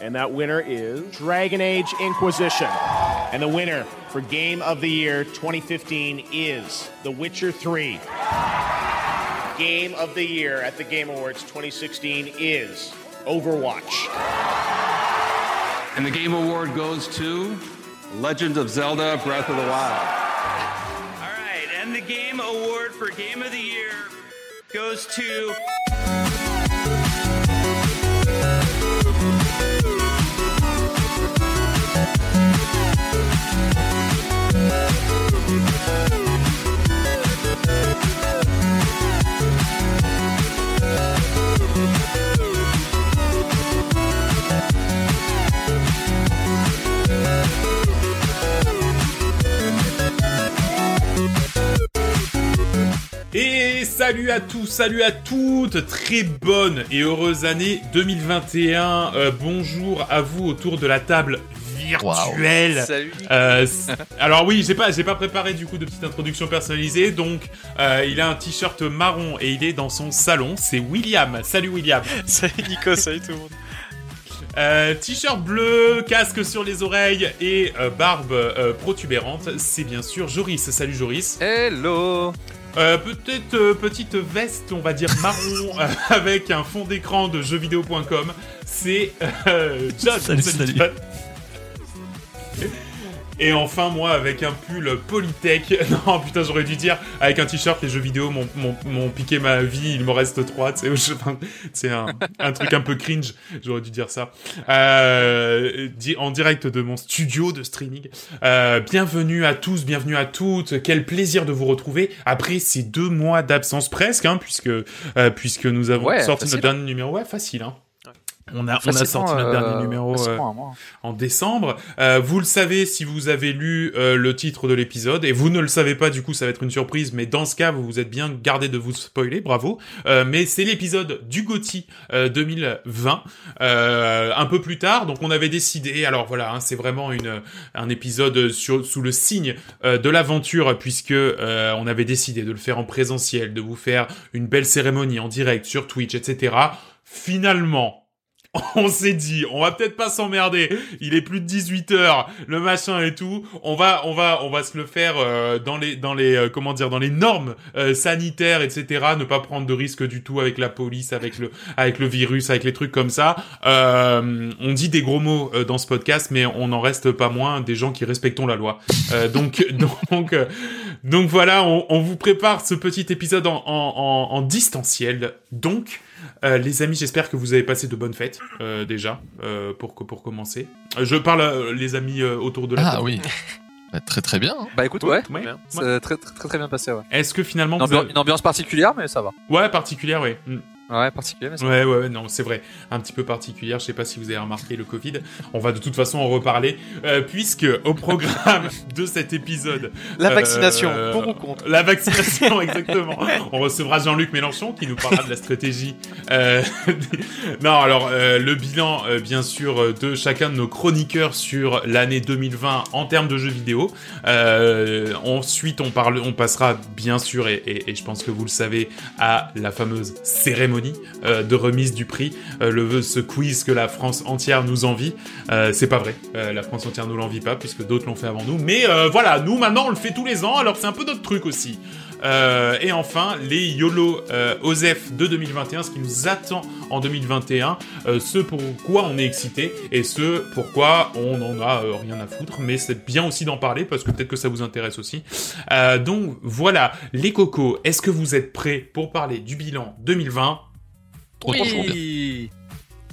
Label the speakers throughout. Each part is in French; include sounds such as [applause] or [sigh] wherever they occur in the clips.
Speaker 1: And that winner is.
Speaker 2: Dragon Age Inquisition.
Speaker 3: And the winner for Game of the Year 2015 is The Witcher 3. Game of the Year at the Game Awards 2016 is Overwatch.
Speaker 4: And the Game Award goes to Legend of Zelda Breath of the Wild.
Speaker 5: All right, and the game award for Game of the Year goes to
Speaker 6: Et salut à tous, salut à toutes, très bonne et heureuse année 2021. Euh, bonjour à vous autour de la table virtuelle.
Speaker 7: Salut.
Speaker 6: Euh, c- alors oui, j'ai pas, j'ai pas préparé du coup de petite introduction personnalisée, donc euh, il a un t-shirt marron et il est dans son salon. C'est William. Salut William.
Speaker 7: [laughs] Salut Nico, salut tout le monde.
Speaker 6: Euh, t-shirt bleu, casque sur les oreilles et euh, barbe euh, protubérante. C'est bien sûr Joris. Salut Joris.
Speaker 7: Hello.
Speaker 6: Euh, peut-être euh, petite veste, on va dire marron, [laughs] euh, avec un fond d'écran de jeuxvideo.com. C'est euh, John.
Speaker 8: Salut, salut.
Speaker 6: John. Et enfin, moi, avec un pull Polytech. [laughs] Non, putain, j'aurais dû dire, avec un t-shirt, les jeux vidéo m'ont- m'ont m'ont piqué ma vie, il m'en reste trois. tu sais, au- je- enfin, C'est un, un truc un peu cringe, j'aurais dû dire ça. Euh, di- en direct de mon studio de streaming. Euh, bienvenue à tous, bienvenue à toutes. Quel plaisir de vous retrouver après ces deux mois d'absence presque, hein, puisque euh, puisque nous avons
Speaker 7: Ouais,
Speaker 6: sorti
Speaker 7: facile.
Speaker 6: notre dernier numéro. Ouais, facile. Hein. On a, on a
Speaker 7: Facilement,
Speaker 6: sorti notre
Speaker 7: euh,
Speaker 6: dernier numéro euh,
Speaker 7: facilement, moi.
Speaker 6: en décembre. Euh, vous le savez si vous avez lu euh, le titre de l'épisode, et vous ne le savez pas, du coup ça va être une surprise, mais dans ce cas vous vous êtes bien gardé de vous spoiler, bravo. Euh, mais c'est l'épisode du GOTY euh, 2020, euh, un peu plus tard, donc on avait décidé, alors voilà, hein, c'est vraiment une, un épisode sur, sous le signe euh, de l'aventure, puisque euh, on avait décidé de le faire en présentiel, de vous faire une belle cérémonie en direct sur Twitch, etc. Finalement, [laughs] on s'est dit, on va peut-être pas s'emmerder. Il est plus de 18 heures, le machin et tout. On va, on va, on va se le faire euh, dans les, dans les, euh, comment dire, dans les normes euh, sanitaires, etc. Ne pas prendre de risques du tout avec la police, avec le, avec le virus, avec les trucs comme ça. Euh, on dit des gros mots euh, dans ce podcast, mais on n'en reste pas moins des gens qui respectons la loi. Euh, donc, [laughs] donc, euh, donc voilà, on, on vous prépare ce petit épisode en, en, en, en distanciel. Donc. Euh, les amis, j'espère que vous avez passé de bonnes fêtes euh, déjà euh, pour co- pour commencer. Euh, Je parle euh, les amis euh, autour de la
Speaker 8: Ah
Speaker 6: table.
Speaker 8: oui. Bah, très très bien. hein.
Speaker 7: Bah écoute, ouais.
Speaker 6: Ouais,
Speaker 7: bien.
Speaker 6: ouais.
Speaker 7: C'est très, très très très bien passé, ouais.
Speaker 6: Est-ce que finalement
Speaker 7: Une
Speaker 6: vous
Speaker 7: ambiance,
Speaker 6: avez-
Speaker 7: une ambiance particulière, mais ça va.
Speaker 6: ouais particulière ouais. Mm.
Speaker 7: Ouais, particulière, mais ça va.
Speaker 6: Ouais, ouais, ouais, non, c'est vrai. Un petit peu particulière. Je sais pas si vous avez remarqué le Covid. On va de toute façon en reparler, euh, puisque au programme [laughs] de cet épisode,
Speaker 7: La vaccination,
Speaker 6: Euh,
Speaker 7: pour ou contre
Speaker 6: la vaccination, [laughs] exactement. On recevra Jean-Luc Mélenchon qui nous parlera de la stratégie. Euh, [laughs] non, alors euh, le bilan, euh, bien sûr, euh, de chacun de nos chroniqueurs sur l'année 2020 en termes de jeux vidéo. Euh, ensuite, on parle, on passera bien sûr, et, et- et je pense que vous le savez, à la fameuse cérémonie euh, de remise du prix, euh, le ce quiz que la France entière nous envie. Euh, c'est pas vrai, Euh, la France entière nous l'envie pas puisque d'autres l'ont fait avant nous. Mais euh, voilà, nous maintenant on le fait tous les ans, alors c'est un peu notre truc aussi. Euh, et enfin, les YOLO euh, OZEF de 2021, ce qui nous attend en 2021, euh, ce pourquoi on est excité et ce pourquoi on en a euh, rien à foutre, mais c'est bien aussi d'en parler parce que peut-être que ça vous intéresse aussi. Euh, donc voilà, les cocos, est-ce que vous êtes prêts pour parler du bilan 2020
Speaker 8: Trop trop trop bien.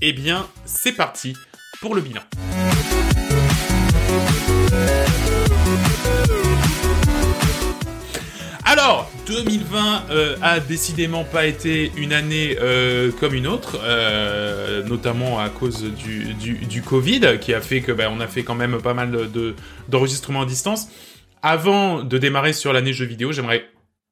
Speaker 6: Eh bien, c'est parti pour le bilan. Alors, 2020 euh, a décidément pas été une année euh, comme une autre, euh, notamment à cause du, du, du Covid, qui a fait que bah, on a fait quand même pas mal de- de- d'enregistrements à distance. Avant de démarrer sur l'année jeux vidéo, j'aimerais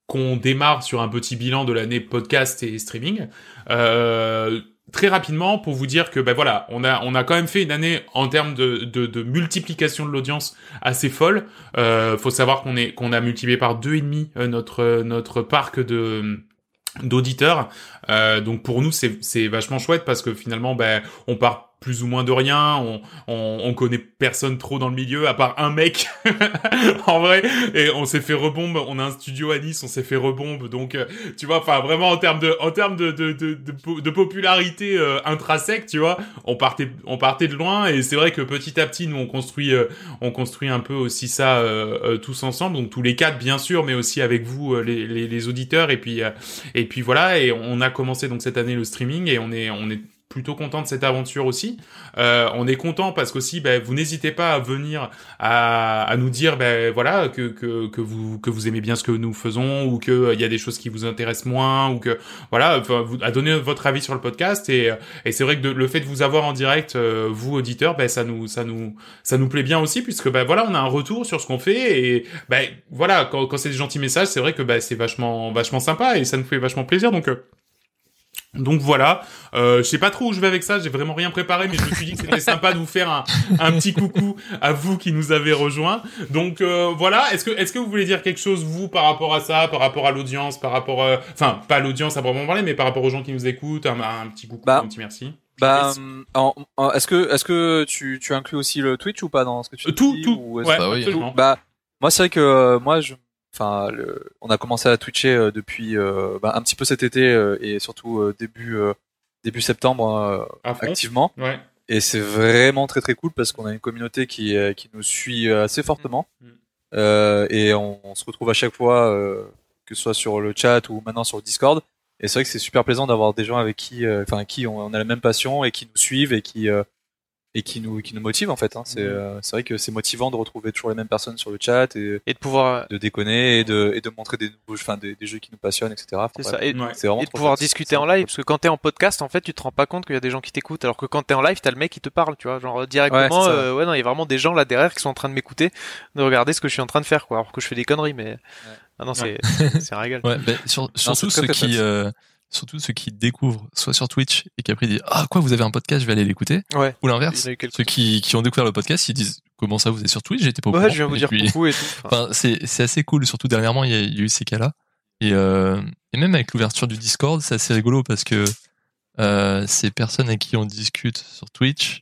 Speaker 6: qu'on démarre sur un petit bilan de l'année podcast et streaming. Euh, très rapidement pour vous dire que ben voilà, on a on a quand même fait une année en termes de de, de multiplication de l'audience assez folle. Euh, faut savoir qu'on est qu'on a multiplié par deux et demi euh, notre euh, notre parc de d'auditeurs. Euh, donc pour nous c'est c'est vachement chouette parce que finalement ben on part plus ou moins de rien. On, on, on connaît personne trop dans le milieu, à part un mec, [laughs] en vrai. Et on s'est fait rebombe. On a un studio à Nice, on s'est fait rebombe. Donc, euh, tu vois, enfin, vraiment, en termes de, en termes de, de, de, de, po- de popularité euh, intrinsèque, tu vois, on partait, on partait de loin. Et c'est vrai que petit à petit, nous, on construit, euh, on construit un peu aussi ça euh, euh, tous ensemble. Donc, tous les quatre, bien sûr, mais aussi avec vous, euh, les, les, les auditeurs. Et puis, euh, et puis voilà. Et on a commencé donc cette année le streaming et on est, on est plutôt content de cette aventure aussi. Euh, on est content parce qu'aussi, ben, vous n'hésitez pas à venir à, à nous dire, ben voilà, que, que, que vous que vous aimez bien ce que nous faisons ou que euh, il y a des choses qui vous intéressent moins ou que voilà, enfin, vous, à donner votre avis sur le podcast et, euh, et c'est vrai que de- le fait de vous avoir en direct, euh, vous auditeurs, ben ça nous ça nous ça nous plaît bien aussi puisque ben voilà, on a un retour sur ce qu'on fait et ben voilà, quand, quand c'est des gentils messages, c'est vrai que ben c'est vachement vachement sympa et ça nous fait vachement plaisir donc. euh, donc voilà, euh, je sais pas trop où je vais avec ça, j'ai vraiment rien préparé, mais je me suis dit que c'était sympa de vous faire un, un petit coucou à vous qui nous avez rejoints. Donc euh, voilà, est-ce que est-ce que vous voulez dire quelque chose vous par rapport à ça, par rapport à l'audience, par rapport, euh, enfin pas à l'audience à proprement parler, mais par rapport aux gens qui nous écoutent, un, un petit coucou,
Speaker 7: Bah.
Speaker 6: un petit merci.
Speaker 7: Bah, euh, en- en- est-ce que, est-ce que tu, tu inclus aussi le Twitch ou pas dans ce que tu
Speaker 6: Euh, tout,
Speaker 7: dis,
Speaker 6: tout,
Speaker 7: ou est-ce
Speaker 6: ouais,
Speaker 8: Bah oui.
Speaker 6: absolument.
Speaker 7: Bah, moi, c'est vrai que euh, moi, je, enfin, le- on a commencé à twitcher euh, depuis euh, bah, un petit peu cet été euh, et surtout euh, début euh, début septembre euh,
Speaker 6: À fond.
Speaker 7: activement.
Speaker 6: Ouais.
Speaker 7: Et c'est vraiment très très cool parce qu'on a une communauté qui euh, qui nous suit euh,
Speaker 1: Mm,
Speaker 7: assez fortement
Speaker 6: Mhm.
Speaker 7: Euh, et on, on se retrouve à chaque fois, euh, que ce soit sur le chat ou maintenant sur le Discord. Et c'est vrai que c'est super plaisant d'avoir des gens avec qui, euh, enfin, qui on, on a la même passion et qui nous suivent et qui euh, et qui nous qui nous motivent en fait. hein.
Speaker 1: Mm.
Speaker 7: C'est
Speaker 6: Mhm.
Speaker 7: euh, c'est vrai que c'est motivant de retrouver toujours les mêmes personnes sur le chat et
Speaker 1: Et de pouvoir,
Speaker 7: de déconner et de, et de montrer des nouveaux, enfin des, des jeux qui nous passionnent, etc. Enfin,
Speaker 1: c'est
Speaker 7: bref,
Speaker 1: ça, et,
Speaker 6: Ouais.
Speaker 7: c'est vraiment
Speaker 1: et de
Speaker 7: trop
Speaker 1: pouvoir
Speaker 7: chouette.
Speaker 1: discuter en live, parce que quand t'es en podcast, en fait, tu te rends pas compte qu'il y a des gens qui t'écoutent, alors que quand t'es en live, t'as le mec qui te parle, tu vois, genre euh, directement,
Speaker 7: Ouais, c'est ça.
Speaker 1: euh, ouais, non, il y a vraiment des gens là derrière qui sont en train de m'écouter, de regarder ce que je suis en train de faire, quoi, alors que je fais des conneries, mais ah non, c'est c'est un régal.
Speaker 8: Ouais, ben, sur- surtout,
Speaker 7: c'est très,
Speaker 8: ceux
Speaker 7: très
Speaker 8: qui,
Speaker 7: chouette.
Speaker 8: euh, surtout ceux qui découvrent, soit sur Twitch, et qui après disent Ah, quoi, vous avez un podcast, je vais aller l'écouter.
Speaker 1: Ouais.
Speaker 8: Ou
Speaker 1: Il y
Speaker 8: l'inverse.
Speaker 1: en a eu quelques-
Speaker 8: Ceux qui, qui ont découvert le podcast, ils disent Comment ça, vous êtes sur Twitch J'étais pas au
Speaker 1: Ouais,
Speaker 8: courant.
Speaker 1: je viens vous
Speaker 8: Et
Speaker 1: dire
Speaker 8: puis-
Speaker 1: coucou et tout. Enfin,
Speaker 8: Enfin, c'est c'est assez cool, surtout dernièrement, il y a, il y a eu ces cas-là. Et, euh, et même avec l'ouverture du Discord, c'est assez rigolo parce que euh, ces personnes à qui on discute sur Twitch,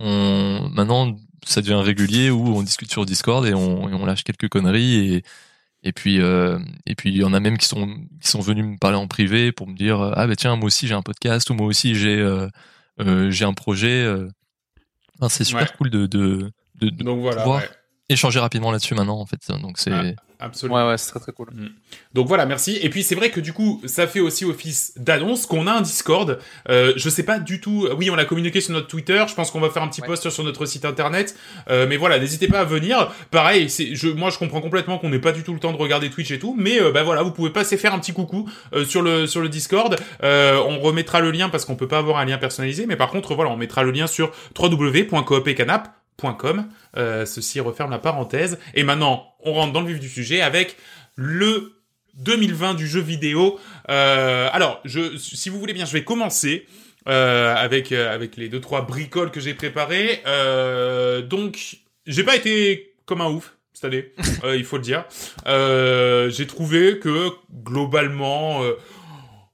Speaker 8: on, maintenant, ça devient régulier où on discute sur Discord et on, et on lâche quelques conneries. Et, et puis, euh, et puis il y en a même qui sont, qui sont venus me parler en privé pour me dire Ah, bah tiens, moi aussi j'ai un podcast ou moi aussi j'ai euh, euh, j'ai un projet. euh. Enfin, c'est super
Speaker 6: Ouais.
Speaker 8: cool de, de, de, de
Speaker 6: Donc voilà,
Speaker 8: pouvoir
Speaker 6: ouais,
Speaker 8: échanger rapidement là-dessus maintenant en fait donc c'est
Speaker 6: Ah. absolument.
Speaker 7: Ouais, ouais, c'est très très cool.
Speaker 6: Donc voilà, merci. Et puis c'est vrai que du coup, ça fait aussi office d'annonce qu'on a un Discord. Euh, je sais pas du tout. Oui, on l'a communiqué sur notre Twitter. Je pense qu'on va faire un petit
Speaker 7: Ouais.
Speaker 6: post sur notre site internet. Euh, mais voilà, n'hésitez pas à venir. Pareil, c'est, je, moi je comprends complètement qu'on n'ait pas du tout le temps de regarder Twitch et tout. Mais euh, bah voilà, vous pouvez passer faire un petit coucou euh, sur le sur le Discord. Euh, on remettra le lien parce qu'on peut pas avoir un lien personnalisé. Mais par contre, voilà, on mettra le lien sur www.coopcanap.com. Euh, ceci referme la parenthèse. Et maintenant, on rentre dans le vif du sujet avec le 2020 du jeu vidéo. Euh, alors, je, si vous voulez bien, je vais commencer euh, avec euh, avec les deux trois bricoles que j'ai préparées. Euh, donc, j'ai pas été comme un ouf cette année, euh, il faut le dire. Euh, j'ai trouvé que globalement. euh,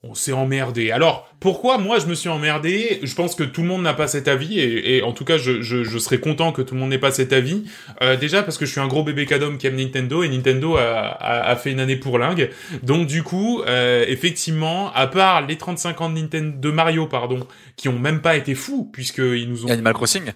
Speaker 6: on s'est emmerdé. Alors, pourquoi moi je me suis emmerdé Je pense que tout le monde n'a pas cet avis, et, et en tout cas, je, je, je serais content que tout le monde n'ait pas cet avis. Euh, déjà parce que je suis un gros bébé cadom qui aime Nintendo, et Nintendo a, a, a fait une année pour lingue. Donc du coup, euh, effectivement, à part les 35 ans de, Nintendo, de Mario, pardon, qui ont même pas été fous, puisqu'ils nous ont
Speaker 7: Animal Crossing.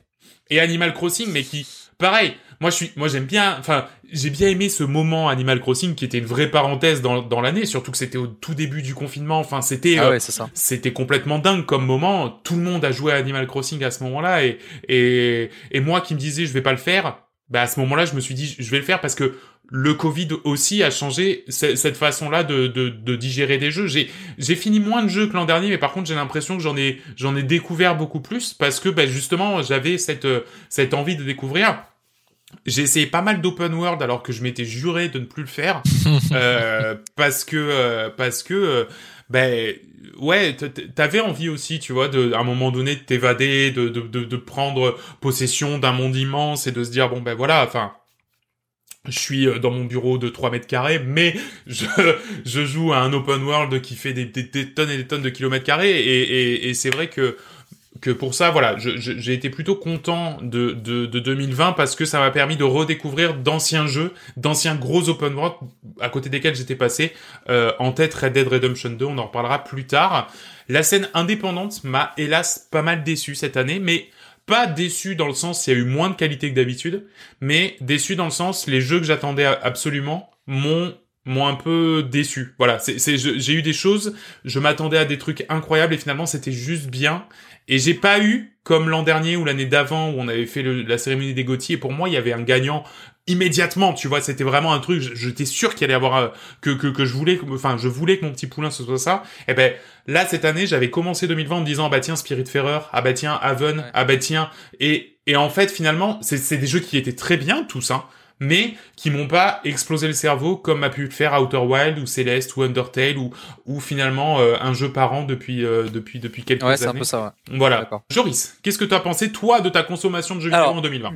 Speaker 6: et Animal Crossing, mais qui, pareil, moi je suis, moi j'aime bien, enfin, j'ai bien aimé ce moment Animal Crossing qui était une vraie parenthèse dans, dans l'année, surtout que c'était au tout début du confinement, enfin, c'était,
Speaker 7: Ah
Speaker 6: euh,
Speaker 7: ouais, c'est ça.
Speaker 6: c'était complètement dingue comme moment. Tout le monde a joué à Animal Crossing à ce moment-là et et et moi qui me disais je vais pas le faire, bah à ce moment-là je me suis dit je vais le faire parce que le Covid aussi a changé ce- cette façon-là de, de de digérer des jeux. J'ai j'ai fini moins de jeux que l'an dernier, mais par contre j'ai l'impression que j'en ai j'en ai découvert beaucoup plus parce que bah, justement j'avais cette euh, cette envie de découvrir. J'ai essayé pas mal d'open world alors que je m'étais juré de ne plus le faire euh, parce que euh, parce que euh, ben ouais t- t- t'avais envie aussi tu vois de à un moment donné de t'évader de, de, de, de prendre possession d'un monde immense et de se dire bon ben voilà enfin je suis euh, dans mon bureau de 3 mètres carrés, mais je, [laughs] je joue à un open world qui fait des, des, des tonnes et des tonnes de kilomètres carrés, et, et, et c'est vrai que que pour ça, voilà, je- je- j'ai été plutôt content de, de, de 2020 parce que ça m'a permis de redécouvrir d'anciens jeux, d'anciens gros open world à côté desquels j'étais passé. Euh, en tête, Red Dead Redemption 2, on en reparlera plus tard. La scène indépendante m'a hélas pas mal déçu cette année, mais pas déçu dans le sens il y a eu moins de qualité que d'habitude, mais déçu dans le sens les jeux que j'attendais a- absolument m'ont m'ont un peu déçu. Voilà, c'est c'est- je- j'ai eu des choses, je m'attendais à des trucs incroyables et finalement c'était juste bien. Et j'ai pas eu, comme l'an dernier ou l'année d'avant, où on avait fait le- la cérémonie des Gauthier, et pour moi, il y avait un gagnant immédiatement, tu vois, c'était vraiment un truc, je- j'étais sûr qu'il allait y avoir, euh, que, que, que je voulais, que- enfin, je voulais que mon petit poulain ce soit ça. Et ben, là, cette année, j'avais commencé 2020 en me disant, ah bah tiens, Spirit ah bah tiens, Haven, ah bah tiens, et, et en fait, finalement, c'est c'est des jeux qui étaient très bien, tous, hein, mais qui m'ont pas explosé le cerveau comme a pu le faire Outer Wild ou Celeste ou Undertale ou, ou finalement euh, un jeu par an depuis, euh, depuis, depuis quelques
Speaker 7: Ouais,
Speaker 6: années.
Speaker 7: c'est un peu ça, ouais.
Speaker 6: Voilà.
Speaker 7: D'accord.
Speaker 6: Joris, qu'est-ce que tu as pensé, toi, de ta consommation de jeux vidéo
Speaker 7: Alors,
Speaker 6: en 2020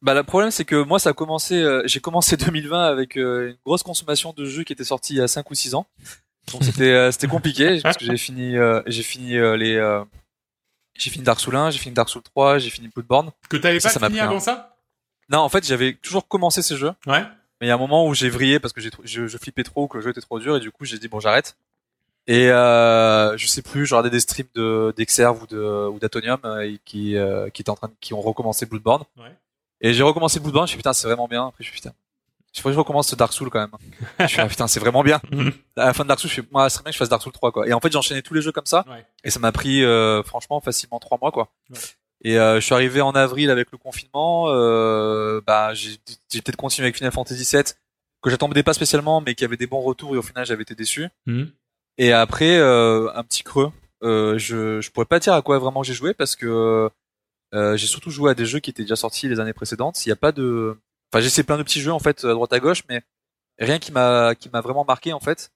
Speaker 7: Bah, le problème, c'est que moi, ça a commencé, euh, j'ai commencé [laughs] 2020 avec euh, une grosse consommation de jeux qui étaient sortis il y a 5 ou 6 ans. Donc, c'était, euh, c'était compliqué, parce que j'ai fini, euh, j'ai fini euh, les, euh, j'ai fini Dark Souls 1, j'ai fini Dark Souls 3, j'ai fini Bloodborne.
Speaker 6: Que t'avais
Speaker 7: ça,
Speaker 6: pas
Speaker 7: ça m'a
Speaker 6: fini
Speaker 7: pris un-
Speaker 6: avant ça
Speaker 7: Non, en fait, j'avais toujours commencé ces jeux,
Speaker 6: Ouais.
Speaker 7: mais il y a un moment où j'ai vrillé parce que j'ai, tr- je, je flippais trop, que le jeu était trop dur, et du coup, j'ai dit, bon, j'arrête. Et euh, je sais plus, je regardais des streams de d'Exerve ou de ou d'Atonium euh, et qui euh, qui étaient en train de- qui ont recommencé Bloodborne.
Speaker 6: Ouais.
Speaker 7: Et j'ai recommencé Bloodborne, je suis putain, c'est vraiment bien. Après, je suis putain. Je crois que je recommence Dark Souls
Speaker 6: [laughs]
Speaker 7: quand même. Je suis ah, putain, c'est vraiment bien.
Speaker 6: Mhm.
Speaker 7: À la fin de Dark Souls, je suis moi, c'est bien que je fasse Dark Souls 3 quoi. Et en fait, j'enchaînais tous les jeux comme ça
Speaker 6: Ouais.
Speaker 7: et ça m'a pris euh, franchement facilement trois mois quoi.
Speaker 6: Ouais.
Speaker 7: Et euh, je suis arrivé en avril avec le confinement, euh, bah j'ai j'ai peut-être continué avec Final Fantasy VII que j'attendais pas spécialement mais qui avait des bons retours et au final j'avais été déçu.
Speaker 6: Mhm.
Speaker 7: Et après euh, un petit creux, euh, je je pourrais pas dire à quoi vraiment j'ai joué parce que euh, j'ai surtout joué à des jeux qui étaient déjà sortis les années précédentes. Il y a pas de, enfin j'ai essayé plein de petits jeux en fait à droite à gauche mais rien qui m'a qui m'a vraiment marqué en fait.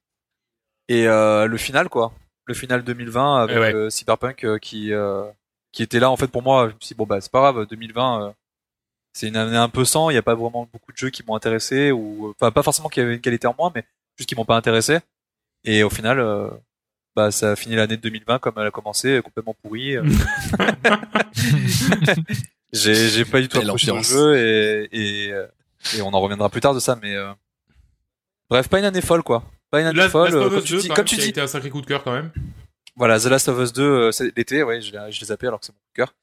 Speaker 7: Et euh, le final quoi, le final 2020 avec
Speaker 6: Eh ouais.
Speaker 7: euh, Cyberpunk euh, qui euh, qui était là en fait pour moi. Je me suis dit, bon bah c'est pas grave 2020. euh, c'est une année un peu sans, il n'y a pas vraiment beaucoup de jeux qui m'ont intéressé, ou enfin pas forcément qu'il y avait une qualité en moins, mais juste qui m'ont pas intéressé. Et au final, euh, bah ça a fini l'année de 2020 comme elle a commencé, complètement pourrie. euh. j'ai j'ai pas du tout
Speaker 8: Belle
Speaker 7: accroché au
Speaker 8: ambiance.
Speaker 7: jeu et, et euh, et on en reviendra plus tard de ça, mais euh, bref, pas une année folle quoi. Pas une année
Speaker 6: La-
Speaker 7: folle.
Speaker 6: Last of Us
Speaker 7: euh, Comme tu
Speaker 6: 2,
Speaker 7: dis,
Speaker 6: quand
Speaker 7: comme
Speaker 6: même,
Speaker 7: tu
Speaker 6: qui a
Speaker 7: dis,
Speaker 6: été un sacré coup de cœur quand même.
Speaker 7: voilà, The Last of Us 2, euh, c'est l'été, ouais, je l'ai je l'ai zappé alors que c'est mon coup de cœur.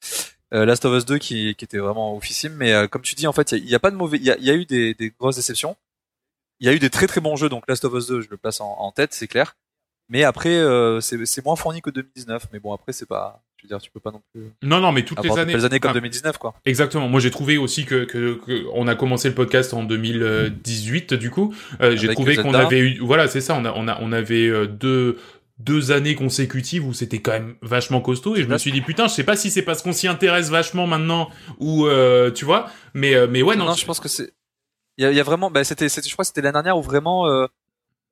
Speaker 7: Euh, Last of Us 2 qui, qui était vraiment officime, mais euh, comme tu dis, en fait, il n'y a, pas de mauvais, il y a, il y a eu des, des grosses déceptions. Il y a eu des très très bons jeux, donc Last of Us 2, je le place en, en tête, c'est clair. Mais après, euh, c'est c'est moins fourni que 2019, mais bon, après, c'est pas, je veux dire, tu peux pas non plus
Speaker 6: Non, non, mais toutes les
Speaker 7: avoir
Speaker 6: années. Ah.
Speaker 7: des années comme
Speaker 6: Enfin,
Speaker 7: 2019, quoi.
Speaker 6: Exactement. Moi, j'ai trouvé aussi que, que, que on a commencé le podcast en 2018. Du coup, Euh, j'ai
Speaker 7: Avec
Speaker 6: trouvé
Speaker 7: Zelda.
Speaker 6: qu'on avait eu. Voilà, c'est ça. On a, on a, on avait euh, deux deux années consécutives où c'était quand même vachement costaud et je me suis dit putain je sais pas si c'est parce qu'on s'y intéresse vachement maintenant ou euh, tu vois mais euh, mais ouais non,
Speaker 7: non, je pense que c'est. Il y a, il y a vraiment. Bah, c'était, c'était- je crois que c'était l'année dernière où vraiment euh,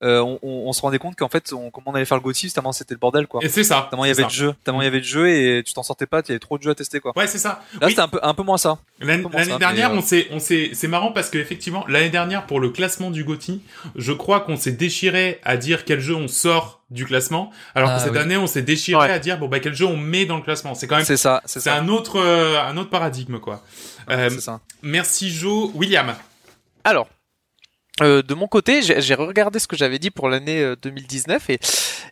Speaker 7: euh, on, on- on se rendait compte qu'en fait, on, comment on allait faire le GOTY, tellement c'était le bordel, quoi.
Speaker 6: et c'est ça
Speaker 7: Ah, Tellement il y
Speaker 6: c'est
Speaker 7: avait de
Speaker 6: ça.
Speaker 7: jeux, tellement il y avait de jeux et tu t'en sortais pas, il y avait trop de jeux à tester, quoi.
Speaker 6: ouais c'est ça
Speaker 7: Là,
Speaker 6: Oui.
Speaker 7: c'était un peu, un peu moins ça.
Speaker 6: L'année
Speaker 7: Comment ça,
Speaker 6: l'année
Speaker 7: mais,
Speaker 6: dernière,
Speaker 7: euh,
Speaker 6: on s'est, on s'est, c'est marrant parce que effectivement, l'année dernière pour le classement du GOTY, je crois qu'on s'est déchiré à dire quel jeu on sort du classement, alors
Speaker 8: Ah,
Speaker 6: que cette
Speaker 8: oui.
Speaker 6: année, on s'est déchiré
Speaker 1: Ouais.
Speaker 6: à dire bon bah quel jeu on met dans le classement. C'est quand même,
Speaker 7: C'est ça, c'est
Speaker 6: c'est
Speaker 7: ça.
Speaker 6: un autre, euh, un autre paradigme quoi. Euh,
Speaker 7: C'est ça.
Speaker 6: merci Joe, William.
Speaker 1: Alors, euh, de mon côté, j'ai j'ai regardé ce que j'avais dit pour l'année euh, 2019 et,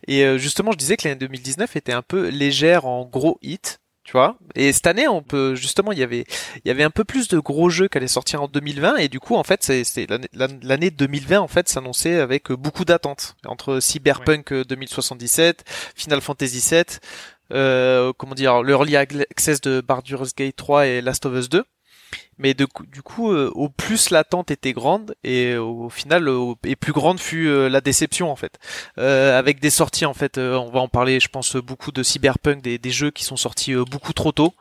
Speaker 1: et euh, justement, je disais que l'année 2019 était un peu légère en gros hit. Tu vois et cette année, on peut justement, il y avait, il y avait un peu plus de gros jeux qui allaient sortir en 2020, et du coup, en fait, c'est c'est l'année- l'an- l'année 2020 en fait s'annonçait avec euh, beaucoup d'attentes entre Cyberpunk euh, 2077, Final Fantasy VII, euh, comment dire, l'early access de Baldur's Gate 3 et Last of Us 2. Mais de coup- du coup, euh, au plus l'attente était grande et au final, euh, au- et plus grande fut euh, la déception en fait. Euh, avec des sorties en fait, euh, on va en parler, je pense euh, beaucoup de Cyberpunk, des, des jeux qui sont sortis euh, beaucoup trop tôt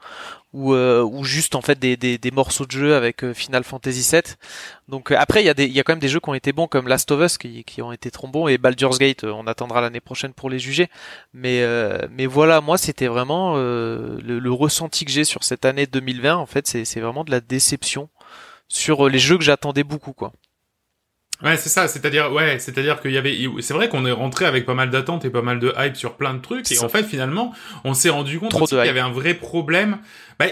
Speaker 1: ou, euh, ou juste en fait des, des, des morceaux de jeu avec euh, Final Fantasy VII. Donc euh, après, il y a des, il y a quand même des jeux qui ont été bons comme Last of Us qui, qui ont été trop bons et Baldur's Gate. euh, on attendra l'année prochaine pour les juger. Mais euh, mais voilà, moi c'était vraiment euh, le, le ressenti que j'ai sur cette année 2020. En fait, c'est c'est vraiment de la déception sur euh, les jeux que j'attendais beaucoup quoi.
Speaker 6: Ouais, c'est ça. C'est-à-dire, ouais, c'est-à-dire qu'il y avait, c'est vrai qu'on est rentré avec pas mal d'attentes et pas mal de hype sur plein de trucs.
Speaker 1: C'est
Speaker 6: Et
Speaker 1: ça.
Speaker 6: en fait, finalement, on s'est rendu compte
Speaker 1: Trop
Speaker 6: aussi
Speaker 1: de
Speaker 6: qu'il y
Speaker 1: hype.
Speaker 6: avait un vrai problème. Bah,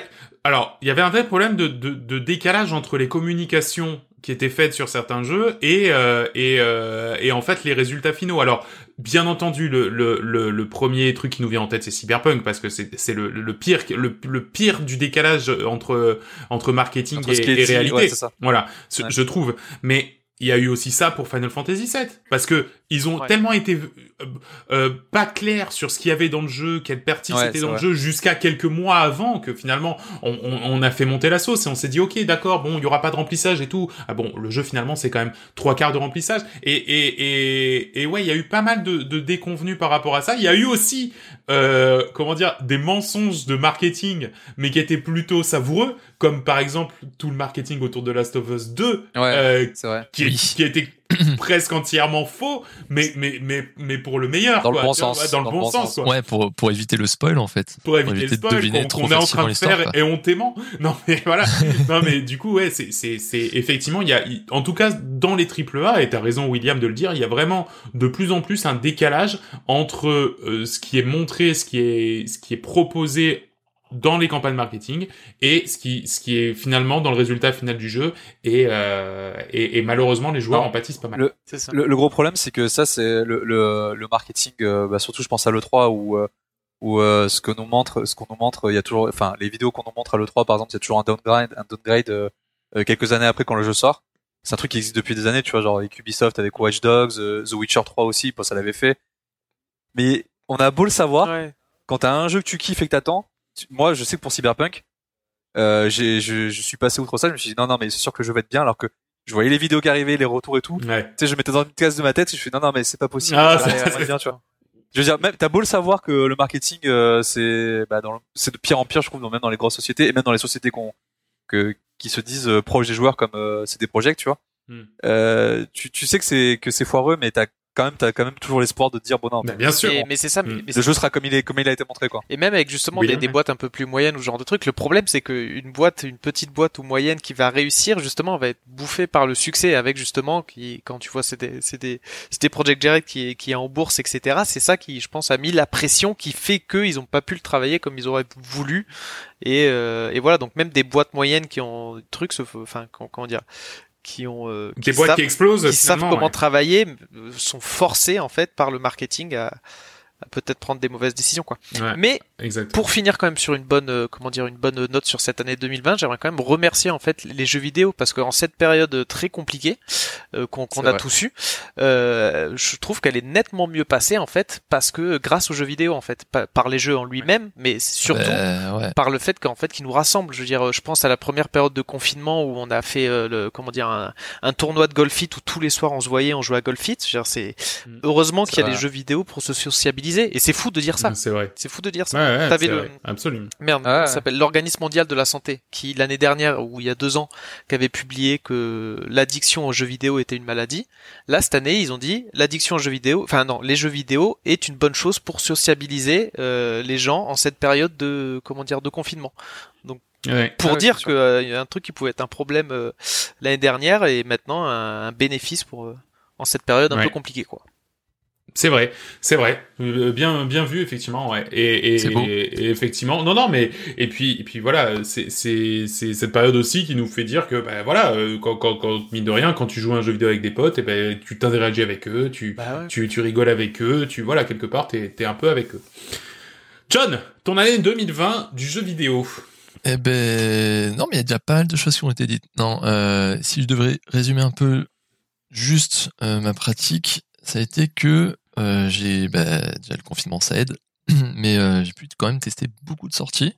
Speaker 6: alors, il y avait un vrai problème de, de, de décalage entre les communications qui étaient faites sur certains jeux et euh, et, euh, et en fait les résultats finaux. Alors, bien entendu, le, le, le, le premier truc qui nous vient en tête, c'est Cyberpunk parce que c'est c'est le, le pire le, le pire du décalage entre entre marketing
Speaker 7: Entre
Speaker 6: et,
Speaker 7: ce qui est
Speaker 6: et
Speaker 7: dit,
Speaker 6: réalité.
Speaker 7: ouais, c'est ça.
Speaker 6: Voilà, ce-
Speaker 7: Ouais.
Speaker 6: je trouve. Mais il y a eu aussi ça pour Final Fantasy VII, parce que ils ont
Speaker 1: Ouais.
Speaker 6: tellement été euh, euh, pas clairs sur ce qu'il y avait dans le jeu, quelle partie
Speaker 7: Ouais,
Speaker 6: c'était
Speaker 7: c'est
Speaker 6: dans le
Speaker 7: vrai.
Speaker 6: jeu, jusqu'à quelques mois avant que finalement on, on- on a fait monter la sauce et on s'est dit ok d'accord bon il y aura pas de remplissage et tout. Ah bon le jeu finalement c'est quand même trois quarts de remplissage et et et, et ouais il y a eu pas mal de, de déconvenus par rapport à ça. Il y a eu aussi euh, comment dire des mensonges de marketing mais qui étaient plutôt savoureux comme par exemple tout le marketing autour de Last of Us 2
Speaker 7: Ouais.
Speaker 6: euh,
Speaker 7: C'est vrai.
Speaker 6: qui,
Speaker 8: Oui.
Speaker 6: qui a été presque entièrement faux, mais, mais, mais, mais pour le meilleur.
Speaker 7: Dans le
Speaker 6: quoi.
Speaker 7: bon
Speaker 6: Tu vois,
Speaker 7: sens.
Speaker 6: ouais, Dans le bon sens, quoi.
Speaker 8: Ouais, pour, pour éviter le spoil en fait.
Speaker 6: Pour éviter,
Speaker 8: éviter
Speaker 6: le
Speaker 8: de
Speaker 6: spoil
Speaker 8: deviner
Speaker 6: qu'on-
Speaker 8: trop
Speaker 6: qu'on est en train
Speaker 8: facilement
Speaker 6: de faire
Speaker 8: l'histoire,
Speaker 6: et on t'aimant. [laughs] Non, mais voilà. non, mais du coup, ouais, c'est, c'est, c'est, effectivement, il y a, il- en tout cas, dans les triple A, et t'as raison, William, de le dire, il y a vraiment de plus en plus un décalage entre euh, ce qui est montré, ce qui est, ce qui est proposé dans les campagnes marketing et ce qui, ce qui est finalement dans le résultat final du jeu et, euh, et, et malheureusement les joueurs
Speaker 7: Non.
Speaker 6: en pâtissent pas mal.
Speaker 7: Le-
Speaker 1: C'est ça.
Speaker 7: Le, le gros problème, c'est que ça, c'est le, le, le marketing. euh, bah, surtout, je pense à l'E3 où, euh, où euh, ce que nous montre, ce qu'on nous montre, il y a toujours, enfin, les vidéos qu'on nous montre à l'E3, par exemple, il y a toujours un downgrade, un downgrade euh, euh, quelques années après quand le jeu sort. C'est un truc qui existe depuis des années, tu vois, genre avec Ubisoft, avec Watch Dogs, euh, The Witcher 3 aussi, parce ça l'avait fait. Mais on a beau le savoir,
Speaker 1: Ouais.
Speaker 7: quand t'as un jeu que tu kiffes et que t'attends, tu- moi je sais que pour Cyberpunk, euh, j'ai- je, je suis passé outre ça, je me suis dit non non mais c'est sûr que le jeu va être bien alors que je voyais les vidéos qui arrivaient, les retours et tout.
Speaker 6: Ouais.
Speaker 7: Tu sais, je mettais dans une case de ma tête et je fais non non mais c'est pas possible.
Speaker 6: Ah,
Speaker 7: ça va
Speaker 6: c'est-
Speaker 7: être
Speaker 6: c'est-
Speaker 7: bien, tu vois. Je veux dire, même t'as beau le savoir que le marketing euh, c'est bah, dans le- c'est de pire en pire je trouve dans- même dans les grosses sociétés et même dans les sociétés qu'on que qui se disent euh, proches des joueurs comme euh, CD Projekt, tu vois.
Speaker 6: Hmm.
Speaker 7: Euh, tu, tu sais que c'est que c'est foireux mais t'as quand même t'as quand même toujours l'espoir de te dire bon non
Speaker 6: Bah, bien sûr.
Speaker 1: Et- mais c'est ça. mais-
Speaker 6: Mm.
Speaker 1: mais
Speaker 7: le jeu sera comme il est comme il a été montré quoi.
Speaker 1: Et même avec justement
Speaker 6: Oui,
Speaker 1: des,
Speaker 6: oui.
Speaker 1: des boîtes un peu plus moyennes ou ce genre de truc, le problème c'est que une boîte, une petite boîte ou moyenne qui va réussir justement va être bouffée par le succès avec justement qui quand tu vois c'est des c'est des c'est des Project Direct qui est- qui est en bourse etc. C'est ça qui je pense a mis la pression qui fait que ils ont pas pu le travailler comme ils auraient voulu et euh, et voilà donc même des boîtes moyennes qui ont des trucs se f- enfin comment, comment dire qui ont euh,
Speaker 6: des
Speaker 1: qui
Speaker 6: boîtes
Speaker 1: savent-
Speaker 6: qui explosent
Speaker 1: qui savent
Speaker 6: finalement,
Speaker 1: comment
Speaker 6: ouais.
Speaker 1: travailler euh, sont forcés en fait par le marketing à, à peut-être prendre des mauvaises décisions quoi.
Speaker 6: Ouais.
Speaker 1: Mais
Speaker 6: Exact.
Speaker 1: pour finir quand même sur une bonne euh, comment dire une bonne note sur cette année 2020, j'aimerais quand même remercier en fait les jeux vidéo parce qu'en cette période très compliquée euh, qu'on qu'on
Speaker 7: C'est
Speaker 1: a
Speaker 7: vrai.
Speaker 1: tous eu, euh, je trouve qu'elle est nettement mieux passée en fait parce que grâce aux jeux vidéo en fait pa- par les jeux en lui-même, mais surtout
Speaker 7: Euh.
Speaker 8: Bah, ouais.
Speaker 1: par le fait qu'en fait qui nous rassemble. Je veux dire, euh, je pense à la première période de confinement où on a fait euh, le comment dire un, un tournoi de golf it où tous les soirs on se voyait, on jouait à golf it. Je veux dire, c'est
Speaker 6: Mm.
Speaker 1: heureusement
Speaker 7: C'est
Speaker 1: qu'il y a
Speaker 7: vrai.
Speaker 1: des jeux vidéo pour se sociabiliser et c'est fou de dire ça.
Speaker 6: Mm, C'est vrai.
Speaker 1: C'est fou de dire ça.
Speaker 6: Ouais, ouais,
Speaker 1: T'avais
Speaker 6: c'est
Speaker 1: le-
Speaker 6: vrai. Absolument.
Speaker 1: Merde,
Speaker 7: Ah ouais.
Speaker 1: ça s'appelle l'Organisme mondial de la santé, qui l'année dernière ou il y a deux ans, qui avait publié que l'addiction aux jeux vidéo était une maladie. Là, cette année, ils ont dit l'addiction aux jeux vidéo, enfin non, les jeux vidéo est une bonne chose pour sociabiliser euh, les gens en cette période de comment dire de confinement.
Speaker 6: Ouais.
Speaker 1: Pour
Speaker 7: Ah ouais,
Speaker 1: dire
Speaker 7: c'est
Speaker 1: que euh, il y a un truc qui pouvait être un problème euh, l'année dernière et maintenant un, un bénéfice pour euh, en cette période un
Speaker 6: Ouais.
Speaker 1: peu compliquée quoi.
Speaker 6: C'est vrai, c'est vrai. Euh, Bien, bien vu effectivement. Ouais. Et, et,
Speaker 8: C'est beau.
Speaker 6: et- et effectivement, non, non, mais et puis, et puis voilà, c'est, c'est, c'est cette période aussi qui nous fait dire que, ben voilà, euh, quand, quand, quand mine de rien, quand tu joues à un jeu vidéo avec des potes, et ben tu t'interagis avec eux, tu, tu, tu rigoles avec eux, tu voilà quelque part, t'es, t'es un peu avec eux. John, ton année 2020 du jeu vidéo.
Speaker 8: Eh ben, non, mais il y a déjà pas mal de choses qui ont été dites. Non, euh, si je devrais résumer un peu juste euh, ma pratique, ça a été que euh, j'ai bah, déjà le confinement, ça aide, [clears throat] mais euh, j'ai pu quand même tester beaucoup de sorties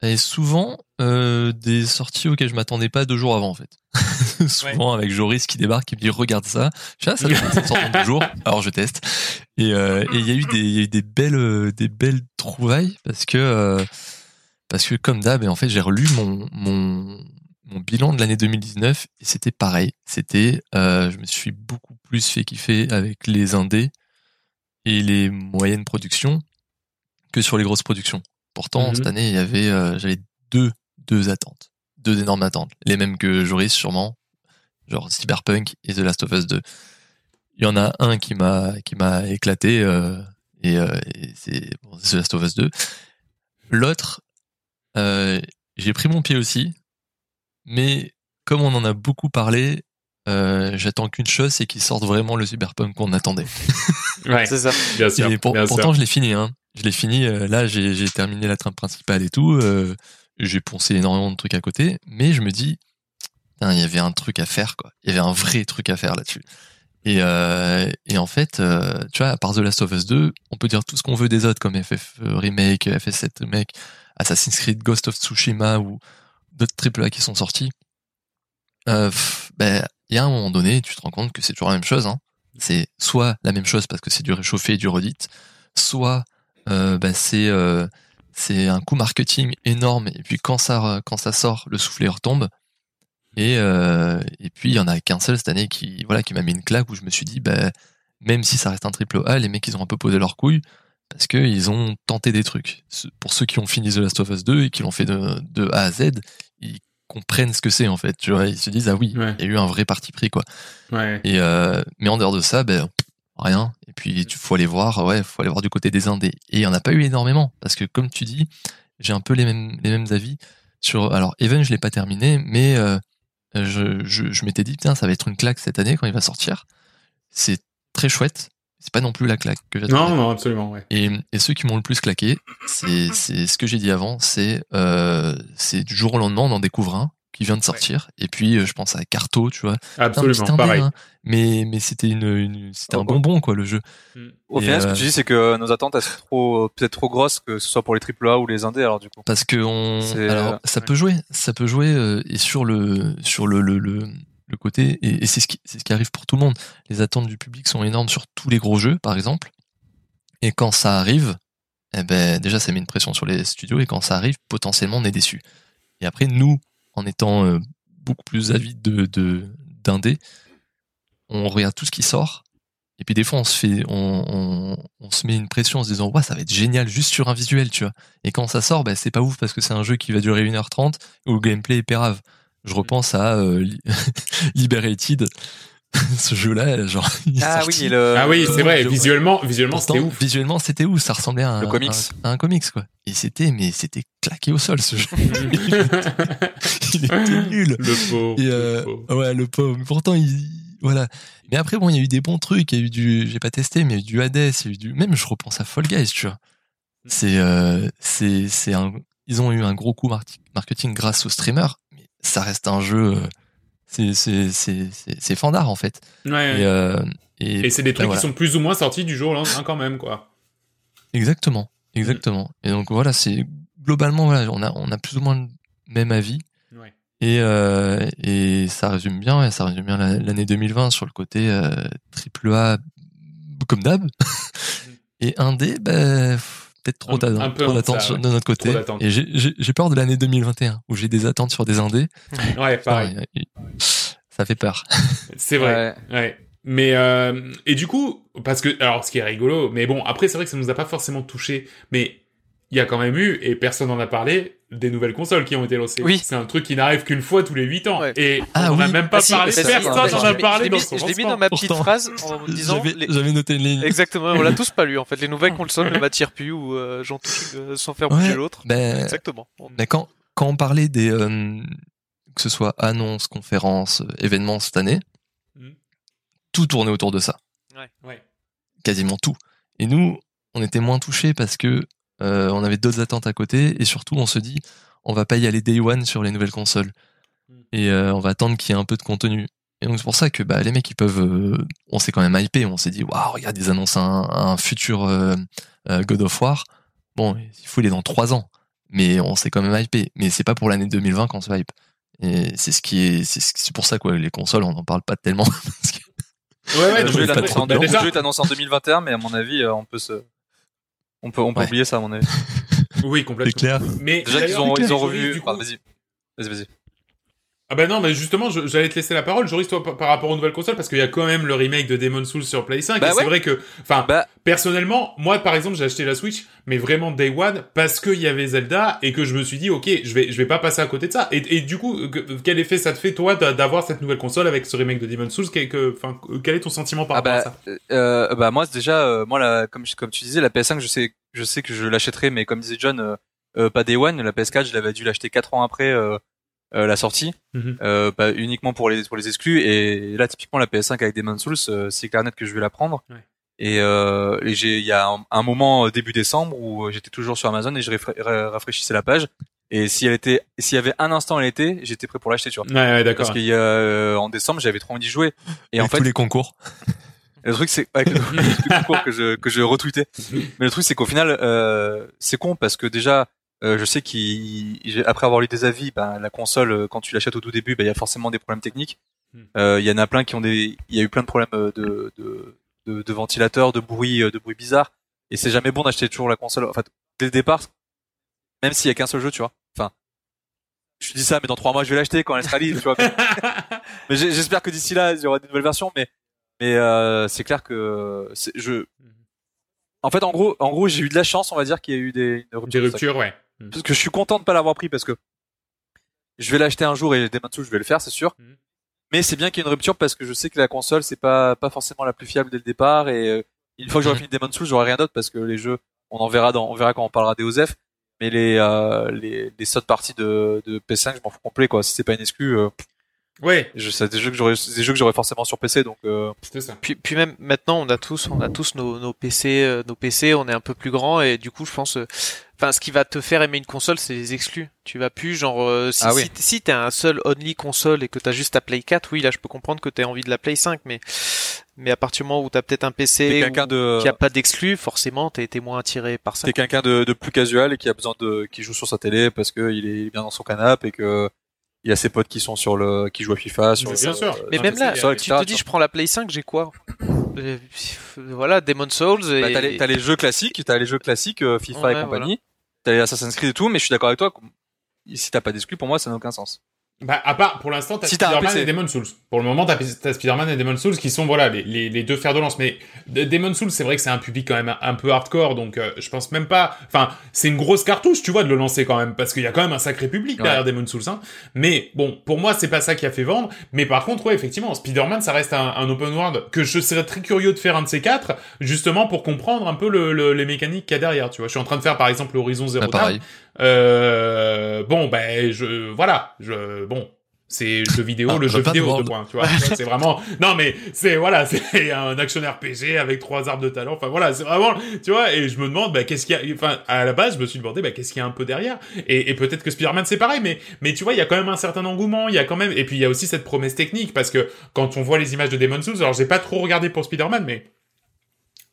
Speaker 8: et souvent euh, des sorties auxquelles je m'attendais pas deux jours avant en fait. [laughs] souvent avec Joris qui débarque qui me dit regarde ça, Je fais, ah, ça, doit être- ça sort dans deux jours, alors je teste. Et euh, et il y a eu des, il y a eu des belles, euh, des belles trouvailles parce que. euh, parce que comme d'hab, et en fait, j'ai relu mon, mon, mon bilan de l'année 2019 et c'était pareil. C'était, euh, je me suis beaucoup plus fait kiffer avec les indés et les moyennes productions que sur les grosses productions. Pourtant,
Speaker 6: Mhm.
Speaker 8: cette année, il y avait, euh, j'avais deux, deux attentes, deux énormes attentes, les mêmes que Joris sûrement. genre Cyberpunk et The Last of Us 2. Il y en a un qui m'a qui m'a éclaté euh, et, euh, et c'est bon, c'est The Last of Us 2. L'autre, euh, j'ai pris mon pied aussi, mais comme on en a beaucoup parlé, euh, j'attends qu'une chose, c'est qu'il sorte vraiment le Cyberpunk qu'on attendait.
Speaker 6: Ouais,
Speaker 1: C'est ça.
Speaker 6: bien sûr.
Speaker 8: Et pour-
Speaker 6: bien sûr.
Speaker 8: pourtant, je l'ai fini. Hein. Je l'ai fini. euh, là, j'ai j'ai terminé la trame principale et tout. euh, j'ai poncé énormément de trucs à côté. Mais je me dis, putain, il y avait un truc à faire. quoi. Il y avait un vrai truc à faire là-dessus. Et, euh, et en fait, euh, tu vois, à part The Last of Us 2, on peut dire tout ce qu'on veut des autres comme FF Remake, FF7 Remake, Assassin's Creed, Ghost of Tsushima ou d'autres AAA qui sont sortis. Euh, pff, ben, il y a un moment donné, tu te rends compte que c'est toujours la même chose. Hein. C'est soit la même chose parce que c'est du réchauffé et du redit, soit euh, bah, c'est euh, c'est un coût marketing énorme et puis quand ça re- quand ça sort le soufflet retombe et euh, et puis il y en a qu'un seul cette année qui voilà qui m'a mis une claque où je me suis dit bah même si ça reste un triple A les mecs ils ont un peu posé leur couille parce que ils ont tenté des trucs Ce- pour ceux qui ont fini The Last of Us 2 et qui l'ont fait de, de A à Z ils comprennent ce que c'est en fait tu vois ils se disent ah oui il
Speaker 6: Ouais.
Speaker 8: y a eu un vrai parti pris quoi
Speaker 6: Ouais.
Speaker 8: et euh, mais en dehors de ça, ben rien. Et puis tu faut aller voir, ouais, faut aller voir du côté des indés. Et il y en a pas eu énormément parce que comme tu dis, j'ai un peu les mêmes les mêmes avis sur. Alors Even, je l'ai pas terminé, mais euh, je je, je m'étais dit putain, ça va être une claque cette année quand il va sortir. C'est très chouette. C'est pas non plus la claque que j'attendais.
Speaker 6: Non, non, absolument, ouais.
Speaker 8: Et, et ceux qui m'ont le plus claqué, c'est c'est ce que j'ai dit avant, c'est euh, c'est du jour au lendemain on en découvre un qui vient de sortir. Et puis euh, je pense à Carto, tu vois. Putain, mais
Speaker 6: Absolument,
Speaker 8: c'était un
Speaker 6: pareil.
Speaker 8: dé, hein. Mais, mais c'était une, une- c'était un
Speaker 7: Oh,
Speaker 8: bonbon, quoi, le jeu.
Speaker 7: Mmh. Au
Speaker 8: Et,
Speaker 7: final, ce
Speaker 8: euh,
Speaker 7: que tu dis, c'est que nos attentes, elles sont trop, euh, peut-être trop grosses, que ce soit pour les AAA ou les indés, alors du coup.
Speaker 8: Parce que on,
Speaker 7: C'est,
Speaker 8: alors,
Speaker 7: euh,
Speaker 8: ça
Speaker 6: ouais.
Speaker 8: peut jouer, ça peut jouer, euh, et sur le, sur le, le, le, le côté, et, et c'est ce qui, c'est ce qui arrive pour tout le monde. Les attentes du public sont énormes sur tous les gros jeux, par exemple. Et quand ça arrive, eh ben, déjà, ça met une pression sur les studios, et quand ça arrive, potentiellement, on est déçu. Et après, nous, en étant euh, beaucoup plus avides de, de, d'indés, on regarde tout ce qui sort, et puis des fois, on se fait, on, on, on se met une pression en se disant, ouais, ça va être génial juste sur un visuel, tu vois. Et quand ça sort, bah, c'est pas ouf parce que c'est un jeu qui va durer 1h30 où le gameplay est pérave. Je repense à euh, Li- [laughs] Liberated, [laughs] ce jeu-là, genre. [laughs] il est
Speaker 7: Ah
Speaker 8: sorti.
Speaker 7: oui, le,
Speaker 6: Ah oui, c'est vrai,
Speaker 8: je-
Speaker 6: visuellement, visuellement c'était
Speaker 8: Pourtant,
Speaker 6: ouf.
Speaker 8: Visuellement, c'était ouf. Ça ressemblait à un
Speaker 7: Le comics.
Speaker 8: à un, à un comics, quoi. Et c'était, mais c'était claqué au sol, ce jeu. [laughs]
Speaker 6: le
Speaker 8: Il était nul.
Speaker 6: pauvre. [laughs]
Speaker 8: Et
Speaker 6: le
Speaker 8: euh,
Speaker 6: pauvre.
Speaker 8: ouais, le pauvre. Mais Pourtant, il, voilà. Mais après, bon, il y a eu des bons trucs. Il y a eu du, j'ai pas testé, mais il y a eu du Hades. Il y a eu du, même je repense à Fall Guys, tu vois. C'est, euh, c'est, c'est un, ils ont eu un gros coup mar- marketing grâce aux streamers. Mais ça reste un jeu, euh, c'est, c'est, c'est, c'est, c'est fandard, en fait.
Speaker 6: Ouais,
Speaker 8: Et,
Speaker 6: ouais.
Speaker 8: euh, et,
Speaker 6: Et, c'est des trucs
Speaker 8: voilà.
Speaker 6: qui sont plus ou moins sortis du jour au lendemain quand même, quoi.
Speaker 8: exactement, exactement. Et donc, voilà, c'est, globalement, voilà, on a, on a plus ou moins le même avis.
Speaker 6: Ouais.
Speaker 8: Et, euh, et ça résume bien, ouais, ça résume bien la- l'année 2020 sur le côté euh, triple A b-
Speaker 6: [laughs]
Speaker 8: comme d'hab. et un D, ben, pff, peut-être trop
Speaker 6: Un-
Speaker 8: d'attentes
Speaker 6: un peu
Speaker 8: trop
Speaker 6: en
Speaker 8: d'attentes
Speaker 6: deçà,
Speaker 8: sur-
Speaker 6: ouais.
Speaker 8: de notre côté.
Speaker 6: Trop d'attentes.
Speaker 8: Et j'ai- j'ai j'ai peur de l'année 2021 où j'ai des attentes sur des indés. Ah,
Speaker 6: Ouais, pareil.
Speaker 8: Enfin, et- ça fait peur.
Speaker 6: C'est vrai.
Speaker 7: Ouais.
Speaker 6: Ouais. Mais euh, et du coup, parce que alors ce qui est rigolo, mais bon après c'est vrai que ça nous a pas forcément touché, mais il y a quand même eu et personne n'en a parlé des nouvelles consoles qui ont été lancées.
Speaker 1: Oui.
Speaker 6: C'est un truc qui n'arrive qu'une fois tous les 8 ans
Speaker 1: Ouais.
Speaker 6: et
Speaker 8: Ah
Speaker 6: on n'a
Speaker 8: oui.
Speaker 6: même pas
Speaker 1: Ah si,
Speaker 6: parlé.
Speaker 1: mais si,
Speaker 6: personne
Speaker 1: mais
Speaker 6: n'en
Speaker 1: je
Speaker 6: a
Speaker 1: l'ai-
Speaker 6: parlé
Speaker 1: je l'ai
Speaker 6: dans
Speaker 1: mis-
Speaker 6: son
Speaker 1: Je l'ai mis
Speaker 6: lancement.
Speaker 1: dans ma petite
Speaker 8: Pourtant,
Speaker 1: phrase
Speaker 8: [laughs]
Speaker 1: en disant.
Speaker 8: J'avais
Speaker 1: les-
Speaker 8: j'avais noté une ligne.
Speaker 1: Exactement, on l'a tous pas lu en fait.
Speaker 7: Ah.
Speaker 1: Les nouvelles consoles ne m'attirent plus ou euh, j'en touche une, euh, sans faire bouger
Speaker 8: Ouais.
Speaker 1: l'autre.
Speaker 7: Euh,
Speaker 8: Ben,
Speaker 1: Exactement. On-
Speaker 8: Mais quand, quand on parlait des. euh, que ce soit annonces, conférences, euh, événements cette année,
Speaker 6: Mhm.
Speaker 8: tout tournait autour de ça.
Speaker 6: Ouais.
Speaker 8: Quasiment tout. Et nous, on était moins touchés parce que euh, on avait d'autres attentes à côté et surtout on se dit on va pas y aller day one sur les nouvelles consoles
Speaker 7: Mm.
Speaker 6: Mhm.
Speaker 8: et euh, on va attendre qu'il y ait un peu de contenu. Et donc c'est pour ça que bah, les mecs ils peuvent, euh, on s'est quand même hypé, on s'est dit waouh regarde ils annoncent un, un futur euh, euh, God of War, bon il faut il est dans trois ans mais on s'est quand même hypé. Mais c'est pas pour l'année 2020 qu'on se hype. Et c'est ce qui est, c'est ce- c'est pour ça quoi, les consoles, on n'en parle pas tellement. [laughs] Parce que-
Speaker 6: Ouais, ouais,
Speaker 7: le
Speaker 6: non,
Speaker 7: jeu
Speaker 6: mais
Speaker 7: est
Speaker 8: pas
Speaker 6: c'est
Speaker 7: annoncé
Speaker 8: trop
Speaker 6: vrai.
Speaker 7: en-
Speaker 8: de
Speaker 6: Bah,
Speaker 7: le
Speaker 6: déjà,
Speaker 7: jeu est annoncé en 2021, mais à mon avis, euh, on peut se, on peut, on peut
Speaker 8: Ouais.
Speaker 7: oublier ça, à mon avis.
Speaker 6: oui, complètement.
Speaker 8: clair.
Speaker 6: Mais
Speaker 7: Déjà qu'ils
Speaker 6: d'ailleurs,
Speaker 7: ont, ils ont
Speaker 6: aujourd'hui,
Speaker 7: revu,
Speaker 6: du coup,
Speaker 7: enfin, vas-y. Vas-y, vas-y.
Speaker 6: Ah bah non, mais justement, je- j'allais te laisser la parole, Joris, toi, par par rapport aux nouvelles consoles, parce qu'il y a quand même le remake de Demon's Souls sur Play 5,
Speaker 7: Bah
Speaker 6: et
Speaker 7: ouais.
Speaker 6: c'est vrai que, enfin,
Speaker 7: Bah.
Speaker 6: personnellement, moi, par exemple, j'ai acheté la Switch, mais vraiment Day One, parce qu'il y avait Zelda, et que je me suis dit, ok, je vais, je vais pas passer à côté de ça. Et, et du coup, que- quel effet ça te fait, toi, d'a- d'avoir cette nouvelle console avec ce remake de Demon's Souls, que- que- enfin, quel est ton sentiment par
Speaker 7: Ah
Speaker 6: rapport
Speaker 7: bah,
Speaker 6: à ça?
Speaker 7: euh, bah moi c'est déjà euh, moi la, comme je- comme tu disais la PS5 je sais je sais que je l'achèterai mais comme disait John euh, euh, pas Day One la PS4 je l'avais dû l'acheter quatre ans après euh, euh, la sortie
Speaker 6: Mhm.
Speaker 7: euh, bah, uniquement pour les pour les exclus et là typiquement la PS5 avec Demon's Souls euh, c'est clair net que je vais la prendre
Speaker 6: Ouais.
Speaker 7: et, euh, et j'ai il y a un, un moment euh, début décembre où euh, j'étais toujours sur Amazon et je réfra- ra- rafraîchissais la page et si elle était s'il y avait un instant elle était j'étais prêt pour l'acheter tu vois
Speaker 6: Ouais, ouais,
Speaker 7: parce
Speaker 6: d'accord.
Speaker 7: qu'il y a euh, en décembre j'avais trop envie d'y jouer et en
Speaker 8: Avec
Speaker 7: fait
Speaker 8: tous les concours.
Speaker 7: le truc [laughs] c'est avec le le concours que je que je retweetais. Mais le truc c'est qu'au final euh, c'est con parce que déjà euh, je sais qu'après avoir lu des avis, ben, la console euh, quand tu l'achètes au tout début, ben, il y a forcément des problèmes techniques. Euh, Il y en a plein qui ont des, il y a eu plein de problèmes euh, de de, de, de ventilateurs, de bruit, euh, de bruit bizarre. Et c'est jamais bon d'acheter toujours la console. Enfin dès le départ, même s'il y a qu'un seul jeu, tu vois. Enfin, je dis ça, mais dans trois mois je vais l'acheter quand elle sera libre, tu vois. Mais, mais j'ai- j'espère que d'ici là il y aura des nouvelles versions. Mais mais euh, c'est clair que c'est- je. En fait, en gros, en gros, j'ai eu de la chance, on va dire, qu'il y a eu des, une
Speaker 6: Des
Speaker 7: rupture de stock.
Speaker 6: ruptures, ouais. Mm.
Speaker 7: Parce que je suis content de pas l'avoir pris parce que je vais l'acheter un jour et dès maintenant je vais le faire, c'est sûr.
Speaker 6: Mhm.
Speaker 7: Mais c'est bien qu'il y ait une rupture parce que je sais que la console c'est pas pas forcément la plus fiable dès le départ et euh, une fois que j'aurai fini Demon's Souls, j'aurai rien d'autre parce que les jeux, on en verra dans, on verra quand on parlera des OZEF, mais les euh, les les sortes parties de, de PS5, je m'en fous complet quoi. Si c'est pas une exclu, euh,
Speaker 6: Ouais,
Speaker 7: je, c'est des jeux que j'aurais c'est des jeux que j'aurais forcément sur PC donc euh,
Speaker 6: c'est ça.
Speaker 1: Puis, puis même maintenant, on a tous, on a tous nos, nos PC, euh, nos PC, on est un peu plus grand et du coup, je pense, euh, enfin, ce qui va te faire aimer une console, c'est les exclus. Tu vas plus, genre, euh, si,
Speaker 7: Ah oui.
Speaker 1: si, si t'es un seul only console et que t'as juste ta Play 4, oui, là, je peux comprendre que t'aies envie de la Play 5, mais, mais à partir du moment où t'as peut-être un
Speaker 7: t'es
Speaker 1: PC
Speaker 7: quelqu'un de
Speaker 1: qui a pas d'exclus, forcément, t'es t'es moins attiré par ça.
Speaker 7: T'es quelqu'un de, de plus casual et qui a besoin de qui joue sur sa télé parce que il est bien dans son canapé et que il y a ses potes qui sont sur le qui jouent à FIFA sur
Speaker 6: Mais
Speaker 7: le-
Speaker 6: bien sûr.
Speaker 7: euh,
Speaker 1: Mais
Speaker 7: sur
Speaker 1: même
Speaker 7: le
Speaker 1: là,
Speaker 7: console,
Speaker 1: tu
Speaker 7: etc.,
Speaker 1: te dis, je prends la Play 5, j'ai quoi Euh, pff, Voilà, Demon's Souls et...
Speaker 7: Bah, t'as les, t'as les jeux classiques, t'as les jeux classiques euh, FIFA
Speaker 1: Ouais,
Speaker 7: et compagnie, t'as les Assassin's Creed et tout, mais je suis d'accord avec toi. Si t'as pas d'exclus, pour moi, ça n'a aucun sens.
Speaker 6: Bah, à part, pour l'instant, t'as
Speaker 7: Si t'as un
Speaker 6: Spider-Man
Speaker 7: PC.
Speaker 6: et Demon's Souls. Pour le moment, t'as, t'as Spider-Man et Demon's Souls qui sont, voilà, les, les, les deux fers de lance. Mais D- Demon's Souls, c'est vrai que c'est un public quand même un, un peu hardcore, donc euh, je pense même pas... Enfin, c'est une grosse cartouche, tu vois, de le lancer quand même, parce qu'il y a quand même un sacré public
Speaker 7: Ouais.
Speaker 6: derrière Demon's Souls. Hein. Mais bon, pour moi, c'est pas ça qui a fait vendre. Mais par contre, ouais, effectivement, Spider-Man, ça reste un, un open world que je serais très curieux de faire un de ces quatre, justement pour comprendre un peu le, le- les mécaniques qu'il y a derrière, tu vois. Je suis en train de faire, par exemple, Horizon Zero
Speaker 8: Ah,
Speaker 6: Dawn.
Speaker 8: pareil.
Speaker 6: Euh, bon, ben, je, voilà, je, bon, c'est jeu vidéo,
Speaker 8: Ah,
Speaker 6: le
Speaker 8: je
Speaker 6: jeu
Speaker 8: veux pas te
Speaker 6: vidéo,
Speaker 8: vendre.
Speaker 6: deux points, tu vois. c'est vraiment, non, mais c'est, voilà, [laughs] c'est un action RPG avec trois arbres de talent. Enfin, voilà, c'est vraiment, tu vois, et je me demande, bah, qu'est-ce qu'il y a, enfin, à la base, je me suis demandé, bah, qu'est-ce qu'il y a un peu derrière? Et, et peut-être que Spider-Man, c'est pareil, mais, mais tu vois, il y a quand même un certain engouement, il y a quand même, et puis il y a aussi cette promesse technique, parce que quand on voit les images de Demon's Souls, alors j'ai pas trop regardé pour Spider-Man, mais,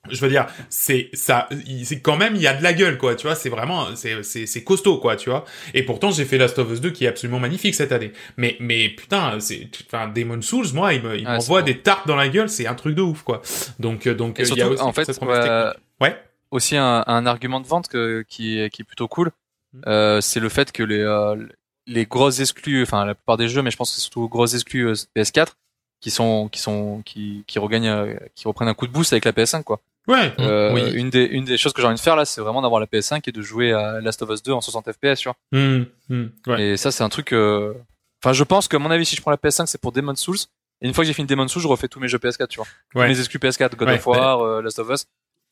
Speaker 6: je veux dire, c'est ça, il- c'est quand même il y a de la gueule quoi, tu vois, c'est vraiment c'est c'est c'est costaud quoi, tu vois. Et pourtant j'ai fait Last of Us 2 qui est absolument magnifique cette année. Mais mais putain, c'est enfin Demon Souls moi il me il
Speaker 7: Ah,
Speaker 6: m'envoie
Speaker 7: c'est beau.
Speaker 6: des tartes dans la gueule, c'est un truc de ouf quoi. Donc euh, donc
Speaker 7: Et
Speaker 6: euh, il y a
Speaker 7: surtout,
Speaker 6: aussi
Speaker 7: en fait,
Speaker 6: cette promesse
Speaker 7: euh,
Speaker 6: technique. Ouais.
Speaker 7: aussi un, un argument de vente que- qui, est, qui est plutôt cool,
Speaker 6: Mm.
Speaker 7: euh, c'est le fait que les, euh, les grosses exclus, enfin la plupart des jeux, mais je pense que c'est surtout grosses exclus euh, PS4, qui sont qui sont qui, qui regagnent, euh, qui reprennent un coup de boost avec la PS5 quoi.
Speaker 6: Ouais.
Speaker 8: Mm,
Speaker 7: Euh,
Speaker 8: oui.
Speaker 7: Une des une des choses que j'ai envie de faire là, c'est vraiment d'avoir la PS5 et de jouer à Last of Us 2 en 60 FPS, tu vois.
Speaker 6: Mm, mm, ouais.
Speaker 7: Et ça, c'est un truc. euh, Enfin, je pense que à mon avis, si je prends la PS5, c'est pour Demon's Souls. Et une fois que j'ai fini Demon's Souls, je refais tous mes jeux PS4, tu vois. Tous
Speaker 6: Ouais.
Speaker 7: Mes exclus PS4, God
Speaker 6: Ouais.
Speaker 7: of War, euh, Last of Us.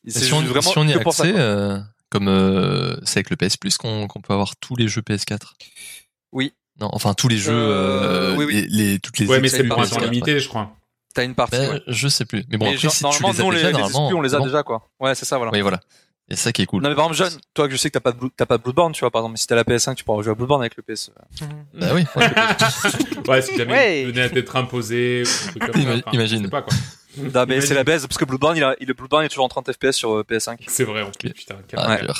Speaker 7: Et
Speaker 8: Si on,
Speaker 7: vraiment
Speaker 8: si on y a
Speaker 7: que pour ça,
Speaker 8: accès,
Speaker 7: quoi.
Speaker 8: euh, comme euh, c'est avec le PS Plus qu'on qu'on peut avoir tous les jeux PS4.
Speaker 7: Oui.
Speaker 8: Non, enfin tous les jeux,
Speaker 7: Euh,
Speaker 8: euh,
Speaker 7: oui, oui.
Speaker 8: Les, les- toutes les
Speaker 6: Ouais, mais c'est
Speaker 8: exclus
Speaker 6: pour un temps
Speaker 8: PS4, ouais.
Speaker 6: limité, je crois.
Speaker 7: T'as une partie.
Speaker 8: Ben,
Speaker 7: ouais.
Speaker 8: Je sais plus. Mais bon,
Speaker 7: Mais
Speaker 8: après,
Speaker 7: genre,
Speaker 8: si tu
Speaker 7: normalement,
Speaker 8: les as
Speaker 7: nous,
Speaker 8: déjà,
Speaker 7: les
Speaker 8: normalement,
Speaker 7: exclus, on les a
Speaker 8: bon.
Speaker 7: déjà, quoi. Ouais, c'est ça, voilà.
Speaker 8: Oui, voilà. Et ça qui est cool.
Speaker 7: Non, mais par exemple, John, toi que je sais que t'as pas de, Blue- t'as pas de Bloodborne, tu vois, par exemple, mais si t'as la PS5, tu pourras jouer à Bloodborne avec le PS.
Speaker 8: Bah oui.
Speaker 6: Ouais, si jamais
Speaker 1: Ouais.
Speaker 6: il venait à être imposé ou un truc comme ça.
Speaker 8: Ima-
Speaker 7: [laughs]
Speaker 6: enfin,
Speaker 8: imagine.
Speaker 6: je sais pas, quoi.
Speaker 7: euh,
Speaker 6: [laughs]
Speaker 7: Non, mais c'est la baisse, parce que Bloodborne, il, a, il- Bloodborne est toujours en 30 FPS sur euh, PS5.
Speaker 6: C'est vrai, en plus, putain, quel
Speaker 7: [laughs]
Speaker 8: Ah,
Speaker 6: enfer.
Speaker 8: dur.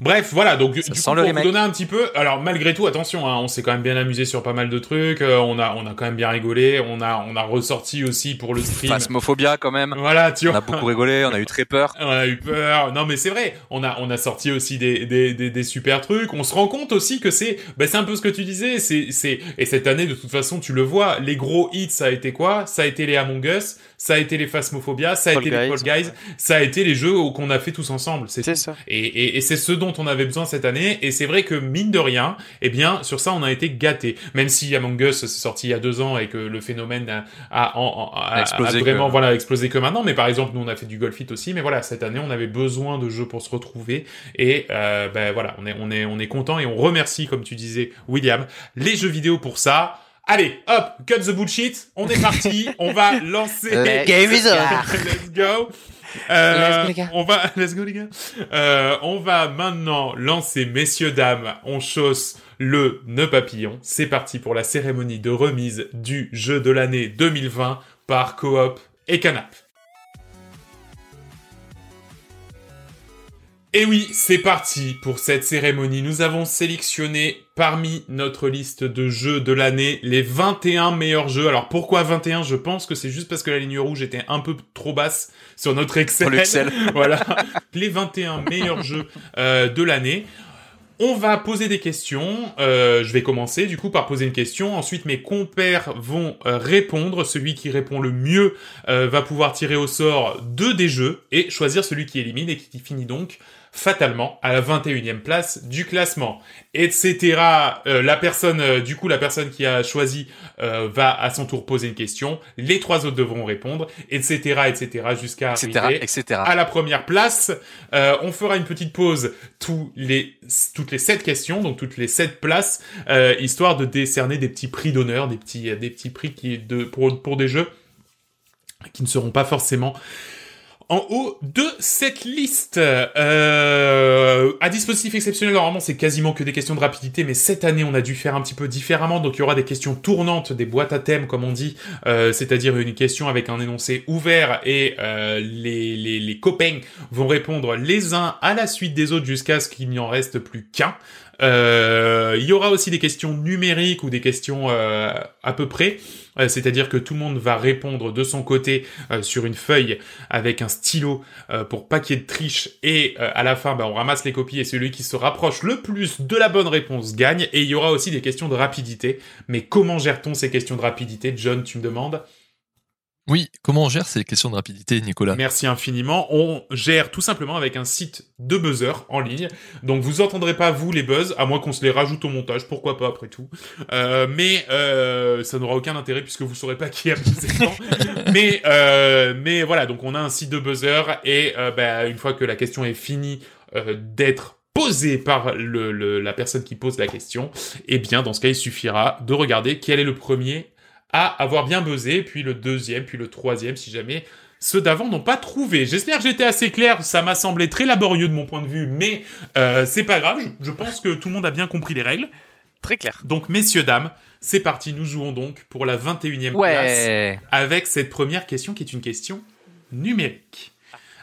Speaker 6: Bref, voilà, donc du
Speaker 7: Ça
Speaker 6: coup,
Speaker 7: sent
Speaker 6: pour
Speaker 7: le
Speaker 6: vous
Speaker 7: remake.
Speaker 6: donner un petit peu, alors malgré tout, attention, hein, on s'est quand même bien amusé sur pas mal de trucs, euh, on a on a quand même bien rigolé, on a on a ressorti aussi pour le stream.
Speaker 7: Phasmophobia, quand même.
Speaker 6: Voilà, tu
Speaker 7: On
Speaker 6: vois. [laughs]
Speaker 7: a beaucoup rigolé, on a eu très peur.
Speaker 6: On a eu peur. Non, mais c'est vrai. On a, on a sorti aussi des, des, des, des super trucs. On se rend compte aussi que c'est, bah, c'est un peu ce que tu disais. C'est, c'est, et cette année, de toute façon, tu le vois. Les gros hits, ça a été quoi? Ça a été les Among Us. Ça a été les Phasmophobia. Ça a
Speaker 1: Fall
Speaker 6: été les
Speaker 1: Guys.
Speaker 6: Fall Guys. Ça a été les jeux qu'on a fait tous ensemble. C'est
Speaker 1: C'est ça.
Speaker 6: et, et, et c'est ce dont on avait besoin cette année. Et c'est vrai que mine de rien, eh bien, sur ça, on a été gâté. Même si Among Us s'est sorti il y a deux ans et que le phénomène a, a- en- en- a-
Speaker 7: A explosé
Speaker 6: a vraiment
Speaker 7: que-
Speaker 6: voilà explosé que maintenant. Mais par exemple, nous, on a fait du golf hit aussi. Mais voilà, cette année, on avait besoin de jeux pour se retrouver. Et euh, ben voilà, on est on est on est content et on remercie, comme tu disais, William, les jeux vidéo pour ça. Allez, hop, cut the bullshit. On est
Speaker 7: [laughs]
Speaker 6: parti. on va lancer.
Speaker 1: Let's Game is over.
Speaker 6: [laughs] Let's go. Euh,
Speaker 1: Let's go, les gars.
Speaker 6: on va, [laughs] let's go les gars. Euh, on va maintenant lancer, messieurs dames, on chausse le nœud papillon. C'est parti pour la cérémonie de remise du jeu de l'année 2020 par Coop et Canap. Et oui, c'est parti pour cette cérémonie. Nous avons sélectionné parmi notre liste de jeux de l'année les 21 meilleurs jeux. Alors pourquoi 21 Je pense que c'est juste parce que la ligne rouge était un peu trop basse sur notre Excel.
Speaker 7: Sur le Excel.
Speaker 6: [laughs] voilà. Les 21 meilleurs jeux euh, de l'année. On va poser des questions. Euh, je vais commencer du coup par poser une question. Ensuite, mes compères vont euh, répondre. Celui qui répond le mieux euh, va pouvoir tirer au sort deux des jeux et choisir celui qui élimine et qui finit donc fatalement à la 21e place du classement, etc. Euh, la personne, euh, du coup, la personne qui a choisi euh, va à son tour poser une question. Les trois autres devront répondre, etc., etc. jusqu'à
Speaker 7: Etc.
Speaker 6: arriver
Speaker 7: Etc.
Speaker 6: à la première place. Euh, on fera une petite pause tous les, toutes les sept questions, donc toutes les sept places, euh, histoire de décerner des petits prix d'honneur, des petits, des petits prix qui, de, pour, pour des jeux qui ne seront pas forcément en haut de cette liste. Euh, à dispositif exceptionnel, normalement c'est quasiment que des questions de rapidité, mais cette année on a dû faire un petit peu différemment, donc il y aura des questions tournantes, des boîtes à thèmes comme on dit, euh, c'est-à-dire une question avec un énoncé ouvert et euh, les, les, les copains vont répondre les uns à la suite des autres jusqu'à ce qu'il n'y en reste plus qu'un. Euh, il y aura aussi des questions numériques ou des questions euh, à peu près, Euh, c'est-à-dire que tout le monde va répondre de son côté euh, sur une feuille avec un stylo euh, pour pas qu'il y ait de triche et euh, à la fin bah, on ramasse les copies et celui qui se rapproche le plus de la bonne réponse gagne et il y aura aussi des questions de rapidité. Mais comment gère-t-on ces questions de rapidité John, tu me demandes
Speaker 8: Oui, comment on gère ces questions de rapidité, Nicolas
Speaker 6: Merci infiniment. On gère tout simplement avec un site de buzzer en ligne. Donc vous entendrez pas vous les buzz, à moins qu'on se les rajoute au montage, pourquoi pas après tout. Euh, mais euh, ça n'aura aucun intérêt puisque vous saurez pas qui a buzzé quand. mais euh, mais voilà, donc on a un site de buzzer et euh, bah, une fois que la question est finie euh, d'être posée par le, le- la personne qui pose la question, eh bien dans ce cas il suffira de regarder quel est le premier à avoir bien buzzé, puis le deuxième, puis le troisième si jamais ceux d'avant n'ont pas trouvé. J'espère que j'étais assez clair, ça m'a semblé très laborieux de mon point de vue, mais euh, c'est pas grave, je, je pense que tout le monde a bien compris les règles.
Speaker 1: Très clair.
Speaker 6: Donc messieurs, dames, c'est parti, nous jouons donc pour la 21e place
Speaker 7: Ouais.
Speaker 6: avec cette première question qui est une question numérique.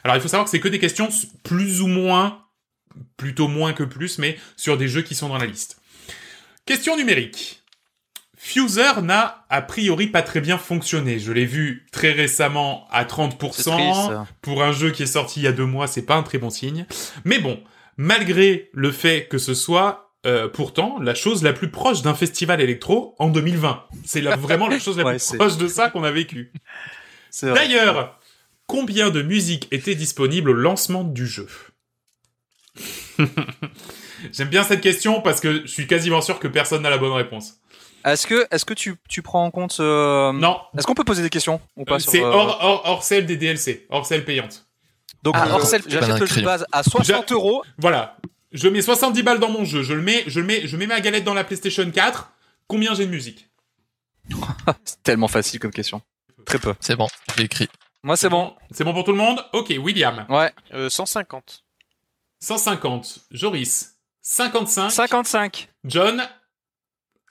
Speaker 6: Alors il faut savoir que c'est que des questions s- plus ou moins, plutôt moins que plus, mais sur des jeux qui sont dans la liste. Question numérique. Fuser n'a a priori pas très bien fonctionné. Je l'ai vu très récemment à 30%.
Speaker 7: C'est triste.
Speaker 6: Pour un jeu qui est sorti il y a deux mois, c'est pas un très bon signe. Mais bon, malgré le fait que ce soit euh, pourtant la chose la plus proche d'un festival électro en 2020. C'est la- vraiment la chose la
Speaker 7: [laughs] Ouais,
Speaker 6: plus
Speaker 7: c'est-
Speaker 6: proche de ça qu'on a vécu.
Speaker 7: C'est vrai.
Speaker 6: D'ailleurs, combien de musiques étaient disponibles au lancement du jeu [laughs] J'aime bien cette question parce que je suis quasiment sûr que personne n'a la bonne réponse.
Speaker 7: Est-ce que, est-ce que tu, tu prends en compte, euh,
Speaker 6: Non,
Speaker 7: Est-ce qu'on peut poser des questions ou pas sur,
Speaker 6: c'est
Speaker 7: euh,
Speaker 6: hors, hors, hors celle des DLC, hors celle payante.
Speaker 7: Donc,
Speaker 1: Ah,
Speaker 7: euh,
Speaker 1: hors self-
Speaker 8: Ben,
Speaker 7: j'achète
Speaker 8: un
Speaker 7: le jeu de
Speaker 8: crayon.
Speaker 7: base à 60 euros.
Speaker 6: Voilà. Je mets 70 balles dans mon jeu. Je le mets, je le mets, je mets ma galette dans la PlayStation 4. Combien j'ai de musique
Speaker 7: C'est tellement facile comme question. Très peu.
Speaker 8: C'est bon, j'ai écrit.
Speaker 7: Moi, c'est bon.
Speaker 6: C'est bon pour tout le monde Ok, William.
Speaker 7: Ouais.
Speaker 1: Euh, 150.
Speaker 6: 150. Joris. 55.
Speaker 1: [laughs]
Speaker 7: 55.
Speaker 6: John.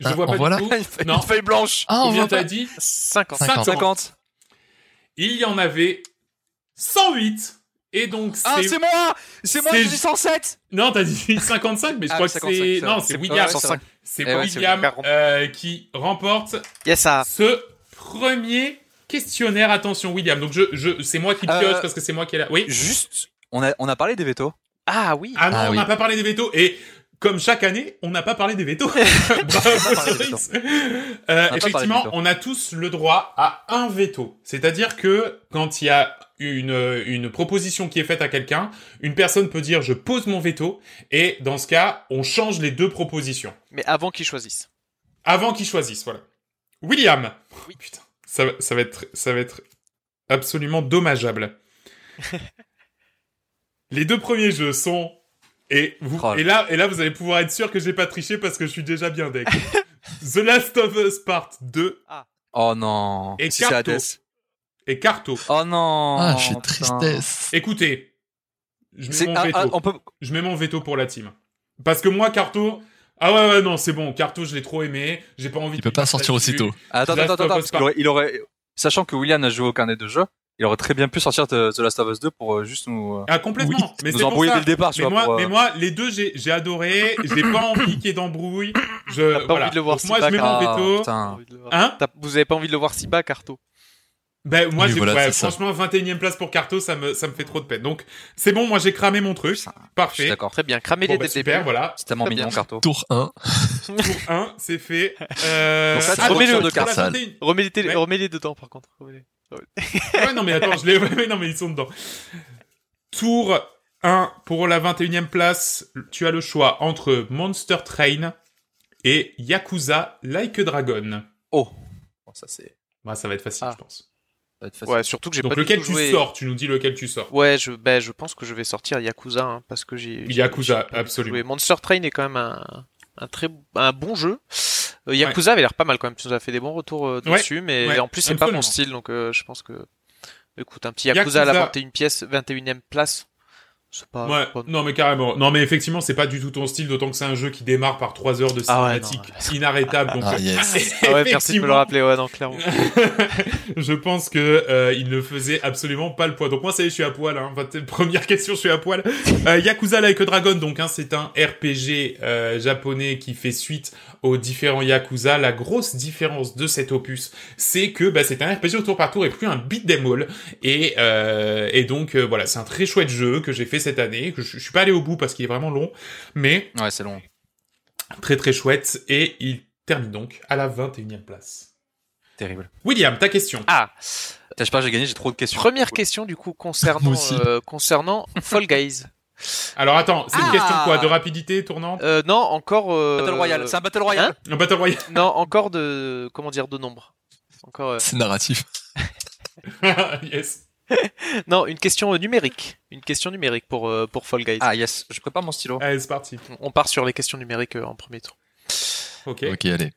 Speaker 6: Je
Speaker 8: Ah,
Speaker 6: vois
Speaker 8: en
Speaker 6: pas
Speaker 8: voilà.
Speaker 6: du tout.
Speaker 8: [laughs]
Speaker 7: Une feuille-
Speaker 6: Non.
Speaker 7: Une feuille blanche.
Speaker 8: Ah, on
Speaker 6: Combien
Speaker 8: voit
Speaker 6: t'as
Speaker 8: pas.
Speaker 6: dit
Speaker 1: 50.
Speaker 8: Cinq.
Speaker 6: 50.
Speaker 7: 50.
Speaker 6: il y en avait 108. Et donc, c'est...
Speaker 9: Ah, c'est moi C'est moi,
Speaker 6: c'est-
Speaker 9: j'ai dit 107
Speaker 6: non, t'as dit [laughs] 55, mais je
Speaker 9: Ah,
Speaker 6: crois
Speaker 9: oui,
Speaker 6: que
Speaker 9: 55,
Speaker 6: c'est...
Speaker 9: ça
Speaker 6: Non,
Speaker 9: va.
Speaker 6: c'est
Speaker 9: C'est-
Speaker 6: William.
Speaker 9: ouais, ça va.
Speaker 6: c'est
Speaker 9: Eh ouais, c'est Ah.
Speaker 6: William
Speaker 1: William.
Speaker 6: euh, qui remporte
Speaker 1: Yes, ça.
Speaker 6: ce premier questionnaire. Attention, William. Donc, je, je, c'est moi qui pioche
Speaker 7: Euh,
Speaker 6: parce que c'est moi qui ai la... Oui
Speaker 7: Juste, on a, on a parlé des vétos.
Speaker 1: Ah oui.
Speaker 6: Ah non,
Speaker 8: Ah
Speaker 6: on
Speaker 8: oui.
Speaker 6: n'a pas parlé des vétos. Et comme chaque année, on n'a pas parlé des
Speaker 7: [laughs]
Speaker 6: vétos. [laughs]
Speaker 7: On n'a pas
Speaker 6: Bravo,
Speaker 7: parlé des
Speaker 6: Cyrix. Euh,
Speaker 7: On n'a pas parlé des
Speaker 6: Effectivement,
Speaker 7: vétos.
Speaker 6: on a tous le droit à un veto. C'est-à-dire que quand il y a une, une proposition qui est faite à quelqu'un, une personne peut dire je pose mon veto. Et dans ce cas, on change les deux propositions.
Speaker 1: Mais avant qu'ils choisissent.
Speaker 6: Avant qu'ils choisissent, voilà. William.
Speaker 1: Oui.
Speaker 6: Putain, ça, va- ça va être, ça va être absolument dommageable.
Speaker 7: [laughs]
Speaker 6: Les deux premiers jeux sont et vous
Speaker 7: Oh là.
Speaker 6: et là et là vous allez pouvoir être sûr que j'ai pas triché parce que je suis déjà bien
Speaker 7: [laughs]
Speaker 6: deck. The Last of Us Part 2
Speaker 7: Oh non.
Speaker 6: Et
Speaker 7: Si c'est
Speaker 6: Carto.
Speaker 7: Hades.
Speaker 6: et Carto.
Speaker 7: Oh non.
Speaker 8: Ah, je suis
Speaker 7: putain.
Speaker 8: tristesse.
Speaker 6: Écoutez, je mets
Speaker 7: C'est,
Speaker 6: mon
Speaker 7: ah,
Speaker 6: veto.
Speaker 7: ah, on peut,
Speaker 6: Je mets mon veto pour la team parce que moi Carto ah ouais ouais non c'est bon Carto je l'ai trop aimé j'ai pas envie
Speaker 8: Il
Speaker 6: de
Speaker 8: peut pas
Speaker 6: partir
Speaker 8: sortir
Speaker 6: là-dessus.
Speaker 8: aussitôt.
Speaker 7: Ah, Attends,
Speaker 6: The Last
Speaker 7: attends, attends,
Speaker 6: of
Speaker 7: parce
Speaker 6: Us
Speaker 7: qu'il aurait, il aurait- sachant que William n'a joué aucun des deux jeux, il aurait très bien pu sortir de- The Last of Us 2 pour euh, juste nous, euh,
Speaker 6: Ah complètement
Speaker 7: oui,
Speaker 6: mais
Speaker 7: nous
Speaker 6: c'est pour
Speaker 7: embrouiller
Speaker 6: ça.
Speaker 7: dès le
Speaker 1: Ah,
Speaker 7: départ, tu
Speaker 6: mais
Speaker 7: vois.
Speaker 6: moi,
Speaker 7: pour, euh,
Speaker 6: mais moi, les deux, j'ai j'ai adoré. J'ai
Speaker 1: [coughs]
Speaker 6: pas envie qu'il y ait d'embrouille. Je,
Speaker 1: pas
Speaker 6: voilà.
Speaker 1: envie de le voir
Speaker 6: Donc
Speaker 1: si
Speaker 6: moi, je
Speaker 1: bas,
Speaker 6: mets mon
Speaker 7: ah,
Speaker 6: veto.
Speaker 7: putain.
Speaker 6: Hein
Speaker 1: T'as- Vous avez pas envie de le voir si bas, Carto.
Speaker 6: Ben moi,
Speaker 8: Oui,
Speaker 6: j'ai
Speaker 8: voilà,
Speaker 6: ouais,
Speaker 8: c'est ça.
Speaker 6: franchement 21 e place pour Carto, ça me ça me fait trop de peine. Donc c'est bon, moi j'ai cramé mon truc.
Speaker 7: Je suis
Speaker 6: Parfait.
Speaker 7: d'accord.
Speaker 1: Très bien. Cramez
Speaker 6: Bon,
Speaker 1: les
Speaker 6: bah,
Speaker 1: dès le
Speaker 6: super,
Speaker 1: départ.
Speaker 6: voilà.
Speaker 7: C'est tellement
Speaker 1: Très
Speaker 7: mignon,
Speaker 1: bien.
Speaker 7: Carto.
Speaker 8: Tour 1.
Speaker 6: Pour un, c'est
Speaker 1: [laughs]
Speaker 6: fait. Euh...
Speaker 7: Donc là,
Speaker 1: tu
Speaker 6: attends,
Speaker 1: remets le
Speaker 6: pour
Speaker 1: de
Speaker 6: la
Speaker 8: Carson.
Speaker 6: 21e.
Speaker 1: Remets-les
Speaker 6: Ouais.
Speaker 1: remets-les dedans, par contre. Remets-les.
Speaker 6: Ouais, non mais attends, je les. [laughs] ouais, mais non mais ils sont dedans. Tour 1 pour la 21 e place. Tu as le choix entre Monster Train et Yakuza Like a Dragon.
Speaker 7: Oh. Bon, ça, c'est, ça
Speaker 6: Bah ça va être facile,
Speaker 1: Ah.
Speaker 6: je pense.
Speaker 7: va être facile.
Speaker 1: Ouais, surtout que j'ai pas
Speaker 6: Donc
Speaker 1: du
Speaker 6: lequel
Speaker 1: tout
Speaker 6: tu
Speaker 1: joué.
Speaker 6: sors Tu nous dis lequel tu sors.
Speaker 1: Ouais, je, ben, je pense que je vais sortir Yakuza, hein, parce que j'ai. j'ai-
Speaker 6: Yakuza,
Speaker 1: j'ai pas
Speaker 6: absolument.
Speaker 1: joué. Monster Train est quand même un, un très, un bon jeu. Euh, Yakuza avait l'air pas mal quand même, tu nous as fait des bons retours euh,
Speaker 6: Ouais,
Speaker 1: dessus, mais
Speaker 6: ouais,
Speaker 1: en plus c'est pas
Speaker 6: absolument.
Speaker 1: mon style, donc euh, je pense que. Écoute, un petit Yakuza, à la
Speaker 6: Yakuza.
Speaker 1: 21 pièce, 21ème place, c'est pas.
Speaker 6: Ouais, [laughs]
Speaker 1: pas-
Speaker 6: non mais carrément. Non mais effectivement, c'est pas du tout ton style, d'autant que c'est un jeu qui démarre par 3 heures de
Speaker 1: Ah ouais,
Speaker 6: cinématique inarrêtable. Donc,
Speaker 8: Ah,
Speaker 6: [laughs]
Speaker 8: yes.
Speaker 1: Ah ouais, merci de me le
Speaker 6: effectivement,
Speaker 1: rappeler, ouais, non, clairement.
Speaker 6: [laughs] je pense que euh, il ne faisait absolument pas le poids. Donc moi, ça y est, je suis à poil. Hein. Enfin, t'es- première [laughs] question, je suis à poil. Euh, Yakuza Like a Dragon, donc hein, c'est un RPG euh, japonais qui fait suite aux différents Yakuza. La grosse différence de cet opus, c'est que bah, c'est un RPG au tour par tour et plus un beat'em all. Et, euh, et donc euh, voilà, c'est un très chouette jeu que j'ai fait cette année. Que je, je suis pas allé au bout parce qu'il est vraiment long, mais
Speaker 7: Ouais, c'est long.
Speaker 6: très très chouette. Et il termine donc à la 21e place.
Speaker 7: Terrible.
Speaker 6: William, ta question.
Speaker 1: Ah,
Speaker 7: T'as pas, j'ai gagné, j'ai trop de questions.
Speaker 1: première question du coup concernant,
Speaker 8: Moi aussi.
Speaker 1: euh,
Speaker 6: [laughs]
Speaker 1: concernant Fall Guys.
Speaker 6: Alors attends, c'est une
Speaker 7: Ah
Speaker 6: question quoi De rapidité tournante
Speaker 1: Euh, non, encore. euh,
Speaker 7: Battle Royale, c'est un Battle Royale.
Speaker 8: Hein
Speaker 6: Un Battle Royale [laughs]
Speaker 1: Non, encore de. Comment dire, de nombre. Encore. euh,
Speaker 8: C'est narratif.
Speaker 6: Yes.
Speaker 1: Non, une question euh, numérique. Une question numérique pour, euh, pour Fall Guys.
Speaker 7: Ah, yes, je prépare mon stylo.
Speaker 6: Allez, c'est parti.
Speaker 1: On- On part sur les questions numériques euh, en premier tour.
Speaker 6: Ok.
Speaker 8: Ok, allez.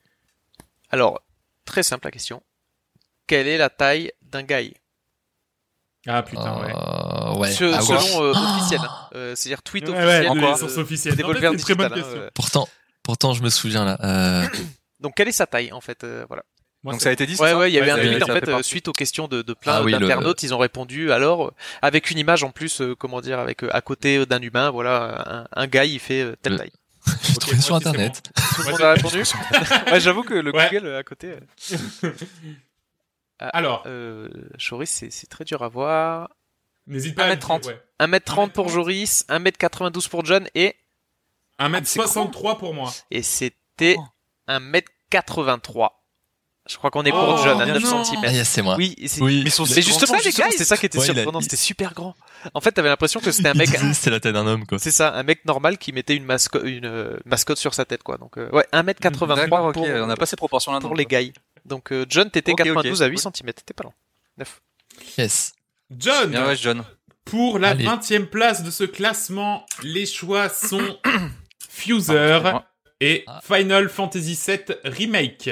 Speaker 1: Alors, très simple la question. Quelle est la taille d'un guy
Speaker 6: Ah putain, ouais.
Speaker 8: Euh, ouais.
Speaker 1: Se-
Speaker 8: Ah,
Speaker 6: [gasps]
Speaker 8: ouais.
Speaker 1: Selon euh, officiel. hein. Euh, C'est-à-dire tweet
Speaker 6: Ouais,
Speaker 1: officiel.
Speaker 6: ouais,
Speaker 1: euh,
Speaker 6: les sources officielles. Non, en fait,
Speaker 1: Devolver
Speaker 6: c'est une très bonne
Speaker 1: Digital, hein,
Speaker 6: question.
Speaker 1: euh.
Speaker 8: Pourtant, pourtant, je me souviens là. Euh,
Speaker 1: Donc, quelle est sa taille en fait euh, voilà.
Speaker 6: Moi,
Speaker 7: Donc
Speaker 6: c'est-
Speaker 7: ça a été dit. c'est
Speaker 1: Ouais,
Speaker 7: ça
Speaker 1: ouais, il y avait
Speaker 6: Ouais,
Speaker 1: un
Speaker 6: ça-
Speaker 1: tweet
Speaker 7: ça
Speaker 1: en
Speaker 7: fait
Speaker 1: fait euh,
Speaker 7: partie.
Speaker 1: suite aux questions de, de plein
Speaker 8: Ah oui, le-
Speaker 1: d'internautes. Ils ont répondu alors euh, avec une image en plus, euh, comment dire, avec euh, à côté euh, d'un humain, voilà, un, un guy il fait euh, telle
Speaker 8: Le-
Speaker 1: taille.
Speaker 8: je l'ai
Speaker 6: Ok,
Speaker 8: trouvé
Speaker 6: moi
Speaker 8: sur
Speaker 6: aussi, c'est
Speaker 8: internet.
Speaker 1: Tout le
Speaker 6: Ouais,
Speaker 1: monde
Speaker 6: c'est- [laughs]
Speaker 1: a répondu. Ouais, j'avoue que le
Speaker 6: Ouais.
Speaker 1: Google euh, à côté. euh,
Speaker 6: Alors,
Speaker 1: Euh, Joris, c'est c'est très dur à voir.
Speaker 6: n'hésite pas à.
Speaker 7: 1m30.
Speaker 6: ouais.
Speaker 1: 1m30 pour Joris, 1m92 pour John et, Ah,
Speaker 6: 1m63 pour moi.
Speaker 1: et c'était
Speaker 7: Oh.
Speaker 1: 1m83. Je crois qu'on est pour
Speaker 6: Oh,
Speaker 1: John, à
Speaker 6: bien
Speaker 1: 9
Speaker 6: non.
Speaker 1: cm.
Speaker 8: Ah, yes, c'est moi.
Speaker 1: Oui, et c'est-
Speaker 8: Oui.
Speaker 1: mais justement,
Speaker 7: les
Speaker 1: justement, c'est ça qui était
Speaker 8: Ouais, il a-
Speaker 1: surprenant,
Speaker 8: il-
Speaker 1: c'était super grand. En fait, t'avais l'impression que c'était un mec,
Speaker 8: [laughs] Il disait, C'était la tête d'un homme, quoi.
Speaker 1: c'est ça, un mec normal qui mettait une, masco- une euh, mascotte sur sa tête, quoi. Donc, euh, ouais, 1m83
Speaker 7: D'accord, ok,
Speaker 1: pour,
Speaker 7: on n'a pas ces proportions-là.
Speaker 1: pour
Speaker 7: donc.
Speaker 1: les gars. Donc, euh, John, t'étais
Speaker 7: Ok, ok.
Speaker 1: 92 à 8 cm, t'étais pas loin.
Speaker 8: Yes.
Speaker 6: John,
Speaker 1: Ah,
Speaker 7: Bien ouais, John.
Speaker 6: pour la
Speaker 8: Allez.
Speaker 6: 20e place de ce classement, les choix
Speaker 1: [coughs]
Speaker 6: sont
Speaker 1: Ah,
Speaker 6: Fuser
Speaker 7: Excuse-moi.
Speaker 6: et
Speaker 8: Ah.
Speaker 6: Final Fantasy VII Remake.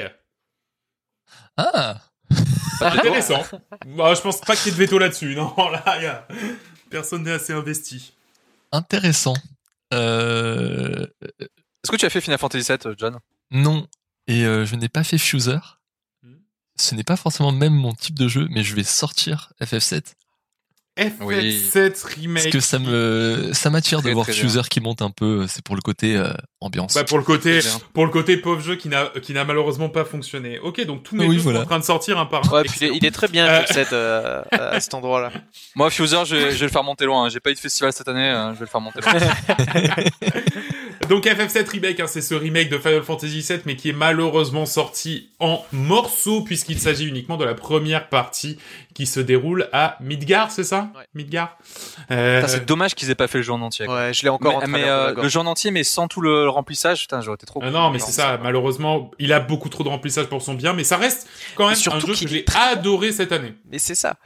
Speaker 8: Ah.
Speaker 6: Intéressant. Bah, je pense pas qu'il y ait de veto là-dessus. Non, [laughs] là, y a- personne n'est assez investi.
Speaker 8: Intéressant. Euh,
Speaker 7: Est-ce que tu as fait Final Fantasy VII, John
Speaker 8: non. Et euh, je n'ai pas fait Fuser. ce n'est pas forcément même mon type de jeu, mais je vais sortir FF7
Speaker 6: FF7
Speaker 8: parce
Speaker 6: remake.
Speaker 8: que ça me ça m'attire de
Speaker 7: Très,
Speaker 8: voir
Speaker 7: très
Speaker 8: Chooser qui monte un peu. C'est pour le côté euh, ambiance.
Speaker 6: Bah pour le côté,
Speaker 7: Très bien.
Speaker 6: pour le côté pauvre jeu qui n'a qui n'a malheureusement pas fonctionné. Ok, donc tous mes
Speaker 8: Oui,
Speaker 6: jeux
Speaker 8: voilà.
Speaker 6: sont en train de sortir un par un.
Speaker 1: Ouais, puis il est- il est très bien
Speaker 6: Euh.
Speaker 1: FF7 euh, à cet endroit-là.
Speaker 7: Moi, Fuser, je vais, je vais le faire monter loin. hein. J'ai pas eu de festival cette année, hein, je vais le faire monter loin.
Speaker 6: Donc FF7 remake, hein, c'est ce remake de Final Fantasy VII, mais qui est malheureusement sorti en morceaux puisqu'il s'agit uniquement de la première partie qui se déroule à Midgar, c'est ça
Speaker 1: Ouais.
Speaker 6: Midgar. Euh,
Speaker 7: Putain, C'est dommage qu'ils aient pas fait le jeu en entier. quoi.
Speaker 1: Ouais, je l'ai encore en
Speaker 7: mais
Speaker 1: train
Speaker 7: mais, euh, le jeu en entier, mais sans tout le remplissage, putain, j'aurais été trop.
Speaker 6: euh, non, mais c'est ça. Malheureusement, il a beaucoup trop de remplissage pour son bien, mais ça reste quand même un
Speaker 1: surtout
Speaker 6: jeu que
Speaker 1: qu'il
Speaker 6: j'ai
Speaker 1: est très-
Speaker 6: adoré cette année.
Speaker 1: Mais c'est ça.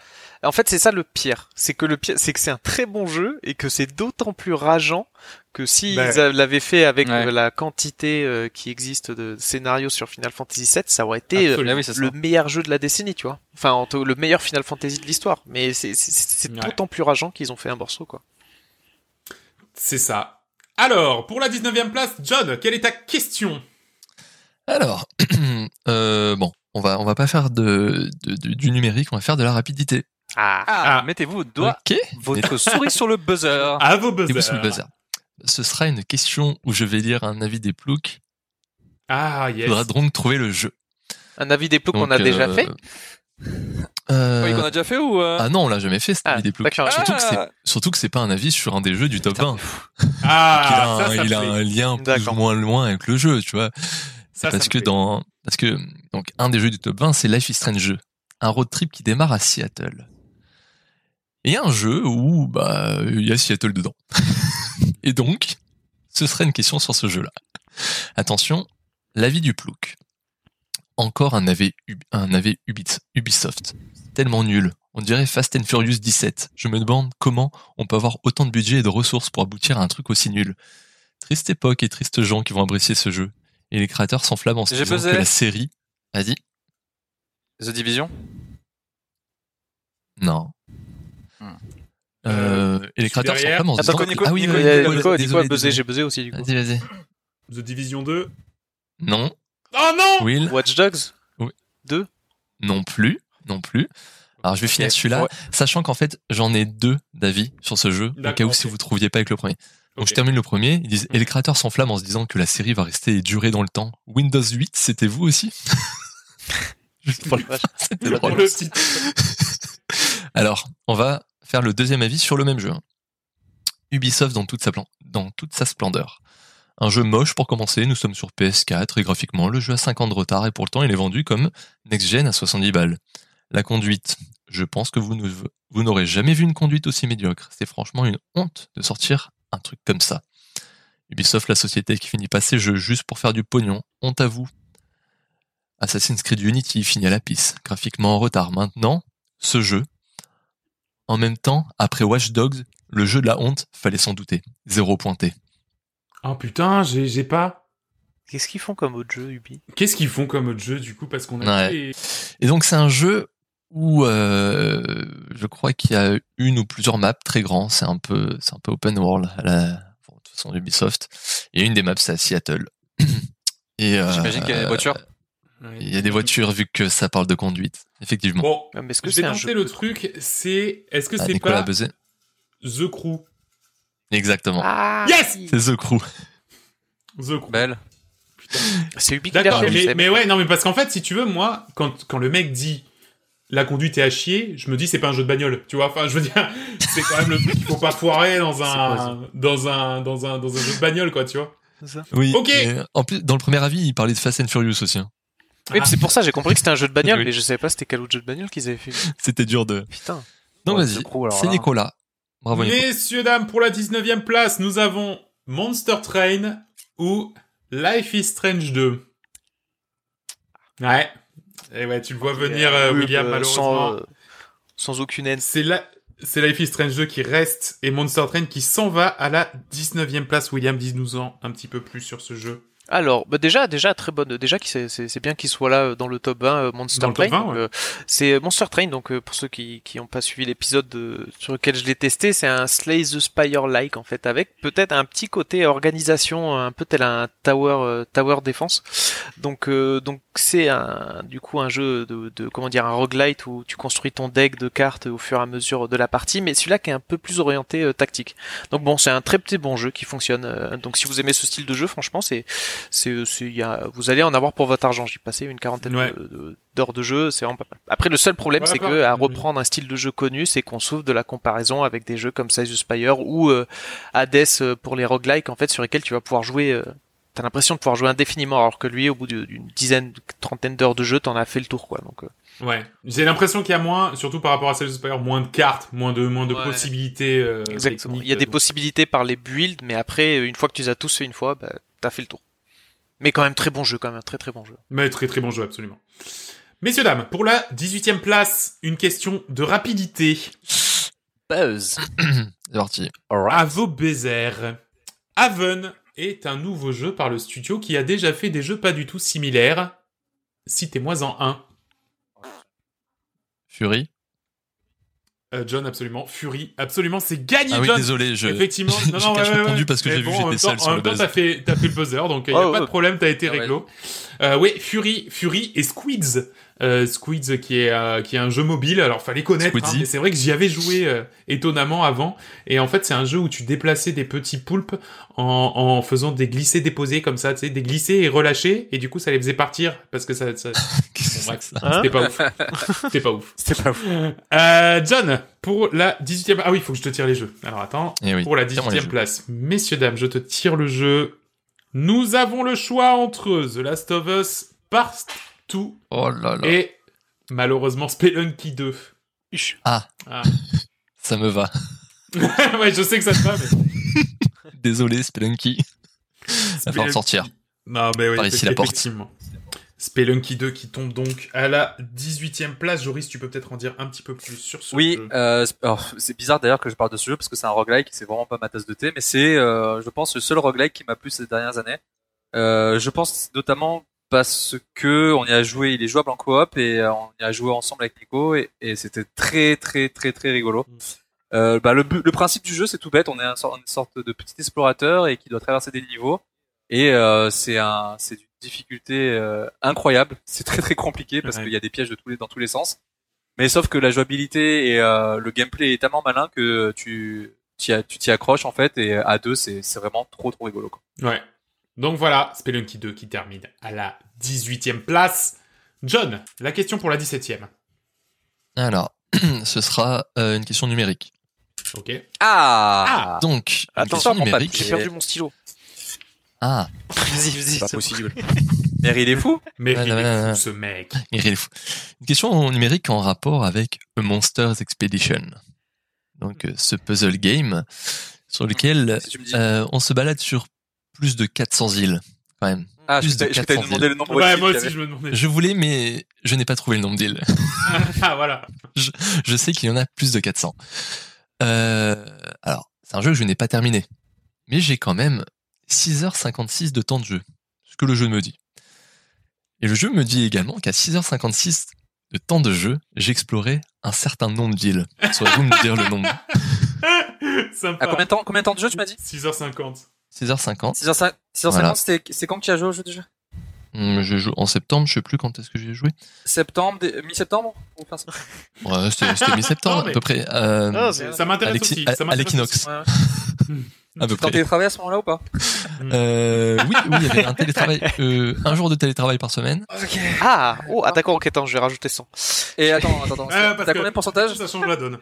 Speaker 1: En fait, c'est ça le pire. C'est que le pire, c'est que c'est un très bon jeu et que c'est d'autant plus rageant que s'ils
Speaker 6: Ben.
Speaker 1: a- l'avaient fait avec
Speaker 7: Ouais.
Speaker 1: euh, la quantité euh, qui existe de scénarios sur Final Fantasy VII, ça aurait été euh,
Speaker 6: bah, Absolument.
Speaker 7: Ah oui, c'est ça.
Speaker 1: le meilleur jeu de la décennie, tu vois. Enfin, en tout- le meilleur Final Fantasy de l'histoire. Mais c'est c'est- c'est
Speaker 6: Ouais.
Speaker 1: d'autant plus rageant qu'ils ont fait un morceau, quoi.
Speaker 6: C'est ça. Alors, pour la 19e place, John, quelle est ta question
Speaker 8: Alors, [clears throat] euh, bon, on va, on va pas faire de, de- de- du numérique, on va faire de la rapidité.
Speaker 1: Ah.
Speaker 7: Ah,
Speaker 6: Ah.
Speaker 7: mettez-vous votre doigt,
Speaker 8: ok.
Speaker 7: votre souris sur le buzzer.
Speaker 6: À vos buzzers.
Speaker 8: Et vous sous le buzzer. Ce sera une question où je vais lire un avis des ploucs.
Speaker 6: Ah,
Speaker 8: Il
Speaker 6: yes.
Speaker 8: faudra donc trouver le jeu.
Speaker 1: Un avis des plots qu'on
Speaker 8: Donc,
Speaker 1: a déjà
Speaker 8: euh,
Speaker 1: fait.
Speaker 8: euh,
Speaker 7: Oui, qu'on a déjà fait ou euh,
Speaker 8: Ah non, on l'a jamais fait, cet
Speaker 1: Ah,
Speaker 8: avis des ploucs.
Speaker 1: d'accord.
Speaker 8: Surtout, que c'est-
Speaker 7: Ah.
Speaker 8: surtout que c'est pas un avis sur un des jeux du top 20. il a
Speaker 6: Ah,
Speaker 8: un,
Speaker 6: ça, ça me
Speaker 8: il a
Speaker 6: plaît.
Speaker 8: un lien plus ou
Speaker 1: D'accord.
Speaker 8: moins loin avec le jeu, tu vois.
Speaker 6: Ça, ça
Speaker 8: parce
Speaker 6: me
Speaker 8: que
Speaker 6: plaît.
Speaker 8: dans, parce que donc un des jeux du top 20, c'est Life is Strange jeu, un road trip qui démarre à Seattle. Et il y a un jeu où bah il y a Seattle dedans. [laughs] Et donc, ce serait une question sur ce jeu-là. Attention, l'avis du plouc. Encore un AV, Ub- un AV Ubis- Ubisoft. Tellement nul. On dirait Fast and Furious 17. Je me demande comment on peut avoir autant de budget et de ressources pour aboutir à un truc aussi nul. Triste époque et tristes gens qui vont apprécier ce jeu. Et les créateurs s'enflamment en se
Speaker 7: J'ai
Speaker 8: disant que
Speaker 7: buzzé.
Speaker 8: la série... Vas-y.
Speaker 7: The Division
Speaker 8: Non.
Speaker 7: Hmm.
Speaker 8: Euh,
Speaker 6: je
Speaker 8: et les
Speaker 6: suis
Speaker 8: créateurs
Speaker 6: derrière.
Speaker 8: s'enflament en se
Speaker 1: Attends,
Speaker 8: disant...
Speaker 7: Nico,
Speaker 8: que- ah oui,
Speaker 1: bah, Nico,
Speaker 8: oui,
Speaker 1: il y a-
Speaker 8: oui,
Speaker 1: Nico, Nico a
Speaker 8: désolé,
Speaker 1: buzzé,
Speaker 8: désolé.
Speaker 1: j'ai buzzé aussi, du coup.
Speaker 8: Vas-y, vas-y.
Speaker 6: The Division 2.
Speaker 8: Non.
Speaker 6: Oh non
Speaker 8: Will
Speaker 1: Watch Dogs.
Speaker 8: Non plus, non plus. Alors je vais finir celui-là,
Speaker 7: ouais.
Speaker 8: sachant qu'en fait j'en ai deux d'avis sur ce jeu, au cas
Speaker 6: D'accord,
Speaker 8: où si
Speaker 6: ok.
Speaker 8: vous trouviez pas avec le premier. Donc
Speaker 6: Ok.
Speaker 8: je termine le premier, ils disent, et les créateurs s'enflamment en se disant que la série va rester et durer dans le temps. Windows 8, c'était vous aussi Juste pour le-
Speaker 1: Vache.
Speaker 8: c'était
Speaker 6: Pour
Speaker 8: drôle.
Speaker 6: le petit-
Speaker 8: [laughs] Alors, on va faire le deuxième avis sur le même jeu. hein. Ubisoft dans toute sa, plan- dans toute sa splendeur. Un jeu moche pour commencer, nous sommes sur PS4 et graphiquement, le jeu a 5 ans de retard et pourtant il est vendu comme Next Gen à 70 balles. La conduite, je pense que vous, ne- vous n'aurez jamais vu une conduite aussi médiocre. C'est franchement une honte de sortir un truc comme ça. Ubisoft, la société qui finit pas ses jeux juste pour faire du pognon, honte à vous. Assassin's Creed Unity finit à la pisse, graphiquement en retard. Maintenant, ce jeu, en même temps, après Watch Dogs, le jeu de la honte, fallait s'en douter. Zéro pointé.
Speaker 6: Oh putain, j'ai j'ai pas.
Speaker 1: Qu'est-ce qu'ils font comme autre jeu, Ubi
Speaker 6: Qu'est-ce qu'ils font comme autre jeu du coup Parce qu'on a
Speaker 8: Ouais.
Speaker 6: les-
Speaker 8: Et donc c'est un jeu où euh, je crois qu'il y a une ou plusieurs maps très grands. C'est un peu, c'est un peu open world. à la- bon, de toute façon Ubisoft. Et une des maps c'est à Seattle. [clears throat] Et euh,
Speaker 7: J'imagine qu'il y a des voitures.
Speaker 8: Il y a des voitures vu que ça parle de conduite. Effectivement.
Speaker 6: Bon,
Speaker 1: Ah, Mais est-ce que
Speaker 6: je vais
Speaker 1: c'est un
Speaker 6: lancer
Speaker 1: jeu
Speaker 6: le truc. C'est. Est-ce que
Speaker 8: Ah,
Speaker 6: c'est
Speaker 8: Nicolas
Speaker 6: pas
Speaker 8: a buzzé.
Speaker 6: The Crew
Speaker 8: Exactement.
Speaker 1: Ah
Speaker 6: Yes
Speaker 8: C'est The Crew.
Speaker 6: The Crew.
Speaker 7: Belle.
Speaker 1: C'est Ubi qui l'a
Speaker 6: D'accord,
Speaker 1: fait, je
Speaker 6: mais,
Speaker 1: savais
Speaker 6: mais ouais, non, mais parce qu'en fait, si tu veux, moi, quand, quand le mec dit la conduite est à chier, je me dis c'est pas un jeu de bagnole, tu vois. Enfin, je veux dire, [laughs] c'est quand même le truc qu'il faut pas foirer dans un, dans un, dans un, dans un jeu de bagnole, quoi, tu vois.
Speaker 8: Oui.
Speaker 6: Ok.
Speaker 8: et en plus, dans le premier avis, il parlait de Fast and Furious aussi. hein.
Speaker 1: Oui, puis c'est pour ça, j'ai compris que c'était un jeu de bagnole,
Speaker 8: Oui.
Speaker 1: mais je savais pas c'était quel autre jeu de bagnole qu'ils
Speaker 6: [laughs]
Speaker 1: avaient fait.
Speaker 8: C'était dur de.
Speaker 1: Putain.
Speaker 8: Donc
Speaker 7: Ouais, The
Speaker 8: vas-y.
Speaker 7: Crew, alors
Speaker 8: C'est
Speaker 7: là.
Speaker 8: Nicolas. Bravo Nicolas.
Speaker 6: Messieurs, dames, pour la 19 e place, nous avons Monster Train ou Life is Strange 2. Ouais. Et ouais, tu le vois venir, euh,
Speaker 1: Oui,
Speaker 6: William,
Speaker 1: euh,
Speaker 6: malheureusement.
Speaker 1: Sans, euh, sans aucune haine.
Speaker 6: C'est la... C'est Life is Strange 2 qui reste et Monster Train qui s'en va à la 19e place. William, dis-nous en un petit peu plus sur ce jeu.
Speaker 1: Alors, bah déjà, déjà très bonne. Déjà, qui- c'est- c'est c'est bien qu'il soit là euh, dans le top 20 euh, Monster
Speaker 6: Dans le top
Speaker 1: Train.
Speaker 6: 20,
Speaker 1: Donc,
Speaker 6: ouais.
Speaker 1: euh, C'est Monster Train. Donc, euh, pour ceux qui qui n'ont pas suivi l'épisode de- sur lequel je l'ai testé, c'est un Slay the Spire like en fait, avec peut-être un petit côté organisation, un peu tel un Tower euh, Tower Defense. Donc, euh, donc c'est un du coup un jeu de, de comment dire un roguelite où tu construis ton deck de cartes au fur et à mesure de la partie, mais celui-là qui est un peu plus orienté euh, tactique. Donc bon, c'est un très petit bon jeu qui fonctionne. euh, donc si vous aimez ce style de jeu, franchement, c'est c'est, c'est- il y a, vous allez en avoir pour votre argent. J'ai passé une quarantaine
Speaker 6: Ouais.
Speaker 1: de- de- d'heures de jeu, c'est vraiment pas mal. Après, le seul problème,
Speaker 6: Ouais,
Speaker 1: c'est
Speaker 6: pas-
Speaker 1: que à
Speaker 6: Mhm.
Speaker 1: reprendre un style de jeu connu, c'est qu'on souffre de la comparaison avec des jeux comme Size Spire ou euh, Hades euh, pour les roguelikes, en fait, sur lesquels tu vas pouvoir jouer. euh, T'as l'impression de pouvoir jouer indéfiniment, alors que lui, au bout de- d'une dizaine, trentaine d'heures de jeu, t'en as fait le tour, quoi. Donc, euh,
Speaker 6: Ouais. J'ai l'impression qu'il y a moins, surtout par rapport à Sales of Spire, moins de cartes, moins de, moins de
Speaker 1: Ouais.
Speaker 6: possibilités. euh,
Speaker 1: exactement. Il y a
Speaker 6: techniques,
Speaker 1: des
Speaker 6: donc.
Speaker 1: possibilités par les builds, mais après, une fois que tu les as tous fait une fois, bah, t'as fait le tour. Mais quand même très bon jeu, quand même un très très bon jeu.
Speaker 6: Mais très très bon jeu, absolument. Messieurs, dames, pour la 18ème place, une question de rapidité.
Speaker 1: Buzz.
Speaker 8: C'est parti.
Speaker 6: À vos baisers. Haven est un nouveau jeu par le studio qui a déjà fait des jeux pas du tout similaires. Citez-moi en un.
Speaker 8: Fury.
Speaker 6: Euh, John, absolument. Fury, absolument. C'est gagné,
Speaker 8: Ah oui,
Speaker 6: John.
Speaker 8: désolé, je.
Speaker 6: Effectivement.
Speaker 8: [laughs] j'ai
Speaker 6: Non, non,
Speaker 8: cache
Speaker 6: ouais, ouais,
Speaker 8: répondu
Speaker 6: ouais.
Speaker 8: parce que
Speaker 6: Mais
Speaker 8: j'ai vu
Speaker 6: bon,
Speaker 8: que
Speaker 6: en
Speaker 8: j'étais
Speaker 6: même
Speaker 8: seul
Speaker 6: temps-
Speaker 8: sur
Speaker 6: En
Speaker 8: le
Speaker 6: même temps,
Speaker 8: buzz.
Speaker 6: t'as fait, t'as fait le buzzer, donc il n'y a
Speaker 1: Ouais,
Speaker 6: pas de
Speaker 1: ouais.
Speaker 6: problème, t'as été
Speaker 8: Ouais.
Speaker 6: réglo. Euh, oui, Fury, Fury et Squids. Euh, Squids qui est, euh, qui est un jeu mobile, alors fallait connaître. Hein,
Speaker 8: Squidzy.
Speaker 6: mais c'est vrai que j'y avais joué euh, étonnamment avant. Et en fait, c'est un jeu où tu déplaçais des petits poulpes en, en faisant des glissés-déposés comme ça, tu sais, des glissés et relâchés. Et du coup, ça les faisait partir parce que ça, ça
Speaker 8: Qu'est-ce
Speaker 6: Bon, bref.
Speaker 8: que c'est que ça
Speaker 1: Hein
Speaker 6: c'était pas ouf. C'était pas ouf.
Speaker 7: C'était pas
Speaker 6: Euh, John, pour la 18e... Ah oui, il faut que je te tire les jeux. Alors attends.
Speaker 8: [laughs] Eh oui,
Speaker 6: Pour la
Speaker 8: tire-moi les
Speaker 6: 18e
Speaker 8: jeux.
Speaker 6: place. Messieurs, dames, je te tire le jeu. Nous avons le choix entre The Last of Us Partout
Speaker 8: Oh là là.
Speaker 6: et malheureusement Spelunky 2.
Speaker 8: Ah.
Speaker 6: Ah.
Speaker 8: Ça me va.
Speaker 6: [laughs]
Speaker 8: [laughs]
Speaker 6: ouais, je sais que ça te va, mais...
Speaker 8: Désolé, Spelunky. Ça va
Speaker 6: Spelunky-
Speaker 8: falloir sortir.
Speaker 6: Non, mais oui,
Speaker 8: Par ici, la porte.
Speaker 6: effectivement. Spelunky 2 qui tombe donc à la 18e place. Joris, tu peux peut-être en dire un petit peu plus sur ce
Speaker 7: Oui,
Speaker 6: jeu.
Speaker 7: euh, c'est- alors, c'est bizarre d'ailleurs que je parle de ce jeu parce que c'est un roguelike, c'est vraiment pas ma tasse de thé, mais c'est, euh, je pense, le seul roguelike qui m'a plu ces dernières années. Euh, je pense notamment parce que on y a joué, il est jouable en coop et euh, on y a joué ensemble avec Nico et, et c'était très très très très rigolo. Euh, bah, le, bu- le principe du jeu c'est tout bête, on est un sor- une sorte de petit explorateur et qui doit traverser des niveaux et euh, c'est un c'est une difficulté euh, incroyable, c'est très très compliqué parce
Speaker 6: Ouais.
Speaker 7: qu'il y a des pièges de tous les dans tous les sens. Mais sauf que la jouabilité et euh, le gameplay est tellement malin que tu t'y a- tu t'y accroches en fait et à deux c'est c'est vraiment trop trop rigolo. Quoi.
Speaker 6: Ouais. Donc voilà, Spelunky 2 qui termine à la 18e place. John, la question pour la 17e.
Speaker 8: Alors, [clears throat] ce sera euh, une question numérique.
Speaker 6: Ok.
Speaker 7: Ah,
Speaker 8: Donc, une
Speaker 1: Attends,
Speaker 8: question
Speaker 7: mon
Speaker 8: numérique.
Speaker 1: J'ai perdu mon stylo.
Speaker 8: Ah,
Speaker 1: [laughs] Vas-y, vas-y.
Speaker 7: c'est pas possible. [laughs] Mais il est fou.
Speaker 6: Mais
Speaker 8: Ouais,
Speaker 6: il
Speaker 8: ouais,
Speaker 6: est
Speaker 8: ouais,
Speaker 6: fou,
Speaker 8: ouais.
Speaker 6: ce mec.
Speaker 8: il est fou. Une question numérique en rapport avec A Monsters Expedition. Donc, euh, ce puzzle game sur lequel
Speaker 7: Si tu me dis.
Speaker 8: euh, on se balade sur plus de 400 îles, quand même.
Speaker 7: ah, je
Speaker 8: plus de
Speaker 7: t'ai- je t'ai
Speaker 8: 400
Speaker 7: demandé le nombre.
Speaker 6: Ouais,
Speaker 7: de
Speaker 6: moi
Speaker 7: types
Speaker 6: aussi,
Speaker 7: qu'il y
Speaker 6: je me demandais.
Speaker 8: Je voulais, mais je n'ai pas trouvé le nombre d'îles.
Speaker 6: [laughs] ah, voilà.
Speaker 8: je sais qu'il y en a plus de 400. Euh, alors, c'est un jeu que je n'ai pas terminé. Mais j'ai quand même 6h56 de temps de jeu. Ce que le jeu me dit. Et le jeu me dit également qu'à 6h56 de temps de jeu, j'explorais un certain nombre d'îles. Soyez-vous me dire le nombre.
Speaker 6: Sympa.
Speaker 7: avait. À
Speaker 8: Ah,
Speaker 7: combien de temps, combien de temps de jeu tu m'as dit
Speaker 6: 6h50.
Speaker 8: 6h50.
Speaker 7: 6h50.
Speaker 8: Voilà.
Speaker 7: c'était C'est quand que tu as joué au jeu déjà
Speaker 8: Hum, Je joue en septembre, je sais plus quand est-ce que j'y ai joué.
Speaker 7: Septembre, dé- mi-septembre ou fin septembre
Speaker 8: Ouais,
Speaker 6: [laughs]
Speaker 8: c'était c'était mi-septembre
Speaker 6: Non, mais-
Speaker 8: à peu près. euh,
Speaker 1: Ah, c'est-
Speaker 6: Ça m'intéresse
Speaker 8: Alexis-
Speaker 6: aussi.
Speaker 8: à-
Speaker 6: ça
Speaker 8: à
Speaker 6: m'intéresse
Speaker 8: l'équinoxe.
Speaker 7: Ouais.
Speaker 8: [laughs] À peu
Speaker 7: T'es en
Speaker 8: près.
Speaker 7: télétravail à ce moment-là ou pas Mm.
Speaker 8: Euh, oui, oui, il y avait
Speaker 7: [laughs]
Speaker 8: un télétravail, euh, un jour de télétravail par semaine.
Speaker 1: Ah, oh, ah d'accord, ok, attends, je vais rajouter 100.
Speaker 7: Et Eh, attends, attends, attends.
Speaker 6: aussi.
Speaker 8: Euh,
Speaker 7: c'est-
Speaker 6: Ah, parce
Speaker 7: T'as
Speaker 6: que
Speaker 7: combien de pourcentage
Speaker 8: [laughs]
Speaker 6: Ça change la donne.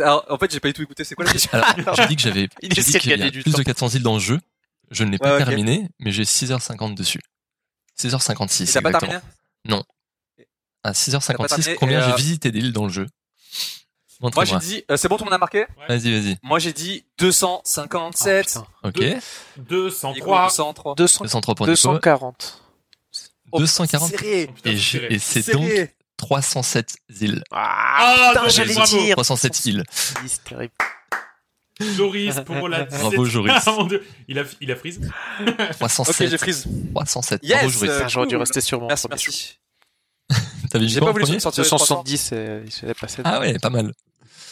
Speaker 7: Alors, En fait, j'ai pas du tout écouté. C'est quoi la [laughs] question
Speaker 8: Alors, j'ai dit que j'avais
Speaker 1: Il
Speaker 8: j'ai dit
Speaker 1: essaie de
Speaker 8: qu'il y
Speaker 1: gagner
Speaker 8: avait
Speaker 1: du
Speaker 8: plus
Speaker 1: temps.
Speaker 8: de 400 îles dans le jeu. Je ne l'ai pas
Speaker 7: Ouais, ok.
Speaker 8: terminé, mais j'ai 6h50 dessus. 6h56.
Speaker 7: T'as pas
Speaker 8: exactement.
Speaker 7: terminé
Speaker 8: À
Speaker 7: T'as pas
Speaker 8: 6h56,
Speaker 7: terminé,
Speaker 8: combien
Speaker 7: et,
Speaker 8: j'ai
Speaker 7: euh,
Speaker 8: visité d'îles dans le jeu
Speaker 7: Moi, j'ai
Speaker 8: Montre-moi.
Speaker 7: dit. euh, C'est bon, tout le monde a marqué
Speaker 8: Vas-y, vas-y.
Speaker 7: Moi j'ai dit
Speaker 1: Ah,
Speaker 7: 257.
Speaker 1: putain.
Speaker 8: Ok.
Speaker 6: Deux.
Speaker 7: Nico,
Speaker 6: 203.
Speaker 7: 203.
Speaker 1: 200,
Speaker 8: 203 pour Nico.
Speaker 1: 240.
Speaker 7: Oh,
Speaker 8: 240.
Speaker 7: Serré.
Speaker 6: Putain,
Speaker 8: Et,
Speaker 6: c'est
Speaker 8: j'ai-
Speaker 6: serré.
Speaker 8: et c'est donc
Speaker 7: serré.
Speaker 8: 307 îles.
Speaker 1: Ah,
Speaker 6: Ah,
Speaker 1: putain,
Speaker 6: non,
Speaker 1: j'allais
Speaker 6: Ah, bravo.
Speaker 1: dire
Speaker 8: 307 îles.
Speaker 1: C'est terrible.
Speaker 6: Joris pour la 17
Speaker 8: Bravo, Joris.
Speaker 6: [laughs] Ah, mon Dieu. Il a, il a freeze.
Speaker 8: 307.
Speaker 7: [laughs] Ok, j'ai prise.
Speaker 8: 307.
Speaker 7: Yes,
Speaker 8: Bravo, Joris.
Speaker 7: euh,
Speaker 1: Putain, J'aurais dû
Speaker 7: cool.
Speaker 1: rester sur mon
Speaker 7: Merci,
Speaker 1: premier choix.
Speaker 7: merci.
Speaker 8: T'avais dit
Speaker 7: J'ai
Speaker 8: quoi
Speaker 7: pas
Speaker 8: en
Speaker 7: voulu
Speaker 8: premier
Speaker 7: sortir les 300.
Speaker 1: 270, euh, il se l'est passé.
Speaker 8: Ah ouais, pas mal.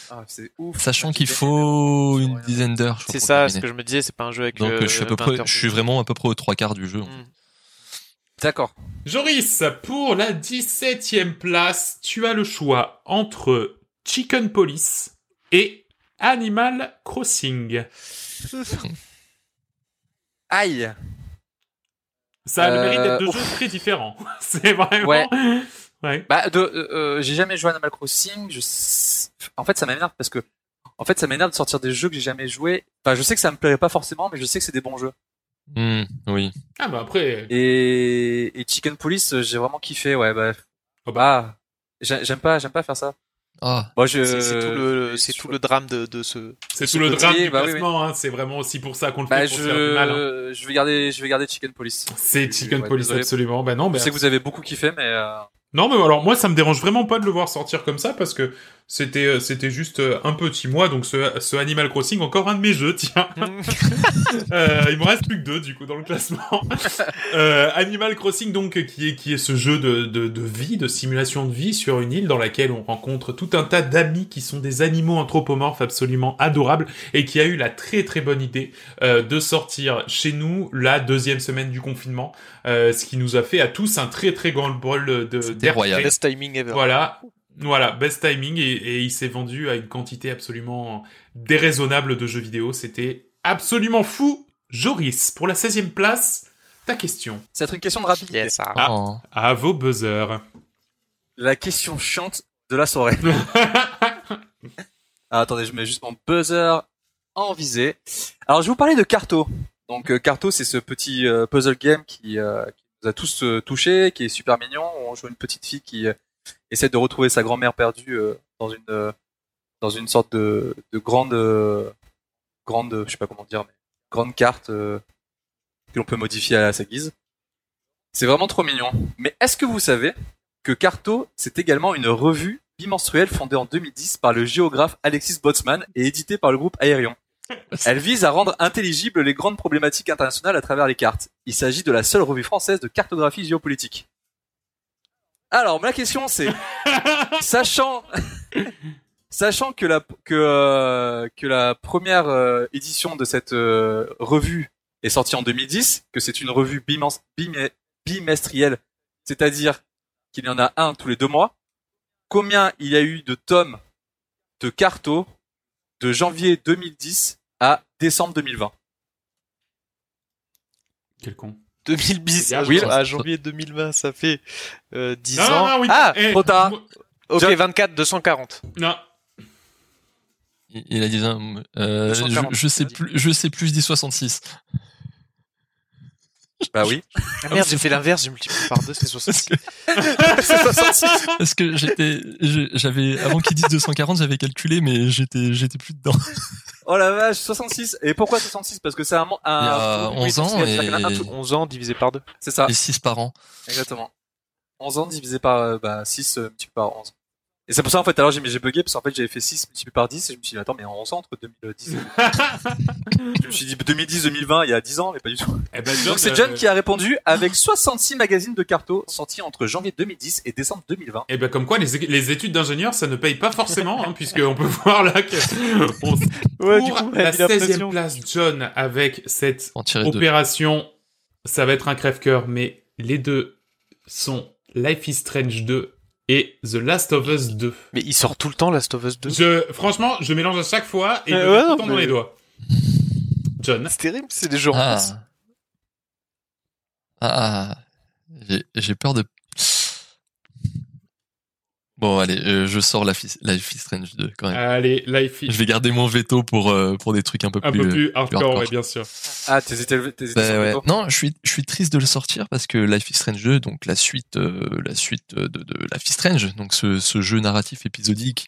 Speaker 7: Ah, c'est ouf.
Speaker 8: Sachant
Speaker 7: Ah,
Speaker 8: qu'il
Speaker 7: j'ai
Speaker 8: faut
Speaker 7: gagné.
Speaker 8: une dizaine d'heures. je crois,
Speaker 1: C'est
Speaker 8: pour
Speaker 1: ça,
Speaker 8: terminer.
Speaker 1: ce que je me disais, c'est pas un jeu avec.
Speaker 8: Donc
Speaker 1: euh,
Speaker 8: euh, je suis à peu
Speaker 1: 20
Speaker 8: près,
Speaker 1: heures
Speaker 8: je suis
Speaker 1: de-
Speaker 8: vraiment à peu près aux trois quarts du jeu.
Speaker 1: Mm.
Speaker 7: D'accord.
Speaker 6: Joris, pour la 17ème place, tu as le choix entre Chicken Police et Animal Crossing.
Speaker 7: Aïe.
Speaker 6: Ça a le
Speaker 7: Euh,
Speaker 6: mérite d'être deux
Speaker 7: ouf.
Speaker 6: jeux très différents. [laughs] C'est vraiment.
Speaker 7: Ouais.
Speaker 6: [laughs] Ouais.
Speaker 7: Bah, de, euh, euh, j'ai jamais joué à Animal Crossing. Je... sais- En fait, ça m'énerve parce que, en fait, ça m'énerve de sortir des jeux que j'ai jamais joué. Enfin, je sais que ça me plairait pas forcément, mais je sais que c'est des bons jeux.
Speaker 8: Mm, oui.
Speaker 6: Ah bah après.
Speaker 7: Et, et Chicken Police, euh, j'ai vraiment kiffé. Ouais, bah,
Speaker 6: Oh
Speaker 7: bah, j'ai- j'aime pas, j'aime pas faire ça.
Speaker 8: Ah,
Speaker 7: Moi, je.
Speaker 1: C'est c'est tout le, c'est tout le drame de, de ce.
Speaker 6: C'est
Speaker 7: ce
Speaker 6: tout le
Speaker 7: côté,
Speaker 6: drame du
Speaker 7: bah oui,
Speaker 6: classement, hein. c'est vraiment aussi pour ça qu'on le fait
Speaker 7: Bah,
Speaker 6: pour se faire du mal. hein.
Speaker 7: je, je vais garder, je vais garder Chicken Police.
Speaker 6: C'est Chicken
Speaker 7: Ouais,
Speaker 6: Police
Speaker 7: désolé.
Speaker 6: absolument. Bah non, bah,
Speaker 7: Je sais que vous avez beaucoup kiffé, mais euh,
Speaker 6: non, mais alors moi ça me dérange vraiment pas de le voir sortir comme ça parce que c'était euh, c'était juste euh, un petit mois donc ce, ce Animal Crossing encore un de mes jeux tiens. [laughs] Euh, il me reste plus que deux du coup dans le classement. Euh, Animal Crossing donc qui est qui est ce jeu de, de de vie de simulation de vie sur une île dans laquelle on rencontre tout un tas d'amis qui sont des animaux anthropomorphes absolument adorables et qui a eu la très très bonne idée euh, de sortir chez nous la deuxième semaine du confinement, euh, ce qui nous a fait à tous un très très grand bol de d'air
Speaker 8: royal.
Speaker 6: frais.
Speaker 1: Best timing ever.
Speaker 6: Voilà. Voilà, best timing et, et il s'est vendu à une quantité absolument déraisonnable de jeux vidéo. C'était absolument fou. Joris, pour la 16e place, ta question.
Speaker 7: ça va être une question de rapidité.
Speaker 1: Yes, ça.
Speaker 6: Ah.
Speaker 8: oh.
Speaker 6: À vos buzzers. [laughs]
Speaker 7: La question chiante de la soirée. Ah, attendez, je mets juste mon buzzer en visée. Alors, je vais vous parler de Carto. Donc, euh, Carto, c'est ce petit euh, puzzle game qui, euh, qui nous a tous euh, touchés, qui est super mignon. On joue une petite fille qui euh, essaie de retrouver sa grand-mère perdue euh, dans une euh, dans une sorte de, de grande euh, grande, euh, je sais pas comment dire, mais grande carte euh, que l'on peut modifier à sa guise. C'est vraiment trop mignon. Mais est-ce que vous savez que Carto, c'est également une revue bimensuelle fondée en 2010 par le géographe Alexis Botsman et éditée par le groupe Aérion. Elle vise à rendre intelligibles les grandes problématiques internationales à travers les cartes. Il s'agit de la seule revue française de cartographie géopolitique. Alors, ma question c'est, sachant, [laughs] sachant que la, que, euh, que la première euh, édition de cette euh, revue est sortie en 2010, que c'est une revue bimens- bimé- bimestrielle, c'est-à-dire qu'il y en a un tous les deux mois, combien il y a eu de tomes de carto de janvier 2010 à décembre 2020
Speaker 6: Quel con.
Speaker 1: 2000 bis à,
Speaker 6: Oui.
Speaker 1: à janvier 2020, ça fait euh, 10
Speaker 6: Non,
Speaker 1: ans.
Speaker 6: non, non, oui.
Speaker 1: Ah,
Speaker 6: Eh,
Speaker 7: trop tard.
Speaker 6: moi-
Speaker 1: ok,
Speaker 7: John-
Speaker 1: 24, 240.
Speaker 6: Non.
Speaker 8: Il il a dit un- euh, je,
Speaker 1: 240,
Speaker 8: je sais
Speaker 1: vas-y.
Speaker 8: plus, je sais plus, je dis 66.
Speaker 7: Bah oui.
Speaker 1: Ah merde, j'ai fait l'inverse, j'ai multiplié par 2,
Speaker 8: [laughs]
Speaker 1: c'est 66.
Speaker 8: Parce que j'étais, je- j'avais avant qu'il dise 240, j'avais calculé, mais j'étais, j'étais plus dedans.
Speaker 7: Oh la vache, 66. Et pourquoi 66 Parce que c'est un, mo- un
Speaker 8: Il y a
Speaker 7: oui,
Speaker 8: 11 ans
Speaker 7: c'est-à-dire qu'il y en a un
Speaker 8: et,
Speaker 7: tout-
Speaker 1: 11 ans divisé par 2.
Speaker 7: C'est ça,
Speaker 8: et 6 par an.
Speaker 7: exactement. 11 ans divisé par euh, bah, 6 euh, multiplié par 11. Et c'est pour ça en fait alors j'ai mais j'ai bugué parce qu'en fait j'avais fait 6 multiplié par 10 et je me suis dit attends mais 11 ans entre 2010 et- Je me suis dit 2010 2020 il y a 10 ans mais pas du tout.
Speaker 6: Eh ben,
Speaker 7: Donc c'est John qui a répondu avec 66 magazines de carto sortis entre janvier 2010 et décembre 2020.
Speaker 6: Eh ben comme quoi les, les études d'ingénieur ça ne paye pas forcément hein, puisque on peut [laughs] voir là que on se
Speaker 1: Ouais,
Speaker 6: court la 16e place John avec cette
Speaker 8: En tirer deux.
Speaker 6: Opération, ça va être un crève-cœur, mais les deux sont Life is Strange 2 et The Last of Us 2.
Speaker 1: Mais il sort tout le temps Last of Us 2.
Speaker 6: Je, franchement, je mélange à chaque fois et je
Speaker 1: Euh,
Speaker 6: mets
Speaker 1: ouais,
Speaker 6: tout le
Speaker 1: non,
Speaker 6: temps dans
Speaker 1: mais-
Speaker 6: les doigts. John.
Speaker 1: C'est terrible, c'est des jeux en
Speaker 8: Ah.
Speaker 1: plus.
Speaker 8: Ah. J'ai- J'ai peur de. Bon, allez, euh, je sors la Life is Strange 2 quand même.
Speaker 6: Allez, Life
Speaker 8: Je
Speaker 6: is
Speaker 8: vais garder mon veto pour, euh, pour des trucs un peu
Speaker 6: un
Speaker 8: plus.
Speaker 6: peu
Speaker 8: euh,
Speaker 6: plus hardcore,
Speaker 8: hardcore.
Speaker 6: ouais, bien sûr.
Speaker 7: Ah, t'hésitais, t'hésitais
Speaker 8: Bah
Speaker 7: sur le
Speaker 8: ouais.
Speaker 7: veto.
Speaker 8: Non, je suis, je suis triste de le sortir parce que Life is Strange 2, donc la suite, euh, la suite euh, de, de Life is Strange, donc ce, ce jeu narratif épisodique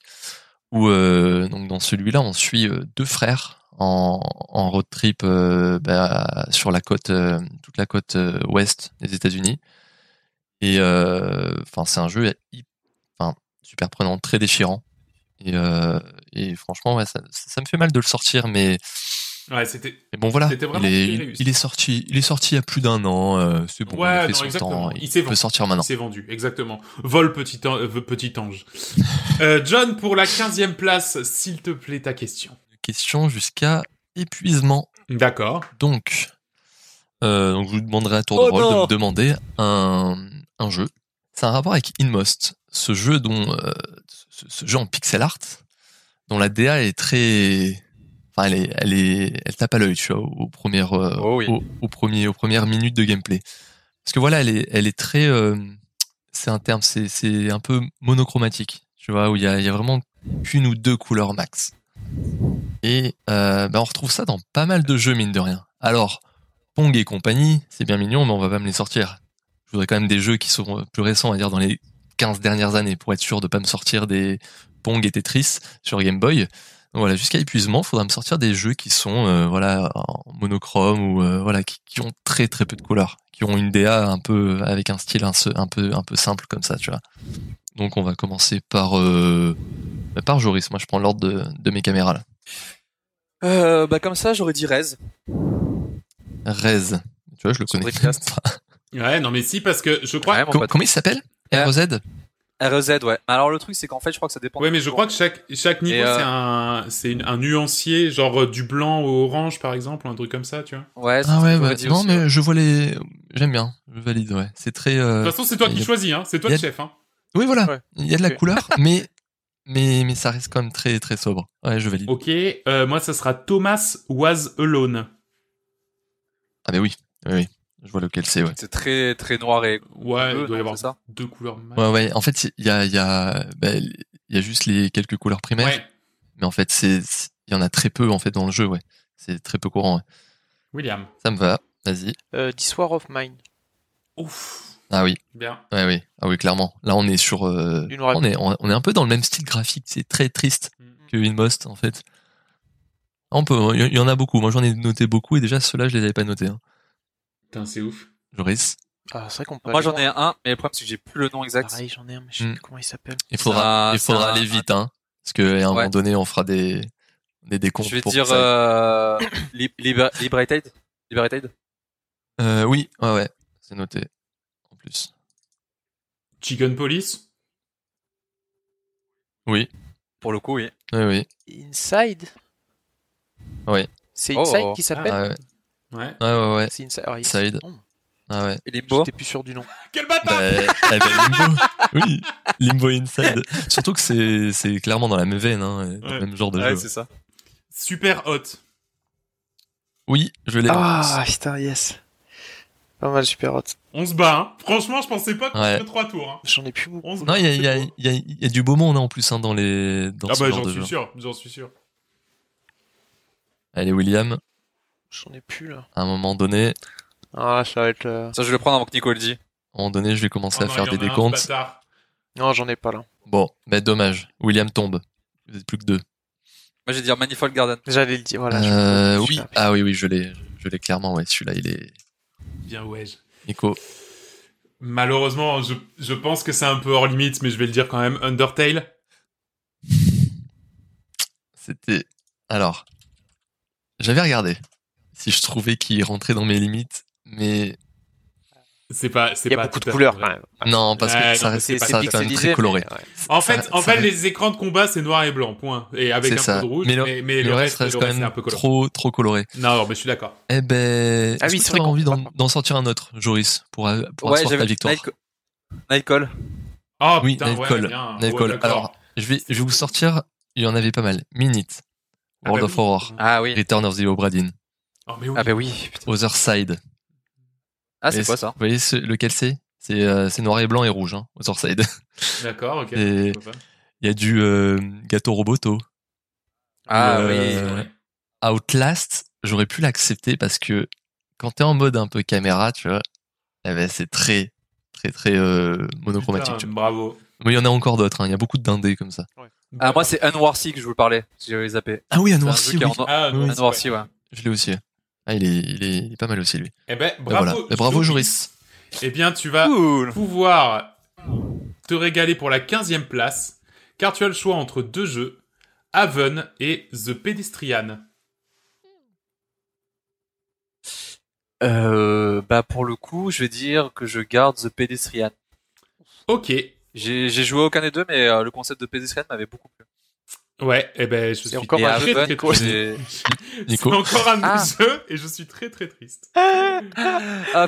Speaker 8: où euh, donc dans celui-là on suit euh, deux frères en, en road trip euh, bah, sur la côte, euh, toute la côte euh, ouest des États-Unis. euh, Et enfin, c'est un jeu hy- enfin, super prenant, très déchirant. Et, euh, et franchement, ouais, ça, ça- ça me fait mal de le sortir, mais,
Speaker 6: Ouais, c'était.
Speaker 8: mais bon, voilà.
Speaker 6: C'était vraiment
Speaker 8: Il est,
Speaker 6: très réussi.
Speaker 8: il est sorti, il est sorti il y a plus d'un an. euh, c'est bon,
Speaker 6: Ouais,
Speaker 8: il a fait
Speaker 6: non,
Speaker 8: son
Speaker 6: exactement.
Speaker 8: temps.
Speaker 6: Il
Speaker 8: Il,
Speaker 6: s'est
Speaker 8: peut
Speaker 6: vendu.
Speaker 8: sortir maintenant.
Speaker 6: C'est vendu, exactement. Vol petit, an- euh, petit
Speaker 8: [laughs]
Speaker 6: ange. Euh, John, pour la 15e place, s'il te plaît, ta question.
Speaker 8: Question jusqu'à épuisement.
Speaker 6: D'accord.
Speaker 8: Donc, euh, donc je vous demanderai à tour de
Speaker 7: Oh
Speaker 8: rôle
Speaker 7: non
Speaker 8: de me demander un, un jeu. C'est un rapport avec Inmost, ce jeu dont euh, ce, ce jeu en pixel art, dont la DA est très, enfin elle est, elle est, elle tape à l'œil, tu vois, aux premières, euh,
Speaker 7: Oh oui.
Speaker 8: aux, aux premiers, aux premières minutes de gameplay. Parce que voilà, elle est, elle est très, euh, c'est un terme, c'est, c'est un peu monochromatique, tu vois, où il y a, il y a vraiment qu'une ou deux couleurs max. Et euh, bah, on retrouve ça dans pas mal de jeux, mine de rien. Alors, Pong et compagnie, c'est bien mignon, mais on va pas me les sortir. Je voudrais quand même des jeux qui sont euh, plus récents, à dire dans les 15 dernières années, pour être sûr de pas me sortir des Pong et Tetris sur Game Boy. Donc voilà, jusqu'à épuisement, faudra me sortir des jeux qui sont euh, voilà en monochrome ou euh, voilà qui, qui ont très très peu de couleurs, qui ont une DA un peu avec un style un, se- un peu un peu simple comme ça, tu vois. Donc on va commencer par euh, bah, par Joris. Moi, je prends l'ordre de, de mes caméras là.
Speaker 7: Euh, bah comme ça, j'aurais dit Rez.
Speaker 8: Rez. Tu vois, je le connais.
Speaker 7: Dreamcast.
Speaker 8: pas.
Speaker 6: Ouais, non, mais si, parce que je crois.
Speaker 7: Ouais,
Speaker 8: Com- comment il s'appelle E
Speaker 7: Ouais.
Speaker 8: RZ
Speaker 7: REZ, E ouais. Alors le truc, c'est qu'en fait, je crois que ça dépend.
Speaker 6: Ouais, mais je crois que chaque, chaque niveau,
Speaker 7: Et, euh,
Speaker 6: c'est un, c'est une- un nuancier, genre euh, du blanc au orange, par exemple, un truc comme ça, tu vois.
Speaker 7: Ouais, c'est
Speaker 8: Ah
Speaker 7: ce
Speaker 8: ouais,
Speaker 7: que j'aurais
Speaker 8: ouais.
Speaker 7: dit
Speaker 8: non
Speaker 7: aussi, ouais.
Speaker 8: mais je vois les. J'aime bien, je valide. Ouais, c'est très. euh,
Speaker 6: De toute façon, c'est toi
Speaker 8: il y
Speaker 6: qui
Speaker 8: a-
Speaker 6: choisis, hein. C'est toi
Speaker 8: il y
Speaker 6: le
Speaker 8: a-
Speaker 6: chef, hein.
Speaker 8: Oui voilà,
Speaker 1: Ouais.
Speaker 8: il y a de la
Speaker 1: Ok.
Speaker 8: couleur, mais mais mais ça reste quand même très très sobre. Ouais, je valide.
Speaker 6: Ok, euh, moi, ça sera Thomas Was Alone.
Speaker 8: Ah mais oui, oui, oui. je vois lequel c'est. Ouais.
Speaker 7: C'est très très noir et
Speaker 6: Ouais,
Speaker 7: bleu,
Speaker 6: il doit y
Speaker 7: non,
Speaker 6: avoir
Speaker 7: c'est ça
Speaker 6: deux couleurs. max.
Speaker 8: Ouais, ouais. En fait, il y a, il y, a, bah, il y a juste les quelques couleurs primaires,
Speaker 6: Ouais.
Speaker 8: mais en fait, c'est c'est- il y en a très peu en fait dans le jeu. Ouais, c'est très peu courant. ouais.
Speaker 6: William.
Speaker 8: Ça me va. Vas-y.
Speaker 1: Euh, This War of Mine.
Speaker 6: Ouf.
Speaker 8: Ah oui,
Speaker 6: Bien.
Speaker 8: ouais, oui, ah oui, clairement. Là, on est sur, euh,
Speaker 1: Du noir et
Speaker 8: on est, on on est un peu dans le même style graphique. C'est très triste que Inmost en fait. On peut, il y- il y en a beaucoup. Moi, j'en ai noté beaucoup et déjà ceux-là, je les avais pas notés. Hein.
Speaker 6: Putain, c'est ouf.
Speaker 8: Joris,
Speaker 1: Ah, c'est vrai qu'on
Speaker 8: Bah,
Speaker 1: peut.
Speaker 7: Moi
Speaker 1: aller
Speaker 7: j'en ai
Speaker 1: voir.
Speaker 7: un, mais le problème c'est que j'ai plus le nom exact.
Speaker 1: Pareil, j'en ai un, mais je sais
Speaker 8: Hmm.
Speaker 1: plus comment il s'appelle.
Speaker 8: il
Speaker 7: Ça-
Speaker 8: faudra, il faudra
Speaker 7: ça-
Speaker 8: aller vite, hein, parce que à un
Speaker 7: Ouais.
Speaker 8: moment donné, on fera des, des décomptes.
Speaker 7: je vais
Speaker 8: pour
Speaker 7: dire
Speaker 8: que ça-
Speaker 7: euh, Lib- Liber- Liberated. Liberated.
Speaker 8: Euh, oui, ouais, ouais, c'est noté. En plus.
Speaker 6: Chicken Police.
Speaker 8: Oui,
Speaker 7: Pour le coup, oui.
Speaker 8: oui, oui.
Speaker 1: Inside
Speaker 8: Ouais.
Speaker 1: C'est
Speaker 7: Oh.
Speaker 1: Inside qui s'appelle
Speaker 8: Ah ouais,
Speaker 6: Ouais.
Speaker 8: ouais, ouais. ouais.
Speaker 1: C'est Inside. Alors, il-
Speaker 8: Inside.
Speaker 1: Oh,
Speaker 8: Ah ouais.
Speaker 7: Et Limbo.
Speaker 1: J'étais plus sûr du nom.
Speaker 6: Quel bâtard
Speaker 8: Bah, eh ben, Limbo. [laughs] Oui, Limbo Inside. Surtout que c'est, c'est clairement dans la même veine, hein, dans
Speaker 6: Ouais.
Speaker 8: le même genre de
Speaker 7: Ouais,
Speaker 8: jeu.
Speaker 7: c'est ça.
Speaker 6: Super hot.
Speaker 8: Oui, je l'ai.
Speaker 1: Ah putain, yes. Pas mal, super hot.
Speaker 6: On se bat, hein. Franchement, je pensais pas qu'on
Speaker 8: Ouais.
Speaker 6: ferait trois tours. Hein.
Speaker 1: J'en ai plus beaucoup.
Speaker 6: On se
Speaker 8: Non,
Speaker 6: bat,
Speaker 8: il y a,
Speaker 6: c'est
Speaker 8: il y, a,
Speaker 6: beau.
Speaker 8: il y a- il y a du beau monde hein, en plus hein, dans les dans
Speaker 6: Ah
Speaker 8: ce
Speaker 6: bah,
Speaker 8: genre
Speaker 6: j'en
Speaker 8: de
Speaker 6: suis
Speaker 8: jeu.
Speaker 6: sûr, j'en suis sûr.
Speaker 8: Allez William,
Speaker 1: J'en ai plus là.
Speaker 8: à un moment donné,
Speaker 1: Ah, ça va être. euh,
Speaker 7: Ça, je vais le prendre avant que Nico le dise.
Speaker 8: à un moment donné, je vais commencer
Speaker 6: Oh
Speaker 8: à
Speaker 6: non,
Speaker 8: faire
Speaker 6: il y
Speaker 8: des
Speaker 6: en a un, ce
Speaker 8: décomptes.
Speaker 6: bâtard.
Speaker 1: Non, j'en ai pas là.
Speaker 8: Bon, bah dommage, William tombe. Vous êtes plus que deux.
Speaker 7: Moi, j'ai dire Manifold Garden.
Speaker 1: J'allais le dire. Voilà. je-
Speaker 8: Euh,
Speaker 1: je-
Speaker 8: oui,
Speaker 1: je-
Speaker 8: ah oui, oui, je l'ai, je l'ai clairement. Ouais, celui-là, il est.
Speaker 6: Bien, ouais. je-
Speaker 8: Nico,
Speaker 6: Malheureusement, je, je pense que c'est un peu hors limite, mais je vais le dire quand même. Undertale.
Speaker 8: C'était. Alors, j'avais regardé si je trouvais qu'il rentrait dans mes limites, mais
Speaker 6: C'est pas, c'est
Speaker 1: Il y
Speaker 6: pas
Speaker 1: a beaucoup
Speaker 6: tout
Speaker 1: de
Speaker 6: à
Speaker 1: couleurs
Speaker 6: fait
Speaker 1: quand
Speaker 6: vrai.
Speaker 1: même.
Speaker 8: non, parce que
Speaker 6: Ah, Ouais,
Speaker 8: ça
Speaker 6: non,
Speaker 8: reste,
Speaker 6: c'est pas-
Speaker 8: ça reste quand même très coloré.
Speaker 1: mais, ouais.
Speaker 6: En fait,
Speaker 8: Ça-
Speaker 6: en
Speaker 8: ça
Speaker 6: fait,
Speaker 8: reste-
Speaker 6: les écrans de combat, c'est noir et blanc, point. Et avec
Speaker 8: C'est
Speaker 6: un
Speaker 8: ça.
Speaker 6: peu de rouge,
Speaker 8: Mais
Speaker 6: mais,
Speaker 8: le-
Speaker 6: mais,
Speaker 8: Mais
Speaker 6: le reste,
Speaker 8: reste
Speaker 6: le
Speaker 8: quand
Speaker 6: reste, c'est un
Speaker 8: même
Speaker 6: peu coloré.
Speaker 8: trop, trop coloré.
Speaker 6: Non, non, mais je suis d'accord.
Speaker 8: Eh ben,
Speaker 1: Ah
Speaker 8: est-ce
Speaker 1: oui,
Speaker 8: que
Speaker 1: c'est
Speaker 8: tu
Speaker 1: vrai qu'on
Speaker 8: envie
Speaker 1: peut
Speaker 8: d'en
Speaker 1: pas-
Speaker 8: d'en sortir un autre, Joris, pour, a- pour asseoir ta victoire
Speaker 7: Nightcall. Nightcall.
Speaker 6: Ah,
Speaker 8: Oui,
Speaker 6: putain, ouais,
Speaker 8: Nightcall.
Speaker 6: bien.
Speaker 8: Nightcall.
Speaker 6: Ouais, d'accord.
Speaker 8: Alors, Je vais, je vais vous sortir, il y en avait pas mal. Minute,
Speaker 6: Ah
Speaker 8: World
Speaker 6: bah
Speaker 8: of
Speaker 6: oui.
Speaker 8: Horror,
Speaker 7: Ah oui.
Speaker 8: Return of the Obra Dinn,
Speaker 6: Oh, mais oui.
Speaker 8: ben,
Speaker 7: Ah bah oui. putain.
Speaker 8: Other Side.
Speaker 7: Ah, c'est
Speaker 8: Est-ce-
Speaker 7: quoi ça
Speaker 8: Vous voyez ce- lequel c'est C'est euh, c'est noir et blanc et rouge, hein, Other Side. [laughs]
Speaker 6: D'accord, ok.
Speaker 8: Et-
Speaker 6: Je vois pas.
Speaker 8: Il y a du euh, gâteau roboto.
Speaker 7: Ah
Speaker 8: Euh,
Speaker 7: oui.
Speaker 8: Outlast, j'aurais pu l'accepter parce que quand t'es en mode un peu caméra, tu vois, eh ben c'est très, très, très euh, monochromatique. tu
Speaker 6: Putain,
Speaker 8: vois.
Speaker 6: bravo.
Speaker 8: Mais il y en a encore d'autres. hein. Il y a beaucoup de dindés comme ça.
Speaker 7: Ah, moi, c'est Unwarcy que je vous parlais. Si j'avais zappé.
Speaker 8: Ah oui, un
Speaker 7: Noircy,
Speaker 8: noirci, oui.
Speaker 7: oui.
Speaker 6: Ah, non,
Speaker 8: Oui.
Speaker 6: c'est
Speaker 7: Unwarcy, ouais.
Speaker 8: Je l'ai aussi. Ah, il est, il est, il est pas mal aussi lui.
Speaker 6: Eh ben,
Speaker 8: Et voilà.
Speaker 6: bravo.
Speaker 8: Et bravo Joris.
Speaker 6: Eh bien, tu vas
Speaker 7: Cool.
Speaker 6: pouvoir te régaler pour la 15e place, car tu as le choix entre deux jeux, Haven et The Pedestrian.
Speaker 7: Euh, bah pour le coup, je vais dire que je garde The Pedestrian.
Speaker 6: Ok.
Speaker 7: J'ai j'ai joué à aucun des deux, mais euh, le concept de Pedestrian m'avait beaucoup plu.
Speaker 6: Ouais, eh ben je suis
Speaker 1: encore
Speaker 7: Et
Speaker 1: un
Speaker 6: très,
Speaker 1: jeu
Speaker 7: Haven,
Speaker 6: très
Speaker 1: Nico.
Speaker 6: triste.
Speaker 7: j'ai-
Speaker 6: C'est
Speaker 8: Nico.
Speaker 6: encore un
Speaker 7: Ah.
Speaker 6: jeu et je suis très très triste.
Speaker 7: Ah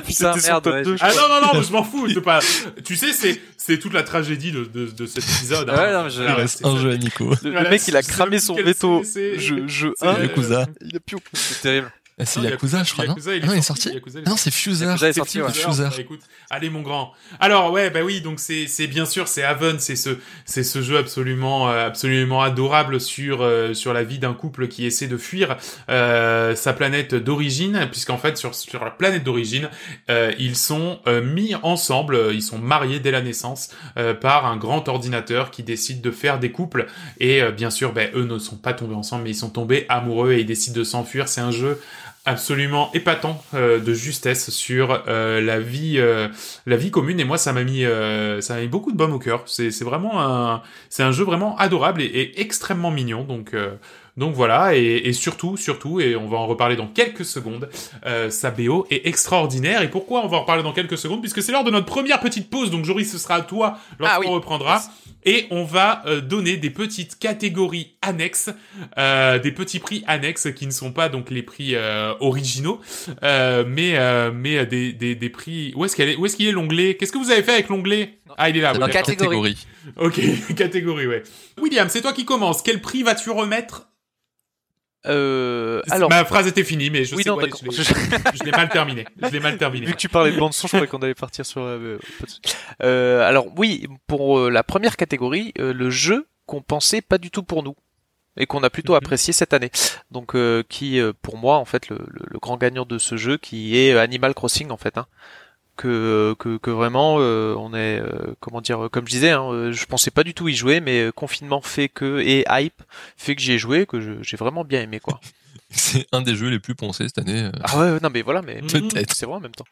Speaker 7: putain,
Speaker 1: C'était son
Speaker 7: merde.
Speaker 1: top
Speaker 7: ouais,
Speaker 1: deux,
Speaker 7: j'ai-
Speaker 6: Ah non, non, non, mais je m'en fous. je peux pas... Tu sais, c'est, c'est toute la tragédie de, de, de cet épisode. hein.
Speaker 7: Ouais, non, mais je-
Speaker 8: Il
Speaker 6: Ah,
Speaker 8: reste
Speaker 6: c'est
Speaker 8: un
Speaker 6: ça.
Speaker 8: jeu à Nico.
Speaker 1: Le, le
Speaker 6: Voilà,
Speaker 1: mec, il a
Speaker 6: c'est-
Speaker 1: cramé
Speaker 6: c'est
Speaker 1: son
Speaker 6: lequel-
Speaker 1: veto.
Speaker 6: c'est-
Speaker 1: Jeu, jeu
Speaker 6: c'est-
Speaker 1: 1.
Speaker 6: euh,
Speaker 8: Yakuza.
Speaker 1: Il a plus aucun.
Speaker 7: C'est terrible.
Speaker 8: Ah, c'est
Speaker 6: Non,
Speaker 8: Yakuza, je crois, non
Speaker 6: Yakuza,
Speaker 8: Ah non, il est sorti
Speaker 6: Yakuza, il est
Speaker 8: Ah non, c'est Fuser.
Speaker 7: Yakuza est
Speaker 8: C'est
Speaker 7: sorti,
Speaker 8: Fuser.
Speaker 7: ouais.
Speaker 6: Alors, bah, écoute, allez mon grand. Alors ouais, bah oui, donc c'est c'est bien sûr c'est Haven, c'est ce c'est ce jeu absolument euh, absolument adorable sur euh, sur la vie d'un couple qui essaie de fuir euh, sa planète d'origine, puisqu'en fait sur sur la planète d'origine euh, ils sont euh, mis ensemble, euh, ils sont mariés dès la naissance euh, par un grand ordinateur qui décide de faire des couples et euh, bien sûr ben eux ne sont pas tombés ensemble mais ils sont tombés amoureux et ils décident de s'enfuir. C'est un jeu absolument épatant euh, de justesse sur euh, la vie euh, la vie commune et moi ça m'a mis euh, ça m'a mis beaucoup de baume au cœur c'est c'est vraiment un c'est un jeu vraiment adorable et, et extrêmement mignon donc euh, donc voilà et, et surtout surtout et on va en reparler dans quelques secondes euh, sa BO est extraordinaire et pourquoi on va en reparler dans quelques secondes puisque c'est l'heure de notre première petite pause donc Joris ce sera à toi lorsqu'on
Speaker 1: Ah oui.
Speaker 6: reprendra et on va euh, donner des petites catégories annexes euh, des petits prix annexes qui ne sont pas donc les prix euh, originaux, euh, mais euh, mais euh, des, des, des prix. Où est-ce qu'elle est Où est-ce qu'il est l'onglet Qu'est-ce que vous avez fait avec l'onglet Ah, il est là. oui,
Speaker 8: Dans
Speaker 6: d'accord.
Speaker 1: catégorie.
Speaker 6: Ok, [laughs] catégorie, ouais. William, c'est toi qui commence. Quel prix vas-tu remettre
Speaker 1: Euh, alors,
Speaker 6: Ma phrase était finie, mais je
Speaker 1: oui,
Speaker 6: sais
Speaker 1: non,
Speaker 6: quoi,
Speaker 1: d'accord. [laughs]
Speaker 6: je l'ai- je l'ai mal terminé. Je l'ai mal terminé.
Speaker 1: Vu que tu parlais de bande son, je croyais qu'on allait partir sur. euh, pas de souci. Euh, alors oui, pour euh, la première catégorie, euh, le jeu qu'on pensait pas du tout pour nous et qu'on a plutôt
Speaker 6: Mhm.
Speaker 1: apprécié cette année. Donc euh, qui, euh, pour moi, en fait, le, le- le grand gagnant de ce jeu, qui est euh, Animal Crossing, en fait. Hein, que, que, que vraiment euh, on est euh, comment dire euh, comme je disais hein, euh, je pensais pas du tout y jouer mais euh, confinement fait que et hype fait que j'y ai joué que je- j'ai vraiment bien aimé quoi
Speaker 8: [laughs] C'est un des jeux les plus poncés cette année. euh,
Speaker 1: ah ouais, ouais, non mais voilà, mais
Speaker 8: Peut-être.
Speaker 1: c'est vrai en même temps.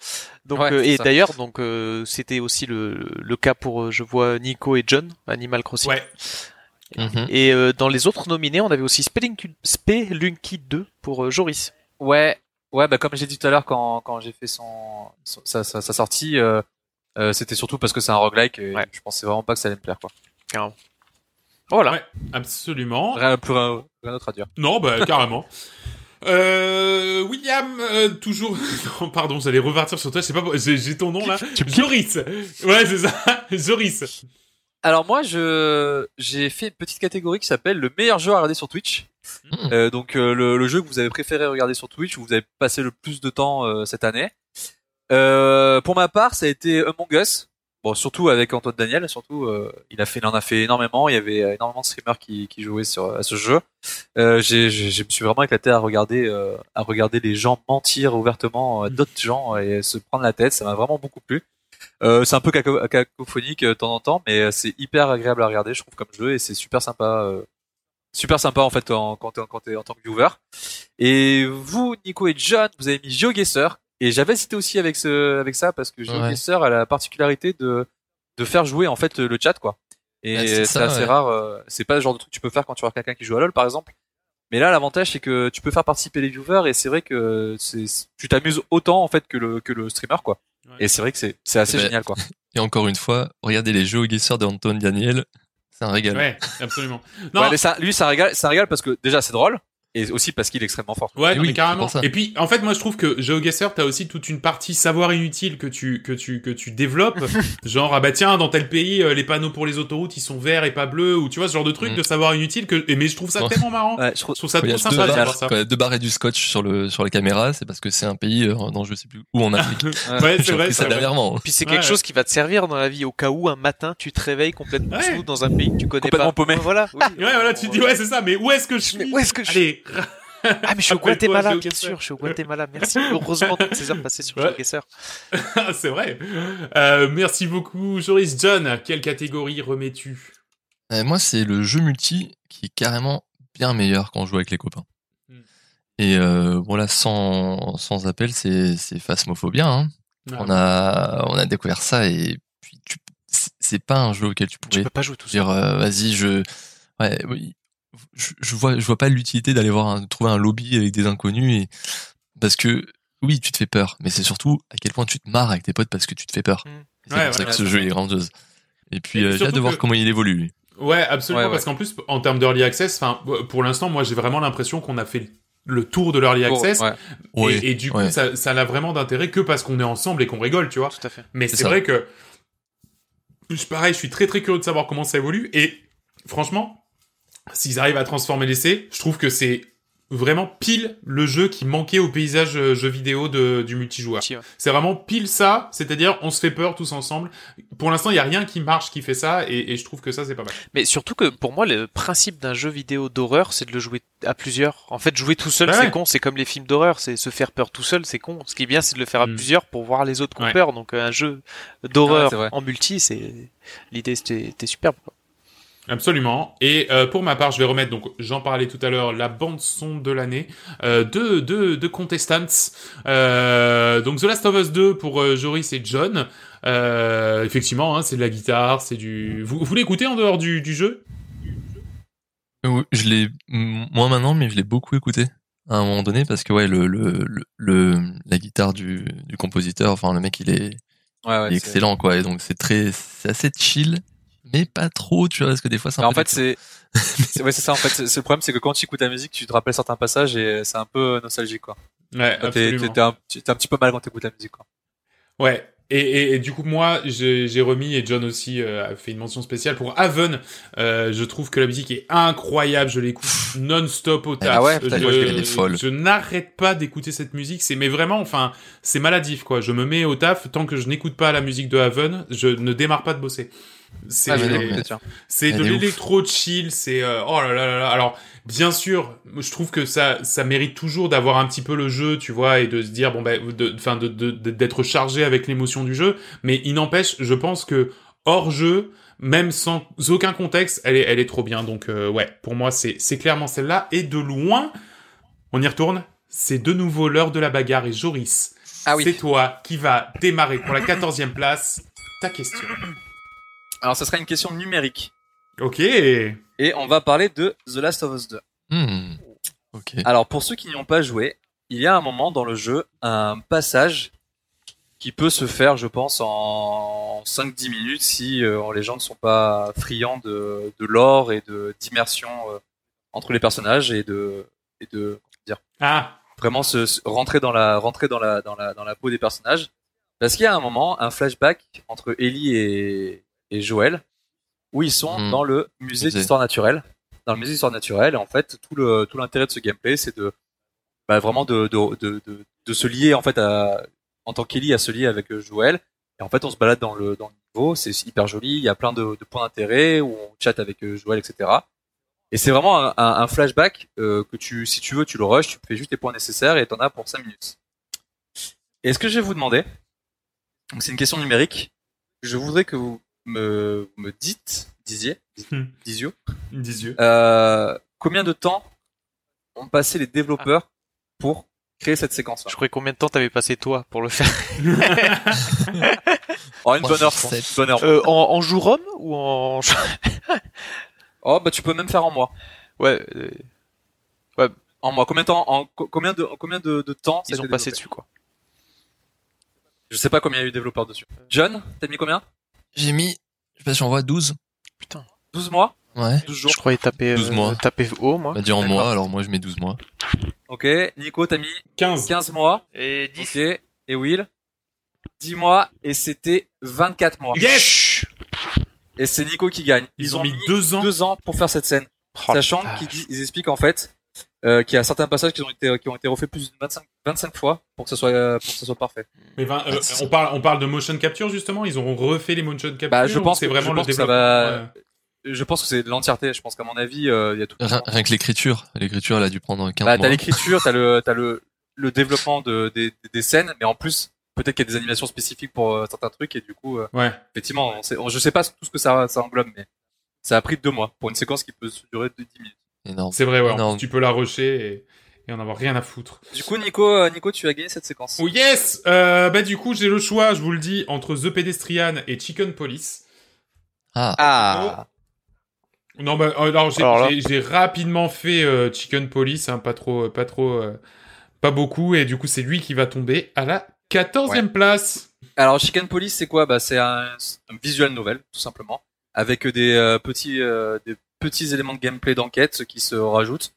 Speaker 1: Donc
Speaker 7: Ouais,
Speaker 1: euh,
Speaker 7: c'est
Speaker 1: et
Speaker 7: ça.
Speaker 1: d'ailleurs donc euh, c'était aussi le, le cas pour euh, je vois Nico et John Animal Crossing.
Speaker 6: Ouais.
Speaker 8: mhm.
Speaker 1: Et euh, dans les autres nominés, on avait aussi Spelunky, Spelunky 2 pour euh, Joris.
Speaker 7: Ouais, ouais, bah comme j'ai dit tout à l'heure quand, quand j'ai fait son, son- sa, sa, sa sortie, euh, euh, c'était surtout parce que c'est un roguelike et
Speaker 1: Ouais.
Speaker 7: je pensais vraiment pas que ça allait me plaire quoi.
Speaker 1: Voilà.
Speaker 6: Ouais, absolument.
Speaker 7: Rien, plus rien, rien d'autre à dire.
Speaker 6: Non, bah carrément. Euh, William, euh, toujours. [laughs] Non, pardon, j'allais repartir sur toi. Je sais pas. pour- J'ai j'ai ton nom là. Joris. Ouais, c'est ça. [laughs] Joris.
Speaker 7: Alors moi, je j'ai fait une petite catégorie qui s'appelle le meilleur jeu à regarder sur Twitch.
Speaker 8: Mhm.
Speaker 7: Euh, donc euh, le, le jeu que vous avez préféré regarder sur Twitch, où vous avez passé le plus de temps euh, cette année. Euh, pour ma part, ça a été Among Us. Bon, surtout avec Antoine Daniel, surtout euh, il a fait, il en a fait énormément. Il y avait euh, énormément de streamers qui, qui jouaient sur à ce jeu. Euh, j'ai, j'ai- je me suis vraiment éclaté à regarder, euh, à regarder les gens mentir ouvertement
Speaker 8: Mm.
Speaker 7: à d'autres gens et se prendre la tête. Ça m'a vraiment beaucoup plu. Euh, c'est un peu caco- cacophonique euh, de temps en temps, mais euh, c'est hyper agréable à regarder, je trouve, comme jeu, et c'est super sympa. euh, super sympa, en fait, en, quand t'es quand t'es en tant que viewer. Et vous, Nico et John, vous avez mis GeoGuessr, et j'avais cité aussi avec, ce, avec ça, parce que GeoGuessr a la particularité de, de faire jouer, en fait, le, le chat, quoi. Et
Speaker 8: Ah,
Speaker 7: c'est
Speaker 8: c'est ça,
Speaker 7: assez
Speaker 8: ouais.
Speaker 7: rare, euh, c'est pas le genre de truc que tu peux faire quand tu vois quelqu'un qui joue à LoL, par exemple. Mais là, l'avantage, c'est que tu peux faire participer les viewers, et c'est vrai que c'est, tu t'amuses autant, en fait, que le, que le streamer, quoi. Et c'est vrai que c'est, c'est assez
Speaker 8: Eh ben,
Speaker 6: [laughs]
Speaker 7: génial, quoi.
Speaker 8: Et encore une fois, regardez les jeux au guesseur d'Antoine Daniel. C'est un régal.
Speaker 6: Ouais, absolument. Non,
Speaker 7: Ouais, mais ça, lui, ça régale, ça régale parce que déjà c'est drôle et aussi parce qu'il est extrêmement fort.
Speaker 6: Ouais, non,
Speaker 8: Et Eh oui,
Speaker 6: mais carrément.
Speaker 8: c'est pour ça.
Speaker 6: Et puis, en fait, moi, je trouve que GeoGuessr, t'as aussi toute une partie savoir inutile que tu que tu que tu
Speaker 8: [laughs]
Speaker 6: développes, genre ah bah tiens, dans tel pays, euh, les panneaux pour les autoroutes, ils sont verts et pas bleus, ou tu vois ce genre de truc
Speaker 8: Mm.
Speaker 6: de savoir inutile que. et- mais je trouve ça
Speaker 8: Ouais.
Speaker 6: tellement marrant.
Speaker 7: Ouais, je trouve-
Speaker 6: Je trouve ça
Speaker 8: Quand il y
Speaker 6: trop
Speaker 8: a deux
Speaker 6: sympa de
Speaker 8: barres-
Speaker 6: voir ça.
Speaker 8: quand il y a deux barres et du scotch sur le sur la caméra, c'est parce que c'est un pays euh, dans je sais plus où
Speaker 6: [laughs]
Speaker 8: en Afrique.
Speaker 6: Ouais,
Speaker 8: [laughs]
Speaker 6: c'est
Speaker 8: J'ai
Speaker 6: vrai.
Speaker 8: appris
Speaker 6: c'est
Speaker 8: ça
Speaker 6: vrai.
Speaker 8: dernièrement.
Speaker 1: Puis c'est
Speaker 6: Ouais,
Speaker 1: quelque
Speaker 6: ouais.
Speaker 1: chose qui va te servir dans la vie au cas où un matin tu te réveilles complètement
Speaker 6: Ouais.
Speaker 1: sous dans un pays que tu connais
Speaker 7: Complètement
Speaker 1: pas.
Speaker 7: paumé.
Speaker 1: Voilà. oui.
Speaker 6: [laughs] Ouais, voilà, tu te dis ouais, c'est ça. Mais où est-ce que je
Speaker 1: Mais
Speaker 6: suis
Speaker 1: où est-ce que je suis
Speaker 6: Allez,
Speaker 1: Ah mais je suis au
Speaker 6: Appelle-toi
Speaker 1: Guatemala,
Speaker 6: Joe
Speaker 1: bien
Speaker 6: Gesser.
Speaker 1: sûr, je suis au Guatemala. Merci. Heureusement toutes ces heures passées sur
Speaker 6: Ouais.
Speaker 1: Joe Gesser.
Speaker 6: Ah, [laughs] c'est vrai. Euh, merci beaucoup, Joris. John, quelle catégorie remets-tu
Speaker 8: Euh, moi, c'est le jeu multi qui est carrément bien meilleur quand je joue avec les copains.
Speaker 6: Hmm.
Speaker 8: Et euh, voilà, sans, sans appel, c'est c'est Phasmophobia. Hein.
Speaker 6: Ah,
Speaker 8: On, a, on a découvert ça et puis tu, c'est- c'est pas un jeu auquel tu
Speaker 1: Tu
Speaker 8: pourrais
Speaker 1: peux pas jouer tout seul.
Speaker 8: dire euh, vas-y je ouais oui. je, je vois je vois pas l'utilité d'aller voir un- trouver un lobby avec des inconnus et parce que oui tu te fais peur mais c'est surtout à quel point tu te marres avec tes potes parce que tu te fais peur
Speaker 1: Mm.
Speaker 8: c'est
Speaker 6: Ouais,
Speaker 8: pour ça
Speaker 6: ouais,
Speaker 8: que ce
Speaker 6: ouais.
Speaker 8: jeu est grandiose et puis
Speaker 6: Et
Speaker 8: euh, j'ai hâte
Speaker 6: surtout
Speaker 8: de voir
Speaker 6: que-
Speaker 8: comment il évolue lui.
Speaker 6: Ouais, absolument,
Speaker 7: Ouais, ouais.
Speaker 6: parce qu'en plus, en termes d'early access, enfin, euh, pour l'instant, moi, j'ai vraiment l'impression qu'on a fait le tour de l'early
Speaker 7: Pour-
Speaker 6: access.
Speaker 7: ouais.
Speaker 6: Et-
Speaker 8: Ouais,
Speaker 6: et, du coup,
Speaker 8: ouais.
Speaker 6: ça, ça n'a vraiment d'intérêt que parce qu'on est ensemble et qu'on rigole, tu vois.
Speaker 1: Tout à fait.
Speaker 6: Mais
Speaker 8: C'est
Speaker 6: c'est
Speaker 8: ça.
Speaker 6: vrai que, je- pareil, je suis très très curieux de savoir comment ça évolue. Et franchement, s'ils arrivent à transformer l'essai, je trouve que c'est vraiment pile le jeu qui manquait au paysage euh, jeu vidéo de, du multijoueur.
Speaker 1: Petit, ouais.
Speaker 6: C'est vraiment pile ça, c'est-à-dire on se fait peur tous ensemble. Pour l'instant, il y a rien qui marche qui fait ça, et, et je trouve que ça c'est pas mal.
Speaker 1: Mais surtout que pour moi, le principe d'un jeu vidéo d'horreur, c'est de le jouer à plusieurs. En fait, jouer tout seul,
Speaker 6: Bah
Speaker 1: c'est
Speaker 6: ouais.
Speaker 1: con. C'est comme les films d'horreur, c'est se faire peur tout seul, c'est con. Ce qui est bien, c'est de le faire à
Speaker 6: Mm.
Speaker 1: plusieurs pour voir les autres qui ont
Speaker 6: Ouais.
Speaker 1: peur. Donc, euh, un jeu
Speaker 7: Ah ouais,
Speaker 1: d'horreur
Speaker 7: c'est vrai.
Speaker 1: en multi, c'est l'idée, c'était était superbe. quoi.
Speaker 6: Absolument. Et euh, pour ma part, je vais remettre, donc j'en parlais tout à l'heure, la bande-son de l'année euh, de, de, de Contestants. Euh, donc The Last of Us 2 pour euh, Joris et John. Euh, effectivement, hein, c'est de la guitare, c'est du... Vous, vous l'écoutez en dehors du, du jeu
Speaker 8: Oui, Je l'ai m- moins maintenant, mais je l'ai beaucoup écouté à un moment donné parce que ouais, le, le, le, le- la guitare du, du compositeur, enfin le mec, il est,
Speaker 7: Ouais, ouais,
Speaker 8: il est
Speaker 7: c'est-
Speaker 8: excellent quoi. Et donc c'est très, c'est assez chill, mais pas trop, tu vois, parce que des fois c'est un
Speaker 7: Bah, en
Speaker 8: peu
Speaker 7: fait, c'est c'est- ouais, c'est ça. En fait, c'est c'est le problème, c'est que quand tu écoutes la musique, tu te rappelles certains passages et euh, c'est un peu euh, nostalgique, quoi.
Speaker 6: Ouais,
Speaker 7: T'es- T'es
Speaker 6: absolument.
Speaker 7: t'es un, petit- t'es un petit peu mal quand t'écoutes la musique, quoi.
Speaker 6: Ouais. Et, et, et du coup, moi, j'ai j'ai remis, et John aussi euh, a fait une mention spéciale pour Haven. Euh, je trouve que la musique est incroyable. Je l'écoute non-stop au taf.
Speaker 7: Ah ouais, putain,
Speaker 6: je,
Speaker 7: moi, je
Speaker 8: l'ai- elle est folle.
Speaker 6: je n'arrête pas d'écouter cette musique. C'est mais vraiment, enfin, c'est maladif quoi. Je me mets au taf tant que je n'écoute pas la musique de Haven, je ne démarre pas de bosser. C'est
Speaker 7: Ah, je
Speaker 8: mais
Speaker 7: l'ai
Speaker 8: non,
Speaker 7: écouté, tiens.
Speaker 6: c'est
Speaker 8: Elle
Speaker 6: de
Speaker 8: est ouf.
Speaker 6: l'électro chill, c'est euh, oh là là là là. Alors bien sûr, je trouve que ça ça mérite toujours d'avoir un petit peu le jeu, tu vois, et de se dire bon ben de enfin de de- de- d'être chargé avec l'émotion du jeu, mais il n'empêche, je pense que hors jeu, même sans aucun contexte, elle est elle est trop bien. Donc euh, ouais, pour moi c'est c'est clairement celle-là et de loin on y retourne. C'est de nouveau l'heure de la bagarre et Joris,
Speaker 7: Ah oui.
Speaker 6: c'est toi qui va démarrer pour la 14e place ta question.
Speaker 7: Alors, ça sera une question numérique.
Speaker 6: OK.
Speaker 7: Et on va parler de The Last of Us 2.
Speaker 8: Hmm. Ok.
Speaker 7: Alors, pour ceux qui n'y ont pas joué, il y a un moment dans le jeu, un passage qui peut se faire, je pense, en 5-10 minutes si euh, les gens ne sont pas friands de, de lore et de d'immersion euh, entre les personnages et de, et de
Speaker 6: Ah,
Speaker 7: vraiment se, se- rentrer dans la rentrer dans la dans la dans la peau des personnages parce qu'il y a un moment un flashback entre Ellie et, et Joël où ils sont
Speaker 8: Mhm.
Speaker 7: dans le musée
Speaker 8: Musée.
Speaker 7: d'histoire naturelle dans le musée d'histoire naturelle et en fait tout le tout l'intérêt de ce gameplay c'est de bah, vraiment de de, de de de se lier en fait à en tant qu'Ellie à se lier avec euh, Joël et en fait on se balade dans le dans le niveau c'est hyper joli il y a plein de, de points d'intérêt où on chatte avec euh, Joël etc et c'est vraiment un, un- un flashback euh, que tu, si tu veux, tu le rushes, tu fais juste les points nécessaires et t'en as pour 5 minutes. Et ce que je vais vous demander, donc c'est une question numérique, je voudrais que vous me, me dites, disiez,
Speaker 6: Hmm.
Speaker 7: disio,
Speaker 6: des yeux.
Speaker 7: euh, combien de temps ont passé les développeurs pour créer cette séquence-là
Speaker 1: Je croyais combien de temps t'avais passé toi pour le faire
Speaker 7: Oh, une
Speaker 8: Moi,
Speaker 7: bonne
Speaker 8: je
Speaker 7: heure,
Speaker 8: sais
Speaker 7: je pense,
Speaker 8: sept.
Speaker 7: une bonne heure.
Speaker 1: Euh, en, en jour homme ou en
Speaker 7: Oh, bah tu peux même faire en mois.
Speaker 1: ouais euh,
Speaker 7: En mois, combien de temps, en, co- combien de, combien de, de temps ça a
Speaker 1: ils ont
Speaker 7: été
Speaker 1: passé
Speaker 7: développé
Speaker 1: dessus quoi.
Speaker 7: Je sais pas combien il y a eu de développeurs dessus. John, t'as mis combien
Speaker 8: J'ai mis, je sais pas si on voit 12.
Speaker 7: 12 mois
Speaker 8: Ouais.
Speaker 7: 12 jours
Speaker 1: Je croyais taper euh,
Speaker 8: 12 mois.
Speaker 1: taper haut moi.
Speaker 8: On va dire en
Speaker 7: D'accord.
Speaker 8: mois, alors moi je mets 12 mois.
Speaker 7: Ok, Nico, t'as mis
Speaker 6: 15.
Speaker 7: 15 mois.
Speaker 5: Et 10
Speaker 7: Ok, et Will 10 mois, et c'était 24 mois.
Speaker 6: Yes
Speaker 7: Et c'est Nico qui gagne.
Speaker 6: Ils, ont, mis deux ans.
Speaker 7: deux Oh ans pour faire cette scène. sachant qu'ils disent- ils expliquent en fait euh, qu'il y a certains passages qui ont été, qui ont été refaits plus de 25, 25 fois pour que ça soit, euh, pour que ça soit parfait.
Speaker 6: Mais vingt- euh,
Speaker 8: Ah, c'est ça.
Speaker 6: on parle, on parle de motion capture justement. Ils ont refait les motion capture.
Speaker 7: Bah, je
Speaker 6: ou
Speaker 7: pense
Speaker 6: c'est
Speaker 7: que-
Speaker 6: vraiment
Speaker 7: je
Speaker 6: le
Speaker 7: pense que ça
Speaker 6: développement.
Speaker 7: va-
Speaker 6: ouais.
Speaker 7: Je pense que c'est de l'entièreté. Je pense qu'à mon avis, euh, il y a tout.
Speaker 8: Rien, rien que l'écriture. L'écriture, elle a dû prendre 15
Speaker 7: Bah, t'as
Speaker 8: mois.
Speaker 7: l'écriture, t'as le, t'as le, le développement de, des, des- des scènes, mais en plus, peut-être qu'il y a des animations spécifiques pour euh, certains trucs, et du coup, euh,
Speaker 6: Ouais.
Speaker 7: effectivement, on sait- on- je sais pas tout ce que ça, ça englobe, mais ça a pris deux mois pour une séquence qui peut se durer de 10 minutes.
Speaker 8: Énorme.
Speaker 6: c'est vrai. Ouais. En
Speaker 8: Non.
Speaker 6: plus, tu peux la rusher et, et en avoir rien à foutre.
Speaker 7: Du coup, Nico, euh, Nico, tu as gagné cette séquence.
Speaker 6: Oh yes. Euh, bah du coup, j'ai le choix. Je vous le dis entre The Pedestrian et Chicken Police.
Speaker 8: Ah.
Speaker 7: Ah.
Speaker 6: Non, bah, euh, alors, j'ai-
Speaker 1: Alors là.
Speaker 6: j'ai j'ai rapidement fait euh, Chicken Police, hein, pas trop, euh, pas trop, euh, pas beaucoup, et du coup, c'est lui qui va tomber à la 14e place.
Speaker 7: Alors, Chicken Police, c'est quoi Bah, c'est un, un visual novel, tout simplement, avec des euh, petits, euh, des petits éléments de gameplay d'enquête qui se rajoutent.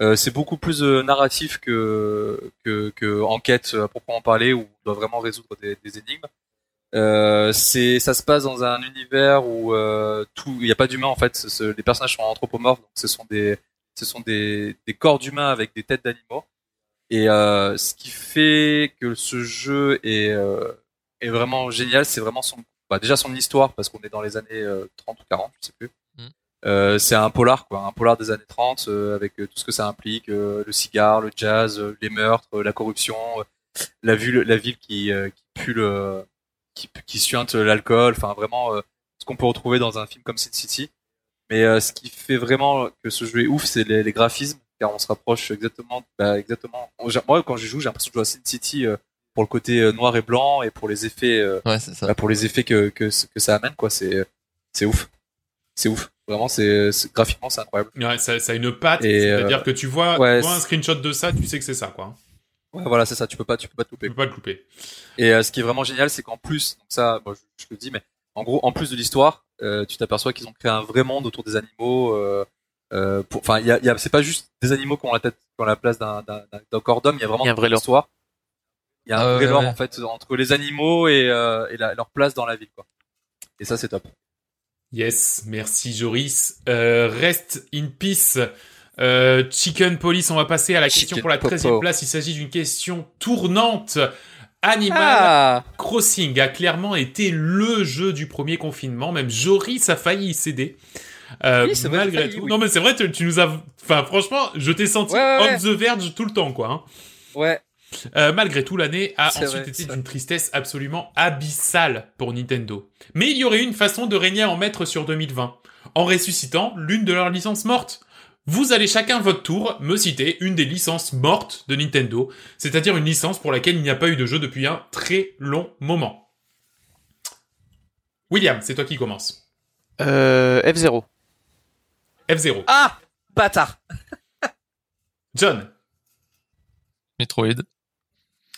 Speaker 7: Euh, c'est beaucoup plus euh, narratif que, que que enquête à proprement parler, où on doit vraiment résoudre des, des énigmes. Euh, c'est, ça se passe dans un univers où euh, tout, il n'y a pas d'humains en fait. Ce- ce- les personnages sont anthropomorphes, donc ce sont des, ce sont des, des corps d'humains avec des têtes d'animaux. Et euh, ce qui fait que ce jeu est euh, est vraiment génial, c'est vraiment son, bah, déjà son histoire parce qu'on est dans les années euh, 30 ou 40, je sais plus.
Speaker 8: Mm.
Speaker 7: Euh, c'est un polar quoi, un polar des années 30 euh, avec euh, tout ce que ça implique, euh, le cigare, le jazz, euh, les meurtres, euh, la corruption, euh, la ville, la ville qui, euh, qui pue le, qui, qui suinte l'alcool, enfin vraiment euh, ce qu'on peut retrouver dans un film comme Sin City. Mais euh, ce qui fait vraiment que ce jeu est ouf, c'est les, les graphismes, car on se rapproche exactement, bah, exactement. Moi, quand je joue, j'ai l'impression de jouer à Sin City euh, pour le côté euh, noir et blanc et pour les effets, euh,
Speaker 8: Ouais, c'est ça.
Speaker 7: bah, pour les effets que, que ce- que ça amène, quoi. C'est c'est ouf, c'est ouf. Vraiment, c'est c'est- graphiquement, c'est incroyable.
Speaker 6: Ouais, ça, ça a une patte,
Speaker 7: Et,
Speaker 6: c'est-à-dire
Speaker 7: euh,
Speaker 6: que tu vois,
Speaker 7: ouais,
Speaker 6: tu vois un
Speaker 7: c'est-
Speaker 6: screenshot de ça, tu sais que c'est ça, quoi.
Speaker 7: Ouais, voilà, c'est ça. Tu peux pas, tu peux pas te louper.
Speaker 6: Tu peux pas le couper.
Speaker 7: Et euh, ce qui est vraiment génial, c'est qu'en plus, donc ça, bon, je, je le dis, mais en gros, en plus de l'histoire, euh, tu t'aperçois qu'ils ont créé un vrai monde autour des animaux. euh, euh, pour- Enfin, il y a, il y a- c'est pas juste des animaux qui ont la tête, qui ont la place d'un d'un- d'un- d'un corps d'homme. Il y a vraiment
Speaker 1: Il y a un
Speaker 7: toute
Speaker 1: vrai lore.
Speaker 7: l'histoire. Il y a un
Speaker 8: Ah ouais,
Speaker 7: vrai lore
Speaker 8: ouais.
Speaker 7: en fait entre les animaux et, euh, et la- leur place dans la ville, quoi. Et ça, c'est top.
Speaker 6: Yes, merci Joris. Euh, rest in peace. Euh, Chicken Police, on va passer à la question
Speaker 7: Chicken
Speaker 6: pour la
Speaker 7: Popo.
Speaker 6: 13e place. Il s'agit d'une question tournante. Animal
Speaker 7: Ah.
Speaker 6: Crossing a clairement été le jeu du premier confinement. Même Joris a failli y céder. Euh,
Speaker 7: Oui, c'est vrai,
Speaker 6: malgré
Speaker 7: j'ai failli,
Speaker 6: tout.
Speaker 7: oui.
Speaker 6: Non mais c'est vrai, tu, tu nous as. Enfin, franchement, je t'ai senti
Speaker 7: Ouais, ouais,
Speaker 6: on the verge tout le temps, quoi. hein.
Speaker 7: ouais.
Speaker 6: Euh, malgré tout, l'année a
Speaker 7: C'est
Speaker 6: ensuite
Speaker 7: vrai,
Speaker 6: été
Speaker 7: c'est
Speaker 6: d'une tristesse absolument abyssale pour Nintendo. Mais il y aurait une façon de régner en maître sur 2020, en ressuscitant l'une de leurs licences mortes. Vous allez chacun votre tour me citer une des licences mortes de Nintendo, c'est-à-dire une licence pour laquelle il n'y a pas eu de jeu depuis un très long moment. William, c'est toi qui commence.
Speaker 1: Euh, F0.
Speaker 6: F0.
Speaker 7: Ah, bâtard.
Speaker 6: John.
Speaker 8: Metroid.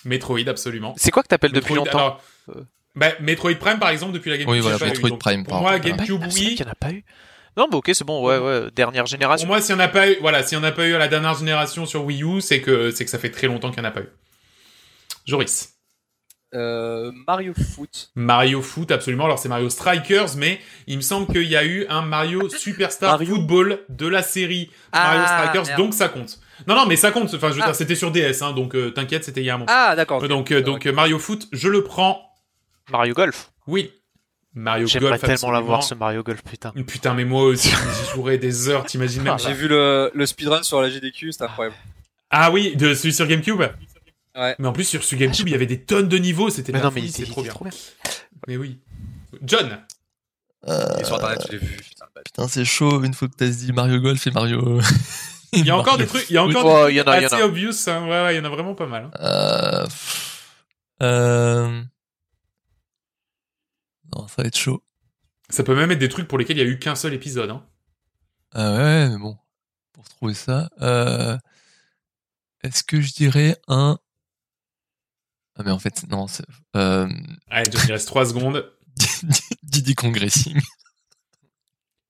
Speaker 6: Metroid, absolument.
Speaker 1: C'est quoi que t'appelles depuis
Speaker 6: Metroid,
Speaker 1: longtemps
Speaker 6: alors, bah, Metroid Prime, par exemple, depuis la GameCube.
Speaker 8: Oui, voilà,
Speaker 6: j'ai pas eu,
Speaker 8: Metroid
Speaker 6: donc
Speaker 8: Prime,
Speaker 6: Pour
Speaker 8: par
Speaker 6: moi,
Speaker 8: exemple, voilà.
Speaker 6: GameCube,
Speaker 1: Ah, c'est vrai
Speaker 6: oui.
Speaker 1: qu'il n'y en a pas eu. Non, mais ok, c'est bon, ouais, ouais, dernière
Speaker 6: Pour
Speaker 1: génération.
Speaker 6: moi, s'il n'y en a pas eu, voilà, s'il n'y en a pas eu à la dernière génération sur Wii U, c'est que, c'est que ça fait très longtemps qu'il n'y en a pas eu. Joris.
Speaker 7: Euh, Mario Foot.
Speaker 6: Mario Foot, absolument. Alors, c'est Mario Strikers, mais il me semble qu'il y a eu un Mario Superstar
Speaker 7: Mario.
Speaker 6: Football de la série Mario Strikers, donc ça compte. Non, non, mais ça compte. Enfin, je veux
Speaker 7: Ah.
Speaker 6: dire, c'était sur DS, hein, donc euh, t'inquiète, c'était il y a un moment.
Speaker 7: Ah, d'accord. ok.
Speaker 6: donc, euh, donc euh, Mario Foot, je le prends.
Speaker 1: Mario Golf.
Speaker 6: Oui. Mario Golf,
Speaker 1: J'aimerais tellement l'avoir,
Speaker 6: absolument.
Speaker 1: ce Mario Golf, putain.
Speaker 6: Putain, mais moi aussi, j'y jouerais des heures, t'imagines même.
Speaker 7: J'ai vu le, le speedrun sur la GDQ, c'est incroyable.
Speaker 6: Ah oui, de celui sur GameCube.
Speaker 7: Ouais.
Speaker 6: Mais en plus sur ce GameCube, il y avait des tonnes de niveaux, c'était de
Speaker 1: Mais
Speaker 6: la
Speaker 1: non, mais
Speaker 6: folie,
Speaker 1: il était
Speaker 6: c'était
Speaker 1: il
Speaker 6: trop
Speaker 1: était
Speaker 6: bien.
Speaker 1: trop bien.
Speaker 6: Mais oui. John.
Speaker 8: Ah,
Speaker 7: Et sur internet, je l'ai vu. Putain,
Speaker 10: bah,
Speaker 7: bâtard.
Speaker 8: Euh, Putain, c'est chaud une fois que t'as dit Mario Golf et [laughs] Mario. euh,
Speaker 6: Il y a encore des trucs, il y a encore
Speaker 1: Oh, il y en
Speaker 6: des
Speaker 1: a, il y
Speaker 6: trucs
Speaker 1: en
Speaker 6: assez
Speaker 1: a.
Speaker 6: obvious. hein. Ouais, ouais, il y en a vraiment pas mal. hein.
Speaker 8: Euh... pff, euh, Non, ça va être chaud.
Speaker 6: Ça peut même être des trucs pour lesquels il y a eu qu'un seul épisode. Hein.
Speaker 8: Ah ouais, mais bon, pour trouver ça, euh, est-ce que je dirais un... Ah mais en fait, non, c'est... Euh... [laughs]
Speaker 6: Allez, John, il reste 3 secondes.
Speaker 8: Diddy Kong Racing.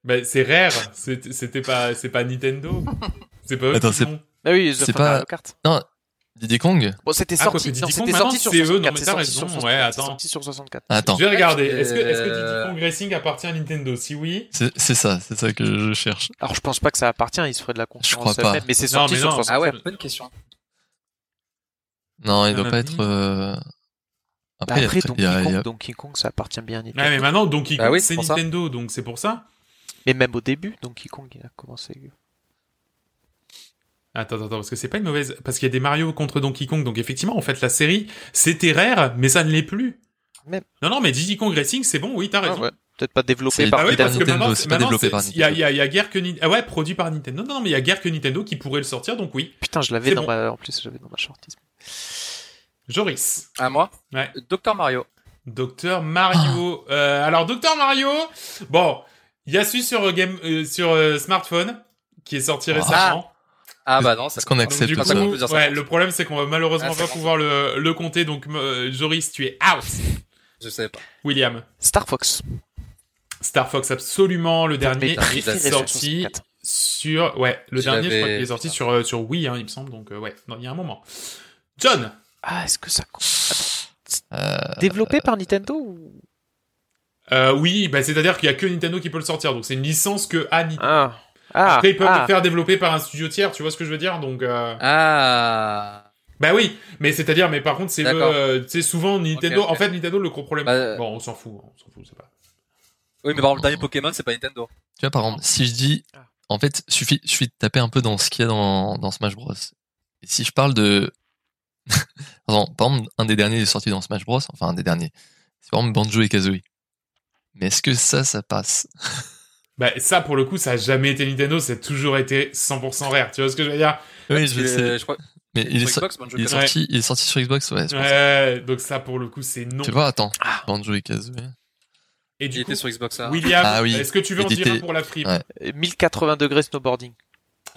Speaker 6: Bah, c'est rare. C'est- C'était pas, c'est pas Nintendo. C'est pas eux.
Speaker 8: Attends,
Speaker 6: qui
Speaker 8: c'est-
Speaker 6: l'ont.
Speaker 1: Ah oui, The
Speaker 8: C'est
Speaker 1: Fuck
Speaker 8: pas-
Speaker 1: Mario Kart.
Speaker 8: Diddy Kong
Speaker 1: Bon, c'était
Speaker 6: Ah, quoi,
Speaker 1: sorti,
Speaker 6: que
Speaker 1: non,
Speaker 6: Diddy
Speaker 1: c'était
Speaker 6: Kong,
Speaker 1: sorti
Speaker 6: maintenant,
Speaker 1: sur
Speaker 6: c'est eux, non,
Speaker 1: 64.
Speaker 6: mais
Speaker 1: c'est
Speaker 6: t'as
Speaker 1: sorti sur
Speaker 6: raison,
Speaker 1: 64,
Speaker 6: ouais,
Speaker 1: c'est
Speaker 6: attends.
Speaker 1: sorti sur 64.
Speaker 8: Ah, Attends,
Speaker 6: Je vais regarder.
Speaker 7: Euh,
Speaker 6: Est-ce que, est-ce que Diddy Kong Racing appartient à Nintendo Si oui.
Speaker 8: c'est c'est ça, c'est ça que je cherche.
Speaker 1: Alors, je pense pas que ça appartient, il se ferait de la concurrence
Speaker 8: crois pas.
Speaker 1: même, mais c'est
Speaker 6: Non,
Speaker 1: sorti
Speaker 6: mais
Speaker 1: sur
Speaker 6: non.
Speaker 1: 64.
Speaker 7: Ah ouais, bonne question.
Speaker 8: Non, il doit
Speaker 6: Ah, oui.
Speaker 8: pas être... euh,
Speaker 1: Bah,
Speaker 8: il y a- il
Speaker 1: Après,
Speaker 8: y a-
Speaker 1: Donkey
Speaker 8: il y a-
Speaker 1: Kong, Donkey Kong, ça appartient bien à Nintendo.
Speaker 6: Ouais, mais maintenant, donc
Speaker 7: Bah oui, c'est
Speaker 6: c'est
Speaker 7: pour ça.
Speaker 6: Nintendo, donc c'est pour ça.
Speaker 1: Mais même au début, Donkey Kong, il a commencé.
Speaker 6: Attends, attends, parce que c'est pas une mauvaise. Parce qu'il y a des Mario contre Donkey Kong, donc effectivement, en fait, la série, c'était rare, mais ça ne l'est plus.
Speaker 1: Même.
Speaker 6: Non, non, mais Diddy Kong Racing, c'est bon, oui, t'as raison.
Speaker 1: Ah ouais, Peut-être pas développé
Speaker 8: C'est-
Speaker 1: par
Speaker 6: Ah oui,
Speaker 8: Par
Speaker 6: parce que
Speaker 8: Nintendo,
Speaker 6: maintenant,
Speaker 8: c'est pas
Speaker 6: maintenant,
Speaker 8: développé par
Speaker 6: Il y a, il y a- il y a guère que Nintendo. Ah ouais, produit par Nintendo. Non, non, mais il y a guère que Nintendo qui pourrait le sortir, donc oui.
Speaker 1: Putain, je l'avais
Speaker 6: C'est
Speaker 1: dans
Speaker 6: bon.
Speaker 1: ma. En plus, j'avais dans ma shortlist.
Speaker 6: Joris.
Speaker 7: À moi
Speaker 6: Ouais.
Speaker 7: Docteur Mario.
Speaker 6: Docteur
Speaker 10: Ah.
Speaker 6: Mario. Euh, alors, Docteur Mario, bon, il y a su sur, euh, game, euh, sur euh, smartphone, qui est sorti récemment.
Speaker 10: Ah bah non, ça
Speaker 8: Est-ce qu'on
Speaker 10: compte.
Speaker 8: accepte
Speaker 6: du
Speaker 10: pas
Speaker 8: ça
Speaker 10: qu'on
Speaker 6: coup,
Speaker 10: peut dire ça.
Speaker 6: ouais, le problème, c'est qu'on va malheureusement
Speaker 10: Ah, c'est
Speaker 6: pas
Speaker 10: bon.
Speaker 6: pouvoir le, le compter. Donc, euh, Joris, tu es out.
Speaker 10: Je savais pas.
Speaker 6: William.
Speaker 1: Star Fox.
Speaker 6: Star Fox, absolument. Le dernier
Speaker 10: pétards,
Speaker 6: est
Speaker 10: il a
Speaker 6: sorti sur... Ouais, le
Speaker 10: Je
Speaker 6: dernier, je crois
Speaker 10: l'avais-
Speaker 6: qu'il est sorti sur, euh, sur Wii, hein, il me semble. Donc, euh, ouais, non, il y a un moment. John
Speaker 1: Ah, est-ce que ça compte
Speaker 8: Euh,
Speaker 1: Développé par Nintendo ou...
Speaker 6: Euh, oui, bah, c'est-à-dire qu'il y a que Nintendo qui peut le sortir, donc c'est une licence que à Nintendo.
Speaker 1: Ah. Ah,
Speaker 6: Après, ils peuvent
Speaker 1: ah.
Speaker 6: le faire développer par un studio tiers, tu vois ce que je veux dire Donc, euh,
Speaker 10: Ah.
Speaker 6: bah oui, mais c'est-à-dire, mais par contre, c'est le,
Speaker 10: D'accord.
Speaker 6: euh, tu sais, souvent Nintendo.
Speaker 10: Ok, ok.
Speaker 6: En fait, Nintendo le gros problème.
Speaker 10: Bah,
Speaker 6: Bon, on s'en fout, on s'en fout, c'est pas.
Speaker 10: Oui, mais par exemple, le dernier Pokémon, c'est pas Nintendo.
Speaker 8: Tu vois, par exemple, si je dis,
Speaker 10: Ah.
Speaker 8: en fait, suffit, suffit de taper un peu dans ce qu'il y a dans, dans Smash Bros. Et si je parle de, [laughs] Pardon, par exemple, un des derniers sortis dans Smash Bros, enfin un des derniers, c'est par exemple Banjo et Kazooie. Mais est-ce que ça, ça passe
Speaker 6: Bah ça, pour le coup, ça a jamais été Nintendo, ça a toujours été 100% rare. Tu vois ce que je veux dire
Speaker 8: Oui,
Speaker 10: Parce que,
Speaker 8: je sais.
Speaker 10: je crois.
Speaker 8: Mais il est,
Speaker 10: sur
Speaker 8: so-
Speaker 10: Xbox, Banjo
Speaker 8: il est
Speaker 10: Kazooie.
Speaker 8: sorti, il est sorti sur Xbox, ouais. c'est pour ça.
Speaker 6: Ouais, Euh, donc ça, pour le coup, c'est non.
Speaker 8: Tu vois, attends,
Speaker 10: Ah.
Speaker 8: Banjo et Kazooie. hein.
Speaker 6: Et
Speaker 10: Il
Speaker 6: du coup,
Speaker 10: était sur Xbox. hein.
Speaker 6: William,
Speaker 8: Ah oui.
Speaker 6: est-ce que tu veux en
Speaker 8: Édité.
Speaker 6: dire un pour la frime
Speaker 8: Ouais.
Speaker 1: Euh, 1080 degrés snowboarding.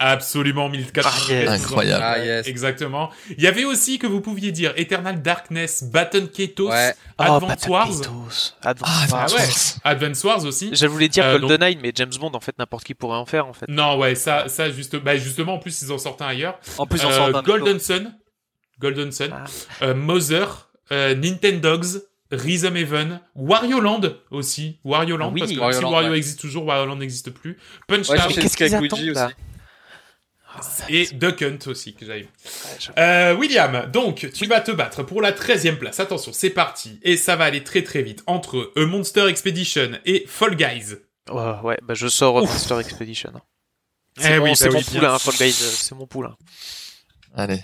Speaker 6: Absolument, 1400.
Speaker 1: Ah, yes.
Speaker 8: Incroyable.
Speaker 10: Ah, yes.
Speaker 6: Exactement. Il y avait aussi que vous pouviez dire Eternal Darkness, Batten Ketos,
Speaker 10: Ouais.
Speaker 8: Oh,
Speaker 6: Ah, Advance
Speaker 1: Battle
Speaker 6: Wars.
Speaker 1: Beatles. Advance
Speaker 8: Ah,
Speaker 1: Wars.
Speaker 6: Ah ouais. Advance Wars aussi.
Speaker 1: Je voulais dire
Speaker 6: Euh, donc-
Speaker 1: GoldenEye, mais James Bond, en fait, n'importe qui pourrait en faire, en fait.
Speaker 6: Non, ouais, ça, ça juste, bah, justement, en plus, ils en sortent un ailleurs.
Speaker 10: En plus, on
Speaker 6: Euh,
Speaker 10: sort d'un
Speaker 6: Golden Sun, Golden Sun,
Speaker 1: Ah.
Speaker 6: euh, Mother, euh, Nintendogs, Rhythm Heaven, Wario Land aussi, Wario Land,
Speaker 1: Oui,
Speaker 6: parce que
Speaker 10: Wario
Speaker 6: si
Speaker 10: Land,
Speaker 6: Wario
Speaker 10: Ah ouais.
Speaker 6: existe toujours, Wario Land n'existe plus. Punch
Speaker 10: Ouais,
Speaker 6: Out
Speaker 10: je sais
Speaker 1: qu'est-ce
Speaker 10: ce qu'avec
Speaker 1: qu'ils
Speaker 10: Luigi
Speaker 1: attendent,
Speaker 10: aussi.
Speaker 6: et Duck Hunt aussi, que j'avais
Speaker 1: Ouais, je-
Speaker 6: Euh, William, donc tu vas te battre pour la 13e place. Attention, c'est parti. Et ça va aller très très vite entre A Monster Expedition et Fall Guys.
Speaker 1: Ouais, ouais, bah je sors euh, Monster Expedition. C'est
Speaker 6: Eh
Speaker 1: mon,
Speaker 6: oui,
Speaker 1: c'est
Speaker 6: bah
Speaker 1: mon
Speaker 6: oui, bien
Speaker 1: poulain, hein,
Speaker 6: sûr.
Speaker 1: Fall Guys, euh, c'est mon poulain.
Speaker 8: Allez.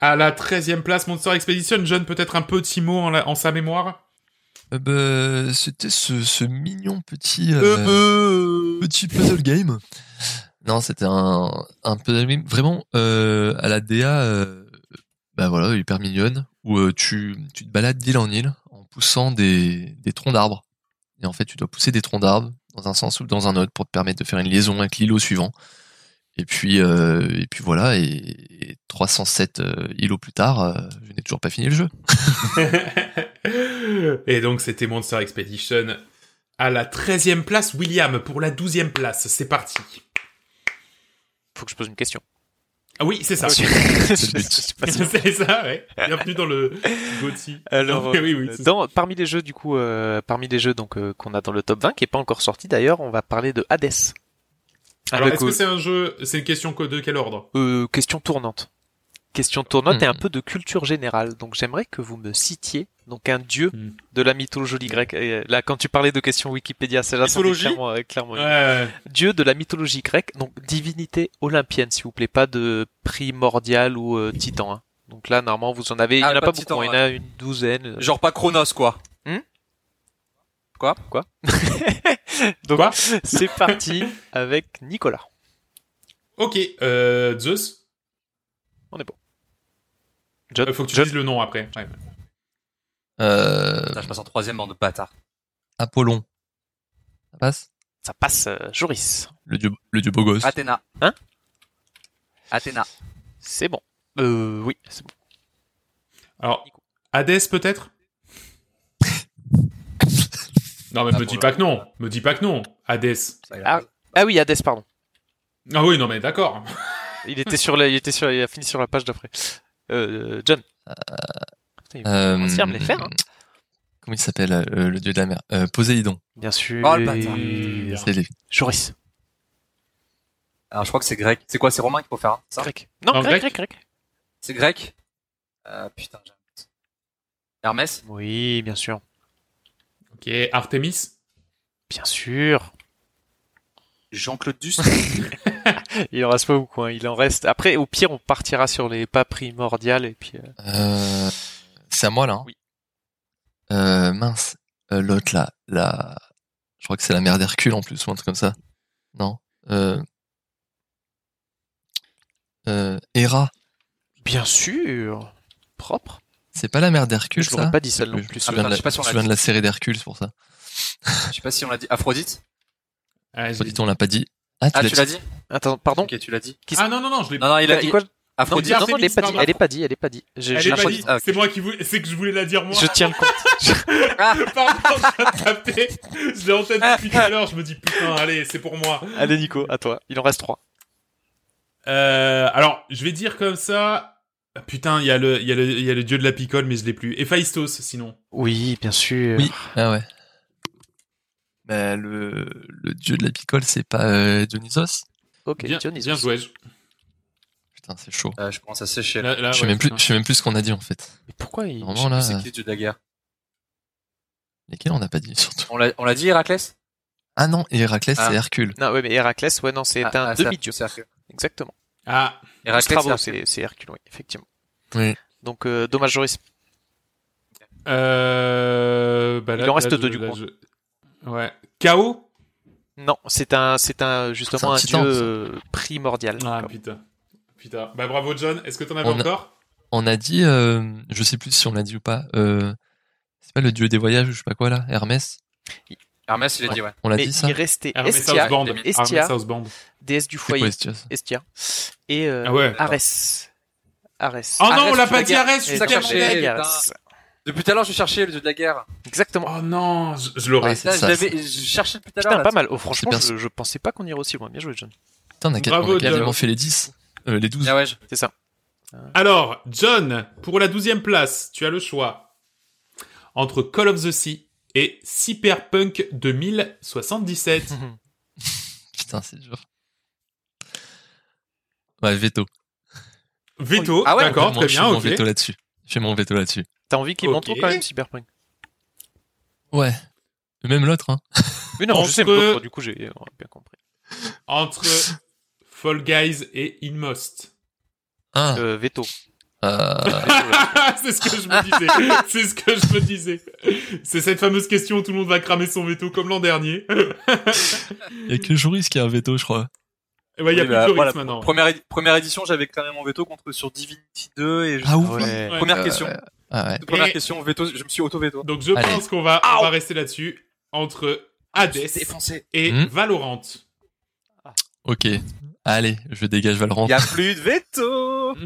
Speaker 6: À la 13e place, Monster Expedition, John, peut-être un petit mot en, la- en sa mémoire
Speaker 8: Euh, bah, c'était ce, ce mignon petit, euh, petit puzzle game. Non, c'était un, un puzzle game vraiment euh, à la DA, euh, bah voilà, hyper mignonne, où euh, tu, tu te balades d'île en île en poussant des, des troncs d'arbres. Et en fait, tu dois pousser des troncs d'arbres dans un sens ou dans un autre pour te permettre de faire une liaison avec l'îlot suivant. Et puis, euh, et puis voilà, et, et 307 euh, îlots plus tard, euh, je n'ai toujours pas fini le jeu.
Speaker 1: euh.
Speaker 6: [laughs] Et donc c'était Monster Expedition. À la 13e place, William, pour la 12e place, c'est parti.
Speaker 1: Faut que je pose une question.
Speaker 6: Ah oui, c'est ça.
Speaker 1: Ah,
Speaker 6: ok.
Speaker 1: c'est
Speaker 8: le but.
Speaker 6: [laughs] c'est ça, ouais. Bienvenue dans
Speaker 1: [laughs]
Speaker 6: le Gauthier.
Speaker 1: Alors,
Speaker 6: Eh oui, oui,
Speaker 1: euh,
Speaker 6: c'est ça.
Speaker 1: dans, parmi les jeux du coup, euh, parmi les jeux donc euh, qu'on a dans le top 20 qui est pas encore sorti d'ailleurs, on va parler de Hades.
Speaker 6: Alors,
Speaker 1: Avec,
Speaker 6: est-ce
Speaker 1: euh,
Speaker 6: que c'est un jeu C'est une question que de quel ordre
Speaker 1: euh, question tournante. Question tournante et un
Speaker 8: Hmm.
Speaker 1: peu de culture générale. Donc j'aimerais que vous me citiez donc un dieu
Speaker 6: Hmm.
Speaker 1: de la mythologie grecque. Et euh, là quand tu parlais de question Wikipédia, c'est là
Speaker 6: Mythologie
Speaker 1: clairement, euh, clairement une-
Speaker 6: Ouais.
Speaker 1: dieu de la mythologie grecque, donc divinité olympienne s'il vous plaît, pas de primordial ou euh, titan. hein. Donc là normalement vous en avez, il y
Speaker 10: Ah,
Speaker 1: en a
Speaker 10: pas
Speaker 1: pas
Speaker 10: de titan,
Speaker 1: beaucoup, hein, il y en a une douzaine.
Speaker 10: Genre pas Chronos, quoi.
Speaker 8: Euh.
Speaker 1: Donc
Speaker 6: Quoi
Speaker 1: c'est parti avec Nicolas.
Speaker 6: Ok, euh, Zeus.
Speaker 1: On est bon. John,
Speaker 6: Euh, faut que tu
Speaker 1: John,
Speaker 6: dises le nom après. Ouais.
Speaker 8: Euh,
Speaker 10: Putain, je passe en troisième bande de bâtard.
Speaker 8: Apollon. Ça passe
Speaker 1: ça passe, euh, Joris.
Speaker 8: le dieu, le dieu beau gosse.
Speaker 10: Athéna.
Speaker 1: Hein
Speaker 10: Athéna.
Speaker 1: C'est bon. Euh, oui, c'est bon.
Speaker 6: Alors, Hadès peut-être Non, mais
Speaker 10: Ah, bon,
Speaker 6: me dis
Speaker 10: là.
Speaker 6: pas que non. Me dis pas que non. Hadès.
Speaker 10: Ça, il
Speaker 1: Ah.
Speaker 10: a-
Speaker 1: Ah oui, Hades, pardon.
Speaker 6: Ah oui, non, mais d'accord.
Speaker 1: Il était sur la, il était sur, il a fini sur la page d'après. Euh, John. Putain, il va
Speaker 8: Euh,
Speaker 1: commencer à me les faire, hein.
Speaker 8: Comment il s'appelle euh, le dieu de la mer Euh, Poséidon.
Speaker 1: Bien sûr.
Speaker 10: Oh, le bâtard.
Speaker 8: C'est lui.
Speaker 1: Joris.
Speaker 10: Alors, je crois que c'est grec. C'est quoi C'est romain qu'il faut faire, hein, ça
Speaker 1: Grec. Non,
Speaker 6: Non,
Speaker 1: grec, grec,
Speaker 6: grec.
Speaker 1: grec.
Speaker 10: C'est grec Euh, Putain, j'ai un doute. Hermès
Speaker 1: Oui, bien sûr.
Speaker 6: Ok, Artemis.
Speaker 1: Bien sûr.
Speaker 10: Jean-Claude Duss
Speaker 1: Il en reste pas beaucoup, hein. Il en reste. Après, au pire, on partira sur les pas primordiales et puis. euh,
Speaker 8: Euh, c'est à moi là. hein.
Speaker 1: Oui.
Speaker 8: Euh, mince. Euh, L'autre là, la... je crois que c'est la mère d'Hercule en plus ou un truc comme ça. Non. Euh... Euh, Hera.
Speaker 1: Bien sûr. Propre.
Speaker 8: C'est pas la mère d'Hercule,
Speaker 1: Je
Speaker 8: ça Ah, ben.
Speaker 1: l'aurais pas dit celle non
Speaker 8: Je
Speaker 1: plus.
Speaker 8: me souviens,
Speaker 10: Attends,
Speaker 8: de,
Speaker 10: je sais pas
Speaker 8: la,
Speaker 10: si
Speaker 8: je
Speaker 10: on l'a
Speaker 8: me souviens de la
Speaker 10: dit.
Speaker 8: série d'Hercule, c'est pour ça.
Speaker 10: Je sais pas si on l'a dit. Aphrodite
Speaker 6: Ah, j'ai-
Speaker 8: Soit dit, on l'a pas dit. Ah, tu
Speaker 10: Ah,
Speaker 8: l'as
Speaker 10: tu l'as
Speaker 8: dit.
Speaker 10: dit
Speaker 1: Attends, pardon.
Speaker 10: Ok, tu l'as dit.
Speaker 6: Ah non, non, non, je l'ai
Speaker 10: Non, non, il a
Speaker 1: dit
Speaker 10: dit
Speaker 1: quoi
Speaker 10: Aphrodite.
Speaker 1: Bah, Non, non, je l'ai pas
Speaker 6: Pardon.
Speaker 1: dit. Elle est pas dit. Elle est pas dit. Je,
Speaker 6: Elle
Speaker 1: je-
Speaker 6: est
Speaker 10: l'ai
Speaker 6: pas
Speaker 10: pas
Speaker 6: dit.
Speaker 10: dit. Ah, ok.
Speaker 6: C'est moi qui voulais, c'est que je voulais la dire moi.
Speaker 1: je tiens le
Speaker 6: [laughs]
Speaker 1: compte.
Speaker 6: Pardon, je tapé. Je l'ai en tête depuis tout à l'heure. Je me dis putain, allez, c'est pour moi.
Speaker 1: Allez, Nico, à toi. Il en reste trois.
Speaker 6: Euh, alors, je vais dire comme ça. Ah, Putain, il y a le, il y a le, il y a le dieu de la picole, mais je l'ai plus. Héphaïstos, sinon.
Speaker 1: Oui, bien sûr.
Speaker 8: Oui. Ah ouais. Bah, le, le dieu de la picole, c'est pas euh, Dionysos
Speaker 1: Ok,
Speaker 6: bien,
Speaker 1: Dionys.
Speaker 6: bien joué.
Speaker 8: Putain, c'est chaud.
Speaker 10: Euh, je commence à sécher. là.
Speaker 6: Là, là,
Speaker 8: je,
Speaker 6: Ah
Speaker 8: sais
Speaker 6: ouais,
Speaker 8: même plus,
Speaker 6: putain.
Speaker 8: je sais même plus ce qu'on a dit en fait.
Speaker 1: Mais pourquoi il.
Speaker 8: Vraiment là,
Speaker 10: C'est qui le dieu de la guerre
Speaker 8: lesquels on n'a pas dit surtout.
Speaker 10: On l'a on l'a dit, Héraclès
Speaker 8: Ah non, Héraclès,
Speaker 10: Ah.
Speaker 8: c'est Hercule.
Speaker 1: Non, ouais, mais Héraclès, ouais, non, c'est
Speaker 10: Ah,
Speaker 1: un
Speaker 10: ah, c'est
Speaker 1: demi-dieu.
Speaker 10: Hercule, c'est Hercule.
Speaker 1: Exactement.
Speaker 6: Ah,
Speaker 10: Héraclès,
Speaker 1: Strabo,
Speaker 10: c'est Hercule.
Speaker 1: c'est c'est Hercule, oui, effectivement.
Speaker 8: Oui.
Speaker 1: Donc, euh, dommage, Joris.
Speaker 6: euh, bah,
Speaker 1: Il
Speaker 6: là-
Speaker 1: en reste
Speaker 6: là,
Speaker 1: deux,
Speaker 6: je-
Speaker 1: du
Speaker 6: là,
Speaker 1: coup. hein.
Speaker 6: je- Ouais. Chaos.
Speaker 1: Non, c'est un, c'est un, justement, un
Speaker 8: C'est un titan,
Speaker 1: dieu
Speaker 8: ça.
Speaker 1: euh, primordial.
Speaker 6: Ah
Speaker 1: Comme-
Speaker 6: putain, putain. Bah bravo John. Est-ce que t'en avais
Speaker 8: On a-
Speaker 6: encore
Speaker 8: On a dit, euh, je sais plus si on l'a dit ou pas, euh, c'est pas le dieu des voyages ou je sais pas quoi là, Hermès
Speaker 10: Hermès, il a dit, ouais.
Speaker 8: On l'a
Speaker 1: mais
Speaker 8: dit ça
Speaker 1: il restait
Speaker 6: Hermès
Speaker 1: Estia,
Speaker 6: Houseband.
Speaker 1: Estia.
Speaker 6: Hermès Houseband.
Speaker 1: déesse du
Speaker 8: C'est quoi,
Speaker 1: foyer,
Speaker 8: Estia, ça
Speaker 1: Estia, et euh,
Speaker 6: Ah ouais.
Speaker 1: Arès. Arès.
Speaker 6: Oh non,
Speaker 10: Arès,
Speaker 6: on l'a
Speaker 10: tu
Speaker 6: pas
Speaker 10: la
Speaker 6: dit
Speaker 10: gardes.
Speaker 6: Arès.
Speaker 10: C'est
Speaker 6: je suis
Speaker 10: ça que je
Speaker 6: tellement
Speaker 10: cherchais.
Speaker 6: deg.
Speaker 1: Arès.
Speaker 10: Depuis tout à l'heure, je cherchais le dieu de la guerre.
Speaker 1: Exactement.
Speaker 6: Oh non, je, je l'aurais.
Speaker 8: Ah, c'est
Speaker 10: Là, je
Speaker 8: ça.
Speaker 10: l'avais- je cherchais depuis tout à l'heure. là,
Speaker 1: Putain, pas mal. Oh, franchement,
Speaker 8: bien
Speaker 1: je, je pensais pas qu'on irait aussi loin. Bien joué,
Speaker 6: [laughs]
Speaker 1: John.
Speaker 8: Putain, on a,
Speaker 6: Bravo,
Speaker 8: on a quasiment
Speaker 6: Dieu.
Speaker 8: fait les 10, euh, les 12.
Speaker 10: Ah ouais, je-
Speaker 6: Alors, John, pour la douzième place, tu as le choix entre Call of the Sea et Cyberpunk 2077.
Speaker 8: Putain, c'est dur. Ouais, veto.
Speaker 6: Veto,
Speaker 10: Ah ouais,
Speaker 6: d'accord,
Speaker 8: Vraiment,
Speaker 6: très
Speaker 8: je
Speaker 6: bien,
Speaker 8: fais mon
Speaker 6: ok.
Speaker 8: veto là-dessus. Je fais mon veto là-dessus.
Speaker 1: T'as envie qu'il
Speaker 6: Ok.
Speaker 1: m'entoure quand même, Cyberpunk
Speaker 8: Ouais. Même l'autre, hein.
Speaker 1: Mais non,
Speaker 6: Entre-
Speaker 1: je sais, mais l'autre, du coup, j'ai on a bien compris.
Speaker 6: Entre Fall Guys et Inmost.
Speaker 8: Hein.
Speaker 1: Euh, veto.
Speaker 8: Euh,
Speaker 6: [laughs] c'est ce que je me disais. c'est ce que je me disais. C'est cette fameuse question où tout le monde va cramer son veto comme l'an dernier.
Speaker 8: y a que Joris qui a un veto, je crois.
Speaker 6: Et ouais, il y a
Speaker 7: Oui,
Speaker 6: plus
Speaker 7: bah,
Speaker 6: de risque
Speaker 7: voilà,
Speaker 6: maintenant.
Speaker 7: Première, édi- première édition, j'avais quand même mon veto contre sur Divinity 2 et je-
Speaker 8: Ah oui.
Speaker 1: Ouais.
Speaker 6: Ouais.
Speaker 7: première
Speaker 8: Euh,
Speaker 7: question.
Speaker 8: Ah ouais.
Speaker 7: Toute Première
Speaker 6: Et-
Speaker 7: question, veto, je me suis auto-veto.
Speaker 6: Donc je
Speaker 8: Allez.
Speaker 6: pense qu'on va, on va rester là-dessus. Entre Hades
Speaker 10: défoncé.
Speaker 6: et
Speaker 8: Hmm.
Speaker 6: Valorant.
Speaker 8: Ok. Allez, je dégage Valorant.
Speaker 7: Il y a plus de veto.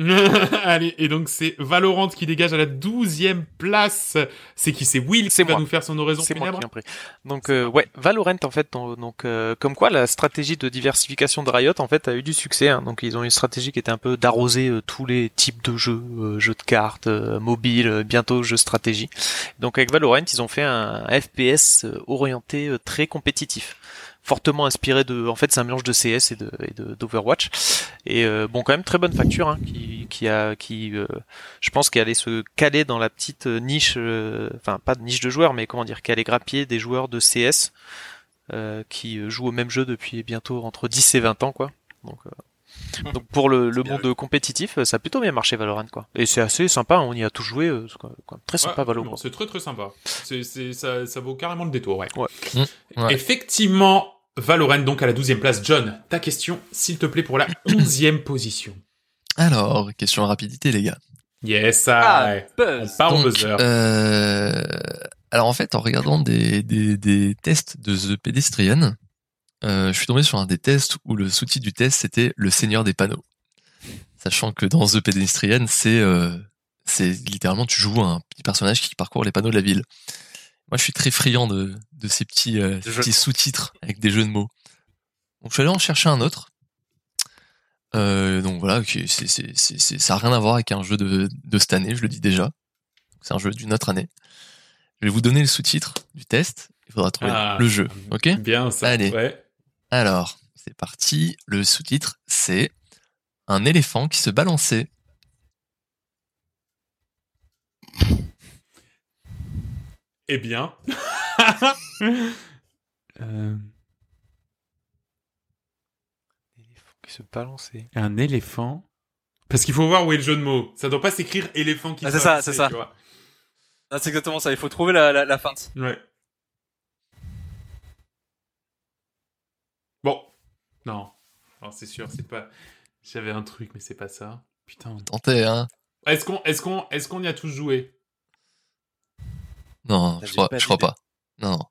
Speaker 6: [laughs] Allez, et donc c'est Valorant qui dégage à la 12e place. C'est qui C'est Will qui
Speaker 1: C'est
Speaker 6: va
Speaker 1: moi.
Speaker 6: nous faire son oraison
Speaker 1: C'est moi qui
Speaker 6: funèbre
Speaker 1: ai compris. Donc euh, ouais, Valorant en fait, donc, donc, euh, comme quoi la stratégie de diversification de Riot en fait a eu du succès. hein. Donc ils ont une stratégie qui était un peu d'arroser euh, tous les types de jeux, euh, jeux de cartes, euh, mobile, euh, bientôt jeux stratégie. Donc avec Valorant, ils ont fait un FPS euh, orienté euh, très compétitif, fortement inspiré de, en fait c'est un mélange de CS et de et de- d'Overwatch. Et euh, bon quand même très bonne facture hein, qui qui a qui euh, je pense qu'elle allait se caler dans la petite euh, niche, euh, enfin pas de niche de joueurs, mais comment dire, qu'elle allait grappiller des joueurs de CS euh, qui euh, jouent au même jeu depuis bientôt entre 10 et 20 ans, quoi. Donc, euh, donc pour
Speaker 7: [laughs]
Speaker 1: le, le
Speaker 7: bien
Speaker 1: monde compétitif, euh, ça a plutôt bien marché Valorant, quoi. Et c'est assez sympa, on y a tous joué, euh, c'est quoi- quoi. très
Speaker 6: Ouais,
Speaker 1: sympa Valorant.
Speaker 6: non, C'est très très sympa. C'est, c'est- ça, ça vaut carrément le détour, ouais.
Speaker 1: Ouais.
Speaker 8: Mmh, ouais.
Speaker 6: Effectivement, Valorant donc à la 12e place. John, ta question, s'il te plaît, pour
Speaker 8: [clears throat]
Speaker 6: la 11e position.
Speaker 8: Alors, question à rapidité, les gars.
Speaker 6: Yes,
Speaker 10: Ah,
Speaker 6: I. On
Speaker 10: buzz.
Speaker 6: part au
Speaker 8: Donc,
Speaker 6: buzzer.
Speaker 8: euh, alors en fait, en regardant des, des, des tests de The Pedestrian, euh, je suis tombé sur un des tests où le sous-titre du test c'était Le Seigneur des panneaux. Sachant que dans The Pedestrian, c'est euh, c'est littéralement tu joues un petit personnage qui parcourt les panneaux de la ville. Moi, je suis très friand de, de ces petits, euh, ces
Speaker 7: jeux de
Speaker 8: petits sous-titres avec des jeux de mots. Donc, je suis allé en chercher un autre. Euh, donc voilà, ok, c'est- c'est- c'est- c'est- ça n'a rien à voir avec un jeu de, de cette année, je le dis déjà. C'est un jeu d'une autre année. Je vais vous donner le sous-titre du test. Il faudra trouver
Speaker 6: Ah.
Speaker 8: le jeu. Ok
Speaker 6: Bien, ça.
Speaker 8: euh, Allez.
Speaker 6: Ouais.
Speaker 8: Alors, c'est parti. Le sous-titre, c'est Un éléphant qui se balançait.
Speaker 6: Eh
Speaker 8: [laughs]
Speaker 6: bien. Euh,
Speaker 1: Qui se balançait.
Speaker 6: un éléphant. Parce qu'il faut voir où est le jeu de mots. Ça doit pas s'écrire éléphant qui
Speaker 7: Ah,
Speaker 6: se
Speaker 7: c'est ça,
Speaker 6: passe,
Speaker 7: c'est ça.
Speaker 6: tu vois.
Speaker 7: Ah, C'est exactement ça. Il faut trouver la, la, la feinte.
Speaker 6: Ouais. Bon. Non. Non, c'est sûr, c'est pas. J'avais un truc, mais c'est pas ça. Putain.
Speaker 8: Tentez, hein
Speaker 6: Est-ce qu'on est-ce qu'on est-ce qu'on y a tous joué
Speaker 8: Non,
Speaker 7: T'as
Speaker 8: je crois,
Speaker 7: pas
Speaker 8: je crois
Speaker 7: d'idée.
Speaker 8: pas. Non, non.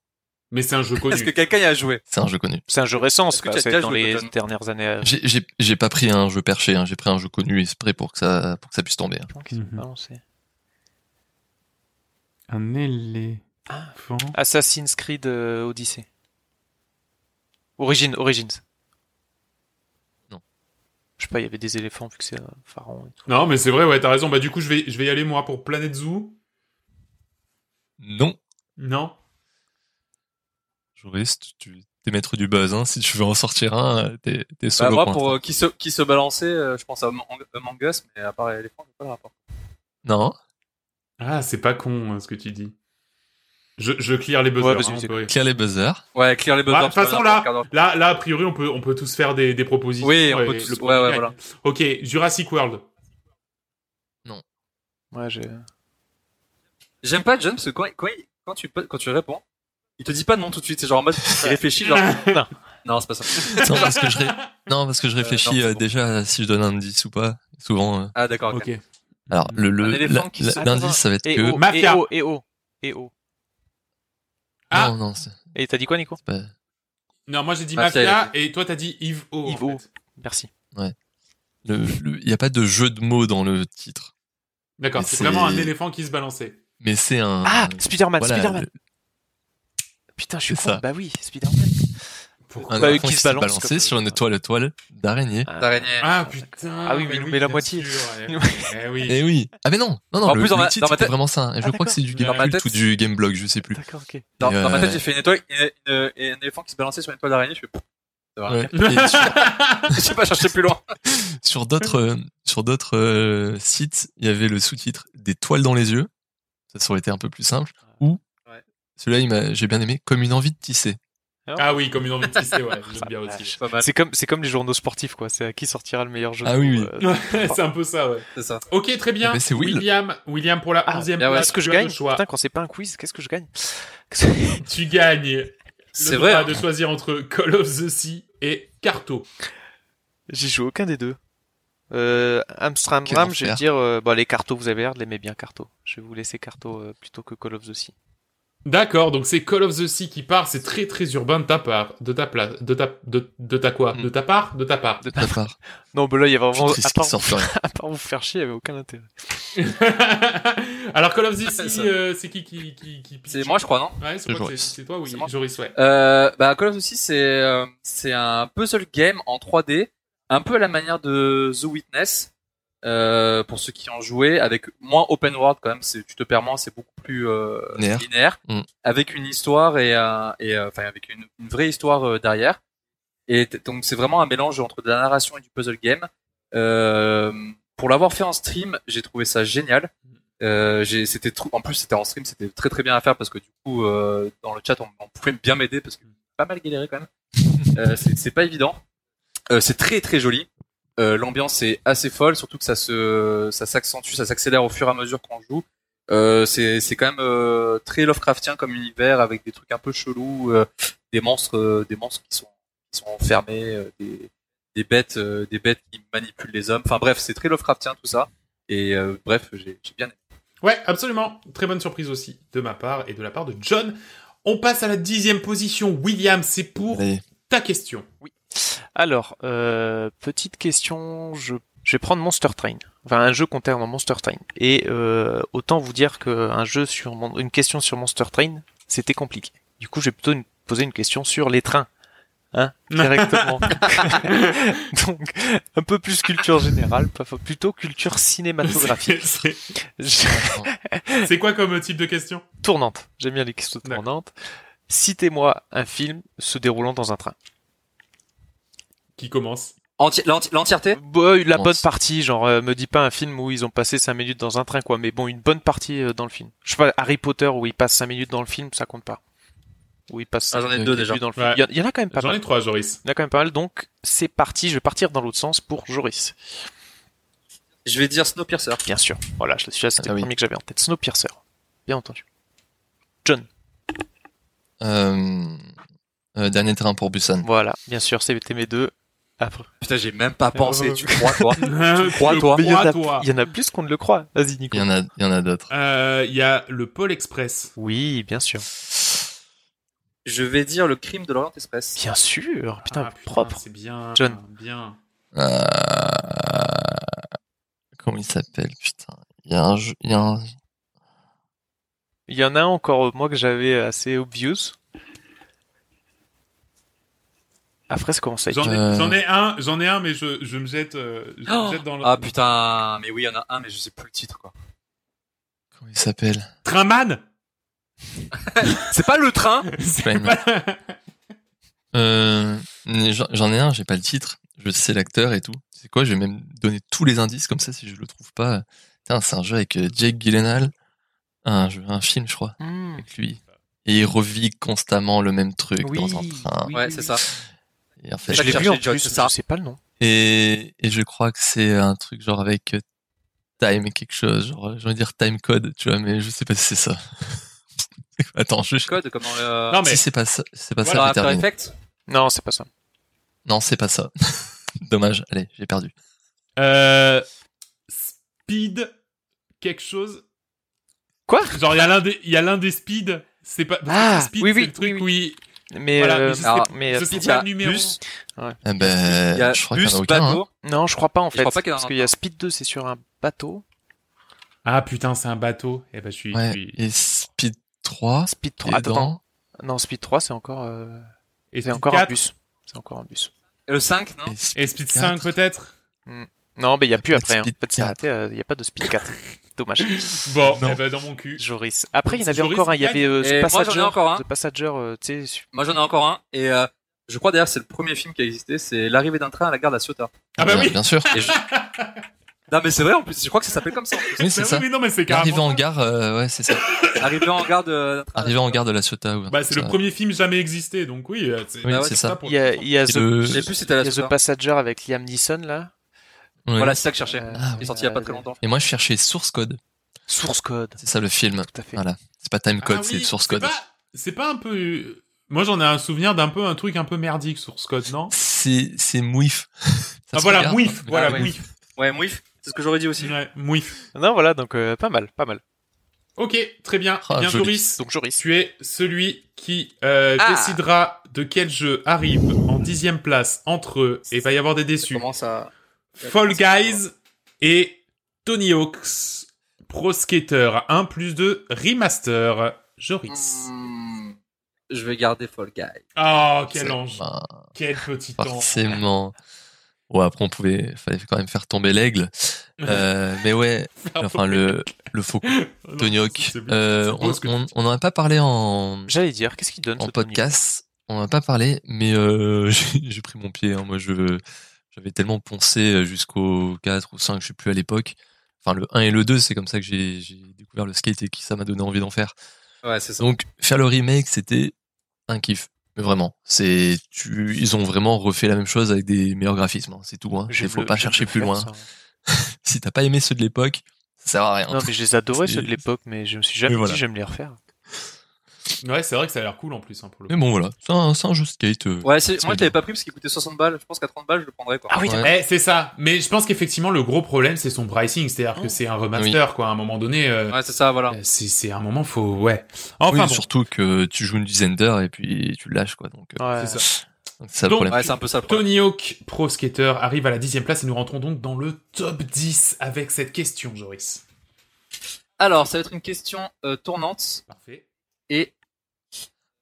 Speaker 6: Mais c'est un jeu connu.
Speaker 7: Est-ce que quelqu'un y a joué
Speaker 8: c'est un jeu connu.
Speaker 1: C'est un jeu récent,
Speaker 7: Est-ce
Speaker 1: c'est
Speaker 7: que
Speaker 1: pas-
Speaker 7: t'as
Speaker 1: c'est
Speaker 7: déjà
Speaker 1: dans
Speaker 7: joué
Speaker 1: les
Speaker 7: Cotton
Speaker 1: dernières années. euh,
Speaker 8: J'ai- J'ai j'ai pas pris un jeu perché, hein, j'ai pris un jeu connu exprès pour que ça, pour que ça puisse tomber. hein.
Speaker 1: qui sont
Speaker 6: Mhm.
Speaker 1: balancées.
Speaker 6: Un éléphant.
Speaker 1: Assassin's Creed euh, Odyssey. Origin, Origins.
Speaker 8: Non.
Speaker 1: Je sais pas, il y avait des éléphants vu que c'est un pharaon et tout.
Speaker 6: Non, mais c'est vrai, ouais, t'as raison. Bah, du coup, je vais, je vais y aller, moi, pour Planet Zoo.
Speaker 8: Non.
Speaker 6: Non.
Speaker 8: Juriste, tu t'es maître du buzz, hein. Si tu veux en sortir un, euh, t'es t'es
Speaker 7: Bah,
Speaker 8: solo.
Speaker 7: moi,
Speaker 8: pour
Speaker 7: pour
Speaker 8: l'instant.
Speaker 7: euh, qui, se, qui se balançait, euh, je pense à Among Among Us, mais à part l'éléphant, j'ai pas le rapport.
Speaker 8: Non.
Speaker 6: Ah, c'est pas con, hein, ce que tu dis. Je, je clear les buzzers.
Speaker 1: Ouais, vas-y,
Speaker 6: hein,
Speaker 1: vas-y.
Speaker 6: on peut-
Speaker 8: Clear les buzzers.
Speaker 7: Ouais, clear les buzzers.
Speaker 6: Ah, de toute
Speaker 7: c'est pas
Speaker 6: façon,
Speaker 7: grave,
Speaker 6: là-
Speaker 7: on regarde-
Speaker 6: Là, là, a priori, on peut, on peut tous faire des, des propositions.
Speaker 7: Oui, on peut
Speaker 6: et
Speaker 7: tous-
Speaker 6: le
Speaker 7: ouais,
Speaker 6: premier
Speaker 7: ouais,
Speaker 6: gagne.
Speaker 7: voilà.
Speaker 6: Ok, Jurassic World.
Speaker 1: Ouais, j'ai.
Speaker 7: J'aime pas John, parce que quand, quand, il- quand, tu, peux- quand tu réponds, il te dit pas non tout de suite. C'est genre en mode, il réfléchit, genre.
Speaker 6: [laughs]
Speaker 1: Non.
Speaker 7: [laughs] non, c'est pas ça.
Speaker 8: Non parce que je, ré- non, parce que je
Speaker 7: non,
Speaker 8: réfléchis
Speaker 7: c'est
Speaker 8: euh,
Speaker 7: bon.
Speaker 8: déjà à si je donne un indice ou pas. Souvent. euh,
Speaker 7: Ah, d'accord, ok.
Speaker 6: Ok.
Speaker 8: Alors le
Speaker 7: Un
Speaker 8: le
Speaker 7: éléphant
Speaker 8: la-
Speaker 7: qui
Speaker 8: la-
Speaker 7: saute.
Speaker 8: l'indice ça va être
Speaker 1: Et
Speaker 8: que
Speaker 1: oh,
Speaker 6: Mafia.
Speaker 1: Et oh, et oh, et oh.
Speaker 6: Ah.
Speaker 8: non non c'est
Speaker 1: Et t'as dit quoi, Nico
Speaker 8: c'est pas
Speaker 6: Non, moi, j'ai dit
Speaker 7: Mafia,
Speaker 6: Mafia, et toi, t'as dit Yves O. en
Speaker 1: Yves O.
Speaker 6: fait.
Speaker 1: Merci.
Speaker 8: le le- il y a pas de jeu de mots dans le titre.
Speaker 6: D'accord,
Speaker 8: Mais
Speaker 6: c'est
Speaker 8: c'est-
Speaker 6: vraiment un éléphant qui se balançait.
Speaker 8: Mais c'est un
Speaker 1: Ah, Spider-Man,
Speaker 8: Euh, voilà,
Speaker 1: Spider-Man.
Speaker 8: le-
Speaker 1: Putain, je suis
Speaker 8: c'est
Speaker 1: con.
Speaker 8: ça.
Speaker 1: Bah oui, Spider-Man.
Speaker 8: un
Speaker 1: Bah,
Speaker 8: enfant
Speaker 1: qui
Speaker 8: qui
Speaker 1: se
Speaker 8: se
Speaker 1: balance
Speaker 8: balançait
Speaker 1: comme-
Speaker 8: sur une toile toile d'araignée.
Speaker 7: D'araignée.
Speaker 6: Ah, putain.
Speaker 1: Ah oui, mais il nous met la
Speaker 6: bien
Speaker 1: moitié.
Speaker 6: sûr, ouais.
Speaker 1: [laughs] Il nous
Speaker 6: Eh oui.
Speaker 8: Eh oui. Ah mais non, non non.
Speaker 7: En
Speaker 8: le,
Speaker 7: plus, dans
Speaker 8: le
Speaker 7: ma-
Speaker 8: titre
Speaker 7: dans ma
Speaker 8: c'était
Speaker 7: tête-
Speaker 8: vraiment ça. hein. Et je
Speaker 1: Ah,
Speaker 8: crois que c'est du
Speaker 6: d'accord.
Speaker 7: Dans
Speaker 8: game
Speaker 7: ma
Speaker 8: Cult
Speaker 7: tête-
Speaker 8: ou du game blog, je sais plus.
Speaker 1: D'accord,
Speaker 8: [laughs]
Speaker 1: ok.
Speaker 7: Dans,
Speaker 8: Et,
Speaker 7: dans ma
Speaker 8: euh,
Speaker 7: tête, j'ai fait une étoile et, une- et un éléphant qui se balançait sur une toile d'araignée. Je fais, pff, ça va.
Speaker 8: Ouais. Et sur-
Speaker 7: Je sais pas chercher plus loin.
Speaker 8: sur d'autres euh, sur d'autres euh, sites, il y avait le sous-titre des toiles dans les yeux. Ça, ça aurait été un peu plus simple. Ou
Speaker 7: Ouais.
Speaker 8: celui-là, il m'a- j'ai bien aimé, comme une envie de tisser.
Speaker 6: Ah oui, comme une envie de tisser, ouais, j'aime bien aussi.
Speaker 7: C'est pas mal,
Speaker 1: C'est comme, c'est comme les journaux sportifs, quoi. C'est à qui sortira le meilleur jeu.
Speaker 8: Ah
Speaker 1: de
Speaker 8: oui,
Speaker 1: mots,
Speaker 8: oui.
Speaker 1: euh,
Speaker 6: [laughs] c'est un peu ça, ouais.
Speaker 7: c'est ça.
Speaker 6: Ok, très bien.
Speaker 8: Eh ben, c'est Will.
Speaker 6: William, William pour la
Speaker 1: Ah,
Speaker 6: 11e
Speaker 7: bien ouais.
Speaker 6: place.
Speaker 1: Qu'est-ce que je
Speaker 6: tu as le
Speaker 1: gagne
Speaker 6: choix.
Speaker 1: Putain, quand c'est pas un quiz, qu'est-ce que je gagne
Speaker 6: Tu gagnes
Speaker 7: C'est
Speaker 6: le
Speaker 7: vrai,
Speaker 6: droit
Speaker 7: hein.
Speaker 6: de choisir entre Call of the Sea et Carto.
Speaker 1: J'ai joué aucun des deux. Euh,
Speaker 8: Quel
Speaker 1: Amsterdam, je vais
Speaker 8: enfer.
Speaker 1: dire, euh, bah, les cartos, vous avez l'air de l'aimer bien, carto. Je vais vous laisser carto euh, plutôt que Call of the Sea.
Speaker 6: D'accord, donc c'est Call of the Sea qui part, c'est très très urbain de ta part, de ta place, de ta, de, de ta quoi,
Speaker 8: Mm.
Speaker 6: de ta part, de ta part.
Speaker 8: De ta part.
Speaker 7: [laughs]
Speaker 1: Non, bah là, il y a
Speaker 8: Je suis
Speaker 1: vraiment, à
Speaker 8: triste qu'il
Speaker 1: part,
Speaker 8: sorte rien.
Speaker 1: à part vous faire chier, il y avait aucun intérêt.
Speaker 6: [laughs] Alors Call of the
Speaker 7: Ah, C'est ça.
Speaker 6: Sea, euh, c'est qui qui qui, qui
Speaker 7: C'est moi, je crois, non
Speaker 6: Ouais, c'est quoi,
Speaker 8: Joris.
Speaker 6: c'est- c'est toi, oui,
Speaker 7: C'est moi.
Speaker 6: Joris, ouais.
Speaker 7: euh, bah, Call of Duty, c'est euh, c'est un puzzle game en 3D, un peu à la manière de The Witness, euh, pour ceux qui ont joué, avec moins open world quand même. C'est tu te perds moins, c'est beaucoup plus euh,
Speaker 8: Linéaire. Mm.
Speaker 7: avec une histoire et, un- et euh, enfin avec une, une vraie histoire euh, derrière. Et t- donc c'est vraiment un mélange entre de la narration et du puzzle game. Euh, pour l'avoir fait en stream, j'ai trouvé ça génial. Euh, j'ai- c'était trop- en plus c'était en stream, c'était très très bien à faire parce que du coup euh, dans le chat on, on pouvait bien m'aider parce que j'ai pas mal galéré quand même. Euh, c'est c'est pas évident. Euh, c'est très très joli. Euh, L'ambiance est assez folle, surtout que ça se ça s'accentue, ça s'accélère au fur et à mesure qu'on joue. Euh, c'est c'est quand même euh, très Lovecraftien comme univers avec des trucs un peu chelous, euh, des monstres euh, des monstres qui sont qui sont enfermés, euh, des des bêtes euh, des bêtes qui manipulent les hommes. Enfin bref, c'est très Lovecraftien tout ça. Et euh, bref, j'ai j'ai bien aimé.
Speaker 6: Ouais, absolument. Très bonne surprise aussi de ma part et de la part de John. On passe à la dixième position. William, c'est pour
Speaker 8: Allez.
Speaker 6: ta question.
Speaker 1: Alors, euh, petite question, je, je vais prendre Monster Train. Enfin, un jeu concernant Monster Train. Et euh, autant vous dire qu'un jeu sur mon- une question sur Monster Train, c'était compliqué. Du coup, je vais plutôt une- poser une question sur les trains. Hein, directement. [laughs] Donc, un peu plus culture générale, pas- plutôt
Speaker 6: [laughs]
Speaker 1: culture cinématographique.
Speaker 6: C'est- c'est-
Speaker 1: Je-
Speaker 7: [laughs]
Speaker 6: C'est quoi comme type de question
Speaker 1: tournante. J'aime bien les questions
Speaker 6: D'accord.
Speaker 1: tournantes. Citez-moi un film se déroulant dans un train.
Speaker 6: Qui commence
Speaker 7: Enti- l'enti- L'entièreté
Speaker 1: Bah, la bonne
Speaker 8: Pense.
Speaker 1: partie, genre, euh, me dis pas un film où ils ont passé 5 minutes dans un train, quoi, mais bon, une bonne partie euh, dans le film. Je sais pas, Harry Potter où ils passent 5 minutes dans le film, ça compte pas. Où ils passent
Speaker 7: Ah,
Speaker 1: cinq
Speaker 7: j'en ai
Speaker 1: minutes
Speaker 7: deux
Speaker 1: au début
Speaker 7: déjà.
Speaker 1: dans le film.
Speaker 6: Ouais.
Speaker 1: Il y en- il y, en a quand même pas
Speaker 6: J'en ai
Speaker 1: mal.
Speaker 6: trois, Joris.
Speaker 1: [laughs] Il y en a quand même pas mal, donc c'est parti, je vais partir dans l'autre sens pour Joris.
Speaker 7: Je vais dire Snowpiercer.
Speaker 1: Bien sûr, voilà, je suis là, c'était
Speaker 8: Ah
Speaker 1: le
Speaker 8: oui.
Speaker 1: premier que j'avais en tête. Snowpiercer, bien entendu.
Speaker 8: Euh, euh, dernier terrain pour Busan.
Speaker 1: Voilà, bien sûr, c'était mes deux. Après.
Speaker 11: Putain, j'ai même pas pensé.
Speaker 1: Euh,
Speaker 11: Tu crois,
Speaker 7: [laughs]
Speaker 11: toi Tu crois,
Speaker 6: Je
Speaker 11: toi
Speaker 1: Mais il y, en a,
Speaker 6: Crois-toi.
Speaker 1: il y en a plus qu'on ne le croit. Vas-y, Nico.
Speaker 8: Il y en a, il y en a d'autres.
Speaker 6: Euh, Il y a le Pôle Express.
Speaker 1: Oui, bien sûr.
Speaker 7: Je vais dire le crime de l'Orient Express.
Speaker 1: Bien sûr. Putain,
Speaker 6: Ah,
Speaker 1: propre.
Speaker 6: C'est bien.
Speaker 1: John.
Speaker 6: Bien.
Speaker 8: Euh, Comment il s'appelle, putain Il y a un jeu, il y a un...
Speaker 1: Il y en a un encore, euh, moi, que j'avais assez obvious. Après, ça commence à être
Speaker 6: J'en ai,
Speaker 8: Euh.
Speaker 6: j'en ai un, j'en ai un, mais je, je me jette, euh, je
Speaker 7: Oh.
Speaker 6: me jette dans le.
Speaker 11: Ah putain, mais oui, il y en a un, mais je sais plus le titre, quoi.
Speaker 8: Comment il
Speaker 1: [laughs]
Speaker 8: s'appelle
Speaker 6: Trainman
Speaker 11: C'est pas le train
Speaker 8: C'est pas une-
Speaker 1: [laughs]
Speaker 8: Euh, mais J'en j'en ai un, j'ai pas le titre. Je sais l'acteur et tout. C'est quoi Je vais même donner tous les indices comme ça si je le trouve pas. Putain, c'est un jeu avec euh, Jake Gyllenhaal. Un jeu, un film, je crois,
Speaker 1: Hmm.
Speaker 8: avec lui. Et il revit constamment le même truc
Speaker 1: Oui,
Speaker 8: dans un train.
Speaker 7: [laughs]
Speaker 1: oui,
Speaker 7: Ouais,
Speaker 1: oui,
Speaker 7: c'est
Speaker 1: oui.
Speaker 7: ça.
Speaker 8: Et, en fait,
Speaker 1: Je l'ai
Speaker 7: cherché,
Speaker 1: vu en
Speaker 7: John,
Speaker 1: plus,
Speaker 7: c'est ça.
Speaker 1: je sais pas le nom.
Speaker 8: et, et je crois que c'est un truc genre avec euh, time quelque chose. Genre, j'ai envie de dire time code, tu vois, mais je sais pas si c'est ça. [laughs] Attends, je.
Speaker 7: Code, comment euh, le.
Speaker 6: Non mais
Speaker 8: Si c'est pas ça, c'est pas
Speaker 7: Voilà,
Speaker 8: ça, j'ai
Speaker 7: After
Speaker 8: terminé.
Speaker 7: Effects.
Speaker 1: Non, c'est pas ça.
Speaker 8: Non, c'est pas ça. [laughs] Dommage. Allez, j'ai perdu.
Speaker 6: euh, speed quelque chose.
Speaker 1: Quoi
Speaker 6: Genre il y a l'un des, il y a l'un des speed. C'est pas. parce que
Speaker 1: Ah,
Speaker 6: speed,
Speaker 1: oui,
Speaker 6: c'est
Speaker 1: oui,
Speaker 6: le truc
Speaker 1: oui,
Speaker 6: oui.
Speaker 1: Mais,
Speaker 6: Voilà,
Speaker 1: euh,
Speaker 6: mais je sais
Speaker 1: alors,
Speaker 6: pas-
Speaker 1: mais,
Speaker 6: Je
Speaker 1: euh,
Speaker 6: sais
Speaker 11: Speed,
Speaker 6: pas
Speaker 11: y a
Speaker 6: le numéro.
Speaker 11: bus.
Speaker 8: Eh ben,
Speaker 11: Il y a
Speaker 8: je crois qu'il y
Speaker 11: bus,
Speaker 8: en a aucun. hein.
Speaker 11: bateau.
Speaker 1: non, je crois pas en
Speaker 7: Je
Speaker 1: fait.
Speaker 7: crois pas qu'il y en a
Speaker 1: parce
Speaker 7: un
Speaker 1: qu'il y a Speed 2, c'est sur un bateau.
Speaker 6: Ah putain, c'est un bateau. Eh ben je suis. je
Speaker 8: Ouais.
Speaker 6: suis-
Speaker 8: Et Speed 3.
Speaker 1: Speed 3,
Speaker 8: Et
Speaker 1: attends.
Speaker 8: dans...
Speaker 1: Non, Speed 3, c'est encore, euh,
Speaker 6: Et
Speaker 1: c'est
Speaker 6: speed
Speaker 1: encore un
Speaker 6: 4,
Speaker 1: bus. C'est encore un bus.
Speaker 7: Et Le 5, non
Speaker 8: et Speed
Speaker 6: Et speed 5
Speaker 8: 4.
Speaker 6: peut-être.
Speaker 1: Non, mais il n'y a plus
Speaker 8: pas de
Speaker 1: après. hein.
Speaker 8: Speed
Speaker 1: En fait, c'est
Speaker 8: 4.
Speaker 1: raté, euh, il n'y a pas de Speed 4. Dommage.
Speaker 6: Bon,
Speaker 8: Non.
Speaker 6: eh ben dans mon cul.
Speaker 1: Joris. Après, il y en avait
Speaker 6: Joris,
Speaker 1: encore un. Il y
Speaker 6: gagne.
Speaker 1: avait euh,
Speaker 7: Et
Speaker 1: The
Speaker 7: moi, j'en ai
Speaker 1: Passenger.
Speaker 7: encore un.
Speaker 1: The Passenger, euh, tu sais. su-
Speaker 7: Moi j'en ai encore un. Et euh, je crois d'ailleurs que c'est le premier film qui a existé. C'est l'arrivée d'un train à la gare de la Ciotat.
Speaker 6: Ah bah
Speaker 8: bien,
Speaker 6: oui. [laughs]
Speaker 8: Bien sûr.
Speaker 7: Et je- non mais c'est vrai en plus. Je crois que ça s'appelle comme
Speaker 8: [laughs]
Speaker 7: ça. en plus.
Speaker 8: Oui,
Speaker 6: Bah
Speaker 8: c'est
Speaker 6: oui,
Speaker 8: ça.
Speaker 6: mais non mais c'est
Speaker 8: Arrivé
Speaker 6: carrément.
Speaker 8: en gare, euh,
Speaker 6: [laughs]
Speaker 8: ouais, c'est ça.
Speaker 7: Arrivé en gare de.
Speaker 8: Arrivé en gare de la Ciotat. ou un
Speaker 6: Bah
Speaker 8: truc
Speaker 6: c'est le
Speaker 8: comme ça.
Speaker 6: premier film jamais existé, donc oui. euh,
Speaker 8: Oui,
Speaker 7: Bah ouais,
Speaker 8: c'est
Speaker 6: ça
Speaker 8: ça.
Speaker 6: pour-
Speaker 1: Il y a, il y a
Speaker 8: Et
Speaker 1: The,
Speaker 8: le-
Speaker 7: Je sais plus si c'était à
Speaker 1: il y
Speaker 7: la
Speaker 1: a The
Speaker 7: Ciotat.
Speaker 1: Passenger avec Liam Neeson là.
Speaker 8: Ouais.
Speaker 7: Voilà, c'est ça que je cherchais.
Speaker 1: Euh,
Speaker 7: Il est sorti il y a pas très
Speaker 1: euh,
Speaker 7: longtemps.
Speaker 8: Et moi, je cherchais Source Code.
Speaker 1: Source Code.
Speaker 8: C'est ça le film.
Speaker 1: Tout à fait.
Speaker 8: Voilà. C'est pas Time Code,
Speaker 6: Ah
Speaker 8: c'est
Speaker 6: oui,
Speaker 8: Source Code.
Speaker 6: pas- C'est pas un peu. Moi, j'en ai un souvenir d'un peu un truc un peu merdique sur Scott, non
Speaker 8: C'est c'est Mouif. [laughs] Ça
Speaker 6: Ah
Speaker 8: se
Speaker 6: voilà,
Speaker 8: regarde.
Speaker 6: Mouif, voilà,
Speaker 7: ouais.
Speaker 6: Mouif.
Speaker 7: Ouais, Mouif, c'est ce que j'aurais dit aussi.
Speaker 6: Ouais, Mouif.
Speaker 1: Non, voilà, donc euh, pas mal, pas mal.
Speaker 6: Ok, très bien.
Speaker 8: Ah,
Speaker 6: bien,
Speaker 8: joli.
Speaker 6: Joris.
Speaker 1: Donc Joris.
Speaker 6: Tu es celui qui euh,
Speaker 7: Ah.
Speaker 6: décidera de quel jeu arrive en dixième place entre eux, et il va y avoir des
Speaker 7: Tu
Speaker 6: déçus.
Speaker 7: commences à.
Speaker 6: Fall Guys et Tony Hawk's Pro Skater 1 plus 2 Remaster. Joris.
Speaker 7: Hmm, Je vais garder Fall Guy.
Speaker 6: Oh, quel
Speaker 8: C'est- Ah,
Speaker 6: ange.
Speaker 8: bah,
Speaker 6: Quel petit ange.
Speaker 8: Forcément. Ouais, après on pouvait, fallait quand même faire
Speaker 6: [laughs]
Speaker 8: tomber l'aigle. Euh, mais ouais, enfin le le faux
Speaker 6: Oh non,
Speaker 8: Tony Hawk.
Speaker 6: c'est bien,
Speaker 8: Euh,
Speaker 6: c'est beau
Speaker 8: on
Speaker 6: ce que tu
Speaker 8: on on en a pas parlé en
Speaker 1: J'allais dire, qu'est-ce qu'il donne
Speaker 8: en
Speaker 1: ce
Speaker 8: podcast. On en a pas parlé, mais euh, [laughs] j'ai j'ai pris mon pied. hein. Moi, je j'avais tellement poncé jusqu'au 4 ou 5, je sais plus à l'époque. Enfin, le 1 et le 2, c'est comme ça que j'ai j'ai découvert le skate et que ça m'a donné envie d'en faire.
Speaker 7: Ouais, c'est ça.
Speaker 8: Donc faire le remake, c'était un kiff. Mais vraiment, c'est tu, ils ont vraiment refait la même chose avec des meilleurs graphismes. hein, c'est tout. Hein.
Speaker 1: J'aime
Speaker 8: Il faut
Speaker 1: le-
Speaker 8: pas
Speaker 1: j'aime
Speaker 8: chercher
Speaker 1: le
Speaker 8: plus
Speaker 1: faire,
Speaker 8: loin.
Speaker 1: ça.
Speaker 8: Si t'as pas aimé ceux de l'époque, ça sert à rien.
Speaker 1: [laughs] Non, mais je les adorais
Speaker 8: C'est-
Speaker 1: ceux de l'époque, mais je me suis jamais
Speaker 8: Mais voilà.
Speaker 1: dit j'aime les refaire.
Speaker 6: dis. Ouais, c'est vrai que ça a l'air cool en plus hein, pour le
Speaker 8: Mais bon voilà, c'est un, c'est un jeu skate. euh.
Speaker 7: Ouais, c'est... moi je
Speaker 8: bien.
Speaker 7: l'avais pas pris parce qu'il coûtait 60 balles. Je pense qu'à 30 balles je le prendrais quoi.
Speaker 1: Ah oui,
Speaker 8: Ouais.
Speaker 1: d'accord.
Speaker 6: Eh, c'est ça. Mais je pense qu'effectivement, le gros problème, c'est son pricing. C'est-à-dire
Speaker 1: Oh.
Speaker 6: que c'est un remaster, quoi. À un moment donné, euh,
Speaker 7: Ouais, c'est ça, voilà.
Speaker 6: euh, c'est, c'est un moment, faut, ouais.
Speaker 8: Oui,
Speaker 6: Enfin, bon.
Speaker 8: surtout que tu joues une dizaine d'heures et puis tu le lâches quoi. Donc euh,
Speaker 1: Ouais.
Speaker 6: C'est ça.
Speaker 8: donc c'est ça le
Speaker 6: Donc,
Speaker 8: problème.
Speaker 7: Ouais, c'est un peu ça le problème.
Speaker 6: Tony Hawk Pro Skater arrive à la dixième place et nous rentrons donc dans le top 10 avec cette question, Joris.
Speaker 7: Alors, ça va être une question euh, tournante
Speaker 6: Parfait.
Speaker 7: et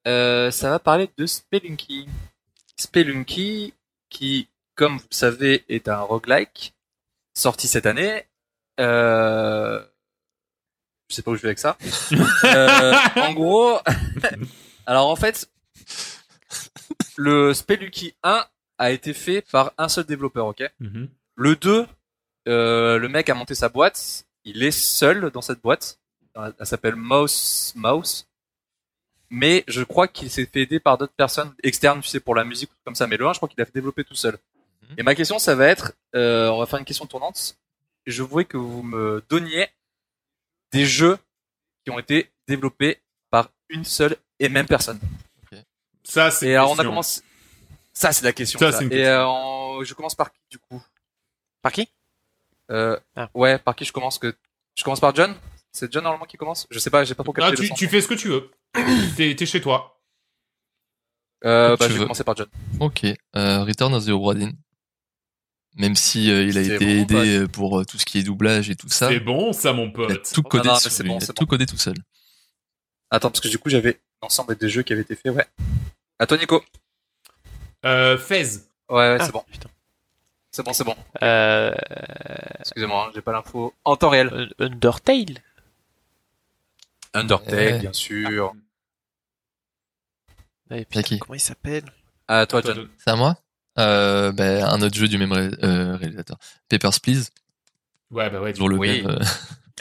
Speaker 7: euh, ça va parler de Spelunky. Spelunky, qui, comme vous le savez, est un roguelike sorti cette année. Euh... Je sais pas où je vais avec ça. Euh, en gros, alors en fait, le Spelunky 1 a été fait par un seul développeur, ok
Speaker 6: Mhm.
Speaker 7: Le 2, euh, le mec a monté sa boîte. Il est seul dans cette boîte. Elle elle s'appelle Mouse Mouse. Mais je crois qu'il s'est fait aider par d'autres personnes externes, tu sais, pour la musique ou comme ça. Mais le 1, je crois qu'il a fait développer tout seul.
Speaker 8: Mhm.
Speaker 7: Et ma question, ça va être, euh, on va faire une question tournante. Je voulais que vous me donniez des jeux qui ont été développés par une seule et même personne.
Speaker 6: Ça, c'est.
Speaker 7: Et alors, on a
Speaker 6: question.
Speaker 7: commencé. Ça, c'est la question.
Speaker 6: Ça,
Speaker 7: ça.
Speaker 6: c'est une
Speaker 7: Et
Speaker 6: question.
Speaker 7: euh, en- je commence par qui, du coup
Speaker 1: Par qui
Speaker 7: euh, Ouais, par qui je commence que... Je commence par John C'est John, normalement, qui commence Je sais pas, j'ai pas trop capté
Speaker 6: Ah,
Speaker 7: le
Speaker 6: tu,
Speaker 7: sens.
Speaker 6: tu fais ce que tu
Speaker 7: [coughs]
Speaker 6: veux. T'es t'es chez toi.
Speaker 7: Euh,
Speaker 8: Comme
Speaker 7: bah,
Speaker 8: tu
Speaker 7: je vais
Speaker 8: veux.
Speaker 7: commencer par John.
Speaker 8: Ok, euh, Return of the Obra Dinn. Même si euh, il a
Speaker 7: C'est
Speaker 8: été
Speaker 7: bon,
Speaker 8: aidé euh, pour euh, tout ce qui est doublage et tout ça,
Speaker 6: C'est
Speaker 8: il
Speaker 6: bon, ça, mon
Speaker 8: a
Speaker 6: pote.
Speaker 8: tout
Speaker 7: Non,
Speaker 8: codé,
Speaker 7: non, mais
Speaker 8: seul,
Speaker 7: c'est
Speaker 8: il
Speaker 7: bon,
Speaker 8: a
Speaker 7: c'est
Speaker 8: tout codé tout seul.
Speaker 7: Attends, parce que du coup, j'avais l'ensemble des jeux qui avaient été faits, ouais. À toi, Nico.
Speaker 6: Euh, Fez.
Speaker 7: Ouais, ouais,
Speaker 1: Ah,
Speaker 7: c'est bon.
Speaker 1: putain.
Speaker 7: C'est bon, c'est bon.
Speaker 1: Euh,
Speaker 7: Excusez-moi, hein, j'ai pas l'info en temps réel.
Speaker 1: Un- Undertale
Speaker 7: Undertale,
Speaker 8: Ouais.
Speaker 7: bien sûr.
Speaker 1: Ouais, putain,
Speaker 8: qui
Speaker 1: Comment il s'appelle
Speaker 7: À toi,
Speaker 6: Toi,
Speaker 7: John.
Speaker 6: John.
Speaker 8: C'est à moi euh, ben, Un autre jeu du même ré- euh, réalisateur. Papers, Please,
Speaker 6: Ouais, bah ouais.
Speaker 8: toujours le
Speaker 7: Oui.
Speaker 8: même, euh,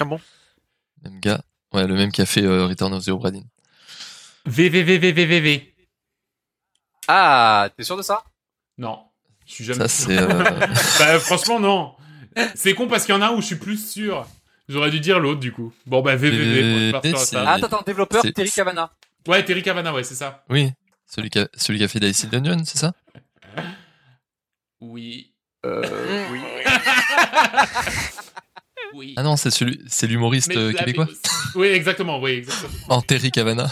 Speaker 1: Ah bon
Speaker 8: [laughs] même gars. Ouais, le même qui a fait euh, Return of the Obra Dinn.
Speaker 6: VVVVVVV.
Speaker 7: Ah, t'es sûr de ça
Speaker 6: Non. Je suis jamais
Speaker 8: Ça, c'est... euh, [laughs]
Speaker 6: Bah, franchement, non. C'est con parce qu'il y en a un où je suis plus sûr. J'aurais dû dire l'autre, du coup. Bon, bah, VVV.
Speaker 8: VVV, c'est-
Speaker 7: Ah, Attends, attends, développeur,
Speaker 8: C'est-
Speaker 7: Terry Cavana.
Speaker 6: Ouais, Terry Cavana, ouais, c'est ça.
Speaker 8: oui, celui qui, a, celui qui a fait Dicey Dungeon, c'est ça
Speaker 6: Oui.
Speaker 7: Euh, oui.
Speaker 6: Oui.
Speaker 8: Ah non, c'est celui, c'est l'humoriste
Speaker 6: Mais
Speaker 8: euh,
Speaker 6: la-
Speaker 8: québécois.
Speaker 6: Oui, exactement, oui, exactement.
Speaker 8: En Terry Cavana.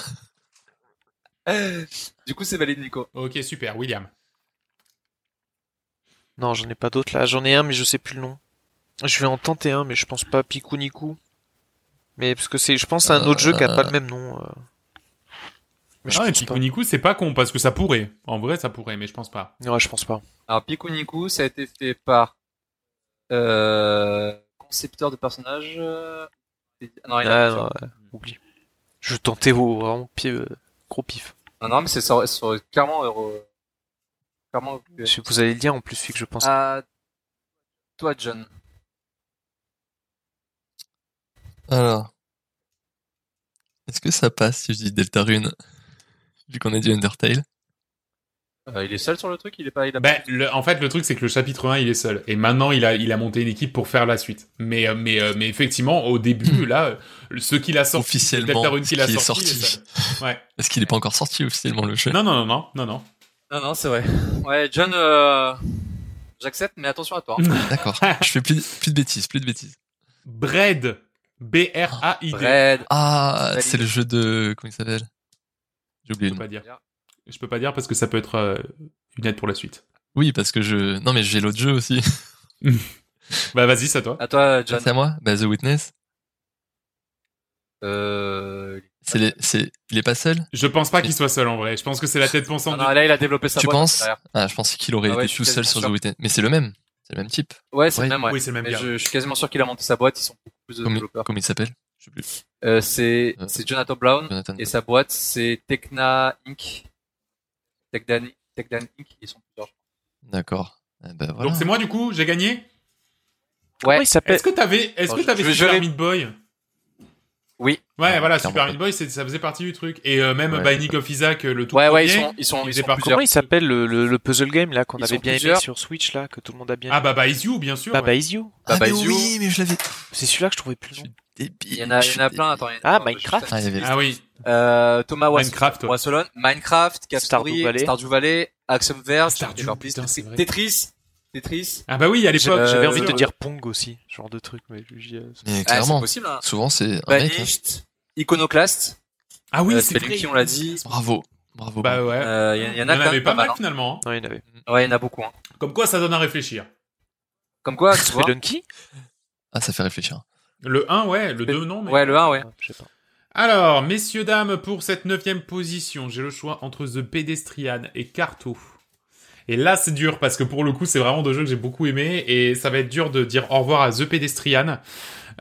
Speaker 7: [laughs] Du coup, c'est valide, Nico.
Speaker 6: Ok, super, William.
Speaker 1: Non, j'en ai pas d'autres là. J'en ai un, mais je sais plus le nom. Je vais en tenter un, mais je pense pas Piku Niku. Mais parce que c'est, je pense à un autre jeu qui a pas le même nom. euh. Mais je
Speaker 6: ah, et
Speaker 1: pense
Speaker 6: Piku Niku, c'est pas con, parce que ça pourrait. En vrai, ça pourrait, mais je pense pas.
Speaker 1: pas. Ouais, je pense pas.
Speaker 7: Alors, Piku Niku, ça a été fait par euh, concepteur de personnages. euh, Non, il y en a
Speaker 1: Ah,
Speaker 7: plusieurs.
Speaker 1: non, ouais, oublie. Je tentais au vraiment pi- euh, gros pif.
Speaker 7: Non, non, mais c'est ça aurait- ça aurait clairement. euh, clairement euh,
Speaker 1: Si vous allez le dire en plus, celui que je pense.
Speaker 7: à toi, John.
Speaker 8: Alors. Est-ce que ça passe si je dis Deltarune Vu qu'on a dit Undertale.
Speaker 7: Euh, il est seul sur le truc, il est pas. Il a...
Speaker 6: Ben, le- en fait, le truc, c'est que le chapitre 1, il est seul. Et maintenant, il a, il a monté une équipe pour faire la suite. Mais, euh, mais, euh, mais effectivement, au
Speaker 8: [laughs]
Speaker 6: début, là, euh, ce qu'il a sorti,
Speaker 8: Officiellement,
Speaker 6: le Deltarune
Speaker 8: ce
Speaker 6: qu'il a
Speaker 8: qui est
Speaker 6: sorti. il est
Speaker 8: sorti.
Speaker 6: seul. Ouais.
Speaker 8: Est-ce qu'il n'est pas encore sorti officiellement le jeu
Speaker 6: Non, non, non, non, non, non.
Speaker 7: Non, non, c'est vrai. Ouais, John, euh, j'accepte, mais attention à toi. hein.
Speaker 8: D'accord. je fais plus, plus de bêtises, plus de bêtises.
Speaker 6: Bread. B-R-A-I-D.
Speaker 7: Brad.
Speaker 8: Ah,
Speaker 7: Valide.
Speaker 8: c'est le jeu de. Comment il s'appelle J'ai oublié
Speaker 6: Je peux
Speaker 8: le nom.
Speaker 6: pas dire. Je peux pas dire parce que ça peut être euh, une aide pour la suite.
Speaker 8: Oui, parce que je. Non, mais j'ai l'autre jeu aussi.
Speaker 6: Bah, vas-y, c'est à toi.
Speaker 7: À toi, John.
Speaker 8: [laughs] C'est à moi bah, The Witness.
Speaker 7: Euh...
Speaker 8: C'est les- c'est- Il est pas seul
Speaker 6: Je pense pas qu'il soit seul, en vrai. Je pense que c'est la tête pensante.
Speaker 7: Non, non, là, il a développé sa
Speaker 8: Tu
Speaker 7: boîte,
Speaker 8: penses
Speaker 7: derrière.
Speaker 8: Ah, je pensais qu'il aurait
Speaker 7: Ah ouais, je
Speaker 8: été
Speaker 7: suis
Speaker 8: tout seul
Speaker 7: quasiment
Speaker 8: sur The
Speaker 7: sûr.
Speaker 8: Witness. Mais c'est le même. C'est le même type.
Speaker 7: Ouais, c'est
Speaker 8: Ah, Ouais.
Speaker 7: le même, ouais.
Speaker 6: Oui, c'est le même
Speaker 7: Mais
Speaker 6: gars.
Speaker 7: je, je suis quasiment sûr qu'il a monté sa boîte, ils sont beaucoup plus de
Speaker 8: Comme,
Speaker 7: développeurs.
Speaker 8: comme il s'appelle Je sais plus.
Speaker 7: Euh, c'est,
Speaker 8: Euh.
Speaker 7: c'est Jonathan Brown,
Speaker 8: Jonathan.
Speaker 7: et sa boîte, c'est Tecna Inc. Techdan, Techdan Inc. Ils sont plusieurs.
Speaker 8: D'accord. Eh ben, voilà.
Speaker 6: Donc, c'est moi, du coup, j'ai gagné.
Speaker 1: Comment il s'appelle
Speaker 6: Est-ce que t'avais, est-ce
Speaker 7: Attends,
Speaker 6: que
Speaker 7: je-
Speaker 6: t'avais
Speaker 7: je vais
Speaker 6: Super
Speaker 7: gérer.
Speaker 6: Meat Boy
Speaker 7: Oui.
Speaker 6: Ouais,
Speaker 8: Ouais,
Speaker 6: voilà,
Speaker 8: clairement
Speaker 6: Super
Speaker 8: pas.
Speaker 6: Meat Boy, c'est- ça faisait partie du truc. Et euh, même
Speaker 8: Ouais.
Speaker 6: Binding of Isaac, euh, le tout
Speaker 7: Ouais, ouais, ils
Speaker 6: premier.
Speaker 7: sont, ils sont,
Speaker 6: il
Speaker 7: ils
Speaker 6: faisait
Speaker 7: sont
Speaker 6: partie-
Speaker 7: plusieurs.
Speaker 1: Comment il s'appelle le, le- le puzzle game là qu'on
Speaker 7: Ils
Speaker 1: avait
Speaker 7: sont
Speaker 1: bien aimé
Speaker 7: plusieurs.
Speaker 1: sur Switch là que tout le monde a bien
Speaker 6: Ah
Speaker 1: aimé
Speaker 6: bah bah Is You, bien sûr.
Speaker 1: Baba
Speaker 6: ouais.
Speaker 1: Is You.
Speaker 8: Ah,
Speaker 7: Baba
Speaker 8: mais
Speaker 7: Is You.
Speaker 8: oui, mais je l'avais.
Speaker 1: C'est celui-là que je trouvais plus long.
Speaker 7: Il y en a, il y en a plein, attends. il y en a
Speaker 1: Ah,
Speaker 7: plein, je-
Speaker 1: Minecraft.
Speaker 8: Ah, il y avait-
Speaker 6: Ah oui,
Speaker 7: Euh, Thomas Wass-
Speaker 6: Minecraft. ouais.
Speaker 7: Wasselon, Minecraft, Cap
Speaker 1: Stardew
Speaker 7: Story,
Speaker 1: Valley.
Speaker 7: Stardew Valley, Axiom Verge,
Speaker 6: Stardew,
Speaker 7: Paper Please,
Speaker 6: putain, c'est vrai.
Speaker 7: Tetris, Tetris.
Speaker 6: Ah bah oui, à l'époque.
Speaker 7: Euh,
Speaker 1: J'avais envie
Speaker 7: c'est
Speaker 1: de
Speaker 6: sûr.
Speaker 7: vrai.
Speaker 1: dire Pong aussi, ce genre de truc, mais lui, euh, ça-
Speaker 8: Mais
Speaker 7: Ah, c'est
Speaker 8: clairement,
Speaker 7: possible, hein.
Speaker 8: souvent c'est un mec. hein.
Speaker 7: Banished, Iconoclast,
Speaker 6: Ah oui,
Speaker 7: euh,
Speaker 6: c'est vrai.
Speaker 7: Spelunky, on l'a dit.
Speaker 8: Bravo. Bravo.
Speaker 6: Bah ouais.
Speaker 7: Euh, Il y, en- il y
Speaker 6: Il
Speaker 7: en a
Speaker 6: y en
Speaker 7: quand
Speaker 6: avait
Speaker 7: même
Speaker 6: pas mal
Speaker 7: hein.
Speaker 6: finalement. hein.
Speaker 1: Non, il y en avait.
Speaker 7: Ouais, il y en a beaucoup. Hein.
Speaker 6: Comme quoi, ça donne à réfléchir.
Speaker 7: Comme quoi, tu vois.
Speaker 1: Spelunky
Speaker 8: Ah, ça fait réfléchir.
Speaker 6: Le 1, ouais. Le 2, non. mais-
Speaker 7: Ouais, le 1, ouais.
Speaker 1: Ah, je sais pas.
Speaker 6: Alors, messieurs, dames, pour cette neuvième position, j'ai le choix entre The Pedestrian et Carto. Et là, c'est dur parce que pour le coup, c'est vraiment deux jeux que j'ai beaucoup aimés et ça va être dur de dire au revoir à The Pedestrian.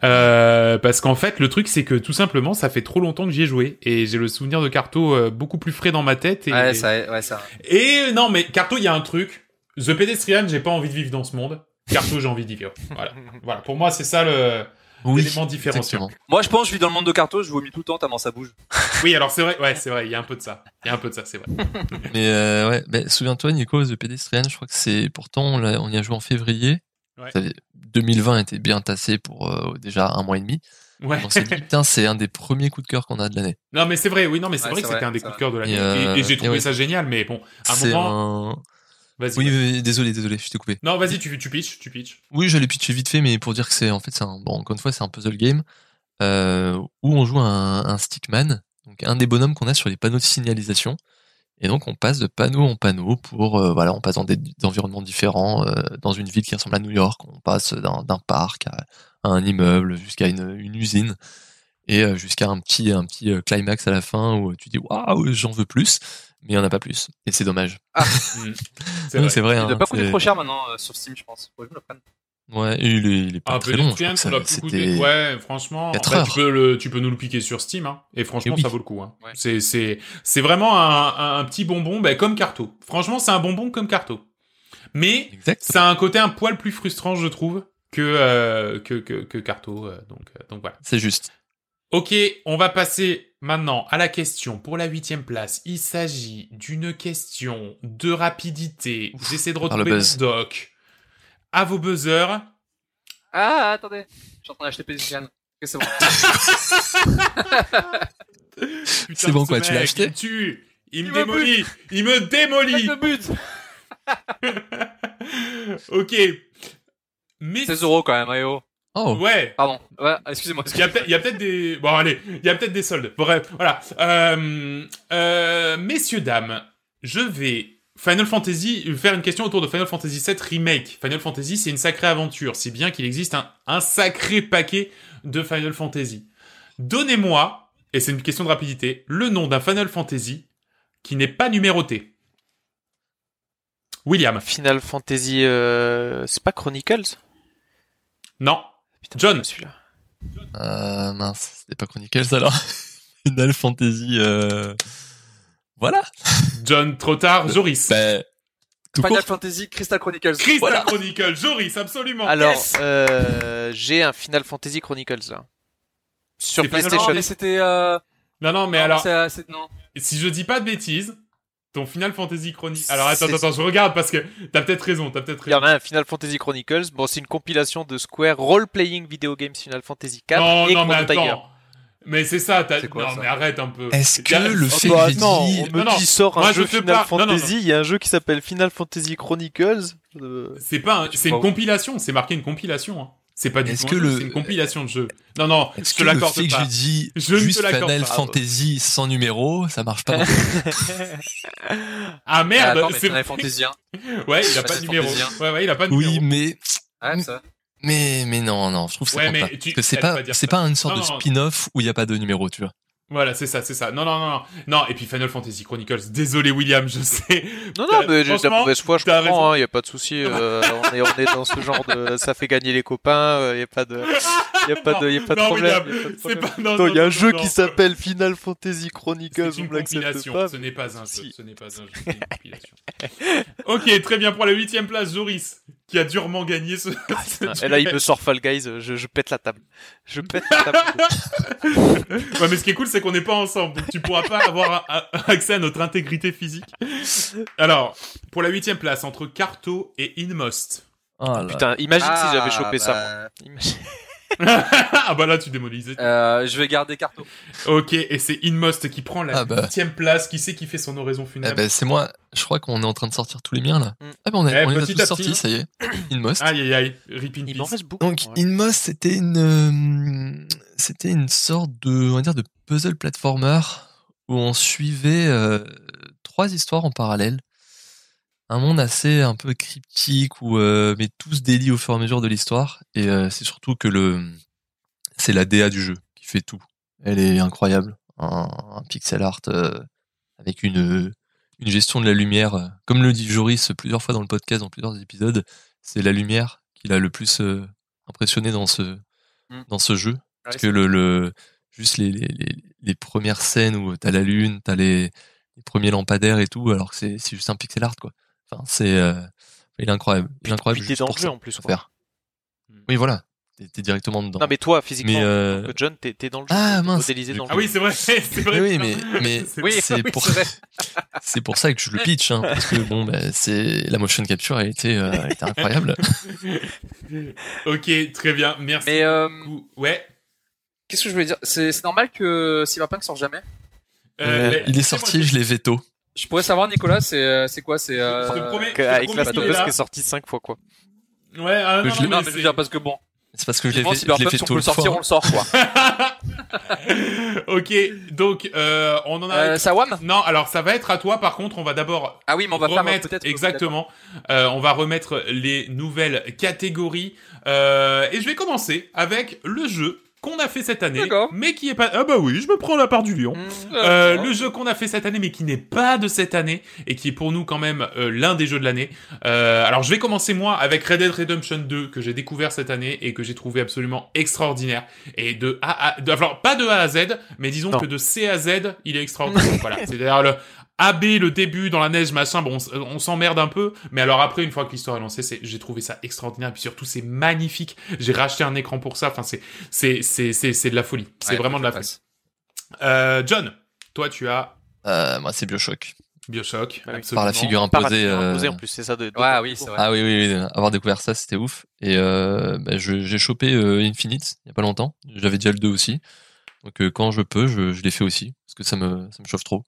Speaker 6: Euh, parce qu'en fait, le truc, c'est que tout simplement, ça fait trop longtemps que j'y ai joué et j'ai le souvenir de Carto euh, beaucoup plus frais dans ma tête. Et,
Speaker 7: Ouais, ça, ouais, ça.
Speaker 6: et non, mais Carto, il y a un truc. The Pedestrian, j'ai pas envie de vivre dans ce monde. Carto, j'ai envie d'y vivre. Voilà.
Speaker 7: [laughs]
Speaker 6: voilà. Pour moi, c'est ça le. Élément différenciant.
Speaker 8: exactement.
Speaker 7: Moi, je pense, je vis dans le monde de Carto, je vomis tout le temps, ta main, ça bouge.
Speaker 6: Oui, alors c'est vrai. Ouais, c'est vrai. Il y a un peu de ça. Il y a un peu de ça, c'est vrai.
Speaker 8: Mais euh, ouais, ben, souviens-toi, Nico, The Pedestrian, je crois que c'est. Pourtant, on, l'a- on y a joué en février.
Speaker 6: Ouais.
Speaker 8: Ça avait- 2020 était bien tassé pour euh, déjà un mois et demi.
Speaker 6: Ouais. [laughs]
Speaker 8: On s'est dit, putain, c'est un des premiers coups de cœur qu'on a de l'année.
Speaker 6: Non, mais c'est vrai, oui, non, mais c'est
Speaker 7: Ouais,
Speaker 6: vrai que
Speaker 7: c'est
Speaker 6: c'était
Speaker 7: vrai,
Speaker 6: un des
Speaker 7: c'est
Speaker 6: coups de
Speaker 7: vrai.
Speaker 6: cœur de l'année. Et,
Speaker 8: Et, euh,
Speaker 6: et j'ai
Speaker 8: et
Speaker 6: trouvé
Speaker 8: ouais.
Speaker 6: ça génial, mais bon, à un
Speaker 8: C'est
Speaker 6: moment,
Speaker 8: un.
Speaker 6: Vas-y.
Speaker 8: Oui, oui, oui, désolé, désolé, je t'ai coupé.
Speaker 6: Non, vas-y, tu, tu pitches, tu pitches.
Speaker 8: Oui, j'allais pitcher vite fait, mais pour dire que c'est en fait, c'est un, bon, encore une fois, c'est un puzzle game euh, où on joue un, un stickman, donc un des bonhommes qu'on a sur les panneaux de signalisation, et donc on passe de panneau en panneau pour euh, voilà, on passe dans des, des environnements différents, euh, dans une ville qui ressemble à New York, on passe d'un, d'un parc à, à un immeuble jusqu'à une, une usine et euh, jusqu'à un petit un petit euh, climax à la fin où tu dis waouh, j'en veux plus, mais il y en a pas plus, et c'est dommage.
Speaker 6: C'est
Speaker 8: Non,
Speaker 6: vrai.
Speaker 8: c'est vrai.
Speaker 10: Il
Speaker 8: hein,
Speaker 10: doit pas coûter
Speaker 8: c'est-
Speaker 10: trop cher maintenant euh, sur Steam, je pense. Faut que je me le prenne.
Speaker 8: Ouais, il est, il est pas
Speaker 6: Ah,
Speaker 8: très
Speaker 6: Blood
Speaker 8: long.
Speaker 6: Twin,
Speaker 8: je crois que
Speaker 6: ça
Speaker 8: ça-
Speaker 6: doit plus
Speaker 8: C'était
Speaker 6: coûter. Ouais, franchement,
Speaker 8: Quatre
Speaker 6: bah, tu,
Speaker 8: heures.
Speaker 6: peux le, tu peux nous le piquer sur Steam, hein. Et franchement,
Speaker 8: Et oui.
Speaker 6: ça vaut le coup, hein.
Speaker 10: Ouais.
Speaker 6: C'est, c'est, c'est vraiment un, un, un petit bonbon, bah, comme Carto. Franchement, c'est un bonbon comme Carto. Mais
Speaker 8: exact.
Speaker 6: ça a un côté un poil plus frustrant, je trouve, que, euh, que, que, que Carto. euh, donc, euh, donc voilà.
Speaker 8: C'est juste.
Speaker 6: Ok, on va passer maintenant à la question pour la huitième place. Il s'agit d'une question de rapidité. J'essaie de
Speaker 8: par le
Speaker 6: retrouver le
Speaker 8: buzz.
Speaker 6: doc. À vos buzzers.
Speaker 10: Ah, attendez. Je suis en train d'acheter PlayStation. Ok, c'est bon.
Speaker 6: Putain,
Speaker 8: C'est bon
Speaker 6: ce
Speaker 8: quoi, tu l'as
Speaker 6: mec,
Speaker 8: acheté
Speaker 6: Il me tue, il me
Speaker 10: Il me
Speaker 6: démolit, il me démolit.
Speaker 10: Le but
Speaker 6: ok. Mais
Speaker 10: 16 euros quand même, aïe, oh.
Speaker 8: Oh,
Speaker 6: ouais.
Speaker 10: Pardon. Ouais, excusez-moi.
Speaker 6: Il y a peut-être il y a peut-être des bon allez, il y a peut-être des soldes. Bref, voilà. Euh, euh, messieurs dames, je vais Final Fantasy faire une question autour de Final Fantasy VII remake. Final Fantasy, c'est une sacrée aventure, si bien qu'il existe un, un sacré paquet de Final Fantasy. Donnez-moi, et c'est une question de rapidité, le nom d'un Final Fantasy qui n'est pas numéroté. William.
Speaker 1: Final Fantasy, euh, c'est pas Chronicles
Speaker 6: Non.
Speaker 1: Putain,
Speaker 6: John.
Speaker 1: c'est celui-là.
Speaker 8: euh, mince, c'était pas Chronicles alors. [laughs] Final Fantasy. Euh... Voilà.
Speaker 6: John Trottard, Joris.
Speaker 8: Bah, tout court.
Speaker 10: Final Fantasy Crystal Chronicles.
Speaker 6: Crystal
Speaker 10: Voilà.
Speaker 6: Chronicle, Joris, absolument.
Speaker 1: Alors,
Speaker 6: Oh, Yes
Speaker 1: euh, j'ai un Final Fantasy Chronicles là. Sur
Speaker 6: C'est Final
Speaker 1: PlayStation.
Speaker 10: Non, mais c'était. Euh...
Speaker 6: non, non, euh, mais
Speaker 10: non,
Speaker 6: alors,
Speaker 10: c'est- c'est- non.
Speaker 6: si je dis pas de bêtises, ton Final Fantasy Chronicles. Alors, attends,
Speaker 10: C'est-
Speaker 6: attends, je regarde parce que t'as peut-être raison, t'as peut-être
Speaker 1: Il y
Speaker 6: raison.
Speaker 1: en a un Final Fantasy Chronicles. Bon, c'est une compilation de Square Role Playing Video Games Final Fantasy 4
Speaker 6: non,
Speaker 1: et
Speaker 6: non, mais
Speaker 1: Chrono Trigger.
Speaker 6: attends. Mais c'est ça, t'as.
Speaker 10: C'est quoi,
Speaker 6: non,
Speaker 10: ça
Speaker 6: mais arrête un peu.
Speaker 8: Est-ce
Speaker 6: Il y a-
Speaker 8: que le
Speaker 1: Oh
Speaker 8: fait
Speaker 1: bah
Speaker 8: que j'ai
Speaker 1: non,
Speaker 8: dit-
Speaker 1: on me
Speaker 6: Non, non.
Speaker 1: dit sort un
Speaker 6: Moi, je
Speaker 1: jeu
Speaker 6: fais
Speaker 1: Final
Speaker 6: pas- non, non, non.
Speaker 1: Fantasy, il y a un jeu qui s'appelle Final Fantasy Chronicles. Euh,
Speaker 6: C'est pas un- C'est une compilation, c'est marqué une compilation. hein. C'est pas du
Speaker 8: Est-ce
Speaker 6: tout. un
Speaker 8: que
Speaker 6: jeu,
Speaker 8: le-
Speaker 6: C'est une compilation de jeux. Non, non, je
Speaker 8: Est-ce
Speaker 6: te
Speaker 8: que le fait
Speaker 6: l'accorde
Speaker 8: que
Speaker 6: pas.
Speaker 8: je dis
Speaker 6: Je ne te
Speaker 8: juste
Speaker 6: l'accorde
Speaker 8: Final
Speaker 6: pas.
Speaker 8: Fantasy sans numéro, ça
Speaker 6: [laughs]
Speaker 8: marche pas. non plus.
Speaker 1: Bah,
Speaker 6: Ah
Speaker 10: Ah,
Speaker 6: merde,
Speaker 10: attends, mais
Speaker 6: [laughs] c'est
Speaker 10: Final
Speaker 7: hein.
Speaker 10: Fantasy 1.
Speaker 6: Ouais, il a
Speaker 10: Final
Speaker 6: pas de numéro.
Speaker 10: Fantasy, hein.
Speaker 6: Ouais, ouais, il a pas de
Speaker 8: oui,
Speaker 6: numéro.
Speaker 8: mais
Speaker 10: Ouais, c'est vrai.
Speaker 8: mais mais non non, je trouve que ça
Speaker 6: Ouais,
Speaker 8: compte
Speaker 6: mais
Speaker 8: pas.
Speaker 6: tu-
Speaker 8: Parce que c'est
Speaker 6: elle
Speaker 8: pas
Speaker 6: peut pas dire
Speaker 8: c'est
Speaker 6: ça.
Speaker 8: pas une sorte
Speaker 6: Non,
Speaker 8: de
Speaker 6: non.
Speaker 8: spin-off où il y a pas de numéro, tu vois.
Speaker 6: Voilà, c'est ça, c'est ça. Non, non, non, non. Non, et puis Final Fantasy Chronicles, désolé William, je sais.
Speaker 1: Non, non, mais j'ai de la
Speaker 6: Franchement,
Speaker 1: mauvaise foi, je
Speaker 6: t'as raison.
Speaker 1: comprends, il n'y a pas de souci. euh, on, est, on est dans ce genre de. Ça fait gagner les copains, il n'y a pas de, y a pas de, y a pas de
Speaker 6: Non,
Speaker 1: problème. y a
Speaker 6: William,
Speaker 1: pas de
Speaker 6: c'est
Speaker 1: problème.
Speaker 6: pas... non,
Speaker 1: Attends,
Speaker 6: non,
Speaker 1: il y a
Speaker 6: non,
Speaker 1: un jeu
Speaker 6: non,
Speaker 1: qui
Speaker 6: non.
Speaker 1: s'appelle Final Fantasy Chronicles,
Speaker 6: C'est
Speaker 1: on
Speaker 6: une
Speaker 1: ne l'accepte
Speaker 6: compilation,
Speaker 1: pas.
Speaker 6: ce n'est pas un jeu,
Speaker 1: Si.
Speaker 6: ce n'est pas un jeu, c'est une compilation. [laughs] ok, très bien, pour la huitième place, Joris, qui a durement gagné ce... [laughs] ce
Speaker 1: Ah, Et là, il
Speaker 6: duel.
Speaker 1: me sort Fall Guys, je, je pète la table. Je pète la [laughs] table.
Speaker 6: [laughs] Ouais, mais ce qui est cool, c'est qu'on n'est pas ensemble, donc tu pourras pas avoir un- un- accès à notre intégrité physique. Alors, pour la huitième place, entre Carto et Inmost. [laughs]
Speaker 8: Oh là là.
Speaker 1: Putain, imagine si j'avais
Speaker 10: Ah,
Speaker 1: chopé ça.
Speaker 10: bah,
Speaker 1: moi. Imagine.
Speaker 6: ah bah là, tu démolisais.
Speaker 10: Euh, je vais garder Carto.
Speaker 6: Ok, et c'est Inmost qui prend la
Speaker 8: Ah bah.
Speaker 6: huitième place. Qui c'est qui fait son oraison
Speaker 8: Eh
Speaker 6: funèbre
Speaker 8: ben c'est moi. Je crois qu'on est en train de sortir tous les miens là.
Speaker 1: Mm.
Speaker 8: Ah ben on, a-
Speaker 6: Eh,
Speaker 8: on les a
Speaker 6: petit
Speaker 8: tous
Speaker 6: à
Speaker 8: sortis,
Speaker 6: petit.
Speaker 8: ça y est. [clears throat] Inmost.
Speaker 6: Aïe aïe aïe, rip in
Speaker 1: Il m'en
Speaker 6: peace.
Speaker 1: reste beaucoup.
Speaker 8: Donc
Speaker 1: ouais.
Speaker 8: Inmost c'était une euh, c'était une sorte de on va dire de puzzle platformer où on suivait euh, trois histoires en parallèle. Un monde assez un peu cryptique où euh, mais tout se délie au fur et à mesure de l'histoire et euh, c'est surtout que le c'est la DA du jeu qui fait tout. Elle est incroyable, un, un pixel art euh, avec une une gestion de la lumière euh, comme le dit Joris plusieurs fois dans le podcast dans plusieurs épisodes, c'est la lumière qui l'a le plus euh, impressionné dans ce
Speaker 10: Mm.
Speaker 8: dans ce jeu parce
Speaker 10: Ouais,
Speaker 8: que le, le juste les, les, les, les premières scènes où t'as la lune t'as les, les premiers lampadaires et tout alors que c'est c'est juste un pixel art quoi enfin c'est euh, il est incroyable il est incroyable
Speaker 1: Puis t'es
Speaker 8: juste
Speaker 1: dans le
Speaker 8: pour
Speaker 1: jeu
Speaker 8: ça
Speaker 1: en plus.
Speaker 8: à
Speaker 1: quoi.
Speaker 8: faire oui voilà t'es t'es directement dedans
Speaker 1: Non, mais toi, physiquement,
Speaker 8: Mais, euh,
Speaker 1: donc, John, t'es t'es dans le jeu.
Speaker 8: Ah,
Speaker 1: t'es
Speaker 8: mince.
Speaker 1: Modélisé dans le
Speaker 6: Ah oui, c'est vrai, [laughs] c'est vrai.
Speaker 8: Mais oui, mais,
Speaker 6: putain.
Speaker 8: mais
Speaker 6: C'est-
Speaker 10: Oui,
Speaker 8: c'est
Speaker 10: oui,
Speaker 8: pour,
Speaker 10: c'est vrai.
Speaker 8: [laughs] c'est pour ça que je le pitch, hein, parce que bon, bah, c'est la motion capture a été, euh, a été incroyable.
Speaker 6: Ok, très bien, merci.
Speaker 10: Mais euh,
Speaker 6: beaucoup. Ouais.
Speaker 10: qu'est-ce que je voulais dire C'est c'est normal que Cyberpunk sort jamais
Speaker 6: Euh,
Speaker 8: Il est
Speaker 6: c'est moi
Speaker 8: sorti, je l'ai veto.
Speaker 7: Je pourrais savoir, Nicolas, c'est euh, c'est quoi C'est euh,
Speaker 6: te promets-
Speaker 1: Que- Avec Last of
Speaker 6: il est
Speaker 1: Us
Speaker 6: là.
Speaker 1: qui est sorti 5 fois, quoi.
Speaker 6: Ouais, ah, non,
Speaker 8: Je l'ai-
Speaker 6: non, mais
Speaker 7: Non, mais je veux
Speaker 6: c'est-
Speaker 7: dire parce que bon,
Speaker 8: C'est parce que je l'ai
Speaker 7: Bon,
Speaker 8: fait, je l'ai
Speaker 7: Cyberpunk,
Speaker 8: fait
Speaker 7: si on
Speaker 8: tout
Speaker 7: peut le sortir, on le sort
Speaker 8: [laughs]
Speaker 7: quoi.
Speaker 6: ok, donc euh, on en a.
Speaker 7: euh, Sawam
Speaker 6: Non, alors ça va être à toi. Par contre, on va d'abord
Speaker 7: Ah oui, mais on va faire
Speaker 6: remettre
Speaker 7: peut-être
Speaker 6: exactement. euh, on va remettre les nouvelles catégories Euh, et je vais commencer avec le jeu qu'on a fait cette année,
Speaker 7: D'accord.
Speaker 6: mais qui est pas. Ah bah oui, je me prends la part du lion. Euh,
Speaker 7: Ah.
Speaker 6: le jeu qu'on a fait cette année, mais qui n'est pas de cette année et qui est pour nous quand même euh, l'un des jeux de l'année. Euh, alors je vais commencer moi avec Red Dead Redemption 2 que j'ai découvert cette année et que j'ai trouvé absolument extraordinaire et de A à de- alors pas de A à Z, mais disons
Speaker 1: Non.
Speaker 6: que de C à Z, il est extraordinaire. voilà, c'est-à-dire le AB le début dans la neige machin, bon on s- on s'emmerde un peu, mais alors après une fois que l'histoire est lancée, c'est j'ai trouvé ça extraordinaire et puis surtout c'est magnifique. J'ai racheté un écran pour ça, enfin c'est c'est c'est c'est c'est de la folie. C'est
Speaker 7: Ouais,
Speaker 6: vraiment de la folie.
Speaker 7: passe.
Speaker 6: Euh, John, toi tu as
Speaker 8: Euh, moi, c'est Bioshock.
Speaker 6: Bioshock,
Speaker 1: Ah oui.
Speaker 6: absolument.
Speaker 8: Par la figure
Speaker 1: Par
Speaker 8: imposée.
Speaker 1: la-
Speaker 8: euh,
Speaker 1: imposé, en plus, c'est ça de. de-
Speaker 7: Ouais, oui, c'est vrai.
Speaker 8: Ah oui, oui, oui, avoir découvert ça, c'était ouf. Et euh, bah, je- j'ai chopé euh, Infinite il y a pas longtemps. J'avais déjà le 2 aussi. Donc euh, quand je peux, je, je l'ai fait aussi. Parce que ça me, ça me chauffe trop.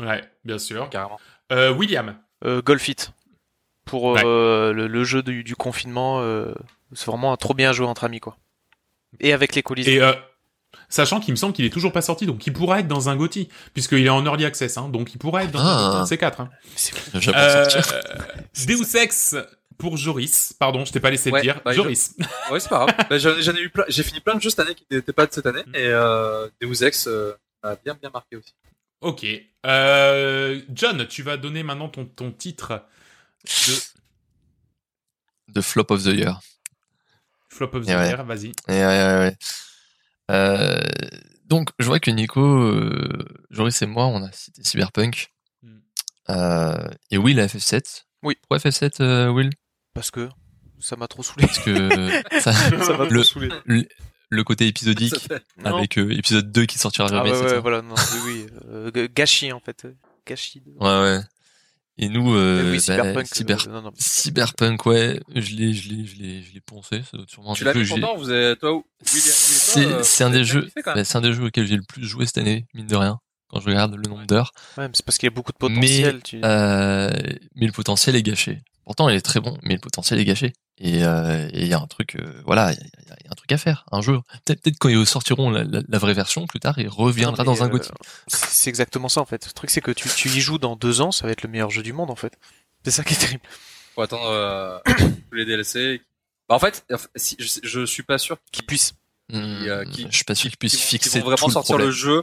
Speaker 6: Ouais, bien sûr.
Speaker 7: Carrément.
Speaker 6: Euh, William.
Speaker 1: Euh, Golf It. Pour euh, le, le jeu du, du confinement, euh, c'est vraiment un trop bien joué entre amis, quoi. Et avec les coulisses.
Speaker 6: Et euh, sachant qu'il me semble qu'il est toujours pas sorti, donc il pourra être dans un GOTY, puisqu'il est en early access, hein, donc il pourra être dans
Speaker 8: Ah.
Speaker 6: un de ces quatre. Hein.
Speaker 8: J'apprends à
Speaker 6: Euh,
Speaker 8: sortir.
Speaker 6: [laughs] Deus Ex pour Joris. Pardon, je t'ai pas laissé
Speaker 7: Ouais,
Speaker 6: le dire.
Speaker 7: bah,
Speaker 6: Joris.
Speaker 7: Ouais, c'est pas grave. Bah, j'en ai- J'en ai eu plein. J'ai fini plein de jeux cette année qui n'étaient pas de cette année. Et euh, Deus Ex euh, m'a bien bien marqué aussi.
Speaker 6: [laughs] Ok. Euh, John, tu vas donner maintenant ton, ton titre de
Speaker 8: The Flop of the Year.
Speaker 6: Flop of the
Speaker 8: Et ouais.
Speaker 6: Year.
Speaker 1: [laughs]
Speaker 6: Vas-y.
Speaker 8: Et ouais, ouais, ouais. Euh, donc, je vois que Nico, euh, Joris et moi, on a cité Cyberpunk.
Speaker 6: Mm.
Speaker 8: Euh, et Will à FF7.
Speaker 1: Oui.
Speaker 8: Pourquoi FF7, euh, Will
Speaker 1: Parce que [laughs] ça m'a trop saoulé.
Speaker 8: Parce que ça-
Speaker 1: ça m'a trop
Speaker 8: le, Ah
Speaker 1: saoulé.
Speaker 8: le- le côté épisodique
Speaker 7: Ça fait-
Speaker 1: Non.
Speaker 8: avec euh, épisode 2 qui sortira
Speaker 1: Ah
Speaker 8: jamais.
Speaker 1: ouais,
Speaker 8: c'est
Speaker 1: ouais,
Speaker 8: ça
Speaker 1: voilà, non, oui, oui. euh, g- gâchis, en fait. euh, Gâchis. De...
Speaker 8: Ouais, ouais. Et nous,
Speaker 1: Mais
Speaker 8: euh,
Speaker 1: oui,
Speaker 8: bah,
Speaker 1: Cyberpunk.
Speaker 8: cyber-
Speaker 1: euh, non, non.
Speaker 8: Cyberpunk, ouais, je l'ai, je l'ai, je l'ai, je l'ai poncé. Ça doit être sûrement un
Speaker 7: Tu
Speaker 8: des
Speaker 7: l'as
Speaker 8: jeux
Speaker 7: vu
Speaker 8: que j'ai-
Speaker 7: pourtant, vous avez, toi, Will, Will et toi,
Speaker 8: C'est,
Speaker 7: euh,
Speaker 8: c'est un
Speaker 7: vous
Speaker 8: des
Speaker 7: avez bien
Speaker 8: jeux,
Speaker 7: kiffé, quand même.
Speaker 8: bah, c'est un des jeux auxquels j'ai le plus joué cette année, mine de rien, quand je regarde le nombre d'heures.
Speaker 1: Ouais, mais c'est parce qu'il y a beaucoup de potentiel. tu-
Speaker 8: Euh, mais le potentiel est gâché. Pourtant, il est très bon, mais le potentiel est gâché. Et euh, et il y a un truc, euh, voilà, il y, a- il y a- il y a un truc à faire. Un jour, peut-être, peut-être quand ils sortiront la, la- la vraie version plus tard, il reviendra
Speaker 1: Non, mais,
Speaker 8: dans un
Speaker 1: euh,
Speaker 8: gothique.
Speaker 1: C'est c'est exactement ça, en fait. Le truc, c'est que tu, tu y joues dans deux ans, ça va être le meilleur jeu du monde, en fait. C'est ça qui est terrible.
Speaker 7: Faut attendre euh, tous les DLC. Bah, en fait, en fait, si, je, sais- je suis pas sûr
Speaker 1: Qui puisse.
Speaker 7: euh,
Speaker 8: Hmm,
Speaker 7: qui-
Speaker 8: je suis pas sûr qu'ils puissent
Speaker 7: qu'ils vont- qu'ils
Speaker 8: fixer
Speaker 7: vont vraiment
Speaker 8: tout le
Speaker 7: sortir le,
Speaker 8: problème.
Speaker 7: jeu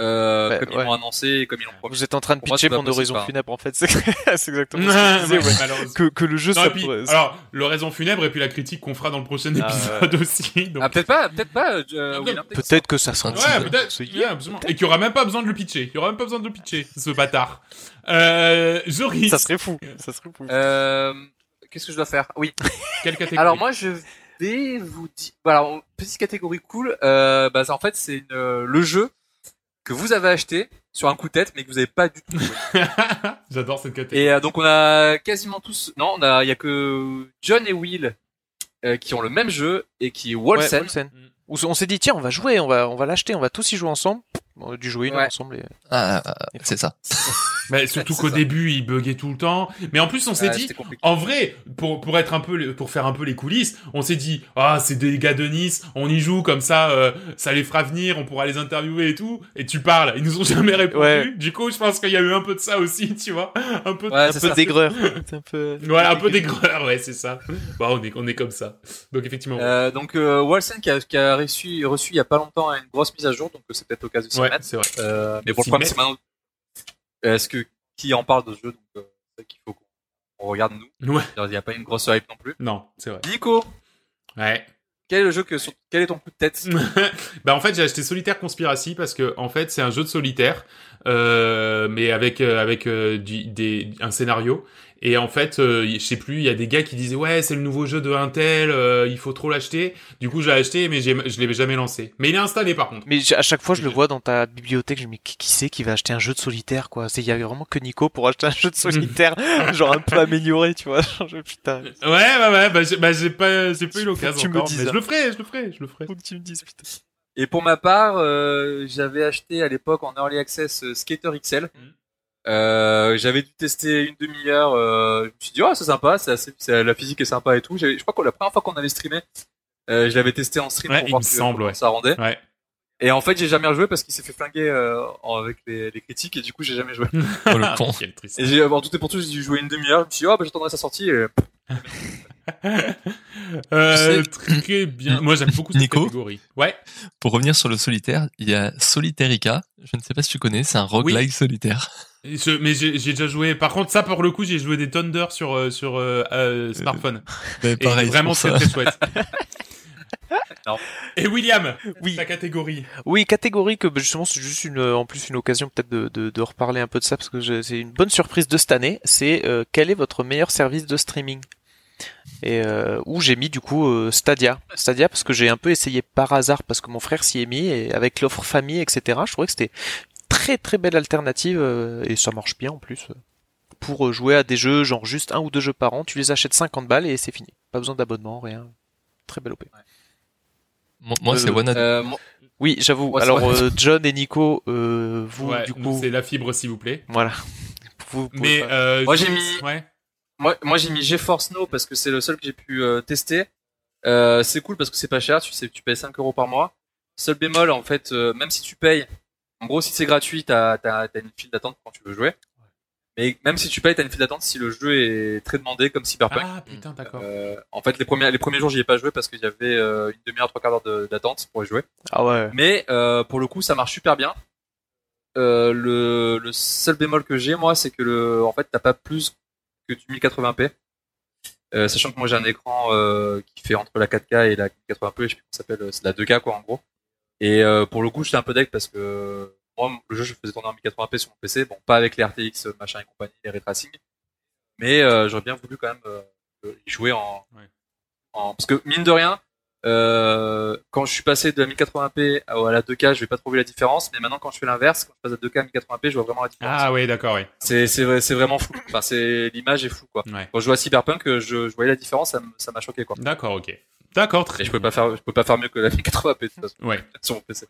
Speaker 7: euh,
Speaker 1: Ouais,
Speaker 7: comme ils
Speaker 1: ouais.
Speaker 7: l'ont annoncé et comme ils l'ont promis.
Speaker 1: Vous êtes en train de
Speaker 7: Pour moi,
Speaker 1: pitcher
Speaker 7: c'est pas
Speaker 1: mon
Speaker 7: possible,
Speaker 1: horizon
Speaker 7: hein.
Speaker 1: funèbre, en fait. [laughs] C'est c'est exactement [laughs] ce que je
Speaker 6: [laughs]
Speaker 1: disais, ouais.
Speaker 6: Malheureusement.
Speaker 1: que, que le jeu,
Speaker 6: Non,
Speaker 1: ça
Speaker 6: et puis,
Speaker 1: pourrait-
Speaker 6: alors, l'oraison funèbre et puis la critique qu'on fera dans le prochain
Speaker 1: Ah,
Speaker 6: épisode aussi. donc-
Speaker 7: Ah, peut-être pas, peut-être pas. Euh,
Speaker 6: Non,
Speaker 7: Will,
Speaker 6: non,
Speaker 7: hein, peut-être.
Speaker 1: Peut-être que ça sera.
Speaker 8: c'est-
Speaker 6: Ouais, peut-être.
Speaker 1: c'est-
Speaker 6: Yeah, absolument. Et qu'il n'y aura même pas besoin de le pitcher. Il n'y aura même pas besoin de le pitcher, ce bâtard. Euh, Joris,
Speaker 1: Ça serait fou. Ça serait fou.
Speaker 7: Euh, Qu'est-ce que je dois faire Oui.
Speaker 6: quelle catégorie
Speaker 7: Alors moi je vais vous dire voilà, on- petite catégorie cool euh, bah ça, en fait c'est une- euh, le jeu que vous avez acheté sur un coup de tête mais que vous avez
Speaker 6: [laughs]
Speaker 7: pas du tout joué.
Speaker 6: J'adore cette catégorie.
Speaker 7: Et euh, donc on a quasiment tous non, on a il y a que John et Will euh, qui ont le même jeu et qui est
Speaker 1: Ouais,
Speaker 7: Wolsen.
Speaker 1: Olsen. Où on s'est dit, tiens, on va jouer, on va, on va l'acheter, on va tous y jouer ensemble. On a dû jouer une heure
Speaker 7: Ouais.
Speaker 1: ensemble. et-
Speaker 8: Ah, ah, ah, c'est ça.
Speaker 6: Mais surtout
Speaker 7: c'est
Speaker 6: qu'au
Speaker 7: ça.
Speaker 6: début, il buguait tout le temps. Mais en plus, on s'est
Speaker 7: Ouais,
Speaker 6: dit,
Speaker 7: Euh, c'était compliqué.
Speaker 6: en vrai, pour, pour être un peu, les- pour faire un peu les coulisses, on s'est dit, ah, c'est des gars de Nice, on y joue comme ça, euh, ça les fera venir, on pourra les interviewer et tout. Et tu parles, ils nous ont jamais répondu.
Speaker 1: Ouais.
Speaker 6: Du coup, je pense qu'il y a eu un peu de ça aussi, [laughs] tu vois. Un peu de
Speaker 7: Ouais,
Speaker 1: Un
Speaker 7: Ah, c'est
Speaker 1: peu
Speaker 7: ça.
Speaker 1: d'aigreur. C'est un peu.
Speaker 6: Voilà, un peu d'aigreur, ouais, c'est ça. Bah, on est, on est comme ça. Donc, effectivement.
Speaker 7: Euh, donc euh, Wolsen qui a, qui a reçu, reçu il y a pas longtemps une grosse mise à jour donc euh, c'est peut-être l'occasion de s'y
Speaker 6: ouais,
Speaker 7: mettre.
Speaker 6: c'est vrai.
Speaker 7: Euh, mais bon,
Speaker 6: S'y
Speaker 7: le problème,
Speaker 6: mettre.
Speaker 7: c'est maintenant. Est-ce que qui en parle de ce jeu Donc, euh, c'est ça qu'il faut qu'on on regarde nous.
Speaker 6: Ouais.
Speaker 7: Il n'y a pas une grosse hype non plus.
Speaker 6: Non, c'est vrai.
Speaker 7: Nico,
Speaker 6: Ouais. [laughs]
Speaker 7: quel est le jeu que sur- quel est ton coup de tête
Speaker 6: bah, en fait, j'ai acheté Solitaire Conspiracy parce que, en fait, c'est un jeu de solitaire, euh, mais avec, euh, avec euh, du- des, un scénario. Et en fait, euh, je sais plus, il y a des gars qui disaient, ouais, c'est le nouveau jeu de Intel, euh, il faut trop l'acheter. Du coup, j'ai acheté, mais j'ai- je l'ai jamais lancé. Mais il est installé, par contre.
Speaker 1: Mais j- à chaque fois, je le vois dans ta bibliothèque, je me dis, mais qui, qui c'est qui va acheter un jeu de solitaire, quoi? C'est, il y avait vraiment que Nico pour acheter un jeu de solitaire, genre un peu amélioré, tu vois. [laughs] Genre, je- putain.
Speaker 6: Ouais, ouais, ouais, bah, j'ai bah, j'ai pas, j'ai pas eu l'occasion
Speaker 1: tu me
Speaker 6: encore,
Speaker 1: dises,
Speaker 6: mais
Speaker 1: hein.
Speaker 6: je le ferai, je le ferai, je le ferai.
Speaker 1: Faut que tu me dises, putain.
Speaker 7: Et pour ma part, euh, j'avais acheté à l'époque en early access euh, Skater XL.
Speaker 6: Mhm.
Speaker 7: Euh, j'avais dû tester une demi-heure. euh, je me suis dit, oh, c'est sympa, c'est assez, c'est- la physique est sympa et tout. J'avais- Je crois que la première fois qu'on avait streamé, euh, je l'avais testé en stream
Speaker 6: Ouais,
Speaker 7: pour
Speaker 6: il
Speaker 7: voir
Speaker 6: me
Speaker 7: que-
Speaker 6: semble,
Speaker 7: comment
Speaker 6: ouais.
Speaker 7: ça rendait.
Speaker 6: Ouais.
Speaker 7: Et en fait, j'ai jamais rejoué parce qu'il s'est fait flinguer euh, en- avec les, les critiques et du coup, j'ai jamais joué.
Speaker 8: Oh,
Speaker 7: [laughs]
Speaker 8: le con.
Speaker 6: Ah, Quelle tristesse.
Speaker 7: Et j'ai, en tout et pour tout, j'ai dû jouer une demi-heure. Je me suis dit, oh, bah, j'attendrai sa sortie. Et...
Speaker 6: Euh,
Speaker 8: Tu sais-
Speaker 6: très bien. Moi, j'aime beaucoup cette
Speaker 8: Nico
Speaker 6: catégorie. Ouais.
Speaker 8: Pour revenir sur le solitaire, il y a Solitarica. Je ne sais pas si tu connais, c'est un roguelike solitaire.
Speaker 6: Et ce- mais j'ai j'ai déjà joué. Par contre, ça, pour le coup, j'ai joué des tonnes d'heures sur, euh, sur euh, euh, smartphone.
Speaker 8: Mais
Speaker 6: Et
Speaker 8: Euh, pareil, c'est
Speaker 6: vraiment
Speaker 8: pour
Speaker 6: très
Speaker 8: ça.
Speaker 6: très
Speaker 8: [laughs]
Speaker 6: chouette.
Speaker 7: Non.
Speaker 6: Et William,
Speaker 1: Oui.
Speaker 6: ta catégorie.
Speaker 1: Oui, catégorie que bah, justement c'est juste une, euh, en plus une occasion peut-être de, de, de reparler un peu de ça parce que je- c'est une bonne surprise de cette année. C'est euh, quel est votre meilleur service de streaming Et euh, où j'ai mis du coup euh, Stadia. Stadia parce que j'ai un peu essayé par hasard parce que mon frère s'y est mis et avec l'offre famille etc. Je trouvais que c'était très très belle alternative euh, et ça marche bien en plus euh, pour euh, jouer à des jeux genre juste un ou deux jeux par an. Tu les achètes 50 balles et c'est fini. Pas besoin d'abonnement, rien. Très belle OP.
Speaker 8: Moi, moi, c'est
Speaker 1: Euh,
Speaker 6: Ah,
Speaker 8: One
Speaker 7: Euh, moi-
Speaker 1: Oui, j'avoue.
Speaker 7: Ouais, c'est
Speaker 1: Alors
Speaker 7: vrai.
Speaker 1: euh, John et Nico, euh, vous
Speaker 6: Ouais,
Speaker 1: du coup.
Speaker 6: nous, c'est la fibre, s'il vous plaît.
Speaker 1: Voilà. [laughs] Vous pouvez
Speaker 6: Mais
Speaker 1: pas-
Speaker 6: euh,
Speaker 7: Moi, j'ai
Speaker 6: Jules,
Speaker 7: mis-
Speaker 6: Ouais.
Speaker 7: Moi, moi j'ai mis GeForce Now parce que c'est le seul que j'ai pu euh, tester. Euh, c'est cool parce que c'est pas cher, tu sais, tu payes 5 euros par mois. Seul bémol, en fait, euh, même si tu payes, en gros, si c'est gratuit, t'as t'as- t'as une file d'attente quand tu veux jouer. Mais même si tu payes, t'as une file d'attente si le jeu est très demandé, comme Cyberpunk.
Speaker 6: Ah putain, d'accord.
Speaker 7: Euh, en fait, les premiers, les premiers jours, j'y ai pas joué parce qu'il y avait euh, une demi-heure, trois quarts d'heure de- d'attente pour y jouer.
Speaker 1: Ah ouais.
Speaker 7: Mais euh, pour le coup, ça marche super bien. Euh, le, le seul bémol que j'ai, moi, c'est que le, en fait, t'as pas plus que du 1080p. Euh, sachant que moi j'ai un écran euh, qui fait entre la 4K et la 1080p, je sais plus comment ça s'appelle, euh, c'est de la 2K quoi en gros. Et euh, pour le coup, j'étais un peu deck parce que euh, moi le jeu je faisais tourner en 1080p sur mon PC, bon pas avec les RTX euh, machin et compagnie, les ray tracing, mais euh, j'aurais bien voulu quand même euh, y jouer en,
Speaker 6: Ouais.
Speaker 7: en- parce que mine de rien, euh, quand je suis passé de la 1080p à à la 2K, je vais pas trouver la différence, mais maintenant quand je fais l'inverse, quand je passe de 2K à 1080p, je vois vraiment la différence.
Speaker 6: Ah ouais, d'accord, ouais.
Speaker 7: C'est c'est vrai- c'est vraiment flou. Enfin, c'est l'image est floue quoi.
Speaker 6: Ouais.
Speaker 7: Quand je jouais à Cyberpunk, euh, je, je voyais la différence, ça me- ça m'a choqué quoi.
Speaker 6: D'accord, ok. D'accord, très
Speaker 7: Et je pouvais pas faire, je pouvais pas faire mieux que la 1080p de toute façon
Speaker 6: Ouais.
Speaker 7: [laughs] sur mon PC.